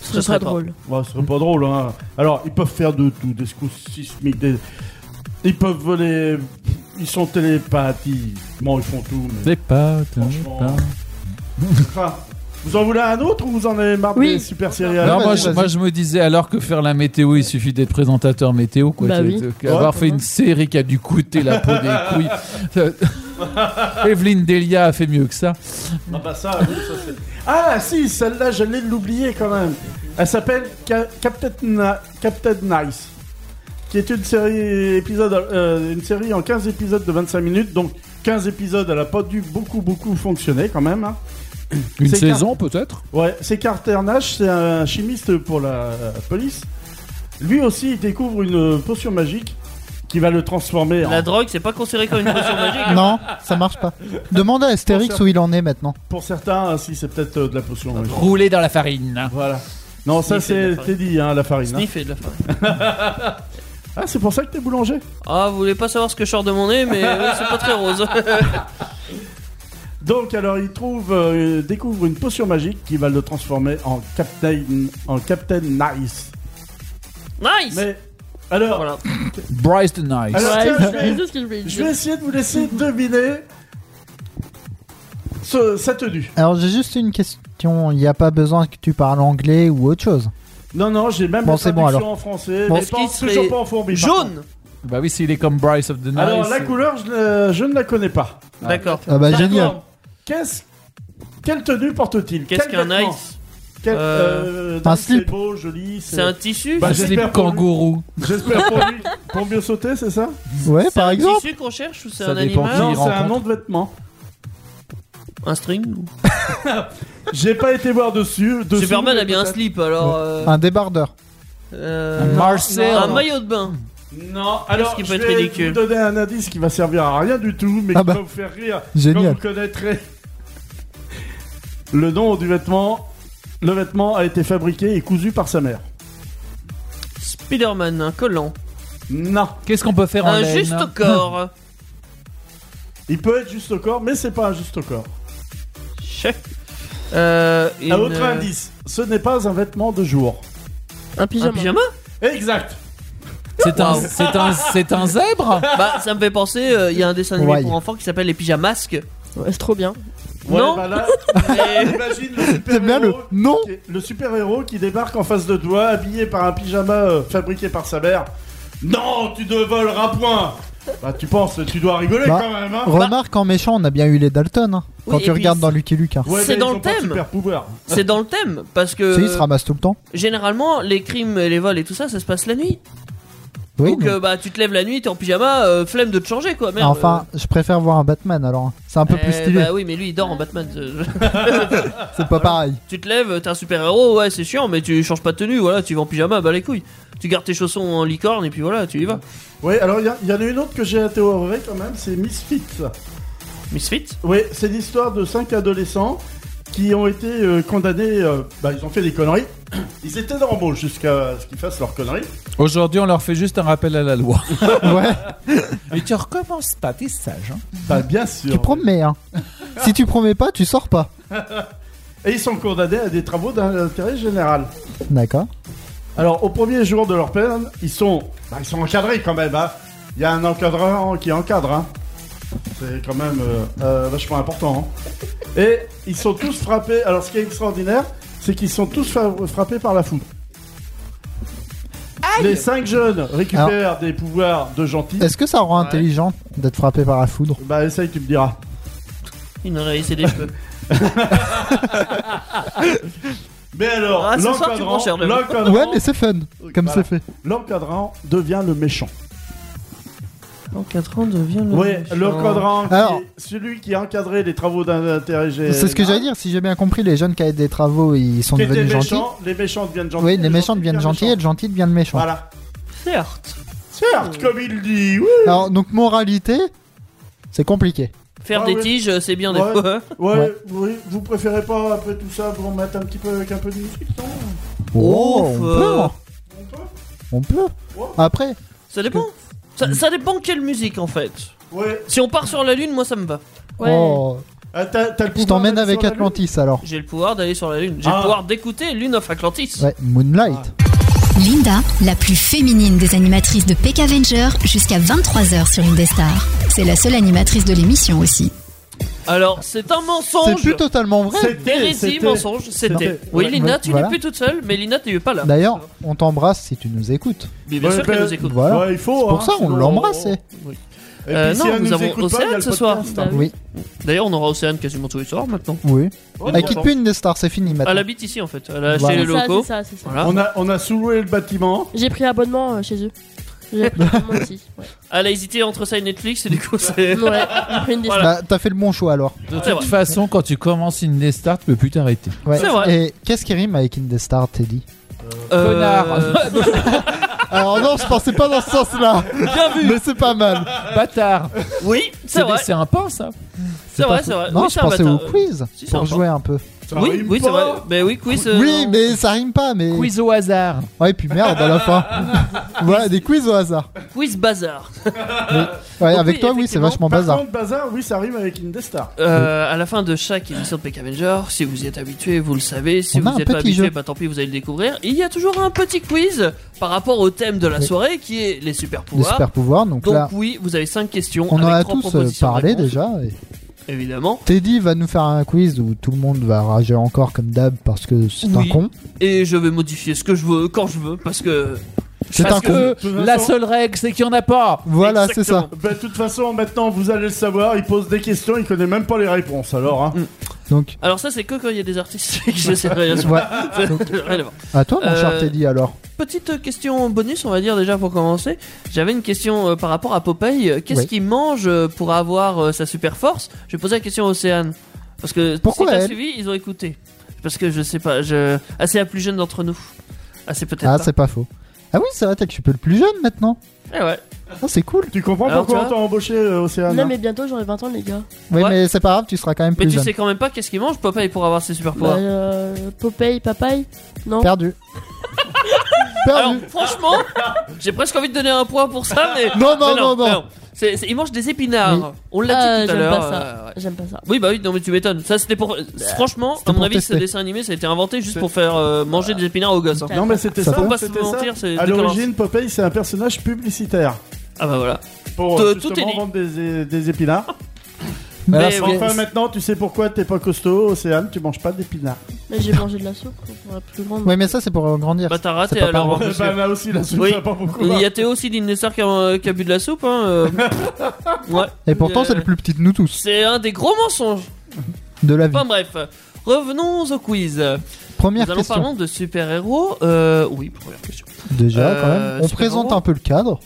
[SPEAKER 1] Ce
[SPEAKER 5] serait
[SPEAKER 1] serait
[SPEAKER 5] pas.
[SPEAKER 1] drôle.
[SPEAKER 7] Ouais, ce serait pas drôle, hein. Alors, ils peuvent faire de tout, des secousses sismiques, des... Ils peuvent voler... Ils sont télépathies. Bon, ils font tout, mais...
[SPEAKER 6] c'est pas.
[SPEAKER 7] Franchement.
[SPEAKER 6] pas-
[SPEAKER 7] Enfin, vous en voulez un autre ou vous en avez marre
[SPEAKER 1] Oui.
[SPEAKER 7] des super céréales
[SPEAKER 6] Non,
[SPEAKER 4] vas-y,
[SPEAKER 6] moi, je,
[SPEAKER 4] vas-y.
[SPEAKER 6] moi, je me disais alors que faire la météo, il suffit d'être présentateur météo. Quoi,
[SPEAKER 1] Bah
[SPEAKER 6] Tu-
[SPEAKER 1] oui.
[SPEAKER 6] tu- avoir
[SPEAKER 7] Ouais,
[SPEAKER 6] fait une série qui a dû coûter la peau des couilles. Ça- Evelyne Delia a fait mieux que ça.
[SPEAKER 7] Ah bah ça, oui, ça c'est... Ah si, celle-là, j'allais l'oublier quand même. Elle s'appelle Ca- Captain, Na- Captain Nice, qui est une série, épisode, euh, une série en 15 épisodes de 25 minutes, donc 15 épisodes, elle a pas dû beaucoup, beaucoup fonctionner quand même, hein.
[SPEAKER 6] Une
[SPEAKER 7] C'est
[SPEAKER 6] saison peut-être
[SPEAKER 7] Ouais, c'est Carter Nash, c'est un chimiste pour la police. Lui aussi, il découvre une potion magique qui va le transformer en...
[SPEAKER 5] La drogue, c'est pas considéré comme une potion magique.
[SPEAKER 4] non, ça marche pas. Demande à Astérix où il en est maintenant.
[SPEAKER 7] Pour certains, hein, si c'est peut-être euh, de la potion magique.
[SPEAKER 6] Rouler dans la farine.
[SPEAKER 7] Voilà. Non, ça
[SPEAKER 5] Sniffer de la
[SPEAKER 7] c'est
[SPEAKER 5] farine.
[SPEAKER 7] Teddy, hein, la farine. hein.
[SPEAKER 5] Sniff et de la farine.
[SPEAKER 7] Ah, c'est pour ça que t'es boulanger
[SPEAKER 5] Ah, vous voulez pas savoir ce que je sors de mon nez, mais oui, c'est pas très rose.
[SPEAKER 7] Donc, alors, il trouve, euh, découvre une potion magique qui va le transformer en Captain, en Captain Nice.
[SPEAKER 5] nice
[SPEAKER 7] Mais, alors,
[SPEAKER 5] Voilà.
[SPEAKER 6] Bryce the Nice.
[SPEAKER 7] Alors,
[SPEAKER 1] Ouais,
[SPEAKER 7] tiens, je vais-
[SPEAKER 1] c'est ce que je voulais
[SPEAKER 7] je
[SPEAKER 1] dire.
[SPEAKER 7] vais essayer de vous laisser deviner ce, sa tenue.
[SPEAKER 4] Alors j'ai juste une question. Il n'y a pas besoin que tu parles anglais ou autre chose.
[SPEAKER 7] Non, non, j'ai même
[SPEAKER 4] Bon,
[SPEAKER 7] la
[SPEAKER 4] c'est bon,
[SPEAKER 7] traduction
[SPEAKER 4] alors.
[SPEAKER 7] en français.
[SPEAKER 5] Bon.
[SPEAKER 7] mais
[SPEAKER 5] Est-ce
[SPEAKER 7] pas-
[SPEAKER 5] qu'il serait
[SPEAKER 7] toujours pas en fourmi, par
[SPEAKER 5] Jaune
[SPEAKER 6] Bah oui, s'il est comme Bryce of the Nice. Bah,
[SPEAKER 7] contre. Alors, la couleur, je, ne- je ne la connais pas.
[SPEAKER 5] D'accord.
[SPEAKER 4] Ah bah
[SPEAKER 5] D'accord.
[SPEAKER 4] génial.
[SPEAKER 7] Qu'est-ce... Quelle tenue porte-t-il
[SPEAKER 5] Qu'est-ce
[SPEAKER 7] Quel
[SPEAKER 5] qu'un
[SPEAKER 7] vêtement
[SPEAKER 5] nice
[SPEAKER 7] Quel-
[SPEAKER 5] Euh,
[SPEAKER 7] euh, donc
[SPEAKER 4] slip.
[SPEAKER 7] C'est beau, joli.
[SPEAKER 5] C'est un tissu
[SPEAKER 7] Bah,
[SPEAKER 6] Un
[SPEAKER 7] j'espère
[SPEAKER 6] slip
[SPEAKER 7] pour lui.
[SPEAKER 6] kangourou.
[SPEAKER 7] J'espère pour lui. Pour mieux sauter, c'est ça
[SPEAKER 4] Ouais,
[SPEAKER 5] C'est
[SPEAKER 4] par
[SPEAKER 5] un
[SPEAKER 4] exemple.
[SPEAKER 5] tissu qu'on cherche ou c'est
[SPEAKER 6] Ça
[SPEAKER 5] un
[SPEAKER 6] dépend
[SPEAKER 5] animal
[SPEAKER 6] qui.
[SPEAKER 7] Non,
[SPEAKER 6] il
[SPEAKER 7] c'est un
[SPEAKER 6] rencontre.
[SPEAKER 7] nom de vêtement.
[SPEAKER 5] Un string ou-
[SPEAKER 7] J'ai pas été voir dessus. dessous,
[SPEAKER 5] Superman
[SPEAKER 7] mais
[SPEAKER 5] a bien un
[SPEAKER 7] peut-être-
[SPEAKER 5] slip alors. euh,
[SPEAKER 4] Un débardeur.
[SPEAKER 5] euh,
[SPEAKER 6] Un Marcel.
[SPEAKER 5] Un maillot de bain.
[SPEAKER 7] Non, alors
[SPEAKER 5] qui peut
[SPEAKER 7] je
[SPEAKER 5] être
[SPEAKER 7] vais
[SPEAKER 5] ridicule
[SPEAKER 7] vous donner un indice qui va servir à rien du tout, mais
[SPEAKER 4] Ah
[SPEAKER 7] qui
[SPEAKER 4] bah.
[SPEAKER 7] va vous faire rire. Quand
[SPEAKER 4] Génial.
[SPEAKER 7] vous connaîtrez le nom du vêtement, le vêtement a été fabriqué et cousu par sa mère.
[SPEAKER 5] Spider-Man, un collant.
[SPEAKER 7] Non.
[SPEAKER 6] Qu'est-ce qu'on peut faire en
[SPEAKER 5] Un
[SPEAKER 6] laine
[SPEAKER 5] juste au corps.
[SPEAKER 7] Il peut être juste au corps, mais c'est pas un juste au corps.
[SPEAKER 5] Chef. Euh, une,
[SPEAKER 7] Un autre
[SPEAKER 5] euh,
[SPEAKER 7] indice, ce n'est pas un vêtement de jour.
[SPEAKER 1] Un
[SPEAKER 5] euh, Un
[SPEAKER 1] pyjama.
[SPEAKER 5] pyjama
[SPEAKER 7] Exact.
[SPEAKER 6] C'est un,
[SPEAKER 5] Wow.
[SPEAKER 6] c'est un, c'est un zèbre
[SPEAKER 5] Bah, ça me fait penser, euh, il y a un dessin animé
[SPEAKER 4] Ouais.
[SPEAKER 5] pour enfants qui s'appelle Les Pyjamasques.
[SPEAKER 1] Ouais, c'est trop bien.
[SPEAKER 5] Non.
[SPEAKER 7] bah là,
[SPEAKER 5] Mais-
[SPEAKER 7] imagine le super-héros
[SPEAKER 4] T'aimes bien le non
[SPEAKER 5] Bah.
[SPEAKER 7] qui- le super-héros qui débarque en face de toi, habillé par un pyjama euh, fabriqué par sa mère. Non, tu ne voleras point. Bah tu penses, tu dois rigoler
[SPEAKER 4] Bah,
[SPEAKER 7] quand même. Hein
[SPEAKER 4] Remarque en méchant, on a bien eu les Dalton. hein,
[SPEAKER 5] Oui,
[SPEAKER 4] quand
[SPEAKER 5] et
[SPEAKER 4] tu
[SPEAKER 5] puis
[SPEAKER 4] regardes
[SPEAKER 5] c'est-
[SPEAKER 4] dans Lucky Luke. hein.
[SPEAKER 5] c'est
[SPEAKER 7] mais
[SPEAKER 5] dans
[SPEAKER 7] ils
[SPEAKER 5] le
[SPEAKER 7] ont pas de
[SPEAKER 5] thème.
[SPEAKER 7] Super pouvoir.
[SPEAKER 5] C'est dans le thème parce que euh,
[SPEAKER 4] Si, ils se ramassent tout le temps.
[SPEAKER 5] généralement les crimes et les vols et tout ça, ça se passe la nuit.
[SPEAKER 4] Oui.
[SPEAKER 5] Donc
[SPEAKER 4] mais-
[SPEAKER 5] euh, bah tu te lèves la nuit, t'es en pyjama, euh, flemme de te changer quoi. Merde.
[SPEAKER 4] Enfin, je préfère voir un Batman alors. hein. C'est un peu
[SPEAKER 5] Euh,
[SPEAKER 4] plus stylé.
[SPEAKER 5] Bah oui, mais lui il dort en Batman. euh,
[SPEAKER 4] C'est pas pareil.
[SPEAKER 5] tu te lèves, t'es un super héros, ouais c'est chiant, mais tu changes pas de tenue, voilà, tu vas en pyjama, bah les couilles. Tu gardes tes chaussons en licorne et puis voilà, tu y vas.
[SPEAKER 7] Oui, alors il y a- il y, en a une autre que j'ai adorée quand même, c'est Misfits.
[SPEAKER 5] Misfit
[SPEAKER 7] Oui, c'est l'histoire de cinq adolescents qui ont été euh, condamnés. euh, bah ils ont fait des conneries. Ils étaient normaux jusqu'à ce qu'ils fassent leurs conneries.
[SPEAKER 6] Aujourd'hui, on leur fait juste un rappel à la loi.
[SPEAKER 4] ouais,
[SPEAKER 6] Mais tu recommences pas, t'es sage. Hein.
[SPEAKER 7] Bah bien sûr.
[SPEAKER 4] tu promets. Hein. si tu promets pas, tu sors pas.
[SPEAKER 7] Et ils sont condamnés à des travaux d'intérêt général.
[SPEAKER 4] D'accord.
[SPEAKER 7] Alors, au premier jour de leur peine, ils sont, bah, ils sont encadrés quand même. hein. Il y a un encadreur qui encadre. hein. C'est quand même euh, euh, vachement important. hein. Et ils sont tous frappés. Alors, ce qui est extraordinaire, c'est qu'ils sont tous fra- frappés par la foudre. Les cinq jeunes récupèrent des pouvoirs de gentils.
[SPEAKER 4] Est-ce que ça rend
[SPEAKER 5] Ouais.
[SPEAKER 4] intelligent d'être frappé par la foudre
[SPEAKER 7] Bah, essaye, tu me diras.
[SPEAKER 5] Il ne réussit des cheveux.
[SPEAKER 7] Mais alors,
[SPEAKER 5] Ah, ce soir, tu
[SPEAKER 7] l'encadrant,
[SPEAKER 5] prends cher, le-
[SPEAKER 7] l'encadrant-
[SPEAKER 4] Ouais, mais c'est fun, comme
[SPEAKER 7] Voilà.
[SPEAKER 4] c'est fait.
[SPEAKER 7] l'encadrant devient le méchant.
[SPEAKER 5] En 4 ans devient le.
[SPEAKER 7] Ouais, l'encadrant, qui-
[SPEAKER 4] Alors-
[SPEAKER 7] celui qui a encadré les travaux d'intérêt général.
[SPEAKER 4] C'est ce que j'allais dire, si j'ai bien compris, les jeunes cahiers des travaux, ils sont
[SPEAKER 7] Qui étaient
[SPEAKER 4] devenus gentils.
[SPEAKER 7] méchants, les méchants deviennent gentils.
[SPEAKER 4] Oui, les méchants deviennent gentils Euh. et
[SPEAKER 7] méchants.
[SPEAKER 4] le gentil devient le méchant.
[SPEAKER 7] Voilà.
[SPEAKER 5] Certes.
[SPEAKER 7] Certes, comme il dit, oui.
[SPEAKER 4] Alors, donc, moralité, c'est compliqué.
[SPEAKER 5] Faire
[SPEAKER 7] Ah
[SPEAKER 5] des
[SPEAKER 7] ouais.
[SPEAKER 5] tiges, euh, c'est bien des
[SPEAKER 7] Ouais.
[SPEAKER 5] fois. hein.
[SPEAKER 7] Ouais,
[SPEAKER 4] Ouais.
[SPEAKER 7] oui, vous préférez pas, après tout ça, vous remettre un petit peu avec un peu de musique, non
[SPEAKER 4] Oh,
[SPEAKER 5] Ouf,
[SPEAKER 4] on
[SPEAKER 5] euh,
[SPEAKER 4] peut,
[SPEAKER 7] On peut
[SPEAKER 4] on peut. Après,
[SPEAKER 5] Ça dépend.
[SPEAKER 7] Mm.
[SPEAKER 5] Ça, ça dépend quelle musique en fait.
[SPEAKER 7] Ouais.
[SPEAKER 5] Si on part sur la lune, moi ça me va.
[SPEAKER 1] Ouais.
[SPEAKER 4] oh,
[SPEAKER 7] Ah, t'as, t'as le
[SPEAKER 4] je
[SPEAKER 7] pouvoir
[SPEAKER 4] t'emmène
[SPEAKER 7] d'aller
[SPEAKER 4] avec
[SPEAKER 7] sur la lune
[SPEAKER 4] Atlantis alors.
[SPEAKER 5] J'ai le pouvoir d'aller sur la lune. J'ai
[SPEAKER 7] Ah.
[SPEAKER 5] le pouvoir d'écouter Lune of Atlantis.
[SPEAKER 4] Ouais, Moonlight.
[SPEAKER 8] Linda, la plus féminine des animatrices de Peck Avenger jusqu'à 23h sur Indestar. C'est la seule animatrice de l'émission aussi.
[SPEAKER 5] Alors, c'est un
[SPEAKER 7] Ah.
[SPEAKER 4] C'est
[SPEAKER 5] mensonge.
[SPEAKER 4] plus totalement vrai.
[SPEAKER 7] C'était,
[SPEAKER 5] Hérésie,
[SPEAKER 7] c'était-
[SPEAKER 5] mensonge, c'était.
[SPEAKER 7] c'était-
[SPEAKER 5] Oui,
[SPEAKER 7] ouais.
[SPEAKER 5] Lina, tu
[SPEAKER 4] Voilà. Bah,
[SPEAKER 5] n'es plus toute seule, mais Lina, tu n'es pas là.
[SPEAKER 4] D'ailleurs, on t'embrasse si tu nous écoutes.
[SPEAKER 5] Mais bien
[SPEAKER 7] Ouais,
[SPEAKER 5] sûr
[SPEAKER 7] ben,
[SPEAKER 5] qu'elle nous écoute.
[SPEAKER 4] Voilà.
[SPEAKER 7] Ouais, il faut.
[SPEAKER 4] pour
[SPEAKER 7] hein,
[SPEAKER 4] ça, on
[SPEAKER 7] sinon-
[SPEAKER 4] l'embrasse, eh.
[SPEAKER 7] Oui. Et
[SPEAKER 5] Euh,
[SPEAKER 7] puis,
[SPEAKER 5] non,
[SPEAKER 7] si elle
[SPEAKER 5] nous
[SPEAKER 7] nous
[SPEAKER 5] avons
[SPEAKER 7] écoute pas,
[SPEAKER 5] Océane
[SPEAKER 7] il y a le
[SPEAKER 5] ce soir.
[SPEAKER 7] podcast,
[SPEAKER 1] Bah
[SPEAKER 7] hein.
[SPEAKER 4] Oui,
[SPEAKER 5] D'ailleurs, on aura Océane quasiment tous les soirs maintenant.
[SPEAKER 4] oui.
[SPEAKER 7] Ouais,
[SPEAKER 4] Elle
[SPEAKER 7] bon.
[SPEAKER 4] quitte plus une des stars, c'est fini
[SPEAKER 5] Elle
[SPEAKER 4] maintenant.
[SPEAKER 5] habite ici en fait. Elle a acheté
[SPEAKER 4] Voilà.
[SPEAKER 5] les
[SPEAKER 1] C'est ça,
[SPEAKER 5] locaux.
[SPEAKER 1] c'est ça, c'est ça.
[SPEAKER 5] Voilà.
[SPEAKER 7] On a, on a sous-loué le bâtiment.
[SPEAKER 1] J'ai pris abonnement euh, chez eux. J'ai pris abonnement aussi. Ouais.
[SPEAKER 5] Elle a hésité entre ça et Netflix et du coup c'est.
[SPEAKER 1] Ouais, j'ai pris une décision.
[SPEAKER 4] Bah, T'as fait le bon choix alors.
[SPEAKER 5] C'est
[SPEAKER 6] De toute
[SPEAKER 5] vrai.
[SPEAKER 6] façon, quand tu commences une Indestar, tu peux plus t'arrêter.
[SPEAKER 4] Ouais.
[SPEAKER 5] C'est vrai.
[SPEAKER 4] Et qu'est-ce qui rime avec Indestar, Teddy
[SPEAKER 5] Euh,
[SPEAKER 6] Connard.
[SPEAKER 4] Alors non, je pensais pas dans ce sens-là.
[SPEAKER 5] Bien vu.
[SPEAKER 4] Mais c'est pas mal.
[SPEAKER 6] Euh, Bâtard
[SPEAKER 5] Oui,
[SPEAKER 6] C'est
[SPEAKER 5] c'est
[SPEAKER 6] des-
[SPEAKER 5] vrai.
[SPEAKER 6] c'est un pain, ça
[SPEAKER 5] C'est
[SPEAKER 4] pas
[SPEAKER 5] vrai,
[SPEAKER 4] fou.
[SPEAKER 5] c'est vrai.
[SPEAKER 4] Non,
[SPEAKER 5] Oui,
[SPEAKER 4] je
[SPEAKER 5] c'est un
[SPEAKER 4] pensais
[SPEAKER 5] bâtard.
[SPEAKER 4] au quiz
[SPEAKER 5] Si, c'est un
[SPEAKER 4] pour
[SPEAKER 5] pain.
[SPEAKER 4] jouer un peu.
[SPEAKER 7] Ça
[SPEAKER 5] Oui,
[SPEAKER 7] rime
[SPEAKER 5] oui, c'est
[SPEAKER 7] pas.
[SPEAKER 5] vrai. Mais oui, quiz. euh,
[SPEAKER 4] oui,
[SPEAKER 5] non.
[SPEAKER 4] mais ça rime pas. Mais
[SPEAKER 6] Quiz au hasard.
[SPEAKER 4] Ouais, et puis merde à la fin. voilà, des quiz au hasard.
[SPEAKER 5] Quiz bazar.
[SPEAKER 4] Ouais,
[SPEAKER 5] Donc
[SPEAKER 4] avec
[SPEAKER 5] oui,
[SPEAKER 4] toi, oui, c'est
[SPEAKER 5] effectivement.
[SPEAKER 4] vachement
[SPEAKER 7] Par
[SPEAKER 4] bazar.
[SPEAKER 7] contre, bazar, oui, ça rime avec Indestar.
[SPEAKER 5] Euh, à la fin de chaque émission de Peck Avenger, si vous y êtes habitué, vous le savez. Si
[SPEAKER 4] On
[SPEAKER 5] vous
[SPEAKER 4] a un
[SPEAKER 5] n'y êtes pas
[SPEAKER 4] petit
[SPEAKER 5] habitué,
[SPEAKER 4] jeu.
[SPEAKER 5] bah tant pis, vous allez le découvrir. Il y a toujours un petit quiz par rapport au thème de la
[SPEAKER 4] Oui.
[SPEAKER 5] soirée qui est les super
[SPEAKER 4] Des
[SPEAKER 5] pouvoirs.
[SPEAKER 4] super pouvoirs, donc,
[SPEAKER 5] Donc
[SPEAKER 4] là,
[SPEAKER 5] oui, vous avez 5 questions.
[SPEAKER 4] on en
[SPEAKER 5] avec
[SPEAKER 4] a
[SPEAKER 5] trois
[SPEAKER 4] tous euh,
[SPEAKER 5] propositions de
[SPEAKER 4] parlé
[SPEAKER 5] réponses,
[SPEAKER 4] déjà. et
[SPEAKER 5] Évidemment.
[SPEAKER 4] Teddy va nous faire un quiz où tout le monde va rager encore comme d'hab parce que c'est
[SPEAKER 5] Oui.
[SPEAKER 4] un con.
[SPEAKER 5] Et je vais modifier ce que je veux quand je veux parce que.
[SPEAKER 4] C'est
[SPEAKER 5] parce
[SPEAKER 4] un
[SPEAKER 5] que-
[SPEAKER 4] con.
[SPEAKER 6] Que
[SPEAKER 7] toute
[SPEAKER 6] la
[SPEAKER 7] façon-
[SPEAKER 6] seule règle, c'est qu'il n'y en a pas.
[SPEAKER 4] Voilà, c'est
[SPEAKER 5] Exactement.
[SPEAKER 4] ça.
[SPEAKER 7] Bah, de toute façon, maintenant, vous allez le savoir, il pose des questions, il connaît même pas les réponses, alors. Hein.
[SPEAKER 4] Donc,
[SPEAKER 5] Alors ça c'est que quand il y a des artistes qui j'essaie de rien
[SPEAKER 4] ouais.
[SPEAKER 5] Rien à voir.
[SPEAKER 4] à toi, mon cher
[SPEAKER 5] Euh,
[SPEAKER 4] Teddy, alors.
[SPEAKER 5] Petite question bonus on va dire déjà pour commencer. J'avais une question euh, par rapport à Popeye. Qu'est-ce
[SPEAKER 4] Oui.
[SPEAKER 5] qu'il mange euh, pour avoir euh, sa super force Je vais poser la question à Océane parce que
[SPEAKER 4] Pourquoi
[SPEAKER 5] si t'as
[SPEAKER 4] elle
[SPEAKER 5] suivi ils ont écouté. Parce que je sais pas. Je... Ah c'est la plus jeune d'entre nous. Ah c'est peut-être.
[SPEAKER 4] Ah,
[SPEAKER 5] pas.
[SPEAKER 4] c'est pas faux. Ah oui, c'est vrai, t'es que tu peux le plus jeune maintenant.
[SPEAKER 5] Eh ouais.
[SPEAKER 4] Ah, c'est cool.
[SPEAKER 7] Tu comprends
[SPEAKER 5] Alors,
[SPEAKER 7] pourquoi
[SPEAKER 5] tu
[SPEAKER 7] on
[SPEAKER 5] vois
[SPEAKER 7] t'a embauché, euh, Océane
[SPEAKER 1] Ah, Non,
[SPEAKER 7] hein
[SPEAKER 1] mais bientôt j'aurai 20 ans, les gars.
[SPEAKER 4] Oui,
[SPEAKER 5] Ouais.
[SPEAKER 4] mais c'est pas grave, tu seras quand même
[SPEAKER 5] Mais
[SPEAKER 4] plus
[SPEAKER 5] tu
[SPEAKER 4] jeune.
[SPEAKER 5] sais quand même pas qu'est-ce qu'il mange Popeye pour avoir ses super
[SPEAKER 1] Bah,
[SPEAKER 5] pouvoirs.
[SPEAKER 1] euh, Popeye, Papaye Non
[SPEAKER 4] Perdu.
[SPEAKER 5] Alors,
[SPEAKER 4] Perdu.
[SPEAKER 5] franchement, j'ai presque envie de donner un point pour ça, mais.
[SPEAKER 4] Non, non,
[SPEAKER 5] mais
[SPEAKER 4] non,
[SPEAKER 5] mais
[SPEAKER 4] non.
[SPEAKER 5] C'est- c'est- il mange des épinards.
[SPEAKER 4] Oui.
[SPEAKER 5] On l'a
[SPEAKER 1] Ah,
[SPEAKER 5] dit tout à
[SPEAKER 1] j'aime
[SPEAKER 5] l'heure.
[SPEAKER 1] pas ça.
[SPEAKER 5] euh, ouais.
[SPEAKER 1] J'aime pas ça.
[SPEAKER 5] Oui, bah oui, non, mais tu m'étonnes. Ça, c'était pour. Franchement, à mon
[SPEAKER 4] Bah, pour
[SPEAKER 5] avis, ce
[SPEAKER 4] tester.
[SPEAKER 5] dessin animé, ça a été inventé juste pour faire euh, manger des épinards aux gosses. hein.
[SPEAKER 7] Non, mais c'était
[SPEAKER 4] Ça
[SPEAKER 7] ça.
[SPEAKER 4] peut
[SPEAKER 5] pas se
[SPEAKER 7] c'était ça.
[SPEAKER 5] mentir, c'est
[SPEAKER 7] À
[SPEAKER 5] déconnant.
[SPEAKER 7] l'origine, Popeye, c'est un personnage publicitaire.
[SPEAKER 5] Ah bah voilà.
[SPEAKER 7] Pour
[SPEAKER 5] Tout-
[SPEAKER 7] euh,
[SPEAKER 5] tout est
[SPEAKER 7] justement
[SPEAKER 5] dit.
[SPEAKER 7] vendre des, des épinards.
[SPEAKER 4] Mais
[SPEAKER 5] Mais
[SPEAKER 4] alors,
[SPEAKER 5] Eh oui.
[SPEAKER 7] Enfin, maintenant, tu sais pourquoi t'es pas costaud, Océane, tu manges pas d'épinards.
[SPEAKER 1] Mais j'ai mangé de la soupe pour la plus grande.
[SPEAKER 4] Ouais, mais ça, c'est pour euh, grandir.
[SPEAKER 5] Bah t'as raté
[SPEAKER 4] c'est pas
[SPEAKER 5] alors.
[SPEAKER 4] par
[SPEAKER 5] hein,
[SPEAKER 7] Eh ben,
[SPEAKER 5] monsieur.
[SPEAKER 7] là aussi, la soupe,
[SPEAKER 5] Oui.
[SPEAKER 7] ça va pas beaucoup.
[SPEAKER 5] Il y a Théo aussi d'Innestar qui, a- qui a bu de la soupe. Hein. euh. ouais.
[SPEAKER 4] Et pourtant,
[SPEAKER 5] Euh,
[SPEAKER 4] c'est le plus petit de nous tous,
[SPEAKER 5] C'est un des gros mensonges.
[SPEAKER 4] de la vie.
[SPEAKER 5] Enfin bref, revenons au quiz.
[SPEAKER 4] Première
[SPEAKER 5] Nous allons
[SPEAKER 4] question.
[SPEAKER 5] parler de super-héros. Euh, oui, première question.
[SPEAKER 4] Déjà,
[SPEAKER 5] Euh,
[SPEAKER 4] quand même. On
[SPEAKER 5] super
[SPEAKER 4] présente
[SPEAKER 5] héros.
[SPEAKER 4] un peu le cadre.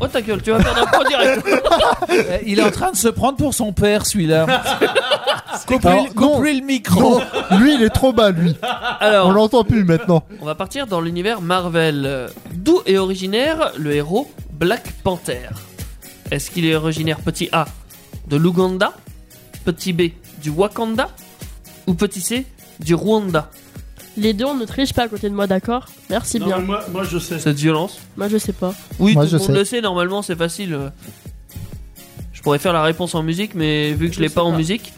[SPEAKER 5] Oh ta gueule, tu vas perdre un point direct.
[SPEAKER 6] Euh, Il est en train de se prendre pour son père, celui-là.
[SPEAKER 4] Alors,
[SPEAKER 6] Coupez
[SPEAKER 4] non.
[SPEAKER 6] coupez le micro.
[SPEAKER 4] Non, lui, il est trop bas, lui. On
[SPEAKER 5] Alors,
[SPEAKER 4] l'entend plus maintenant.
[SPEAKER 5] on va partir dans l'univers Marvel. Euh, D'où est originaire le héros Black Panther Est-ce qu'il est originaire petit A de l'Ouganda Petit B du Wakanda Ou petit C du Rwanda
[SPEAKER 1] Les deux, on ne triche pas à côté de moi, d'accord Merci
[SPEAKER 7] Non,
[SPEAKER 1] bien.
[SPEAKER 7] mais moi, moi, je sais.
[SPEAKER 5] Cette violence
[SPEAKER 1] Moi, je sais pas.
[SPEAKER 5] Oui,
[SPEAKER 4] Moi,
[SPEAKER 5] tout
[SPEAKER 4] je
[SPEAKER 5] le monde
[SPEAKER 4] sais.
[SPEAKER 5] le sait, normalement c'est facile. euh. Je pourrais faire la réponse en musique, mais vu que je, l'ai
[SPEAKER 1] sais
[SPEAKER 5] pas, en
[SPEAKER 1] pas.
[SPEAKER 5] musique.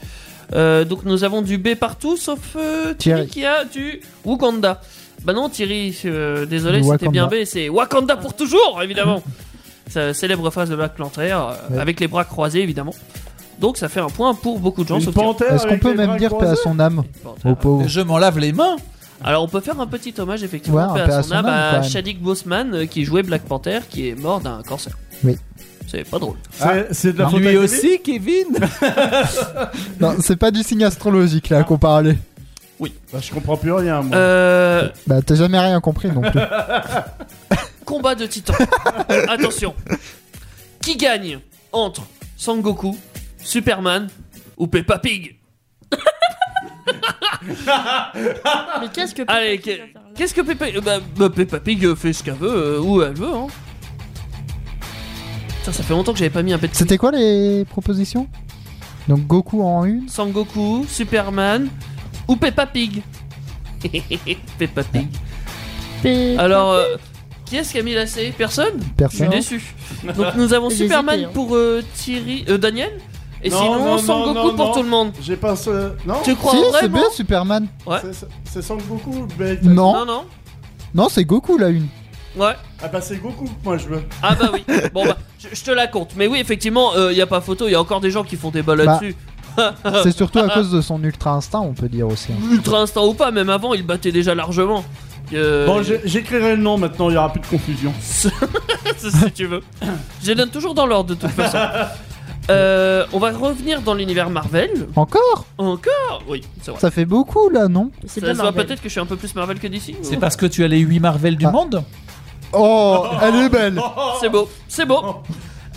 [SPEAKER 5] Euh, donc nous avons du B partout, sauf euh, Thierry
[SPEAKER 4] Thierry.
[SPEAKER 5] qui a du Wakanda. Bah non, Thierry, euh, désolé,
[SPEAKER 4] Du
[SPEAKER 5] c'était bien
[SPEAKER 4] Wakanda.
[SPEAKER 5] B, c'est Wakanda pour toujours, évidemment. Sa célèbre phrase de Black Panther, euh,
[SPEAKER 4] Ouais.
[SPEAKER 5] avec les bras croisés, évidemment. Donc ça fait un point pour beaucoup de gens,
[SPEAKER 7] Une
[SPEAKER 5] sauf Thierry.
[SPEAKER 7] panthère
[SPEAKER 4] Est-ce qu'on
[SPEAKER 7] avec
[SPEAKER 4] peut
[SPEAKER 7] les
[SPEAKER 4] même
[SPEAKER 7] bras
[SPEAKER 4] dire paix à
[SPEAKER 7] croisés
[SPEAKER 4] son âme au
[SPEAKER 5] Panther.
[SPEAKER 4] pauvre
[SPEAKER 6] Je m'en lave les mains.
[SPEAKER 5] Alors on peut faire un petit hommage effectivement
[SPEAKER 4] Ouais,
[SPEAKER 5] paix à son âme,
[SPEAKER 4] quand
[SPEAKER 5] à
[SPEAKER 4] même.
[SPEAKER 5] Shadik Boseman euh, qui jouait Black Panther qui est mort d'un cancer.
[SPEAKER 4] Oui.
[SPEAKER 5] C'est pas drôle.
[SPEAKER 7] C'est- C'est
[SPEAKER 5] Ah,
[SPEAKER 7] de la faute à
[SPEAKER 6] Lui
[SPEAKER 7] Kevin
[SPEAKER 6] aussi, Kevin
[SPEAKER 4] Non, c'est pas du signe astrologique là qu'on parlait.
[SPEAKER 7] Bah, Je comprends plus rien, moi.
[SPEAKER 5] Euh,
[SPEAKER 4] Bah, t'as jamais rien compris non plus.
[SPEAKER 5] combat de titans. Attention. Qui gagne entre Sangoku, Superman ou Peppa Pig
[SPEAKER 1] Ah, Mais qu'est-ce que.
[SPEAKER 5] Allez,
[SPEAKER 1] Peppa Pig
[SPEAKER 5] que-
[SPEAKER 1] va faire là
[SPEAKER 5] qu'est-ce que Peppa euh, bah, bah, Peppa Pig fait ce qu'elle veut, euh, où elle veut, hein. Putain, ça fait longtemps que j'avais pas mis un petit
[SPEAKER 4] C'était quoi les propositions Donc Goku en une
[SPEAKER 5] Sangoku, Superman ou Peppa Pig Peppa Pig.
[SPEAKER 1] Peppa-
[SPEAKER 5] Alors, euh, qui est-ce qui a mis la C Personne Je suis
[SPEAKER 4] personne.
[SPEAKER 5] déçu. Donc nous avons
[SPEAKER 1] J'ai
[SPEAKER 5] Superman
[SPEAKER 1] hésité, hein.
[SPEAKER 5] pour euh, Thierry, euh, Daniel et
[SPEAKER 7] Non,
[SPEAKER 5] sinon
[SPEAKER 7] non,
[SPEAKER 5] Sangoku
[SPEAKER 7] non, non,
[SPEAKER 5] pour
[SPEAKER 7] non.
[SPEAKER 5] tout le monde.
[SPEAKER 7] J'ai pas ce. Non
[SPEAKER 5] Tu crois
[SPEAKER 4] Si, c'est
[SPEAKER 5] vraiment
[SPEAKER 4] bien Superman.
[SPEAKER 5] Ouais.
[SPEAKER 7] C'est- C'est sans Goku, mais.
[SPEAKER 4] Non,
[SPEAKER 5] Non, non.
[SPEAKER 4] non, c'est Goku la une.
[SPEAKER 5] Ouais.
[SPEAKER 7] Ah bah c'est Goku que moi je veux.
[SPEAKER 5] Ah bah oui. Bon bah, je, je te la compte. Mais oui, effectivement, il n'y a pas photo. Il y a encore des gens qui font des balles
[SPEAKER 4] Bah.
[SPEAKER 5] là-dessus.
[SPEAKER 4] C'est surtout à cause de son ultra instinct, on peut dire aussi. hein.
[SPEAKER 5] Ultra instant ou pas, même avant, ils battaient déjà largement. Euh,
[SPEAKER 7] Bon, j'ai- j'écrirai le nom maintenant, il y aura plus de confusion.
[SPEAKER 5] si tu veux. Je les donne toujours dans l'ordre de toute façon. Euh, on va revenir dans l'univers Marvel.
[SPEAKER 4] Encore
[SPEAKER 5] Encore Oui, c'est vrai.
[SPEAKER 4] Ça fait beaucoup là, non
[SPEAKER 5] Ça
[SPEAKER 1] C'est bien
[SPEAKER 5] se voit
[SPEAKER 1] Marvel.
[SPEAKER 5] peut-être que je suis un peu plus Marvel que d'ici.
[SPEAKER 6] C'est parce que tu as les 8 Marvel du
[SPEAKER 4] Ah.
[SPEAKER 6] monde
[SPEAKER 4] Oh, elle est belle
[SPEAKER 5] C'est beau, c'est beau.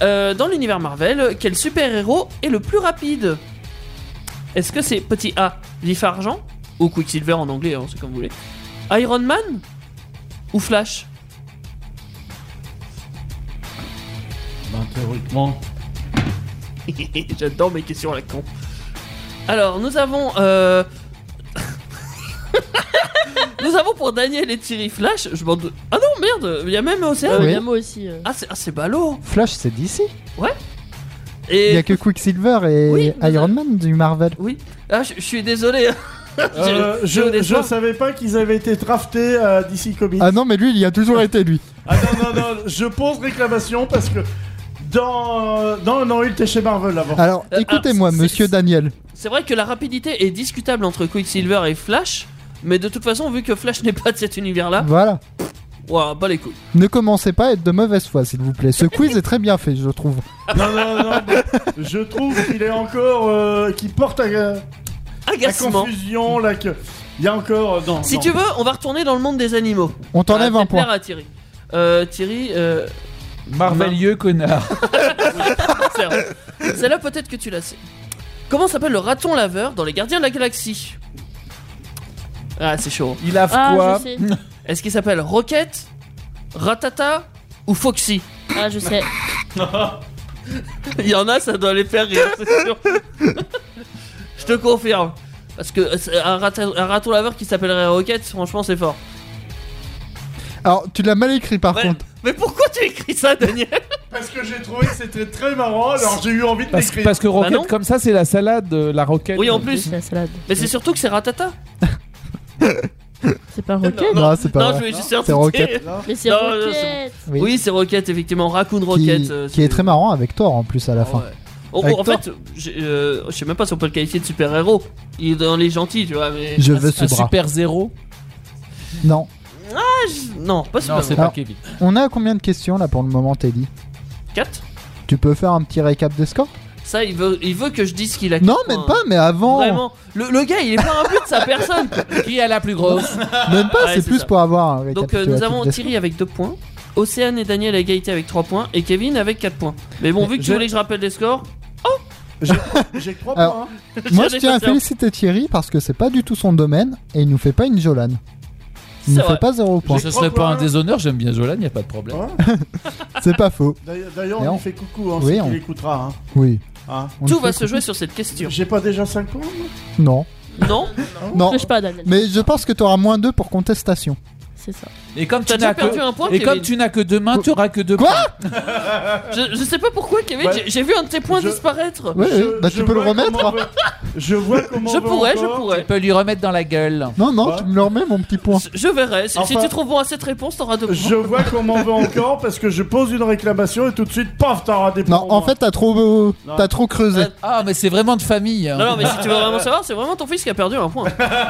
[SPEAKER 5] Euh, dans l'univers Marvel, quel super-héros est le plus rapide Est-ce que c'est petit A, vif argent Ou Quicksilver en anglais, hein, c'est comme vous voulez. Iron Man Ou Flash
[SPEAKER 7] Bah théoriquement.
[SPEAKER 5] J'adore mes questions à la con. Alors, nous avons... euh, nous avons pour Daniel et Thierry Flash... Je m'en doute- Ah non, merde Il y a même Océane
[SPEAKER 1] Euh,
[SPEAKER 4] Oui.
[SPEAKER 1] bien moi aussi. euh.
[SPEAKER 5] Ah, c'est ah, c'est ballot
[SPEAKER 4] Flash, c'est d'ici. Il y
[SPEAKER 5] Et...
[SPEAKER 4] a que Quicksilver et
[SPEAKER 5] Oui, vous
[SPEAKER 4] Iron Man du Marvel.
[SPEAKER 5] Oui, ah, je je suis désolé.
[SPEAKER 7] Euh,
[SPEAKER 5] J'ai- j'ai
[SPEAKER 7] je, je
[SPEAKER 5] l'espoir.
[SPEAKER 7] savais pas qu'ils avaient été draftés à DC Comics.
[SPEAKER 4] Ah non, mais lui, il y a toujours été lui.
[SPEAKER 7] Ah non, non, non, je pose réclamation parce que dans. euh, Non, non, il était chez Marvel avant.
[SPEAKER 4] Alors,
[SPEAKER 5] Euh,
[SPEAKER 4] écoutez-moi,
[SPEAKER 5] alors, c'est-
[SPEAKER 4] Monsieur
[SPEAKER 5] c'est-
[SPEAKER 4] Daniel.
[SPEAKER 5] C'est vrai que la rapidité est discutable entre Quicksilver et Flash, mais de toute façon, vu que Flash n'est pas de cet univers-là,
[SPEAKER 4] Voilà.
[SPEAKER 5] ouah, bah les couilles.
[SPEAKER 4] Ne commencez pas à être de mauvaise foi, s'il vous plaît. Ce quiz est très bien fait, je trouve.
[SPEAKER 7] Non, non, non, mais je trouve qu'il est encore. euh, qu'il porte à, la
[SPEAKER 5] Agacement.
[SPEAKER 7] confusion, là, que. Il y a encore. euh, non,
[SPEAKER 5] Si
[SPEAKER 7] non.
[SPEAKER 5] tu veux, on va retourner dans le monde des animaux.
[SPEAKER 4] On t'enlève
[SPEAKER 5] Ça va
[SPEAKER 4] un point.
[SPEAKER 5] plaire à Thierry. Euh, Thierry, euh,
[SPEAKER 6] Marvelieux connard.
[SPEAKER 5] certes. celle-là peut-être que tu la sais. Comment s'appelle le raton laveur dans Les Gardiens de la Galaxie Ah, c'est chaud.
[SPEAKER 6] Il a
[SPEAKER 1] Ah,
[SPEAKER 6] quoi
[SPEAKER 1] je sais.
[SPEAKER 5] Est-ce qu'il s'appelle Rocket, Ratata ou Foxy
[SPEAKER 1] Ah,
[SPEAKER 5] Bah,
[SPEAKER 1] je sais.
[SPEAKER 5] Il y en a, ça doit les faire rire, c'est sûr. Je te confirme. Parce que euh, c'est un, rat- un raton laveur qui s'appellerait Rocket, franchement, c'est fort.
[SPEAKER 4] Alors, tu l'as mal écrit par
[SPEAKER 5] Ouais.
[SPEAKER 4] contre.
[SPEAKER 5] Mais pourquoi tu écris ça, Daniel
[SPEAKER 7] Parce que j'ai trouvé que c'était très marrant, alors j'ai eu envie de
[SPEAKER 6] parce,
[SPEAKER 7] l'écrire.
[SPEAKER 6] parce que Rocket,
[SPEAKER 5] non.
[SPEAKER 6] comme ça, c'est la salade, euh, la Rocket.
[SPEAKER 5] Oui, en plus.
[SPEAKER 1] C'est la salade.
[SPEAKER 5] Mais c'est surtout que c'est Ratata.
[SPEAKER 1] C'est pas Rocket
[SPEAKER 4] Non, c'est pas
[SPEAKER 5] non, je
[SPEAKER 4] vrai.
[SPEAKER 5] vais juste insister.
[SPEAKER 4] C'est Rocket.
[SPEAKER 1] Mais c'est
[SPEAKER 5] Non, non,
[SPEAKER 1] Rocket
[SPEAKER 4] Oui.
[SPEAKER 5] Oui, c'est Rocket, effectivement. Raccoon
[SPEAKER 4] Qui,
[SPEAKER 5] Rocket. euh,
[SPEAKER 4] qui est très marrant avec Thor en plus à la
[SPEAKER 5] Ah,
[SPEAKER 4] fin.
[SPEAKER 5] ouais. Oh,
[SPEAKER 4] Avec
[SPEAKER 5] oh, en
[SPEAKER 4] Thor.
[SPEAKER 5] fait, j'ai, euh, je sais même pas si on peut le qualifier de super-héros. Il est dans les gentils, tu vois, mais.
[SPEAKER 4] Je
[SPEAKER 6] Un-
[SPEAKER 4] veux ce
[SPEAKER 6] un
[SPEAKER 4] bras.
[SPEAKER 6] Super zéro.
[SPEAKER 4] Non.
[SPEAKER 5] Non,
[SPEAKER 6] Non,
[SPEAKER 5] pas
[SPEAKER 6] c'est
[SPEAKER 5] super-héros.
[SPEAKER 6] pas
[SPEAKER 4] Alors.
[SPEAKER 6] Kevin.
[SPEAKER 4] On a combien de questions là pour le moment, Teddy
[SPEAKER 5] 4
[SPEAKER 4] Tu peux faire un petit récap des scores
[SPEAKER 5] Ça, il veut, il veut que je dise qu'il a.
[SPEAKER 4] Non,
[SPEAKER 5] quatre
[SPEAKER 4] même
[SPEAKER 5] points.
[SPEAKER 4] pas, mais avant.
[SPEAKER 5] hein. Vraiment. Le, le gars, il est pas un but de sa personne.
[SPEAKER 6] Qui a la plus grosse
[SPEAKER 4] Même pas,
[SPEAKER 5] Ouais,
[SPEAKER 4] c'est
[SPEAKER 5] c'est
[SPEAKER 4] plus
[SPEAKER 5] ça.
[SPEAKER 4] pour avoir un
[SPEAKER 5] Donc euh,
[SPEAKER 4] récapitulatif
[SPEAKER 5] nous avons
[SPEAKER 4] des
[SPEAKER 5] Thierry avec 2 points, Océane et Daniel à égalité avec 3 points et Kevin avec 4 points. Mais bon,
[SPEAKER 6] Mais
[SPEAKER 5] vu que tu
[SPEAKER 6] je-
[SPEAKER 5] voulais que je rappelle les scores,
[SPEAKER 7] J'ai trois
[SPEAKER 4] Alors,
[SPEAKER 7] points. hein.
[SPEAKER 4] Moi,
[SPEAKER 5] j'en
[SPEAKER 4] je
[SPEAKER 5] ai
[SPEAKER 4] tiens
[SPEAKER 5] pas
[SPEAKER 4] à
[SPEAKER 5] fait un.
[SPEAKER 4] féliciter Thierry parce que c'est pas du tout son domaine et il nous fait pas une Jolane.
[SPEAKER 5] C'est
[SPEAKER 4] Il nous fait
[SPEAKER 5] vrai.
[SPEAKER 4] pas zéro point.
[SPEAKER 6] Ce
[SPEAKER 7] trois
[SPEAKER 6] serait pas
[SPEAKER 7] points.
[SPEAKER 6] un déshonneur, j'aime bien Jolan, y a pas de problème.
[SPEAKER 7] Hein
[SPEAKER 4] C'est pas faux.
[SPEAKER 7] D'ailleurs- D'ailleurs,
[SPEAKER 4] Mais
[SPEAKER 7] on
[SPEAKER 4] on-
[SPEAKER 7] lui fait coucou, hein,
[SPEAKER 4] Oui,
[SPEAKER 7] c'est
[SPEAKER 4] on-
[SPEAKER 7] qu'il écoutera. hein.
[SPEAKER 4] Oui.
[SPEAKER 7] Hein.
[SPEAKER 4] On
[SPEAKER 5] tout
[SPEAKER 4] le
[SPEAKER 5] va
[SPEAKER 4] fait.
[SPEAKER 5] se jouer sur cette question.
[SPEAKER 7] J'ai pas déjà hein. 5 points moi
[SPEAKER 4] Non.
[SPEAKER 5] Non
[SPEAKER 7] Ah
[SPEAKER 4] Non.
[SPEAKER 1] Lâche pas, Daniel.
[SPEAKER 4] Mais je pense que tu auras moins 2 pour contestation.
[SPEAKER 1] C'est ça.
[SPEAKER 6] Et comme tu
[SPEAKER 5] T'as
[SPEAKER 6] n'as
[SPEAKER 5] déjà perdu
[SPEAKER 6] que.
[SPEAKER 5] un point,
[SPEAKER 6] Et
[SPEAKER 5] Kevin.
[SPEAKER 6] comme tu n'as que deux mains, tu auras que deux
[SPEAKER 4] Quoi
[SPEAKER 6] points.
[SPEAKER 5] Je, je sais pas pourquoi, Kevin,
[SPEAKER 7] Bah,
[SPEAKER 5] j'ai- j'ai vu un de tes points
[SPEAKER 7] je-
[SPEAKER 5] disparaître.
[SPEAKER 4] Ouais,
[SPEAKER 7] Je-
[SPEAKER 4] ouais. Bah, tu
[SPEAKER 7] je
[SPEAKER 4] peux le
[SPEAKER 7] vois
[SPEAKER 4] remettre.
[SPEAKER 7] comment on veut- Je vois comment
[SPEAKER 5] Je
[SPEAKER 7] on veut
[SPEAKER 5] pourrais, je
[SPEAKER 7] encore.
[SPEAKER 6] Tu
[SPEAKER 5] pourrais.
[SPEAKER 6] peux lui remettre dans la gueule.
[SPEAKER 4] Non, non,
[SPEAKER 7] Ouais.
[SPEAKER 4] tu me le remets, mon petit point.
[SPEAKER 5] Je, je verrai. Si, si
[SPEAKER 7] Enfin-
[SPEAKER 5] tu trouves bon à cette réponse, t'auras 2 points.
[SPEAKER 7] Je vois comment on veut encore parce que je pose une réclamation et tout de suite, paf, t'auras des points.
[SPEAKER 4] Non, en fait, t'as trop,
[SPEAKER 7] Non.
[SPEAKER 4] t'as trop creusé.
[SPEAKER 5] Ah.
[SPEAKER 6] Ah, mais c'est vraiment de famille. hein.
[SPEAKER 5] Non, non, mais si tu veux vraiment savoir, c'est vraiment ton fils qui a perdu un point.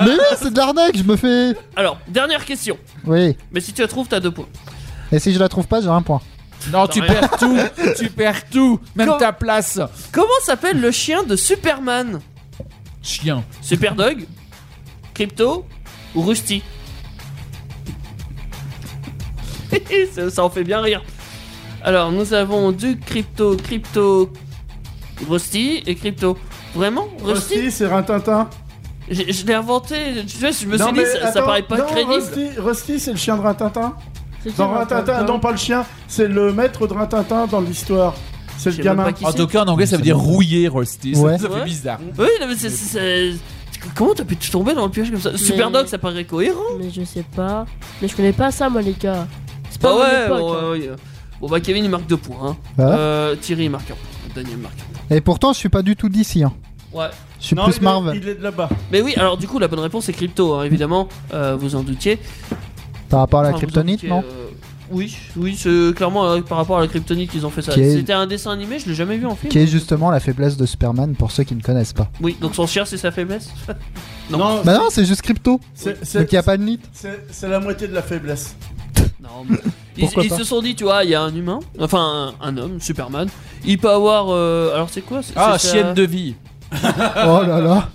[SPEAKER 4] Mais oui, c'est de l'arnaque, je me fais.
[SPEAKER 5] Alors, dernière question.
[SPEAKER 4] Oui.
[SPEAKER 5] Mais si tu la trouves, t'as 2 points.
[SPEAKER 4] Et si je la trouve pas, j'ai un point.
[SPEAKER 6] Non, tu
[SPEAKER 5] rien.
[SPEAKER 6] perds tout, tu perds tout, même
[SPEAKER 5] Quand-
[SPEAKER 6] ta place.
[SPEAKER 5] Comment s'appelle le chien de Superman
[SPEAKER 6] Chien.
[SPEAKER 5] Superdog Crypto Ou Rusty ça, ça en fait bien rire. Alors, nous avons du crypto, crypto, Rusty et crypto. Vraiment Rusty,
[SPEAKER 7] Rusty, c'est Rintintin.
[SPEAKER 5] J'ai- Je l'ai inventé. Tu sais, je me
[SPEAKER 7] Non,
[SPEAKER 5] suis dit,
[SPEAKER 7] mais
[SPEAKER 5] ça, ça
[SPEAKER 7] attends,
[SPEAKER 5] paraît pas
[SPEAKER 7] non,
[SPEAKER 5] crédible.
[SPEAKER 7] Rusty, Rusty, c'est le chien de Rintintin.
[SPEAKER 1] C'est qui,
[SPEAKER 7] Dans
[SPEAKER 1] Rintintin
[SPEAKER 7] Rintintin, non pas le chien, c'est le maître de Rintintin dans l'histoire. C'est
[SPEAKER 5] Je sais
[SPEAKER 7] le
[SPEAKER 5] même
[SPEAKER 7] gamin.
[SPEAKER 5] pas qui
[SPEAKER 6] En
[SPEAKER 5] c'est.
[SPEAKER 6] tout cas, en anglais, ça veut dire rouillé, Rusty. Ça-
[SPEAKER 4] Ouais.
[SPEAKER 6] Ça, fait
[SPEAKER 5] Ouais.
[SPEAKER 6] bizarre.
[SPEAKER 5] Oui, non, mais c'est. c'est- c'est- Comment t'as pu te tomber dans le piège comme ça Superdog, ça paraît cohérent.
[SPEAKER 1] Mais je sais pas. Mais je connais pas ça, moi, les gars. C'est pas
[SPEAKER 5] Bah
[SPEAKER 1] mon
[SPEAKER 5] ouais,
[SPEAKER 1] époque,
[SPEAKER 5] bon,
[SPEAKER 1] hein.
[SPEAKER 5] euh, bon, bah Kevin il marque deux points. hein.
[SPEAKER 7] Ah.
[SPEAKER 4] Voilà.
[SPEAKER 5] Euh, Thierry il marque un point. Daniel marque un point.
[SPEAKER 4] Et pourtant, je suis pas du tout d'ici. hein.
[SPEAKER 5] Ouais.
[SPEAKER 4] Je suis
[SPEAKER 7] Non,
[SPEAKER 4] plus
[SPEAKER 7] il est-
[SPEAKER 4] Marvel.
[SPEAKER 7] Il est de là-bas.
[SPEAKER 5] Mais oui, alors du coup, la bonne réponse est crypto, hein, évidemment, euh, vous en doutiez.
[SPEAKER 4] Par rapport à la
[SPEAKER 5] Enfin, vous en
[SPEAKER 4] Ah, kryptonite,
[SPEAKER 5] doutiez,
[SPEAKER 4] non
[SPEAKER 5] euh, Oui, oui, c'est clairement euh, par rapport à la kryptonite qu'ils ont fait ça.
[SPEAKER 4] Qui est-
[SPEAKER 5] C'était un dessin animé, je l'ai jamais vu en film.
[SPEAKER 4] Qui est justement la faiblesse de Superman pour ceux qui ne connaissent pas.
[SPEAKER 5] Oui, donc son chien, c'est sa faiblesse. Non.
[SPEAKER 4] Bah non, c'est juste crypto.
[SPEAKER 7] c'est- c'est-
[SPEAKER 4] Donc il n'y a pas de mythe.
[SPEAKER 7] c'est c'est la moitié de la faiblesse.
[SPEAKER 5] Non, mais- ils,
[SPEAKER 4] Pourquoi
[SPEAKER 5] ils
[SPEAKER 4] pas
[SPEAKER 5] se sont dit, tu vois, il y a un humain, enfin un, un homme, Superman. Il peut avoir, euh, alors c'est quoi c'est-
[SPEAKER 6] Ah,
[SPEAKER 5] c'est sa-
[SPEAKER 6] chienne de vie.
[SPEAKER 4] Oh là là.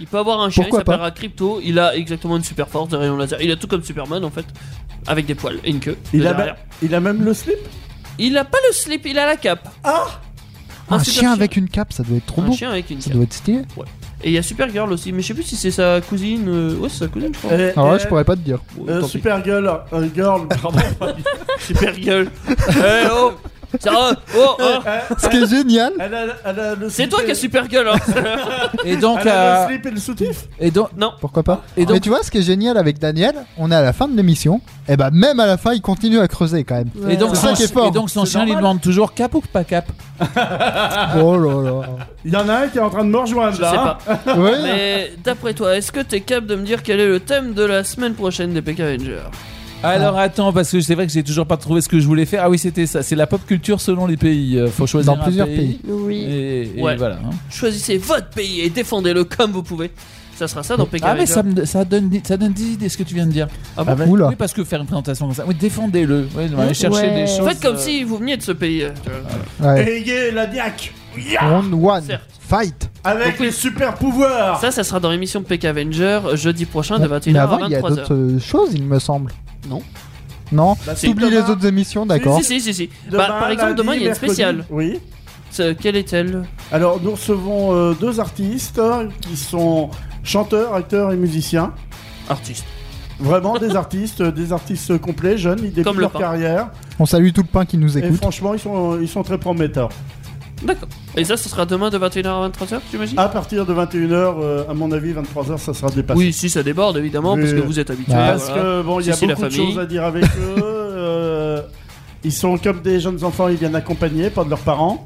[SPEAKER 5] Il peut avoir un chien, il
[SPEAKER 4] Pourquoi
[SPEAKER 5] s'appellera Crypto. Il a exactement une super force, des rayons laser. Il a tout comme Superman en fait, avec des poils et une queue. de
[SPEAKER 7] Il a,
[SPEAKER 5] derrière.
[SPEAKER 7] même- il a même le slip.
[SPEAKER 5] il a pas le slip, il a la cape.
[SPEAKER 4] Un,
[SPEAKER 5] super
[SPEAKER 4] chien avec une cape, ça doit être trop
[SPEAKER 5] un
[SPEAKER 4] beau.
[SPEAKER 5] chien avec une
[SPEAKER 4] Ça
[SPEAKER 5] cape.
[SPEAKER 4] doit être stylé.
[SPEAKER 5] Et il y a Supergirl aussi, mais je sais plus si c'est sa cousine. euh, Ouais, c'est sa cousine, je crois.
[SPEAKER 7] Et-
[SPEAKER 4] Alors là,
[SPEAKER 7] et-
[SPEAKER 4] Ah je pourrais pas te dire.
[SPEAKER 5] Bon,
[SPEAKER 7] euh,
[SPEAKER 5] tant pis.
[SPEAKER 7] Supergirl, euh, girl, pardon.
[SPEAKER 5] Supergirl. Eh oh Ça, oh,
[SPEAKER 7] Euh.
[SPEAKER 5] oh.
[SPEAKER 4] Ce qui est génial,
[SPEAKER 7] Eh, Elle a, elle a le
[SPEAKER 5] C'est
[SPEAKER 7] slip
[SPEAKER 5] toi
[SPEAKER 7] et-
[SPEAKER 5] qui as Supergirl. Hein.
[SPEAKER 6] Et donc,
[SPEAKER 7] Elle a
[SPEAKER 6] euh,
[SPEAKER 7] le slip et le soutif.
[SPEAKER 6] et donc,
[SPEAKER 4] pourquoi pas
[SPEAKER 6] Et donc-
[SPEAKER 4] Mais tu vois, ce qui est génial avec Daniel, on est à la fin de l'émission. Et bah même à la fin, il continue à creuser quand même.
[SPEAKER 1] Ouais.
[SPEAKER 6] et donc,
[SPEAKER 4] C'est
[SPEAKER 6] son,
[SPEAKER 4] ça qui est fort.
[SPEAKER 6] et donc son
[SPEAKER 7] C'est
[SPEAKER 6] chien lui
[SPEAKER 7] normal.
[SPEAKER 6] demande toujours cap ou pas cap.
[SPEAKER 4] Oh là
[SPEAKER 7] Il y en a un qui est en train de me rejoindre
[SPEAKER 5] Je sais
[SPEAKER 7] là. hein.
[SPEAKER 5] pas.
[SPEAKER 4] là. Oui.
[SPEAKER 5] Mais d'après toi, est-ce que t'es capable de me dire quel est le thème de la semaine prochaine des PK Avengers
[SPEAKER 6] Alors attends, parce que c'est vrai que j'ai toujours pas trouvé ce que je voulais faire. Ah oui, c'était ça. C'est la pop culture selon les pays. Euh, Faut choisir
[SPEAKER 4] Dans
[SPEAKER 6] un
[SPEAKER 4] plusieurs
[SPEAKER 6] pays.
[SPEAKER 1] Oui.
[SPEAKER 6] Et, et
[SPEAKER 5] Ouais.
[SPEAKER 6] voilà. hein.
[SPEAKER 5] Choisissez votre pays et défendez-le comme vous pouvez. Ça sera ça dans PK
[SPEAKER 6] Ah mais
[SPEAKER 5] Avengers.
[SPEAKER 6] ça, me- ça donne ça donne des idées ce que tu viens de dire.
[SPEAKER 4] hein. Oula.
[SPEAKER 6] Ah Oui, parce que faire une présentation comme ça. Oui, défendez-le. Oui, allez chercher
[SPEAKER 1] Ouais.
[SPEAKER 6] des choses.
[SPEAKER 5] Faites comme
[SPEAKER 6] euh,
[SPEAKER 5] si vous veniez de ce pays. euh, tu vois.
[SPEAKER 4] Ouais.
[SPEAKER 7] Et yeah, la diac. Yeah
[SPEAKER 4] Round one.
[SPEAKER 5] Certes.
[SPEAKER 4] Fight.
[SPEAKER 7] Avec
[SPEAKER 5] Donc,
[SPEAKER 7] les super pouvoirs.
[SPEAKER 5] Ça, ça sera dans l'émission de PK Avenger jeudi prochain de
[SPEAKER 4] Mais- mais
[SPEAKER 5] 21h
[SPEAKER 4] avant,
[SPEAKER 5] à
[SPEAKER 4] il y a
[SPEAKER 5] 23h.
[SPEAKER 4] d'autres euh, choses, il me semble.
[SPEAKER 5] Non.
[SPEAKER 4] Non.
[SPEAKER 7] Bah, si,
[SPEAKER 4] T'oublies les
[SPEAKER 7] demain-
[SPEAKER 4] autres émissions, d'accord.
[SPEAKER 5] Si, si, si, si.
[SPEAKER 7] demain,
[SPEAKER 5] Bah, par exemple,
[SPEAKER 7] lundi,
[SPEAKER 5] demain, il y a une
[SPEAKER 7] mercredi.
[SPEAKER 5] spéciale.
[SPEAKER 7] Oui.
[SPEAKER 5] C'est- Quelle est-elle
[SPEAKER 7] Alors, nous recevons euh, deux artistes euh, qui sont chanteurs, acteurs et musiciens.
[SPEAKER 5] Artiste.
[SPEAKER 7] Vraiment des artistes, euh, des artistes complets, jeunes, ils débutent
[SPEAKER 5] Comme le
[SPEAKER 7] leur
[SPEAKER 5] pain.
[SPEAKER 7] carrière.
[SPEAKER 4] On salue tout le pain qui nous
[SPEAKER 7] Et
[SPEAKER 4] écoute.
[SPEAKER 7] franchement, ils sont, ils sont très prometteurs.
[SPEAKER 5] D'accord. Et ça, ce sera demain de 21h à 23h, j'imagine
[SPEAKER 4] Ah,
[SPEAKER 7] À partir de 21h, euh, à mon avis, 23h, ça sera dépassé.
[SPEAKER 5] Oui, si ça déborde, évidemment,
[SPEAKER 7] Oui.
[SPEAKER 5] parce que vous êtes habitués.
[SPEAKER 4] Ah,
[SPEAKER 7] Parce
[SPEAKER 5] voilà.
[SPEAKER 7] que bon, il y a
[SPEAKER 5] Ceci, la
[SPEAKER 7] beaucoup de
[SPEAKER 5] famille.
[SPEAKER 7] choses à dire avec eux. euh, ils sont comme des jeunes enfants, ils viennent accompagnés, pas de leurs parents,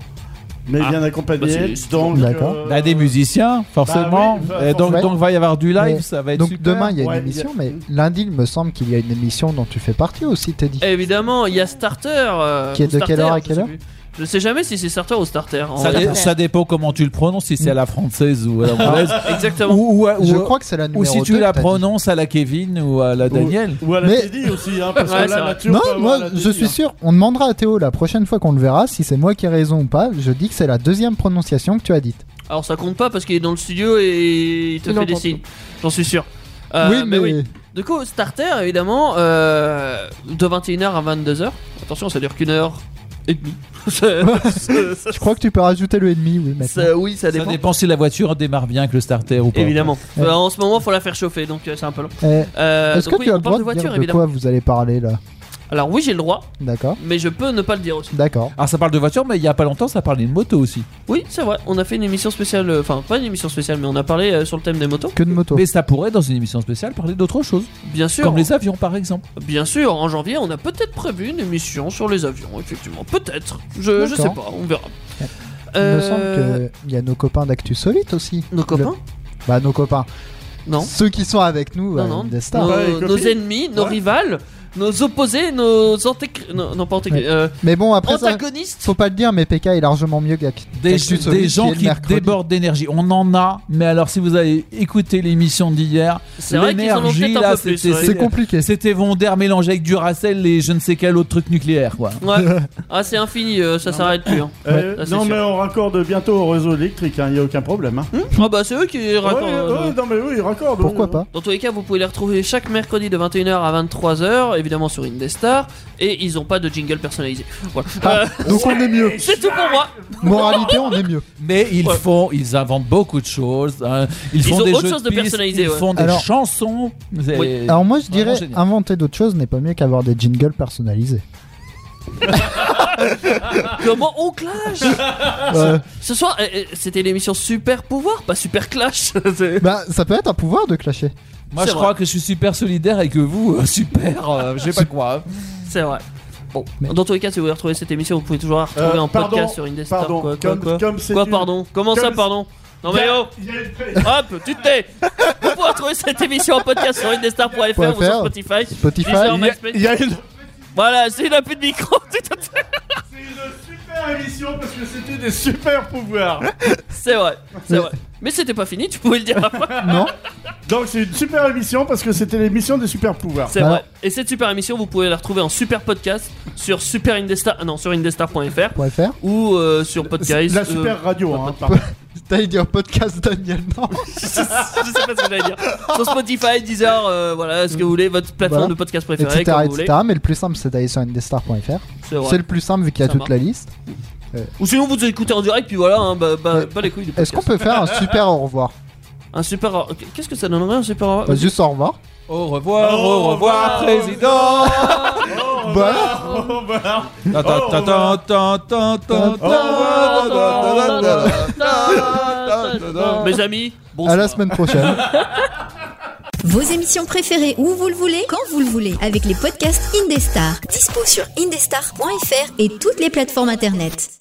[SPEAKER 7] mais
[SPEAKER 5] Ah,
[SPEAKER 7] ils viennent
[SPEAKER 5] bah, c'est-
[SPEAKER 7] accompagnés.
[SPEAKER 5] c'est
[SPEAKER 7] donc,
[SPEAKER 4] D'accord.
[SPEAKER 7] euh,
[SPEAKER 6] bah, des musiciens, forcément.
[SPEAKER 7] bah oui, bah,
[SPEAKER 6] Et donc,
[SPEAKER 4] forcément.
[SPEAKER 6] donc va y avoir du live,
[SPEAKER 4] Mais-
[SPEAKER 6] ça va être
[SPEAKER 4] Donc
[SPEAKER 6] super.
[SPEAKER 4] demain, il y a une
[SPEAKER 7] Ouais,
[SPEAKER 4] émission,
[SPEAKER 7] il y a-
[SPEAKER 4] mais lundi, il me semble qu'il y a une émission dont tu fais partie aussi, Teddy.
[SPEAKER 5] Évidemment, il y a Starter. euh,
[SPEAKER 4] Qui
[SPEAKER 5] ou
[SPEAKER 4] est de quelle
[SPEAKER 5] Starter,
[SPEAKER 4] heure à
[SPEAKER 5] je
[SPEAKER 4] quelle
[SPEAKER 5] sais
[SPEAKER 4] heure
[SPEAKER 5] plus. Je sais jamais si c'est Starter ou Starter. en
[SPEAKER 6] ça,
[SPEAKER 5] vrai.
[SPEAKER 6] dé- ça dépend comment tu le prononces, si c'est à la française ou à l'anglaise.
[SPEAKER 5] Exactement.
[SPEAKER 6] ou, ou, à-
[SPEAKER 4] Je
[SPEAKER 6] ou-
[SPEAKER 4] crois que c'est la numéro
[SPEAKER 6] ou si tu
[SPEAKER 4] 2,
[SPEAKER 6] la
[SPEAKER 4] t'as dit.
[SPEAKER 6] prononces à la Kevin ou à la Daniel.
[SPEAKER 7] Ou, ou à la
[SPEAKER 4] Mais-
[SPEAKER 7] Teddy aussi, hein, parce
[SPEAKER 5] Ouais,
[SPEAKER 7] que
[SPEAKER 5] c'est
[SPEAKER 7] là,
[SPEAKER 5] vrai.
[SPEAKER 7] là-dessus, on
[SPEAKER 4] Non,
[SPEAKER 7] peut avoir la
[SPEAKER 4] moi, je
[SPEAKER 7] Teddy,
[SPEAKER 4] suis
[SPEAKER 7] hein.
[SPEAKER 4] sûr. On demandera à Théo la prochaine fois qu'on le verra si c'est moi qui ai raison ou pas. Je dis que c'est la deuxième prononciation que tu as dite.
[SPEAKER 5] Alors ça compte pas parce qu'il est dans le studio et il te
[SPEAKER 1] Il
[SPEAKER 5] fait
[SPEAKER 1] entend
[SPEAKER 5] des
[SPEAKER 1] tout.
[SPEAKER 5] signes. J'en suis sûr. Euh, mais oui. Du coup, Starter, évidemment, euh, de 21h à 22h. Attention, ça dure qu'une heure et demie. Ça- ça- ça-
[SPEAKER 4] je crois que tu peux rajouter le ennemi, oui, maintenant.
[SPEAKER 5] ça- oui, ça
[SPEAKER 6] Ça
[SPEAKER 5] dépend.
[SPEAKER 6] dépend si la voiture démarre bien que le starter ou pas.
[SPEAKER 5] Évidemment.
[SPEAKER 4] Ouais.
[SPEAKER 5] Euh, en ce moment, faut la faire chauffer, donc euh, c'est un peu long.
[SPEAKER 4] Eh,
[SPEAKER 5] Euh,
[SPEAKER 4] Est-ce
[SPEAKER 5] donc
[SPEAKER 4] que
[SPEAKER 5] oui,
[SPEAKER 4] tu as
[SPEAKER 5] on
[SPEAKER 4] le droit
[SPEAKER 5] parle
[SPEAKER 4] de
[SPEAKER 5] de voiture,
[SPEAKER 4] dire de
[SPEAKER 5] évidemment.
[SPEAKER 4] quoi vous allez parler là
[SPEAKER 5] Alors oui, j'ai le droit,
[SPEAKER 4] D'accord,
[SPEAKER 5] mais je peux ne pas le dire aussi.
[SPEAKER 4] d'accord.
[SPEAKER 6] Alors Ah, ça parle de voiture, mais il y a pas longtemps, ça parlait de moto aussi.
[SPEAKER 5] Oui, c'est vrai. On a fait une émission spéciale, euh, enfin pas une émission spéciale, mais on a parlé euh, sur le thème des motos.
[SPEAKER 4] Que de moto.
[SPEAKER 6] Mais ça pourrait, dans une émission spéciale, parler d'autre chose.
[SPEAKER 5] Bien sûr.
[SPEAKER 6] Comme les avions, par exemple.
[SPEAKER 5] Bien sûr, en janvier, on a peut-être prévu une émission sur les avions, effectivement. Peut-être. Je, je sais
[SPEAKER 4] D'accord.
[SPEAKER 5] pas, on verra.
[SPEAKER 4] Ouais. Il me
[SPEAKER 5] Euh,
[SPEAKER 4] semble qu'il y a nos copains d'Actu Solite aussi.
[SPEAKER 5] Nos copains
[SPEAKER 4] Bah, nos copains.
[SPEAKER 5] Non.
[SPEAKER 4] Ceux qui sont avec nous,
[SPEAKER 5] Non,
[SPEAKER 4] euh,
[SPEAKER 5] non.
[SPEAKER 4] des stars.
[SPEAKER 5] Nos,
[SPEAKER 7] Pas les
[SPEAKER 5] nos
[SPEAKER 7] copines
[SPEAKER 5] ennemis, nos
[SPEAKER 7] Ouais.
[SPEAKER 5] rivales, nos opposés, nos antécr- non, non, pas antécr-
[SPEAKER 4] Ouais.
[SPEAKER 5] euh,
[SPEAKER 4] Mais bon, après ça,
[SPEAKER 5] antagonistes.
[SPEAKER 4] faut pas le dire, mais PK est largement mieux qu'à
[SPEAKER 6] des,
[SPEAKER 4] Cactus
[SPEAKER 6] des
[SPEAKER 4] Solid, est
[SPEAKER 6] gens
[SPEAKER 4] le
[SPEAKER 6] qui
[SPEAKER 4] mercredi.
[SPEAKER 6] débordent d'énergie. On en a, mais alors si vous avez écouté l'émission d'hier,
[SPEAKER 5] C'est vrai qu'ils en ont
[SPEAKER 6] l'énergie
[SPEAKER 5] peut-être un
[SPEAKER 6] là,
[SPEAKER 5] peu plus.
[SPEAKER 6] c'était-
[SPEAKER 5] ouais.
[SPEAKER 4] C'est compliqué.
[SPEAKER 6] c'était Vonder mélangé avec Duracell et je ne sais quel autre truc nucléaire. Quoi.
[SPEAKER 5] Ouais. Ah, c'est infini, euh, ça s'arrête plus. hein.
[SPEAKER 7] Euh,
[SPEAKER 5] Ouais, ça, c'est
[SPEAKER 7] non,
[SPEAKER 5] sûr.
[SPEAKER 7] mais on raccorde bientôt au réseau électrique, il n'y a aucun problème. Hein.
[SPEAKER 5] Ah bah c'est eux qui
[SPEAKER 7] Ouais,
[SPEAKER 5] racontent. euh,
[SPEAKER 7] ouais, non, mais oui, ils raccordent.
[SPEAKER 4] Pourquoi
[SPEAKER 7] oui.
[SPEAKER 4] pas
[SPEAKER 5] Dans tous les cas, vous pouvez les retrouver chaque mercredi de 21h à 23h, évidemment sur Indestar, et ils ont pas de jingle personnalisé. Voilà.
[SPEAKER 4] Ah,
[SPEAKER 5] Euh,
[SPEAKER 4] Donc on est mieux.
[SPEAKER 5] c'est tout pour moi.
[SPEAKER 4] Moralité, on est mieux.
[SPEAKER 6] Mais ils
[SPEAKER 5] Ouais.
[SPEAKER 6] font, ils inventent beaucoup de choses. hein. Ils, font
[SPEAKER 5] ont
[SPEAKER 6] des
[SPEAKER 5] autre
[SPEAKER 6] jeux
[SPEAKER 5] chose de
[SPEAKER 6] pistes,
[SPEAKER 5] personnalisé,
[SPEAKER 6] Ils
[SPEAKER 5] ouais.
[SPEAKER 6] font des
[SPEAKER 4] Alors-
[SPEAKER 6] chansons. C'est-
[SPEAKER 5] Oui.
[SPEAKER 4] Alors moi, je
[SPEAKER 6] Vraiment
[SPEAKER 4] dirais,
[SPEAKER 6] génial.
[SPEAKER 4] inventer d'autres choses n'est pas mieux qu'avoir des jingles personnalisés.
[SPEAKER 5] Comment on clash
[SPEAKER 4] Euh,
[SPEAKER 5] Ce soir, euh, euh, c'était l'émission Super Pouvoir, pas Super Clash. C'est-
[SPEAKER 4] bah, ça peut être un pouvoir de clasher.
[SPEAKER 6] Moi,
[SPEAKER 5] C'est
[SPEAKER 6] je
[SPEAKER 5] vrai.
[SPEAKER 6] crois que je suis super solidaire et que vous, euh, super, euh, je sais pas quoi.
[SPEAKER 5] C'est vrai. Bon,
[SPEAKER 4] Mais-
[SPEAKER 5] dans tous les cas, si vous voulez retrouver cette émission, vous pouvez toujours la retrouver
[SPEAKER 7] Euh,
[SPEAKER 5] en
[SPEAKER 7] pardon,
[SPEAKER 5] podcast sur Indestar.
[SPEAKER 7] pardon,
[SPEAKER 5] quoi, quoi,
[SPEAKER 7] comme-
[SPEAKER 5] quoi.
[SPEAKER 7] comme c'est
[SPEAKER 5] Quoi,
[SPEAKER 7] une-
[SPEAKER 5] pardon Comment
[SPEAKER 7] comme
[SPEAKER 5] ça,
[SPEAKER 7] c'est-
[SPEAKER 5] pardon Non mais oh
[SPEAKER 7] Il y a une pré-
[SPEAKER 5] Hop, tu te tais Vous pouvez retrouver cette émission en podcast sur indestar.fr ou sur Spotify.
[SPEAKER 4] Spotify.
[SPEAKER 5] Deezer,
[SPEAKER 4] Il
[SPEAKER 7] Il y a-
[SPEAKER 5] MySpace.
[SPEAKER 7] il y a une.
[SPEAKER 5] Voilà, c'est n'a plus de micro, tu te tais.
[SPEAKER 7] C'est une super émission parce que c'était des super pouvoirs.
[SPEAKER 5] C'est vrai, c'est vrai. Mais c'était pas fini, tu pouvais le dire après.
[SPEAKER 4] Non
[SPEAKER 7] Donc c'est une super émission parce que c'était l'émission des super pouvoirs.
[SPEAKER 5] C'est
[SPEAKER 4] Bah
[SPEAKER 5] vrai. Et cette super émission, vous pouvez la retrouver en super podcast sur super Indestar, ah non, sur indestar.fr
[SPEAKER 4] Pourrait faire.
[SPEAKER 5] ou euh, sur podcast.
[SPEAKER 7] La
[SPEAKER 5] euh,
[SPEAKER 7] super radio,
[SPEAKER 5] pas
[SPEAKER 7] hein,
[SPEAKER 5] de-
[SPEAKER 7] pardon.
[SPEAKER 4] T'allais dire podcast Daniel, non
[SPEAKER 5] je sais pas ce que j'allais dire. Sur Spotify, Deezer, euh, voilà, ce que vous voulez, votre plateforme
[SPEAKER 4] Voilà.
[SPEAKER 5] de podcast préférée,
[SPEAKER 4] Etc,
[SPEAKER 5] comme vous voulez.
[SPEAKER 4] etc. Mais le plus simple, c'est d'aller sur indestar.fr.
[SPEAKER 5] C'est vrai.
[SPEAKER 4] C'est le plus simple vu qu'il y a
[SPEAKER 5] Ça
[SPEAKER 4] toute la liste.
[SPEAKER 5] Ou sinon, vous écoutez en direct, puis voilà, hein, bah, bah,
[SPEAKER 4] Ouais.
[SPEAKER 5] pas les couilles du
[SPEAKER 4] Est-ce
[SPEAKER 5] podcast.
[SPEAKER 4] qu'on peut faire un super au revoir
[SPEAKER 5] Un super. Qu'est-ce que ça donnerait un super.
[SPEAKER 4] Bah, Juste au revoir.
[SPEAKER 6] Au revoir,
[SPEAKER 7] Au
[SPEAKER 6] au revoir,
[SPEAKER 7] revoir,
[SPEAKER 6] président.
[SPEAKER 4] Bah,
[SPEAKER 7] Oh, bah.
[SPEAKER 6] Ta- ta- ta- ta- ta- ta- ta- ta-
[SPEAKER 5] Mes amis,
[SPEAKER 4] à la
[SPEAKER 5] bonsoir.
[SPEAKER 4] semaine prochaine.
[SPEAKER 8] Vos émissions préférées où vous le voulez, quand vous le voulez, avec les podcasts Indestar. Dispo sur indestar.fr et toutes les plateformes internet.